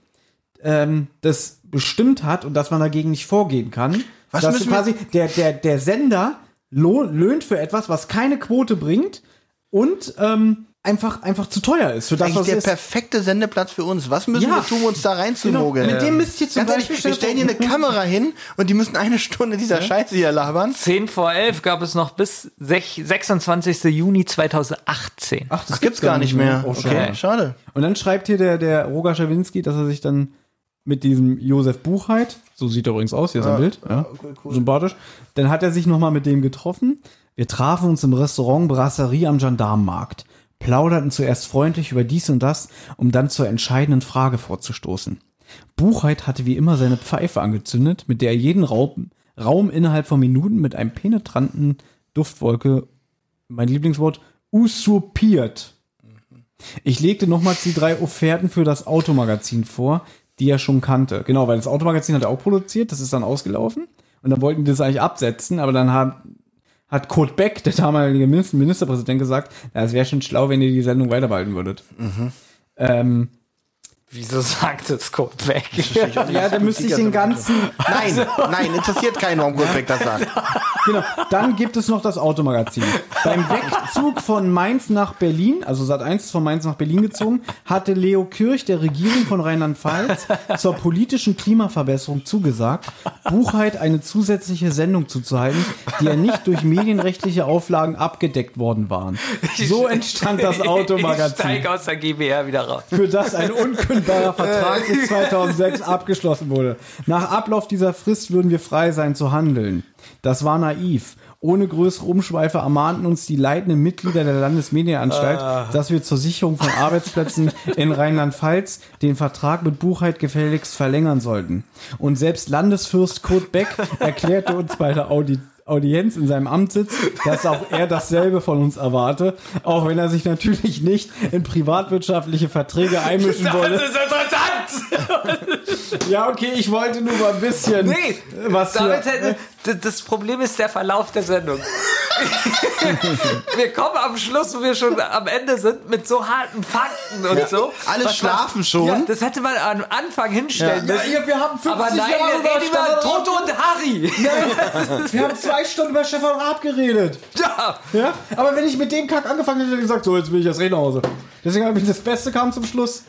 [SPEAKER 4] ähm, das bestimmt hat und dass man dagegen nicht vorgehen kann.
[SPEAKER 2] Was
[SPEAKER 4] dass
[SPEAKER 2] müssen wir-
[SPEAKER 4] quasi der, der, der Sender lo- löhnt für etwas, was keine Quote bringt und ähm, einfach, einfach zu teuer ist für das,
[SPEAKER 2] eigentlich
[SPEAKER 4] was
[SPEAKER 2] der
[SPEAKER 4] es ist.
[SPEAKER 2] perfekte Sendeplatz für uns. Was müssen
[SPEAKER 4] Ja.
[SPEAKER 2] wir tun, um uns da reinzumogeln?
[SPEAKER 4] Genau. Mit dem müsst ihr zum
[SPEAKER 2] Ganz ehrlich,
[SPEAKER 4] Beispiel
[SPEAKER 2] wir stellen hier eine Kamera hin und die müssen eine Stunde dieser Scheiße hier labern.
[SPEAKER 5] 10 vor 11 gab es noch bis sech- 26. Juni 2018.
[SPEAKER 4] Ach,
[SPEAKER 2] Das gibt's gar nicht mehr.
[SPEAKER 4] Oh, schade.
[SPEAKER 2] okay, schade.
[SPEAKER 4] Und dann schreibt hier der, der Roger Schawinski, dass er sich dann mit diesem Josef Buchheit, so sieht er übrigens aus, hier ist ein Bild, ja, sympathisch, dann hat er sich nochmal mit dem getroffen. Wir trafen uns im Restaurant Brasserie am Gendarmenmarkt, plauderten zuerst freundlich über dies und das, um dann zur entscheidenden Frage vorzustoßen. Buchheit hatte wie immer seine Pfeife angezündet, mit der er jeden Raum, Raum innerhalb von Minuten mit einem penetranten Duftwolke, mein Lieblingswort, usurpiert ich legte nochmals die drei Offerten für das Automagazin vor, die er schon kannte. Genau, weil das Automagazin hat er auch produziert, das ist dann ausgelaufen. Und dann wollten die das eigentlich absetzen, aber dann hat, hat Kurt Beck, der damalige Min- Ministerpräsident, gesagt, "Na, es wäre schon schlau, wenn ihr die Sendung weiterbehalten würdet. Ähm,
[SPEAKER 5] Wieso sagt es Kurt weg?
[SPEAKER 4] ja, dann müsste ich den ganzen.
[SPEAKER 2] Nein, nein, interessiert keinen, warum Goldbeck das sagt.
[SPEAKER 4] Genau, dann gibt es noch das Automagazin. Beim Wegzug von Mainz nach Berlin, also Sat 1 ist von Mainz nach Berlin gezogen, hatte Leo Kirch der Regierung von Rheinland-Pfalz zur politischen Klimaverbesserung zugesagt, Buchheit eine zusätzliche Sendung zuzuhalten, die ja nicht durch medienrechtliche Auflagen abgedeckt worden waren. So entstand das
[SPEAKER 5] Ich
[SPEAKER 4] Automagazin,
[SPEAKER 5] steige aus der GBR wieder raus.
[SPEAKER 4] für das ein unkündbarer Vertrag bis 2006 abgeschlossen wurde. Nach Ablauf dieser Frist würden wir frei sein zu handeln. Das war naiv. Ohne größere Umschweife ermahnten uns die leitenden Mitglieder der Landesmedienanstalt, dass wir zur Sicherung von Arbeitsplätzen in Rheinland-Pfalz den Vertrag mit Buchheit gefälligst verlängern sollten. Und selbst Landesfürst Kurt Beck erklärte uns bei der Audi Audienz in seinem Amt sitzt, dass auch er dasselbe von uns erwarte, auch wenn er sich natürlich nicht in privatwirtschaftliche Verträge einmischen wolle.
[SPEAKER 5] interessant!
[SPEAKER 4] Ja, okay, ich wollte nur mal ein bisschen
[SPEAKER 5] Nee,
[SPEAKER 4] was
[SPEAKER 5] damit
[SPEAKER 4] hier-
[SPEAKER 5] hätten, d- das Problem ist der Verlauf der Sendung. wir kommen am Schluss, wo wir schon am Ende sind, mit so harten Fakten und so.
[SPEAKER 2] Alle
[SPEAKER 5] Was
[SPEAKER 2] schlafen
[SPEAKER 5] man,
[SPEAKER 2] schon.
[SPEAKER 5] Ja, das hätte man am Anfang hinstellen
[SPEAKER 4] Ja.
[SPEAKER 5] müssen.
[SPEAKER 4] Ja, wir haben 50
[SPEAKER 5] Aber nein,
[SPEAKER 4] Jahre
[SPEAKER 5] wir reden
[SPEAKER 4] über
[SPEAKER 5] über
[SPEAKER 4] Stefan
[SPEAKER 5] Toto und Harry.
[SPEAKER 4] Wir haben zwei Stunden über Stefan Raab geredet.
[SPEAKER 5] Ja.
[SPEAKER 4] Ja? Aber wenn ich mit dem Kack angefangen hätte, hätte ich gesagt, so, jetzt will ich das Reden nach Hause. Deswegen habe ich das Beste kam zum Schluss.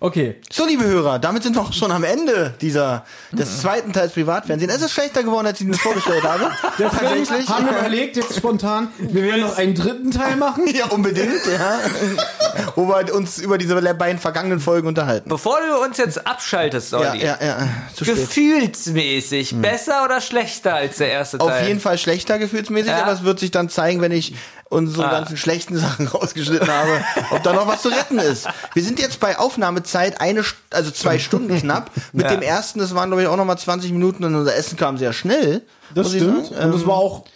[SPEAKER 4] Okay.
[SPEAKER 2] So, liebe Hörer, damit sind wir auch schon am Ende dieser, des zweiten Teils Privatfernsehen. Es ist schlechter geworden, als ich mir das vorgestellt habe.
[SPEAKER 4] Deswegen haben wir überlegt, jetzt spontan, wir werden noch einen dritten Teil machen.
[SPEAKER 2] Ja, unbedingt, ja. Wo wir uns über diese beiden vergangenen Folgen unterhalten.
[SPEAKER 5] Bevor du uns jetzt abschaltest,
[SPEAKER 2] Ja,
[SPEAKER 5] Olli.
[SPEAKER 2] ja, ja. Zu spät.
[SPEAKER 5] Gefühlsmäßig besser oder schlechter als der erste Teil?
[SPEAKER 2] Auf jeden Fall schlechter gefühlsmäßig,
[SPEAKER 5] Ja.
[SPEAKER 2] aber es wird sich dann zeigen, wenn ich unsere
[SPEAKER 5] Ah.
[SPEAKER 2] ganzen schlechten Sachen rausgeschnitten habe, ob da noch was zu retten ist. Wir sind jetzt bei Aufnahmezeit eine, St- also zwei Stunden knapp. Mit
[SPEAKER 5] Ja.
[SPEAKER 2] dem ersten, das waren glaube ich auch nochmal 20 Minuten und unser Essen kam sehr schnell. muss ich sagen. Ähm,
[SPEAKER 4] Und das war auch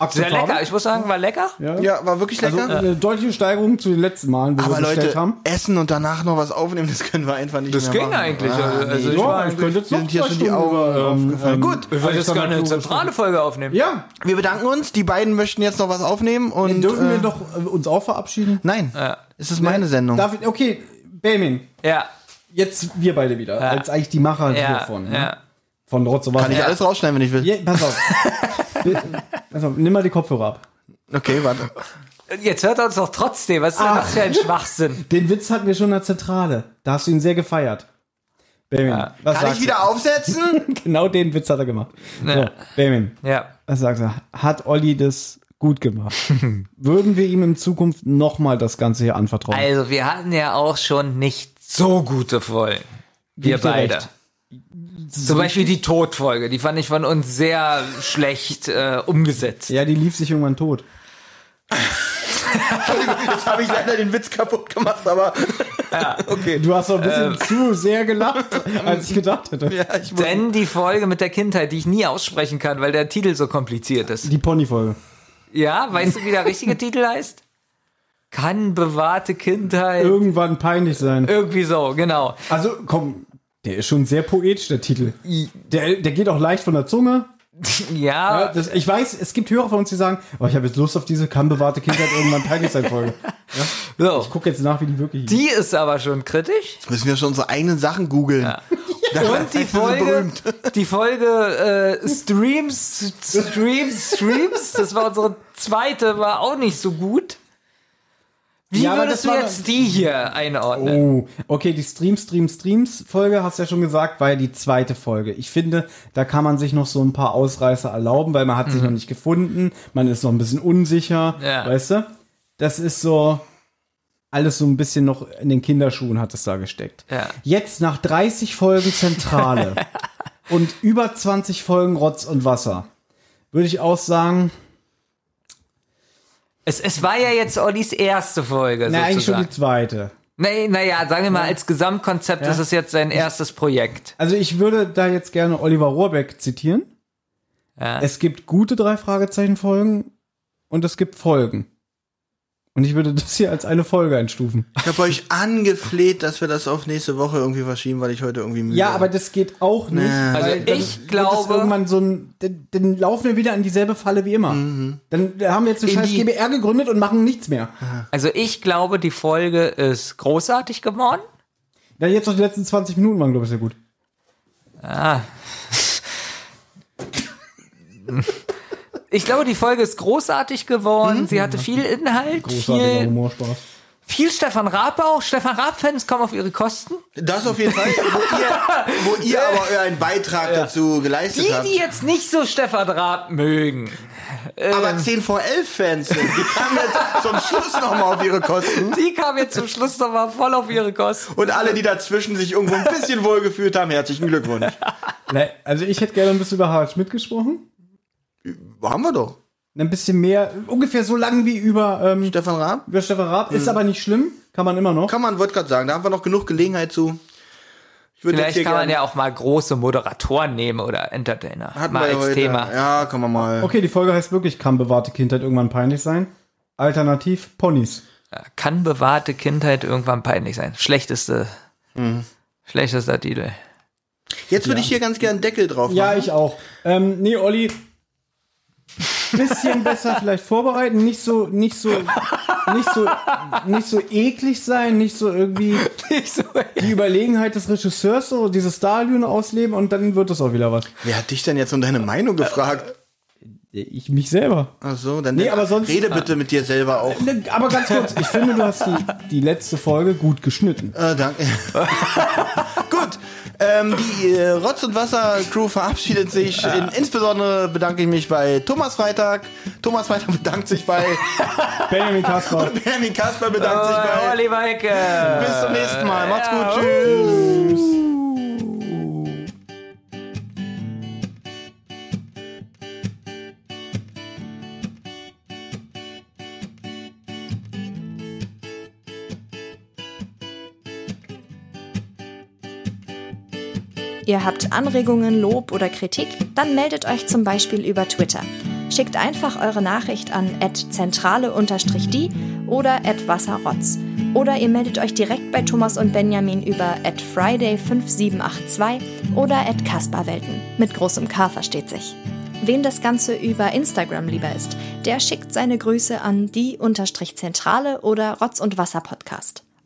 [SPEAKER 5] Ähm, Sehr
[SPEAKER 4] akzeptabel.
[SPEAKER 5] lecker. Ich muss sagen, war lecker.
[SPEAKER 4] Ja.
[SPEAKER 2] Ja, war wirklich
[SPEAKER 4] Also
[SPEAKER 2] lecker.
[SPEAKER 5] äh,
[SPEAKER 4] eine deutliche Steigerung zu den letzten Malen, wo
[SPEAKER 2] Äh. aber
[SPEAKER 4] wir
[SPEAKER 2] Leute,
[SPEAKER 4] bestellt haben.
[SPEAKER 2] essen und danach noch was aufnehmen, das können wir einfach nicht
[SPEAKER 5] Das
[SPEAKER 2] mehr
[SPEAKER 5] ging
[SPEAKER 2] machen.
[SPEAKER 5] eigentlich. also, ich war,
[SPEAKER 4] Ja, ich könnte jetzt
[SPEAKER 2] wir
[SPEAKER 4] noch
[SPEAKER 2] sind hier
[SPEAKER 4] zwei
[SPEAKER 2] schon die
[SPEAKER 4] Stunden
[SPEAKER 2] Augen
[SPEAKER 4] über, ähm,
[SPEAKER 2] aufgefallen.
[SPEAKER 4] ähm,
[SPEAKER 2] Gut,
[SPEAKER 5] ich würde jetzt
[SPEAKER 4] Alexander
[SPEAKER 5] gerne eine
[SPEAKER 4] Kluge
[SPEAKER 5] zentrale Folge aufnehmen.
[SPEAKER 4] Ja,
[SPEAKER 2] Wir bedanken uns. Die beiden möchten jetzt noch was aufnehmen und
[SPEAKER 4] dürfen
[SPEAKER 2] äh,
[SPEAKER 4] wir doch äh, uns auch verabschieden?
[SPEAKER 2] Nein, es ist meine Sendung.
[SPEAKER 4] Darf ich, okay, Bamin,
[SPEAKER 5] Ja,
[SPEAKER 4] jetzt wir beide wieder, als eigentlich die Macher
[SPEAKER 5] ja,
[SPEAKER 4] hiervon. Ne?
[SPEAKER 5] ja.
[SPEAKER 4] Von Rotz und Wasser.
[SPEAKER 2] Kann ich alles rausschneiden, wenn ich will.
[SPEAKER 4] Ja, pass auf. Bitte, pass auf, nimm mal die Kopfhörer ab.
[SPEAKER 2] Okay, warte.
[SPEAKER 5] Jetzt hört er uns doch trotzdem. Was ist denn das für ein Schwachsinn?
[SPEAKER 4] Den Witz hatten wir schon in der Zentrale. Da hast du ihn sehr gefeiert. Benjamin, was
[SPEAKER 2] Kann
[SPEAKER 4] sagst
[SPEAKER 2] ich wieder aufsetzen?
[SPEAKER 4] du? Genau den Witz hat er gemacht. So, Benjamin,
[SPEAKER 5] Ja.
[SPEAKER 4] was sagst du? Hat Olli das gut gemacht? Würden wir ihm in Zukunft nochmal das Ganze hier anvertrauen?
[SPEAKER 5] Also, wir hatten ja auch schon nicht so gute Folgen. Wir
[SPEAKER 4] ich dir
[SPEAKER 5] beide.
[SPEAKER 4] recht.
[SPEAKER 5] Zum Beispiel die Todfolge. Die fand ich von uns sehr schlecht äh, umgesetzt.
[SPEAKER 4] Ja, die lief sich irgendwann tot.
[SPEAKER 2] Jetzt habe ich leider den Witz kaputt gemacht, aber
[SPEAKER 4] Du hast so ein bisschen zu sehr gelacht, als ich gedacht hätte.
[SPEAKER 5] Denn die Folge mit der Kindheit, die ich nie aussprechen kann, weil der Titel so kompliziert ist.
[SPEAKER 4] Die Pony-Folge.
[SPEAKER 5] Ja, weißt du, wie der richtige Titel heißt? Kann bewahrte Kindheit.
[SPEAKER 4] Irgendwann peinlich sein.
[SPEAKER 5] Irgendwie so, genau.
[SPEAKER 4] Also, komm, der ist schon sehr poetisch, der Titel. Der, der geht auch leicht von der Zunge.
[SPEAKER 5] Ja,
[SPEAKER 4] Ja, das, ich weiß, es gibt Hörer von uns, die sagen, oh, ich habe jetzt Lust auf diese kann bewahrte Kindheit irgendwann peinlich sein Folge.
[SPEAKER 5] so.
[SPEAKER 4] Guck jetzt nach, wie die wirklich
[SPEAKER 5] Die ist aber schon kritisch.
[SPEAKER 2] müssen wir schon unsere eigenen Sachen googeln.
[SPEAKER 5] Und die Folge, die Folge äh, Streams, Streams, Streams, das war unsere zweite, war auch nicht so gut. Wie
[SPEAKER 4] Ja, aber
[SPEAKER 5] würdest
[SPEAKER 4] das
[SPEAKER 5] du
[SPEAKER 4] war-
[SPEAKER 5] jetzt die hier einordnen?
[SPEAKER 4] Oh, okay, die Stream, Stream, Streams-Folge, hast du ja schon gesagt, war ja die zweite Folge. Ich finde, da kann man sich noch so ein paar Ausreißer erlauben, weil man hat sich noch nicht gefunden, man ist noch ein bisschen unsicher,
[SPEAKER 5] Mhm. Ja.
[SPEAKER 4] weißt du? Das ist so, alles so ein bisschen noch in den Kinderschuhen hat es da gesteckt.
[SPEAKER 5] Ja.
[SPEAKER 4] Jetzt nach 30 Folgen Zentrale und über 20 Folgen Rotz und Wasser, würde ich auch sagen,
[SPEAKER 5] Es, es war ja jetzt Ollis erste Folge.
[SPEAKER 4] na, eigentlich schon
[SPEAKER 5] sozusagen.
[SPEAKER 4] die zweite.
[SPEAKER 5] Nee, naja, sagen wir mal, als Gesamtkonzept ist es jetzt sein erstes Projekt.
[SPEAKER 4] Also ich würde da jetzt gerne Oliver Rohrbeck zitieren. Es gibt gute drei Fragezeichen Folgen und es gibt Folgen. Und ich würde das hier als eine Folge einstufen.
[SPEAKER 2] Ich habe euch angefleht, dass wir das auf nächste Woche irgendwie verschieben, weil ich heute irgendwie müde
[SPEAKER 4] Ja,
[SPEAKER 2] bin.
[SPEAKER 4] aber das geht auch nicht.
[SPEAKER 5] Also
[SPEAKER 4] weil dann
[SPEAKER 5] ich
[SPEAKER 4] wird es
[SPEAKER 5] glaube-
[SPEAKER 4] irgendwann so ein, dann, dann laufen wir wieder in dieselbe Falle wie immer.
[SPEAKER 5] Mhm.
[SPEAKER 4] Dann haben wir jetzt eine
[SPEAKER 2] In
[SPEAKER 4] scheiß
[SPEAKER 2] die-
[SPEAKER 4] GBR gegründet und machen nichts mehr.
[SPEAKER 5] Also ich glaube, die Folge ist großartig geworden.
[SPEAKER 4] Ja, jetzt noch die letzten 20 Minuten waren, glaube ich, sehr gut.
[SPEAKER 5] Ich glaube, die Folge ist großartig
[SPEAKER 4] Mhm.
[SPEAKER 5] geworden. Sie hatte viel Inhalt,
[SPEAKER 4] Großartiger
[SPEAKER 5] viel,
[SPEAKER 4] Humorspaß.
[SPEAKER 5] viel Stefan Raab auch. Stefan Raab-Fans kommen auf ihre Kosten.
[SPEAKER 2] das auf jeden Fall, wo ihr, wo ihr aber euren Beitrag dazu geleistet
[SPEAKER 5] Die,
[SPEAKER 2] habt.
[SPEAKER 5] die jetzt nicht so Stefan Raab mögen.
[SPEAKER 2] aber 10 vor 11 Fans sind, die kamen jetzt zum Schluss nochmal auf ihre Kosten.
[SPEAKER 5] Die kamen jetzt zum Schluss nochmal voll auf ihre Kosten.
[SPEAKER 2] Und alle, die dazwischen sich irgendwo ein bisschen wohlgefühlt haben, herzlichen Glückwunsch.
[SPEAKER 4] Ne, Also ich hätte gerne ein bisschen über Harald Schmidt gesprochen.
[SPEAKER 2] Haben wir doch.
[SPEAKER 4] Ein bisschen mehr, ungefähr so lang wie über ähm,
[SPEAKER 2] Stefan Raab?
[SPEAKER 4] Über Stefan Raab ist aber nicht schlimm, Mhm. kann man immer noch.
[SPEAKER 2] Kann man, wollte gerade sagen, da haben wir noch genug Gelegenheit zu. Ich würd jetzt
[SPEAKER 5] Vielleicht
[SPEAKER 2] hier
[SPEAKER 5] kann man
[SPEAKER 2] gerne-
[SPEAKER 5] ja auch mal große Moderatoren nehmen oder Entertainer.
[SPEAKER 2] Hatten
[SPEAKER 5] mal
[SPEAKER 2] wir
[SPEAKER 5] als
[SPEAKER 2] heute.
[SPEAKER 5] Thema.
[SPEAKER 2] Ja, kann man mal.
[SPEAKER 4] Okay, die Folge heißt wirklich, kann bewahrte Kindheit irgendwann peinlich sein? Alternativ Ponys.
[SPEAKER 5] Kann bewahrte Kindheit irgendwann peinlich sein? Schlechteste. Mhm. Schlechtester Titel.
[SPEAKER 2] Jetzt würde ich hier ganz gern einen Deckel drauf machen.
[SPEAKER 4] Ja, ich auch. Ähm, nee, Olli, bisschen besser vielleicht vorbereiten, nicht so, nicht so, nicht so, nicht so eklig sein, nicht so irgendwie die Überlegenheit des Regisseurs so diese Starlüne ausleben und dann wird das auch wieder was.
[SPEAKER 2] Wer hat dich denn jetzt um deine Meinung gefragt?
[SPEAKER 4] Ich mich selber.
[SPEAKER 2] Ach so, dann
[SPEAKER 4] aber sonst-
[SPEAKER 2] rede bitte mit dir selber auch.
[SPEAKER 4] Ne, Aber ganz kurz, ich finde, du hast die, die letzte Folge gut geschnitten.
[SPEAKER 2] Äh, danke. Gut. Ähm, die äh, Rotz und Wasser Crew verabschiedet sich. In, insbesondere bedanke ich mich bei Thomas Freitag. Thomas Freitag bedankt sich bei
[SPEAKER 4] Benjamin Kaspar.
[SPEAKER 2] Benjamin Kasper
[SPEAKER 5] Oh,
[SPEAKER 2] bedankt sich bei.
[SPEAKER 5] Äh, Oliver Hecke.
[SPEAKER 2] Bis zum nächsten Mal. Macht's gut. Tschüss.
[SPEAKER 1] Ihr habt Anregungen, Lob oder Kritik? Dann meldet euch zum Beispiel über Twitter. Schickt einfach eure Nachricht an zentrale-die oder wasserrotz. Oder ihr meldet euch direkt bei Thomas und Benjamin über friday5782 oder kasperwelten. Mit großem K versteht sich. Wem das Ganze über Instagram lieber ist, der schickt seine Grüße an die-zentrale oder Rotz und Wasser Podcast.